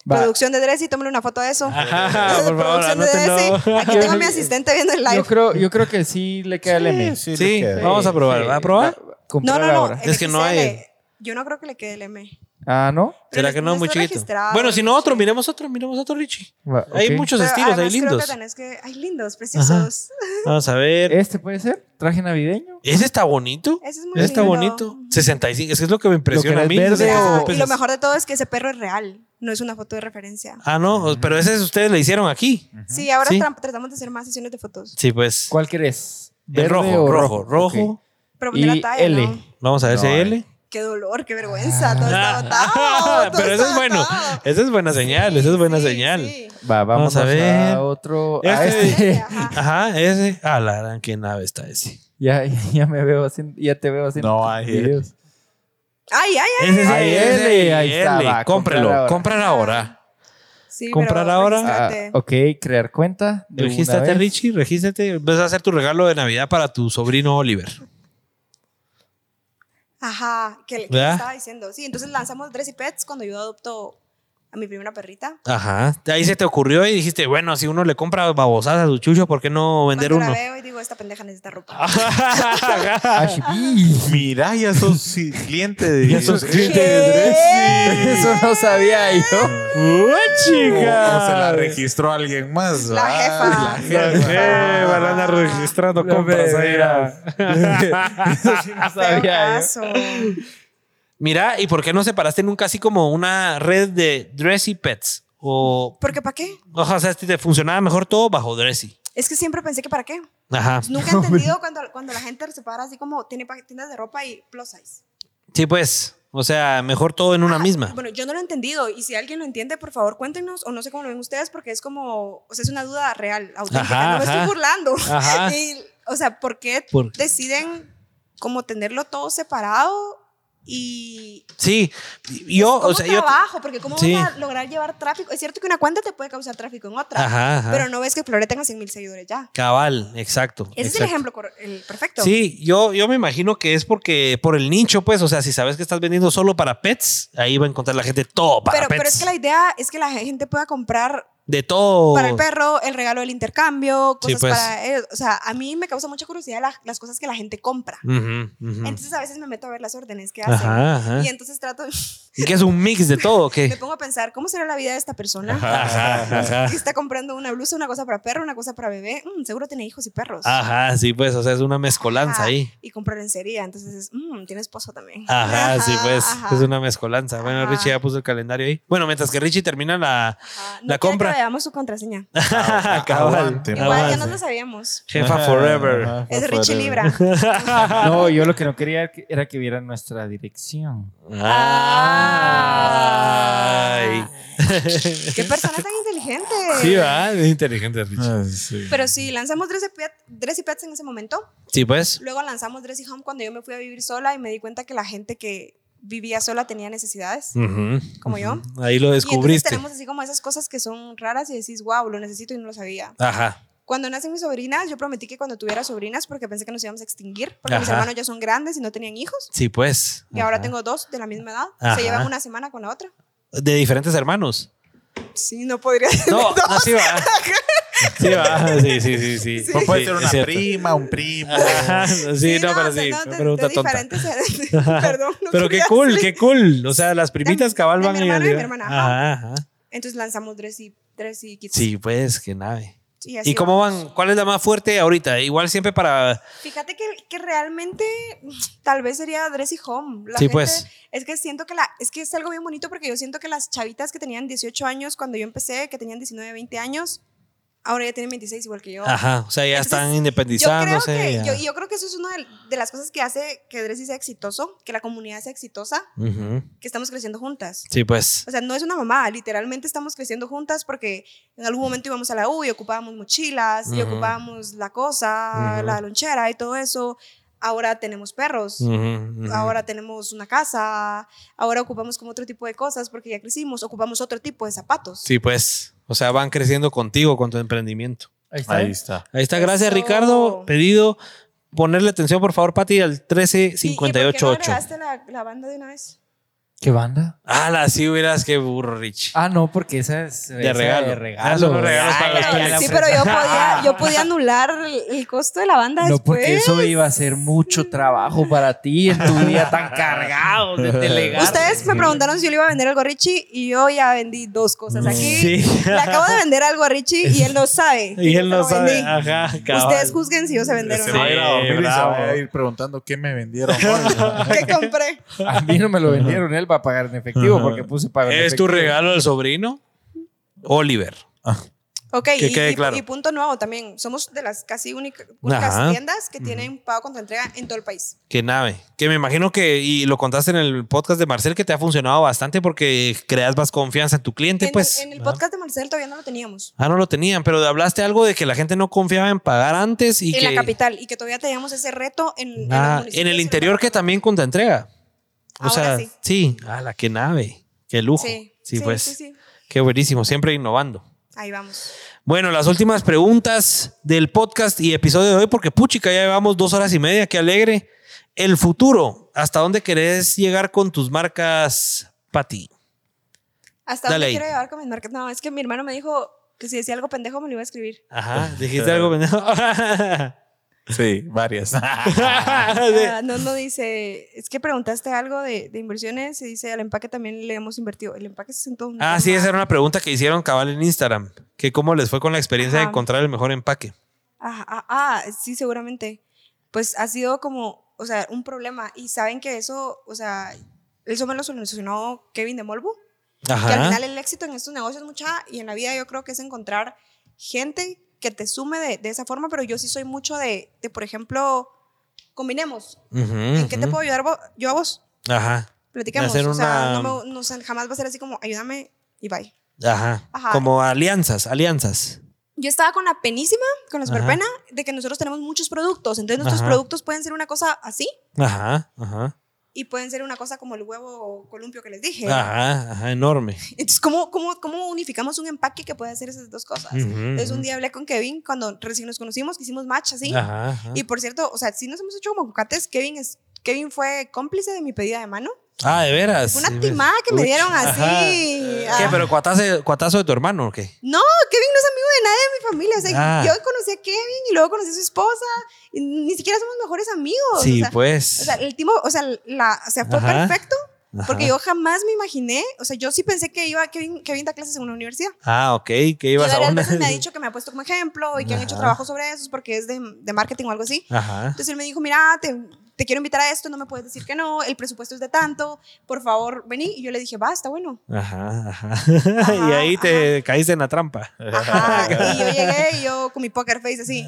C: Va.
D: Producción de Dressy, tómale una foto de eso. (laughs)
A: Ajá, por favor,
D: Producción de Dressy.
A: anótenlo.
D: Aquí tengo a mi asistente viendo el
C: Yo
D: live.
C: creo, yo creo que sí le queda el M. Eh,
B: Sí,
A: Sí,
B: le queda.
A: vamos a probar. ¿Va a probar?
D: No,
C: Comprar
D: no, no.
C: ahora.
D: el
A: Es que no hay.
D: XL. Yo no creo que le quede el M.
C: Ah, ¿no?
A: (laughs) ¿Será
D: Pero
A: que no?
D: no
A: Muy
D: está
A: chiquito.
D: registrado,
A: Bueno, si no, otro,
D: Richie.
A: miremos otro, miremos otro, Richie.
C: Va,
A: Hay
C: ok.
A: muchos
D: Pero ah,
A: estilos, hay
D: además Creo
A: lindos.
D: que tenés que... Hay lindos, preciosos.
A: Vamos a ver.
C: ¿Este puede ser? ¿Traje navideño?
A: Ese está bonito.
D: Ese es muy
A: Ese está
D: lindo.
A: bonito. 65. Es que es lo que me impresiona a
C: ¿Lo
A: mí.
C: querés verde
A: 65
D: Mira,
C: o-
D: y
A: pesos.
D: lo mejor de todo es que ese perro es real, no es una foto de referencia.
A: Ah, no. Pero ese es- ustedes le hicieron aquí.
D: Sí, ahora
A: Sí.
D: tra- tratamos de hacer más sesiones de fotos.
A: Sí, pues.
C: ¿Cuál querés?
A: El rojo,
C: o
A: rojo, rojo.
C: Ok.
D: Pero poner la
C: Y
D: talla,
C: L.
D: ¿no?
A: Vamos a ver
B: No,
A: si hay
B: eh.
A: L.
D: Qué dolor, qué vergüenza, todo está
A: Ah.
D: botado.
A: (laughs)
D: todo
A: pero
D: está
A: eso es bueno.
D: botado.
A: Esa es buena señal.
D: Sí,
A: esa es buena
D: sí,
A: señal.
D: sí.
C: Va,
A: Vamos
C: vamos,
A: a
C: a
A: ver.
C: ver. otro. A
A: Este-
C: este. (laughs)
D: Ajá.
A: Ajá, ese. Ah, la gran qué nave está ese.
C: ya, ya me veo haciendo. Ya te veo haciendo.
B: No, ahí es.
C: videos.
D: Ay, ay, ay.
A: Ese es
C: Ahí
A: ese,
C: L, ahí
A: L.
C: está, va,
A: Cómprelo.
C: comprar
A: Comprar ahora.
D: Sí,
A: ¿Comprar
D: pero
A: ahora?
C: Ah,
D: regístrate.
C: ok, crear cuenta. de una
A: Regístrate,
C: vez.
A: Richie. Regístrate. Vas a hacer tu regalo de Navidad para tu sobrino Oliver.
D: Ajá, que le que le
A: ¿Verdad?
D: estaba diciendo. Sí, entonces lanzamos Dressy Pets cuando yo adopto a mi primera perrita.
A: Ajá. Ahí se te ocurrió y dijiste, bueno, si uno le compra babosadas a su chucho, ¿por qué no vender
D: Cuando
A: uno? Ah,
D: la veo y digo, esta pendeja necesita ropa.
A: Ajá.
C: Ah,
D: (laughs)
B: Mira, ya sos sí, cliente de
A: Ya sos (laughs)
D: ¿Qué?
A: cliente de
C: (laughs) Eso no sabía yo.
A: ¡Uy,
B: O, o
A: chica!
B: Oh, se la registró alguien más.
D: La
B: ¿va? La
D: jefa.
A: La
B: Ah,
A: jefa, Eh, la anda registrando
C: No
A: compras
C: me
A: ahí,
C: digas.
A: mira. (laughs)
C: (laughs) Eso sí no
D: Feo
C: sabía yo.
D: caso.
A: Mira, ¿y por qué no separaste nunca así como una red de Dressy Pets? O,
D: ¿Porque para qué?
A: ojalá o sea, si te funcionaba mejor todo bajo Dressy.
D: Es que siempre pensé que para qué.
A: Ajá. (laughs)
D: Nunca he entendido cuando, cuando la gente se para así como tiene pa- tiendas de ropa y plus size.
A: Sí, pues. O sea, mejor todo en
D: Ah,
A: una misma.
D: Bueno, yo no lo he entendido y si alguien lo entiende, por favor cuéntenos o no sé cómo lo ven ustedes porque es como, o sea, es una duda real, auténtica,
A: Ajá,
D: no me
A: ajá.
D: estoy burlando.
A: Ajá.
D: (laughs) Y, o sea, ¿por qué
A: Por-
D: deciden como tenerlo todo separado y
A: Sí, yo,
D: ¿cómo
A: o sea, yo.
D: trabajo? porque cómo
A: Sí.
D: vas a lograr llevar tráfico. Es cierto que una cuenta te puede causar tráfico en otra,
A: Ajá, ajá.
D: pero no ves que Flore tenga 100 mil seguidores ya.
A: Cabal, exacto.
D: Ese es
A: exacto.
D: el ejemplo cor- el perfecto.
A: Sí, yo, yo me imagino que es porque por el nicho, pues, o sea, si sabes que estás vendiendo solo para pets, ahí va a encontrar la gente todo para
D: pero,
A: pets.
D: pero es que la idea es que la gente pueda comprar
A: de todo.
D: para el perro el regalo del intercambio,
A: Sí,
D: cosas
A: pues.
D: para ellos. O sea, a mí me causa mucha curiosidad la- las cosas que la gente compra.
A: Ujú, ujú.
D: Entonces a veces me meto a ver las órdenes que hacen.
A: Ajá, ajá. Eh.
D: Y entonces trato, (laughs)
A: Y que es un mix de todo,
D: me
A: ¿qué?
D: pongo a pensar, ¿cómo será la vida de esta persona? (laughs)
A: Ajá, ajá.
D: Que está comprando una blusa, una cosa para perro, una cosa para bebé. Mm, seguro tiene hijos y perros.
A: Ajá, sí, pues, o sea, es una mezcolanza
D: Ajá.
A: ahí.
D: Y compra lencería. Entonces es, mm, tiene esposo también.
A: Ajá, sí, pues,
D: ajá,
A: es una mezcolanza. Bueno,
D: Ajá.
A: Richie ya puso el calendario ahí. Bueno, mientras que Richie termina la
D: ajá. No
A: la
D: quiere que
A: compra. Ah,
D: veamos
A: (laughs)
D: su contraseña.
B: Ah,
A: cabal.
B: aguante,
D: Igual ya
A: Avance.
D: nos lo sabíamos.
A: Jefa
B: Ajá,
A: Forever.
B: ajá,
D: Es
B: forever. Ah,
D: Richie Libra.
A: (laughs)
C: No, yo lo que no quería era que- era que vieran nuestra dirección.
D: Ah. (laughs)
A: Ay.
D: Qué persona tan inteligente.
A: Sí, va, es inteligente Richie.
B: Ah, sí.
D: Pero sí, lanzamos Dressy, Pet- Dressy Pets en ese momento.
A: Sí, pues.
D: Luego lanzamos Dressy Home cuando yo me fui a vivir sola y me di cuenta que la gente que vivía sola tenía necesidades,
A: Ujú.
D: como yo.
A: Ahí lo
D: Y entonces
A: Mm, descubriste.
D: tenemos así como esas cosas que son raras y decís, wow, lo necesito y no lo sabía.
A: Ajá.
D: Cuando nacen mis sobrinas, yo prometí que cuando tuviera sobrinas, porque pensé que nos íbamos a extinguir, porque mis
A: Ajá.
D: hermanos ya son grandes y no tenían hijos.
A: Sí, pues.
D: Y ahora tengo dos de la misma edad.
A: Ajá.
D: Se llevan una semana con la otra.
A: De diferentes hermanos.
D: Sí, no podría.
A: No, no, sí va. Sí va. Sí, sí, sí, sí.
B: O puede
A: Sí,
B: ser
A: es
B: una
A: cierto.
D: (laughs)
B: prima, un primo.
A: Ajá, sí, no, pero
D: o sea,
A: sí.
D: no,
A: fue
D: de-
A: pregunta
D: de
A: tonta. (laughs)
D: diferentes-
A: Ajá.
D: (laughs) Perdón. no
A: Pero qué
D: quería
A: cool,
D: decir.
A: qué cool. O sea, las primitas
D: De-
A: cabal
D: de
A: van
D: mi
A: a ir
D: hermano y
A: al-
D: mi hermana,
A: Ajá, ajá.
D: Entonces lanzamos Dressy, Dressy Kids.
A: Sí, pues, qué nave.
D: Y, así
A: ¿Y cómo
D: vamos.
A: van? ¿Cuál es la más fuerte ahorita? Igual siempre para.
D: Fíjate que, que realmente (sniffs) tal vez sería Dressy Home. La
A: Sí,
D: gente-
A: pues.
D: Es que siento que la, es que es algo bien bonito porque yo siento que las chavitas que tenían 18 años cuando yo empecé, que tenían 19, 20 años, ahora ya tienen 26 igual que yo.
A: Ajá. O sea, ya
D: Entonces,
A: están
D: Yo creo,
A: independizándose.
D: que,
A: ya.
D: yo, yo creo que eso es una de, de las cosas que hace que Dressy sea exitoso, que la comunidad sea exitosa,
A: Ujú.
D: que estamos creciendo juntas.
A: Sí, pues.
D: O sea, no es una mamá, literalmente estamos creciendo juntas porque en algún momento íbamos a la U y ocupábamos mochilas y
A: Ujú.
D: ocupábamos la cosa,
A: Ujú.
D: la lonchera y todo eso. Ahora tenemos perros,
A: Ujú, ujú.
D: Pues, ahora tenemos una casa, ahora ocupamos como otro tipo de cosas porque ya crecimos, ocupamos otro tipo de zapatos.
A: Sí, pues. O sea, van creciendo contigo con tu emprendimiento.
C: Ahí está.
B: Ahí está.
A: Ahí está, gracias
D: Eso.
A: Ricardo. Pedido, ponerle atención por favor, Pati, al
D: Sí, ¿y por qué no
A: 13588.
D: agregaste la, la banda de una vez?
C: ¿Qué banda?
A: Ah, la sí hubieras que burro, Rich.
C: Ah, no, porque esa es
A: De regalo.
C: De
A: Ah,
C: regalo.
A: son los regalos para
C: Ay,
A: los
C: ay,
A: pelis.
C: ay,
D: sí,
A: ofrece.
D: pero yo podía, yo podía anular el, el costo de la banda
C: No,
D: después.
C: porque eso iba a ser mucho trabajo para ti en tu día tan
A: (laughs)
C: cargado de delegar.
D: Ustedes me preguntaron si yo le iba a vender algo a Richie y yo ya vendí dos cosas aquí.
A: Sí.
D: Le acabo de vender algo a Richie y él no sabe.
A: (laughs) (laughs) Y él no
D: Lo
A: sabe.
D: vendí.
A: Ajá, cabal.
D: Ustedes juzguen si yo se vendieron
B: Se
D: o
A: Sí,
B: va a
D: no.
B: ir a dormir y se va
A: bravo.
B: a ir preguntando qué
A: (laughs)
B: me vendieron.
D: (laughs) ¿Qué compré?
C: A mí no me lo vendieron, él va a pagar en efectivo porque puse pago en
A: ¿Es tu
C: efectivo.
A: regalo al sobrino? Oliver.
D: Ok,
A: Que
D: y,
A: quede
D: y-
A: claro.
D: y punto nuevo también. Somos de las casi única- únicas
A: Ajá.
D: tiendas que tienen pago contra entrega en todo el país.
A: Qué nave. Que me imagino que, y lo contaste en el podcast de Marcel, que te ha funcionado bastante porque creas más confianza en tu cliente,
D: En,
A: pues.
D: en el
A: Ajá.
D: podcast de Marcel todavía no lo teníamos.
A: Ah, no lo tenían, pero hablaste algo de que la gente no confiaba en pagar antes y
D: en
A: que.
D: la capital. Y que todavía teníamos ese reto en, en los
A: Ah,
D: municipios
A: en
D: y
A: el
D: los
A: interior que también contra entrega. O
D: Ahora
A: sea,
D: sí.
A: sí. Ah, la que nave. Qué lujo. Sí,
D: Sí, sí,
A: pues.
D: sí, sí.
A: Qué buenísimo. Siempre innovando.
D: Ahí vamos.
A: Bueno, las últimas preguntas del podcast y episodio de hoy, porque puchica, ya llevamos dos horas y media. Qué alegre. El futuro, ¿hasta dónde querés llegar con tus marcas, Pati?
D: ¿Hasta
A: Dale
D: dónde
A: ahí.
D: quiero llevar con mis marcas? No, es que mi hermano me dijo que si decía algo pendejo me lo iba a escribir.
A: Ajá, dijiste algo,
D: (laughs)
A: pendejo?
B: Sí,
A: (laughs)
B: varias.
A: De-
D: Ah, no, no dice, es que preguntaste algo de, de inversiones y dice, al empaque también le hemos invertido. El empaque se sentó un...
A: Ah, sí, esa era una pregunta que hicieron cabal en Instagram. Que cómo les fue con la experiencia de
D: Ajá.
A: encontrar el mejor empaque.
D: Ah, ah, ah, sí, seguramente. Pues ha sido como, o sea, un problema. Y saben que eso, o sea, eso me lo solucionó Kevin de Molvo. Que al
A: Ajá.
D: final el éxito en estos negocios, mucha, y en la vida yo creo que es encontrar gente que te sume de, de esa forma, pero yo sí soy mucho de, de, por ejemplo, combinemos. ¿En qué te puedo ayudar vo- yo a vos?
A: Ajá.
D: Platiquemos.
A: Hacer
D: o sea,
A: una-
D: no me- no, o sea, jamás va a ser así como, ayúdame y bye.
A: Ajá.
D: Ajá.
A: Como alianzas, alianzas.
D: yo estaba con la penísima, con la
A: Ajá.
D: superpena, de que nosotros tenemos muchos productos. Entonces, nuestros
A: Ajá.
D: productos pueden ser una cosa así
A: Ajá, ajá.
D: y pueden ser una cosa como el huevo columpio que les dije.
A: Ajá, ajá,
D: (laughs)
A: enorme.
D: Entonces, ¿cómo, cómo, ¿cómo unificamos un empaque que puede hacer esas dos cosas?
A: Ujú,
D: Entonces,
A: ujú.
D: un día hablé con Kevin cuando recién nos conocimos, que hicimos match así.
A: Ajá, ajá.
D: Y por cierto, o sea, sí nos hemos hecho como cucates. Kevin, es, Kevin fue cómplice de mi pedida de mano.
A: Ah, de veras.
D: Fue una
A: Sí,
D: timada que me
A: Uch,
D: dieron
A: ajá.
D: así.
A: ¿Qué?
D: Ah.
A: ¿Pero cuatazo, cuatazo de tu hermano o qué?
D: No, Kevin no es amigo de nadie de mi familia. O sea,
A: Ah.
D: yo conocí a Kevin y luego conocí a su esposa. Y ni siquiera somos mejores amigos.
A: Sí,
D: o sea,
A: pues.
D: o sea, el timo, o sea, la, o sea fue
A: Ajá.
D: perfecto
A: Ajá.
D: porque yo jamás me imaginé. O sea, yo sí pensé que iba Kevin, Kevin da clases en una universidad.
A: Ah, ok, que
D: Y
A: ibas a
D: varias
A: una. (laughs)
D: veces me ha dicho que me ha puesto como ejemplo y que han hecho
A: Ajá.
D: trabajos sobre eso porque es de, de marketing o algo así.
A: Ajá.
D: Entonces él me dijo, mira, te, te quiero invitar a esto, no me puedes decir que no, el presupuesto es de tanto, por favor, vení. Y yo le dije, va, está bueno.
A: Ajá, (laughs) ajá. Y ahí te caíste en la trampa.
D: Ajá.
A: (laughs)
D: Y yo llegué y yo con mi poker face así.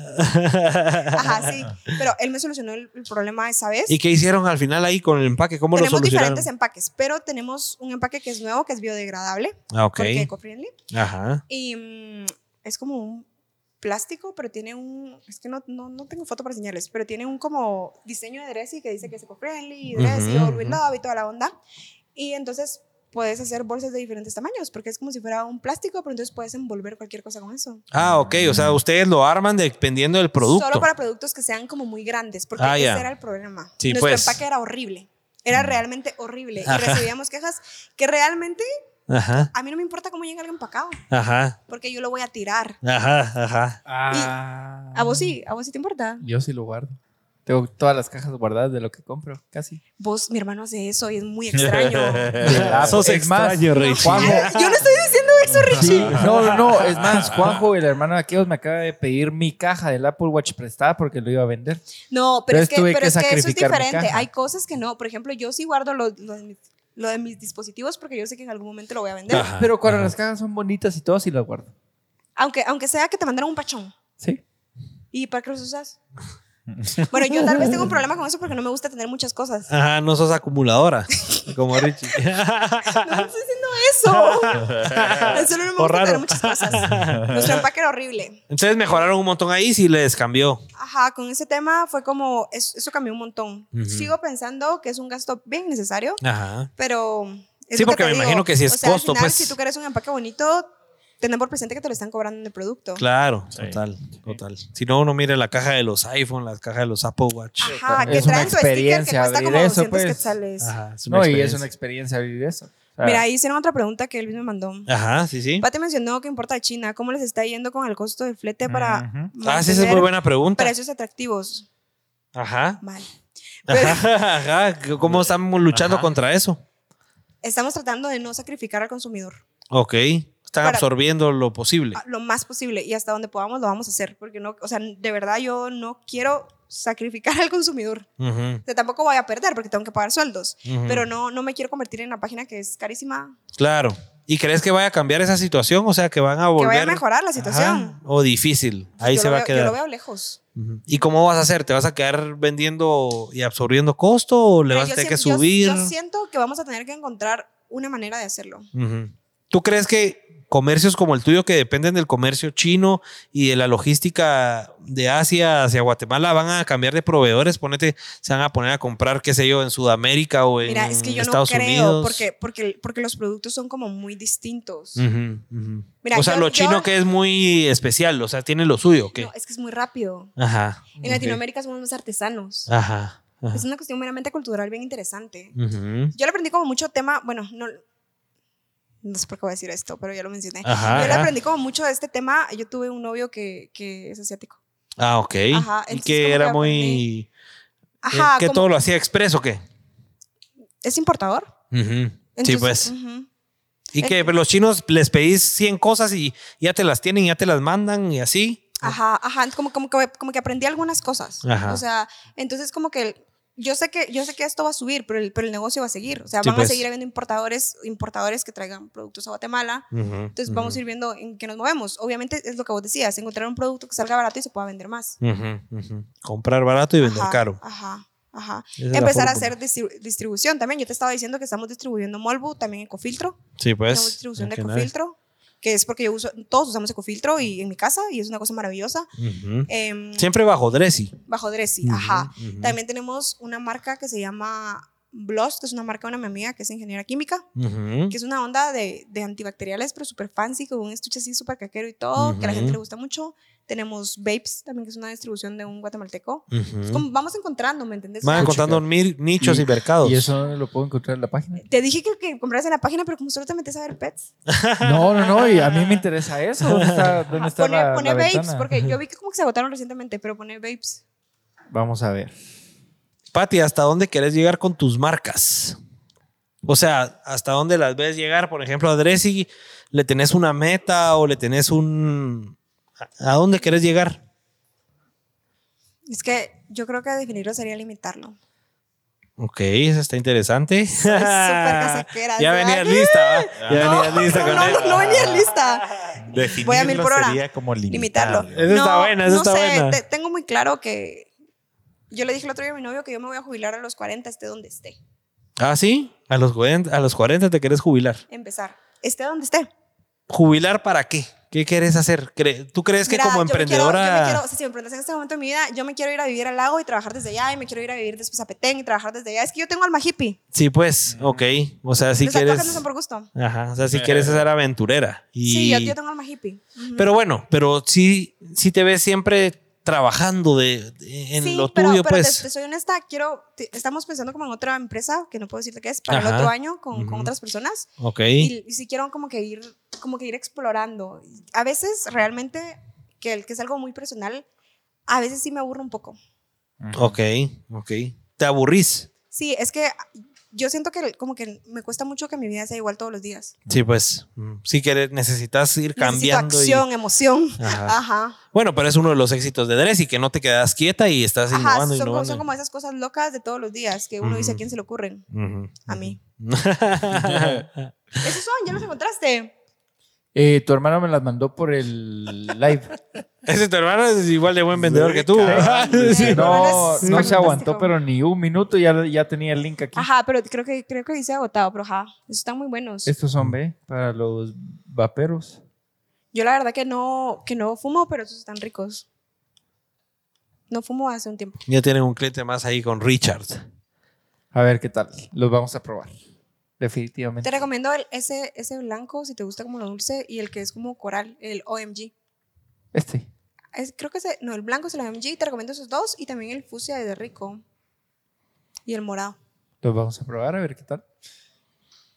D: Ajá, sí. Pero él me solucionó el, el problema esa vez.
A: (laughs) ¿Y qué hicieron al final ahí con el empaque? ¿Cómo lo
D: tenemos
A: solucionaron?
D: diferentes empaques, pero tenemos un empaque que es nuevo, que es biodegradable,
A: Ah, ok.
D: em- porque eco-friendly.
A: Ajá.
D: Y mm, es como un plástico, pero tiene un. Es que no, no, no tengo foto para enseñarles, pero tiene un como diseño de Dressy que dice que es eco-friendly, y Dressy,
A: Ujú,
D: all we
A: ujú.
D: love y toda la onda. Y entonces puedes hacer bolsas de diferentes tamaños, porque es como si fuera un plástico, pero entonces puedes envolver cualquier cosa con eso.
A: Ah, ok. O sea, ustedes lo arman dependiendo del producto.
D: Solo para productos que sean como muy grandes, porque
A: Ah,
D: ese
A: ya.
D: era el problema.
A: Sí,
D: Nuestro
A: pues. Mm.
D: empaque era horrible. Era realmente horrible.
A: Ajá.
D: Y recibíamos quejas que realmente
A: Ajá.
D: a mí no me importa cómo llega algo empacado,
A: Ajá.
D: porque yo lo voy a tirar.
A: Ajá, ajá.
C: Ah.
D: A vos sí, a vos sí te importa.
C: Yo sí lo guardo. Tengo todas las cajas guardadas de lo que compro,
A: (laughs)
C: casi.
D: Vos, mi hermano hace eso y es muy extraño.
C: Ah,
A: Sos
C: es más,
A: extraño, Rey.
C: Juanjo.
D: yo no estoy diciendo eso, Richie.
C: (laughs) No, no, no, es más, Juanjo, el hermano de Aqueos, me acaba de pedir mi caja del Apple Watch prestada porque lo iba a vender.
D: No, pero
C: Entonces
D: es que,
C: tuve
D: pero
C: que
D: es que eso es
C: sacrificar mi
D: diferente.
C: caja.
D: Hay cosas que no. Por ejemplo, yo sí guardo lo, lo de, mis, lo de mis dispositivos porque yo sé que en algún momento lo voy a vender.
A: Ajá.
C: Pero cuando las cajas son bonitas y todo, sí las guardo.
D: Aunque, aunque sea que te mandaron un pachón.
C: Sí.
D: ¿Y para qué
A: (laughs)
D: los usas? bueno, yo tal vez tengo un problema con eso porque no me gusta tener muchas cosas.
A: Ajá, no sos (laughs) acumuladora. Como Richie. (laughs)
D: No no estoy diciendo
C: (laughs)
D: eso. Solo no me
A: O
D: gusta
A: raro.
D: tener muchas cosas.
C: (laughs)
D: Nuestro empaque era horrible.
A: Entonces mejoraron un montón ahí si les cambió.
D: Ajá, con ese tema fue como, es- eso cambió un montón.
A: Ujú.
D: Sigo pensando que es un gasto bien necesario,
A: Ajá.
D: pero... es
A: Sí,
D: lo
A: porque
D: te
A: me
D: digo.
A: imagino que si es
D: o sea, al
A: costo,
D: final,
A: pues.
D: Si tú quieres un empaque bonito, ten por presente que te lo están cobrando en el producto.
A: Claro, total, total. Si no, uno mire la caja de los iPhone, la caja de los Apple Watch.
D: Ajá, que
C: Es una
D: traen su sticker que
C: experiencia
D: cuesta
C: abrir
D: como
C: eso,
D: 200
C: pues.
D: quetzales.
A: Ajá, es una
C: No, y es
A: experiencia.
C: una experiencia vivir eso. O sea,
D: Mira, ahí hicieron otra pregunta que Elvis me mandó.
C: Ah,
A: Ajá, sí, sí.
D: Pate mencionó que importa de China. ¿Cómo les está yendo con el costo del flete para
A: Ah, sí, esa es muy
D: mantener
A: buena pregunta.
D: precios atractivos?
A: Ajá.
D: Mal. Pero-
A: Ajá, (laughs) ajá. ¿Cómo estamos luchando
B: Ajá.
A: contra eso?
D: Estamos tratando de no sacrificar al consumidor
A: Ok. Están
D: Para- Ah.
A: absorbiendo lo posible.
D: a- lo más posible y hasta donde podamos lo vamos a hacer. Porque no, o sea, de verdad yo no quiero sacrificar (laughs) al consumidor.
A: Ujú,
D: O sea, tampoco voy a perder porque tengo que pagar sueldos.
A: ujú.
D: Pero no, no me quiero convertir en una página que es carísima.
A: Claro. ¿Y crees que vaya a cambiar esa situación? O sea, que van a
D: Que
A: volver.
D: vaya a mejorar la
A: Ajá,
D: situación.
A: O difícil. Ahí
D: Yo
A: se
D: lo
A: va a
D: veo-
A: quedar.
D: Yo lo veo lejos.
A: Ujú. ¿Y cómo vas a hacer? ¿Te vas a quedar vendiendo y absorbiendo costo o le
D: Pero
A: vas a
D: yo
A: tener que
D: siento- yo-
A: subir?
D: yo siento que vamos a tener que encontrar una manera de hacerlo.
A: Ujú. ¿Tú crees que comercios como el tuyo que dependen del comercio chino y de la logística de Asia hacia Guatemala van a cambiar de proveedores? Ponete, se van a poner a comprar, qué sé yo, en Sudamérica o en
D: Mira, es que yo
A: Estados
D: no creo,
A: Unidos.
D: Porque, porque, porque los productos son como muy distintos.
A: Ujú, ujú.
D: Mira,
A: o sea,
D: yo-
A: lo
D: yo-
A: chino que es muy especial, o sea, tiene lo suyo, ¿qué?
D: No, es que es muy rápido.
A: Ajá,
D: En Latinoamérica somos más artesanos.
A: ajá. Ajá.
D: Es una cuestión meramente cultural bien interesante.
A: Ujú.
D: Yo le aprendí como mucho tema, bueno, no, no sé por qué voy a decir esto, pero ya lo mencioné.
A: Ajá,
D: yo le
A: ajá.
D: aprendí como mucho de este tema. Yo tuve un novio que, que es asiático.
A: Ah, ok.
D: Ajá,
A: y
D: entonces
A: que
D: como
A: era
D: que
A: muy...
D: Ajá,
A: Eh, ¿Que
D: como-
A: todo lo hacía expreso o qué?
D: ¿es importador?
A: Ujú. sí,
D: Entonces,
A: pues.
D: ujú.
A: Y que los chinos les pedís 100 cosas y ya te las tienen, ya te las mandan y así.
D: Ajá, ajá, como, como, que- como que aprendí algunas cosas.
A: Ah. Ajá.
D: O sea, entonces como que el- yo sé que, yo sé que esto va a subir, pero el, pero el negocio va a seguir. O sea,
A: Sí,
D: van
A: pues.
D: a seguir habiendo importadores, importadores que traigan productos a Guatemala. Entonces vamos a ir viendo en qué nos movemos. Obviamente es lo que vos decías, encontrar un producto que salga barato y se pueda vender más.
A: Comprar barato y vender
D: Ajá,
A: caro.
D: Ajá, ajá.
A: Esa es la
D: Empezar a
A: fórmula.
D: hacer distri- distribución también. Yo te estaba diciendo que estamos distribuyendo Molbu, también Ecofiltro.
A: Sí,
D: Tenemos
A: pues.
D: distribución de
A: más que nada.
D: Ecofiltro, que es porque yo uso, todos usamos Ecofiltro y en mi casa y es una cosa maravillosa.
A: Ujú.
D: Em,
A: Siempre bajo Dressy.
D: Bajo Dressi,
A: Ujú,
D: ajá.
A: ujú.
D: También tenemos una marca que se llama Bloss, que es una marca de una mi amiga que es ingeniera química,
A: Ujú.
D: que es una onda de, de antibacteriales, pero súper fancy, con un estuche así súper caquero y todo, que a la
A: Ujú.
D: gente le gusta mucho. Tenemos Vapes, también que es una distribución de un guatemalteco.
A: Ujú.
D: Es como vamos encontrando, ¿me entendés?
A: Van encontrando mil nichos y, mercados.
C: ¿Y eso lo puedo encontrar en la página?
D: Te dije que, que compraras en la página, pero como solo te metes a ver pets,
C: No, no, no. Y a mí me interesa eso. ¿Dónde está, dónde
D: Ajá,
C: está
D: pone,
C: la,
D: pone
C: la
D: Vapes,
C: ventana?
D: porque yo vi que como que se agotaron recientemente, pero pone Vapes.
C: Vamos a ver.
A: Pati, ¿hasta dónde querés llegar con tus marcas? O sea, ¿hasta dónde las ves llegar? Por ejemplo, a Dressy, ¿le tenés una meta o le tenés un... ¿A a dónde querés llegar?
D: Es que yo creo que definirlo sería limitarlo.
A: Ok, eso está interesante.
D: súper
A: (laughs)
D: casaquera,
A: ya
D: ¿sí?
A: venías lista, ¿va?
D: (laughs)
A: Ya
D: No,
A: venías lista
D: no,
A: con
D: no,
A: eso.
D: no venía lista.
B: Definirlo
D: Voy a mil por hora.
B: sería como
D: limitarlo.
B: limitarlo.
A: Esa está buena, esa
D: no
A: está
D: sé,
A: buena.
D: te- tengo muy claro que yo le dije el otro día a mi novio que yo me voy a jubilar a los 40, esté donde esté.
A: Ah, sí. A los, 40, a los 40 te querés jubilar.
D: Empezar. Esté donde esté.
A: ¿Jubilar para qué? ¿Qué querés hacer? Cre- ¿Tú crees que
D: Mira,
A: como
D: yo me quiero- yo me
A: emprendedora...
D: quiero- o sea, si me preguntas en este momento de mi vida, yo me quiero ir a vivir al lago y trabajar desde allá, y me quiero ir a vivir después a Petén y trabajar desde allá. Es que yo tengo alma hippie.
A: Sí, pues, ok. O sea, si
D: Los tatuajes
A: quieres...
D: no son por gusto.
A: Ajá, o sea, si quieres ser aventurera. Y...
D: Sí, yo, yo tengo alma hippie. Ujú.
A: Pero bueno, pero sí, sí te ves siempre trabajando de, de- en
D: Sí,
A: lo
D: pero-
A: tuyo,
D: pero te-
A: pues.
D: te, soy honesta, quiero, te- estamos pensando como en otra empresa, que no puedo decirte qué es, para el
A: Ajá.
D: otro año con, con
A: Ujú.
D: otras personas.
A: ok.
D: y, y si quiero como que ir como que ir explorando a veces realmente que el que es algo muy personal a veces sí me aburro un poco
A: Ok, ok. Te aburrís.
D: sí es que ah, yo siento que como que me cuesta mucho que mi vida sea igual todos los días
A: Sí, pues. mm, Sí que necesitas ir cambiando.
D: necesito acción Ah.
A: y- Ah,
D: emoción
A: Ajá.
D: ajá
A: Bueno, pero es uno de los éxitos de Dressy, que no te quedas quieta y estás
D: ajá,
A: innovando,
D: son, como-
A: innovando.
D: son como esas cosas locas de todos los días que uno dice a quién se le ocurren
A: Ujú.
D: a mí esos son ya los encontraste
C: Eh, tu hermano me las mandó por el live.
A: (laughs) Ese tu hermano es igual de buen vendedor que tú.
D: (laughs) Sí.
C: No,
D: Eh, Sí.
C: no se aguantó,
D: Fantástico.
C: pero ni un minuto ya, ya tenía el link aquí.
D: ajá pero creo que creo que dice agotado pero ajá esos están muy buenos
C: Estos son, ve, para los vaperos.
D: Yo la verdad que no, que no fumo, pero esos están ricos. No fumo hace un tiempo.
A: (laughs) ya tienen un cliente más ahí con Richard.
C: A ver qué tal. Los vamos a probar.
D: Te
C: Definitivamente.
D: recomiendo el, ese, ese blanco si te gusta como lo dulce y el que es como coral, el OMG.
C: Este.
D: Es- creo que ese, no, el blanco es el OMG, te recomiendo esos dos y también el fucsia de rico. Y el morado.
C: Los vamos a probar, a ver qué tal.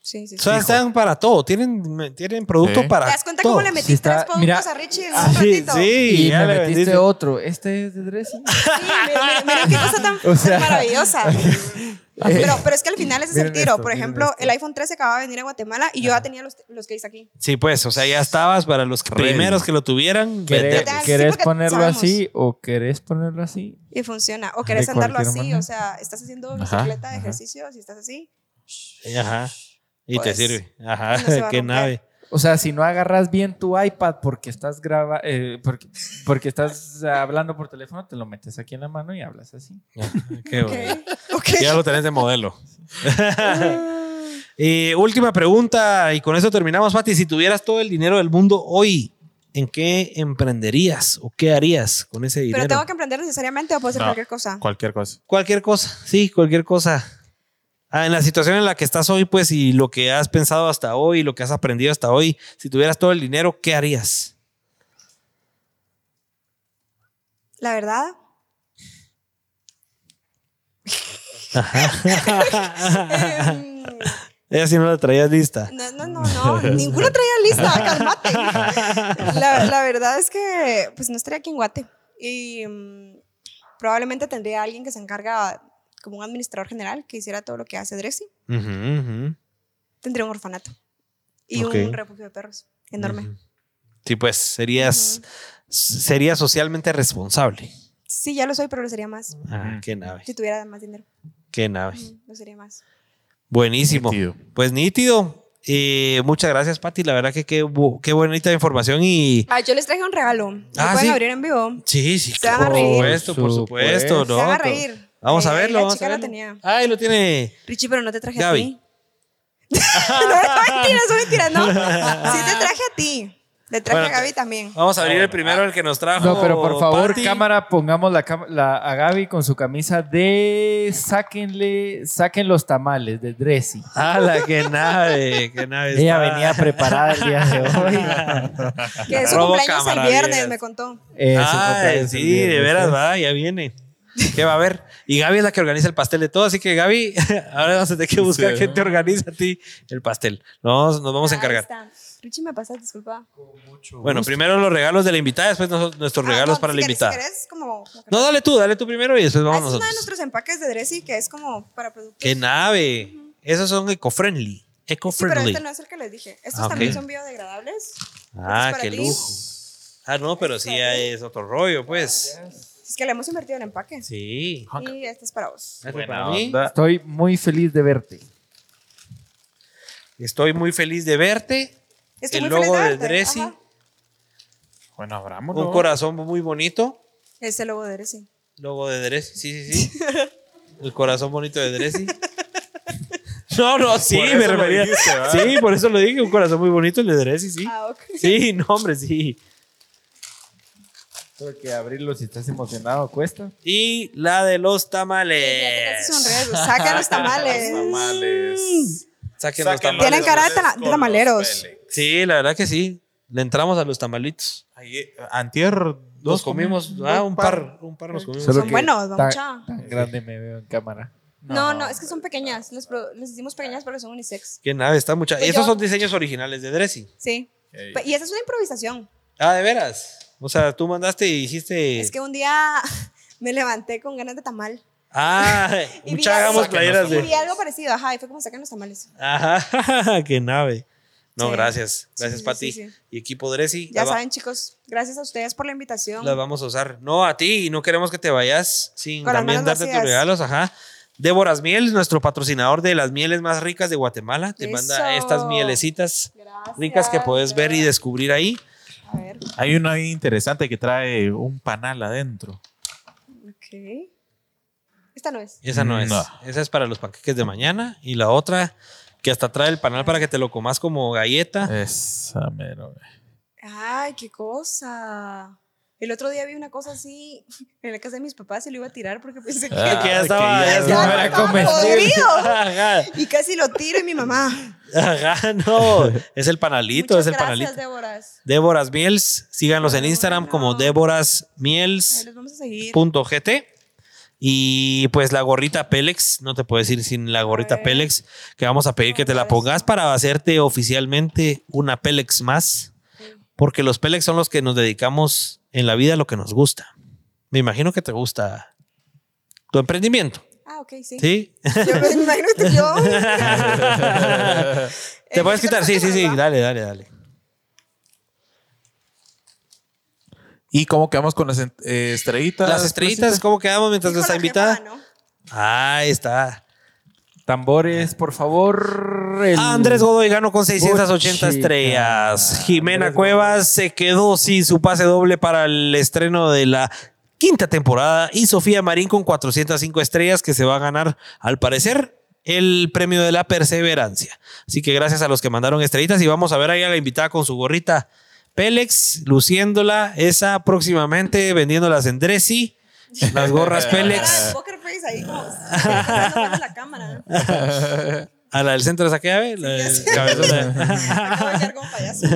D: Sí, sí,
A: O
D: sí.
A: sea, están para todo. Tienen, tienen productos
B: Sí.
A: para
D: ¿Te das cuenta cómo
A: todo.
D: le metí
C: Sí, está-
D: tres productos
C: mira.
D: a Richie en un
A: Ah, Sí,
D: ratito?
A: sí,
C: y
A: ya
C: me
A: le
C: metiste
A: vendiste.
C: otro. Este es de dressing.
D: Sí, mira, mira- mira qué cosa
C: (laughs)
D: tan,
C: O sea-
D: tan maravillosa.
C: (laughs)
D: Pero, pero es que al final ese es el
C: Miren
D: tiro.
C: esto,
D: Por
C: miren
D: ejemplo,
C: esto.
D: el iPhone 13 acababa de venir a Guatemala y yo ya tenía los, los case aquí.
A: Sí, pues, o sea, ya estabas para los que-
B: Ready.
A: primeros que lo tuvieran.
C: ¿Querés,
A: vender.
D: Total, sí,
C: querés
D: porque
C: ponerlo
D: sabemos.
C: así o querés ponerlo así?
D: Y funciona. O querés
C: De
D: andarlo
C: cualquier
D: así,
C: manera.
D: o sea, estás haciendo
B: Ajá,
D: bicicleta
B: ajá.
D: de ejercicio, si estás así.
A: Ajá. Y
D: Pues,
A: te sirve.
D: no se va
A: Ajá,
D: a
A: qué
D: romper.
A: nave.
C: O sea, si no agarras bien tu iPad porque estás graba, eh, porque, porque estás hablando por teléfono, te lo metes aquí en la mano y hablas así.
A: Qué
D: Ok.
A: bueno.
D: (laughs) ok.
A: Ya lo tenés de modelo. Eh, última pregunta, y con eso terminamos, Pati. Si tuvieras todo el dinero del mundo hoy, ¿en qué emprenderías o qué harías con ese dinero?
D: Pero tengo que emprender necesariamente o puedo hacer
B: No.
D: cualquier cosa.
B: Cualquier cosa.
A: Cualquier cosa, sí, cualquier cosa. Ah, en la situación en la que estás hoy, pues, y lo que has pensado hasta hoy, lo que has aprendido hasta hoy, si tuvieras todo el dinero, ¿qué
D: (laughs)
A: harías? (laughs)
D: La verdad. Em,
A: Ella sí no la traías lista.
D: No, no, no,
A: (laughs)
D: no.
A: Este.
D: Ninguna traía lista, cálmate. La, la verdad es que pues no estaría aquí en Guate. Y mm, probablemente tendría a alguien que se encarga como un administrador general que hiciera todo lo que hace Drexy. Tendría un orfanato y
A: Ok.
D: un refugio de perros enorme.
A: Sí, pues serías,
D: Ujú.
A: serías socialmente responsable.
D: Sí, ya lo soy, pero lo sería más.
A: Ah, qué nave,
D: Si tuviera más dinero,
A: qué nave.
D: mm, lo sería más.
A: Buenísimo.
B: Nítido.
A: Pues nítido. Eh, muchas gracias, Pati. La verdad que qué, bu- qué bonita información y...
D: Ah, yo les traje un regalo. ¿Lo
A: Ah,
D: pueden
A: ¿sí?
D: abrir en vivo?
A: Sí, sí,
D: Se van a reír.
A: por supuesto,
D: se van a
A: ¿no?
D: reír.
A: Vamos a
D: Eh,
A: verlo,
D: la
A: vamos
D: chica
A: a
D: la
A: verlo.
D: tenía.
A: Ahí lo tiene.
D: Richie, pero no te traje
A: Gaby.
D: a ti. (laughs) no, mentiras, son mentiras, no. Sí te traje a ti. Le traje
A: Bueno,
D: a Gaby también.
A: Vamos a abrir el primero, el que nos trajo.
C: No, pero por favor,
A: Oh, Pati.
C: cámara, pongamos la, cam- la- a Gaby con su camisa de sáquenle, saquen los tamales de Dressy.
A: ¡Hala, qué nave! ¡Qué nave!
C: Ella
A: está.
C: venía preparada el
A: (laughs)
C: día de hoy.
D: Que es su
A: Robo
D: cumpleaños el
A: cámara,
D: viernes,
A: vieras.
D: me contó.
C: Eh, su
A: Ay,
C: cumpleaños el
A: sí,
C: viernes,
A: de veras,
C: ¿eh?
A: va, ya viene. ¿Qué va a haber? Y Gaby es la que organiza el pastel de todo, así que Gaby, (laughs) ahora vas a tener que buscar
B: Sí.
A: quién te organiza a ti el pastel. Nos, nos vamos a
D: Ahí
A: encargar.
D: está. Richie, me pasas, disculpa.
A: Bueno, primero los regalos de la invitada, después nos- nuestros regalos
D: Ah, no,
A: para
D: si
A: la
D: querés-
A: invitada.
D: Si querés, como. como que-
A: no, dale tú, dale tú primero y después
D: Ah,
A: vamos
D: es uno de
A: nosotros.
D: nuestros empaques de Dressy que es como para productos.
A: ¡Qué nave! Esos son eco-friendly.
D: Sí, pero
A: Eco-friendly.
D: este no es el que les dije. Estos
A: Ah, ok.
D: también son biodegradables.
A: ah,
D: para
A: qué
D: ti.
A: lujo. Ah, no, pero sí ya es otro
D: Ah,
A: rollo, pues.
D: Es que le hemos invertido en empaque.
A: Sí.
D: Y este es para vos.
A: Este
B: Buena
A: para mí.
B: onda.
C: Estoy muy feliz de verte.
A: Estoy muy feliz de verte.
D: Estoy
A: el
D: muy feliz
A: logo
D: de
A: de,
D: verte,
A: Dressy,
D: ajá.
B: Bueno, abramos.
A: un corazón muy bonito.
D: Este logo de Dressy.
A: Logo de Dressy, sí,
D: (laughs)
A: sí, sí. El corazón bonito de Dressy. No, no, sí,
B: Por eso
A: me
B: lo
A: refería.
B: dijiste, ¿verdad?
A: sí, por eso lo dije, un corazón muy bonito el de Dressy, sí.
D: Ah, ok.
A: Sí, no, hombre, sí.
C: Tengo que abrirlo si estás emocionado, cuesta.
A: Y la de los
D: Ya te
A: tamales.
D: casi sonríes. Saca los tamales.
A: (laughs) Saquen los tamales.
B: Saquen los
D: Mm. Tienen cara de tana-
B: con los
D: tamaleros.
B: Pelex.
A: Sí, la verdad que sí. Le entramos a los tamalitos.
B: Ayer- Antier,
A: Nos
B: dos
A: comimos, ah, un par, un par nos comimos.
C: Solo
D: Son
C: que
D: buenos, va
C: tan-
D: mucha.
C: Tan grande me veo en cámara.
D: No, no, es que son pequeñas. Les, pro- les hicimos pequeñas porque son unisex.
A: Qué nave, está mucha.
D: Pues
A: Estos
D: yo-
A: son diseños originales de Dressy.
D: Sí.
B: Ey.
D: Pe- Y esa es una improvisación.
A: Ah, de veras. O sea, tú mandaste y dijiste.
D: Es que un día (laughs) me levanté con ganas de tamal.
A: Ah,
D: (laughs) Y vi
A: muchas hagamos
D: algo-
A: playeras
D: y vi
A: de.
D: algo parecido, ajá, y fue como sacan los tamales.
A: Ajá, (laughs) qué nave. No,
D: Sí.
A: gracias. Gracias,
D: sí,
A: Pati.
D: sí, sí.
A: Y equipo Dressy.
D: Ya
A: la va-
D: saben, chicos, gracias a ustedes por la invitación.
A: Las vamos a usar. No, a ti. Y no queremos que te vayas sin
D: Con las
A: también
D: manos
A: darte tus
D: vacías.
A: regalos. Ajá. Déboras Miel, nuestro patrocinador de las mieles más ricas de Guatemala. Te manda
D: Eso.
A: estas mielecitas
D: Gracias.
A: ricas que puedes ver y descubrir ahí.
D: A ver,
B: Hay uno ahí interesante que trae un panal adentro.
D: ok. Esta no es.
A: Esa no es.
B: Mm, No.
A: Esa es para los panqueques de mañana. Y la otra, que hasta trae el panal para que te lo comas como
B: Eh,
A: galleta.
B: Esa mero.
D: Ay, qué cosa. El otro día vi una cosa así (laughs) en la casa de mis papás y lo iba a tirar porque pensé que
A: (laughs) que ya estaba.
B: ah, que ya
A: ya
C: estaba-
A: estaba-
C: era
D: estaba
C: comestible.
D: podrido.
A: Ajá,
D: (laughs) Y casi lo tiro y mi mamá.
A: (laughs) ajá,
B: (laughs)
A: no. Es el panalito, es
D: Muchas
A: el
D: gracias,
A: panalito.
D: Déboras.
A: Déboras Miels, síganlos en Instagram como
D: Bueno.
A: Déboras
D: Ahí
A: Miels.
D: los vamos a seguir.
A: punto gt y pues la gorrita Pélex, no te puedes ir sin la gorrita
D: ver.
A: Pélex, que vamos a pedir que te la pongas para hacerte oficialmente una Pélex más, porque los Pélex son los que nos dedicamos en la vida a lo que nos gusta. Me imagino que te gusta tu emprendimiento,
D: Ah, ok, sí.
A: ¿sí?
D: (laughs) Yo me imagino que
A: (laughs)
D: te- yo.
A: ¿Te puedes quitar? Sí, sí, sí,
D: ¿Va?
A: dale, dale, dale.
B: ¿Y cómo quedamos con las en- eh, estrellitas?
A: Las estrellitas, ¿cómo quedamos mientras
D: Dijo
A: está
D: la
A: invitada?
D: jefa, ¿no?
A: Ahí está.
C: Tambores, por favor. el-
A: Andrés Godoy ganó con 680
C: Puchica.
A: estrellas. Jimena
C: Ah, Andrés
A: Cuevas se quedó sin su pase doble para el estreno de la quinta temporada y Sofía Marín con 405 estrellas que se va a ganar, al parecer, el premio de la perseverancia. Así que gracias a los que mandaron estrellitas y vamos a ver ahí a la invitada con su gorrita Pélex, luciéndola, esa próximamente vendiéndolas en Dressy, las gorras
D: Cara de
A: Pélex. (laughs)
D: poker face ahí como. se está dando vueltas la cámara.
A: A la del centro saqué a ver, la del
D: Sí, (laughs)
A: cabezón.
D: Acabo de quedar como payaso.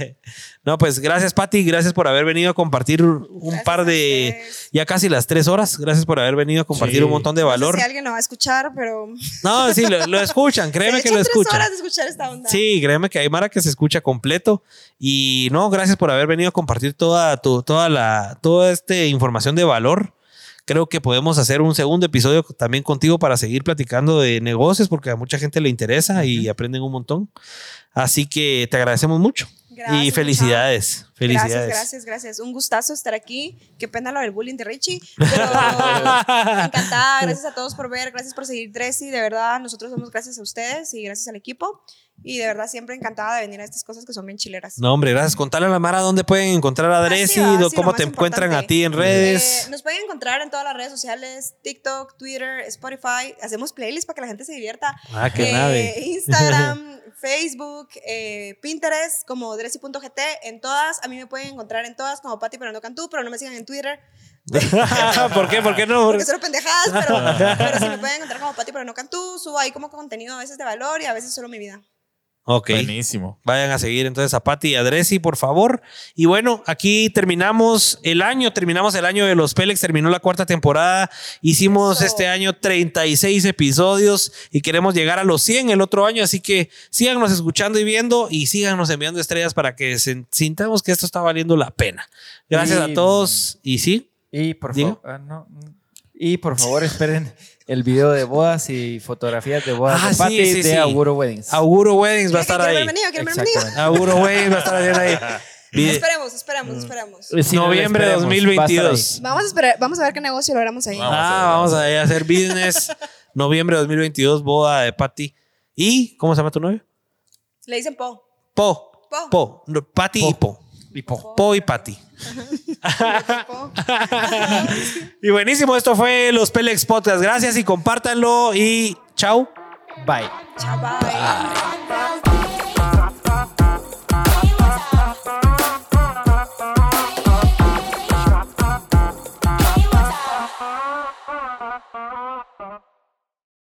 A: (laughs) no, pues gracias, Pati. Gracias por haber venido a compartir un
D: Gracias a
A: par de.
D: ustedes.
A: Ya casi las tres horas. Gracias por haber venido a compartir
G: Sí.
A: un montón de
D: No sé
A: valor.
D: si alguien lo va a escuchar, pero.
A: No, sí, lo,
D: (laughs)
A: lo escuchan. Créeme
D: Se
A: que
D: echan
A: lo
D: tres
A: escuchan.
D: horas de escuchar esta onda.
A: Sí, créeme que hay Mara que se escucha completo. Y no, gracias por haber venido a compartir toda tu, toda la, toda esta información de valor. Creo que podemos hacer un segundo episodio también contigo para seguir platicando de negocios, porque a mucha gente le interesa y aprenden un montón. Así que te agradecemos mucho.
D: Gracias,
A: y felicidades.
D: Gracias,
A: Felicidades.
D: gracias, gracias. Un gustazo estar aquí. Qué pena lo del bullying
A: (laughs)
D: de Richie. Pero (laughs) encantada. Gracias a todos por ver. Gracias por seguir Dressy. De verdad, nosotros somos gracias a ustedes y gracias al equipo. Y de verdad, siempre encantada de venir a estas cosas que son bien chileras.
A: No, hombre, gracias. Contale a la Mara dónde pueden encontrar a
D: Ah, sí,
A: Dressy,
D: va, sí, lo
A: cómo
D: más
A: te encuentran a
D: importante.
A: ti en redes.
D: Eh, nos pueden encontrar en todas las redes sociales: TikTok, Twitter, Spotify. Hacemos playlists para que la gente se divierta.
A: ah, qué
D: Eh,
A: nave.
D: (laughs)
A: (laughs)
D: Instagram, Facebook, eh, Pinterest, como Dressy.gt, en todas. A mí me pueden encontrar en todas como Pati Pero no Cantú, pero no me sigan en Twitter.
A: (laughs) ¿Por qué? ¿Por qué no?
D: Eh, Porque son pendejadas, pero, pero sí me pueden encontrar como Pati Pero no Cantú. Subo ahí como contenido a veces de valor y a veces solo mi vida.
A: Ok.
B: Pues, Buenísimo.
A: Vayan a seguir entonces a Patti y a Dressy, por favor. Y bueno, aquí terminamos el año, terminamos el año de los Pelex, terminó la cuarta temporada. Hicimos
D: Eso.
A: este año 36 episodios y queremos llegar a los 100 el otro año, así que síganos escuchando y viendo y síganos enviando estrellas para que sen- sintamos que esto está valiendo la pena. Gracias
C: Y-
A: a todos y sí,
C: Y por
A: Diga.
C: favor, Y por favor, esperen el video de bodas y fotografías de bodas
A: Ah,
C: de
A: sí,
C: Pati
A: sí,
C: de
A: sí.
C: Auguro Weddings.
A: Auguro Weddings va a estar
D: Quiero que- quiero
A: ahí.
D: verme niño, quiero verme niño.
C: Exactamente.
A: Auguro Weddings va a estar
C: (laughs)
A: ahí. Vide-
D: Esperemos, esperemos, esperemos.
C: Sí, no la
A: Noviembre de
C: esperemos, va a estar ahí.
A: 2022.
D: Vamos a, esperar, vamos a ver qué negocio logramos ahí.
B: Vamos.
A: ah, vamos a ir a hacer (laughs) business. Noviembre de 2022, boda de Patty. ¿Y cómo se llama tu novio?
D: Le dicen Po.
A: Po.
D: Po.
A: Po. No, Patty y Po.
C: Y po-
A: Po y Patty.
D: Po.
A: Y buenísimo, esto fue los Pelex Podcast. Gracias y compártanlo y chao.
C: Bye.
D: Chao, bye.
H: Bye.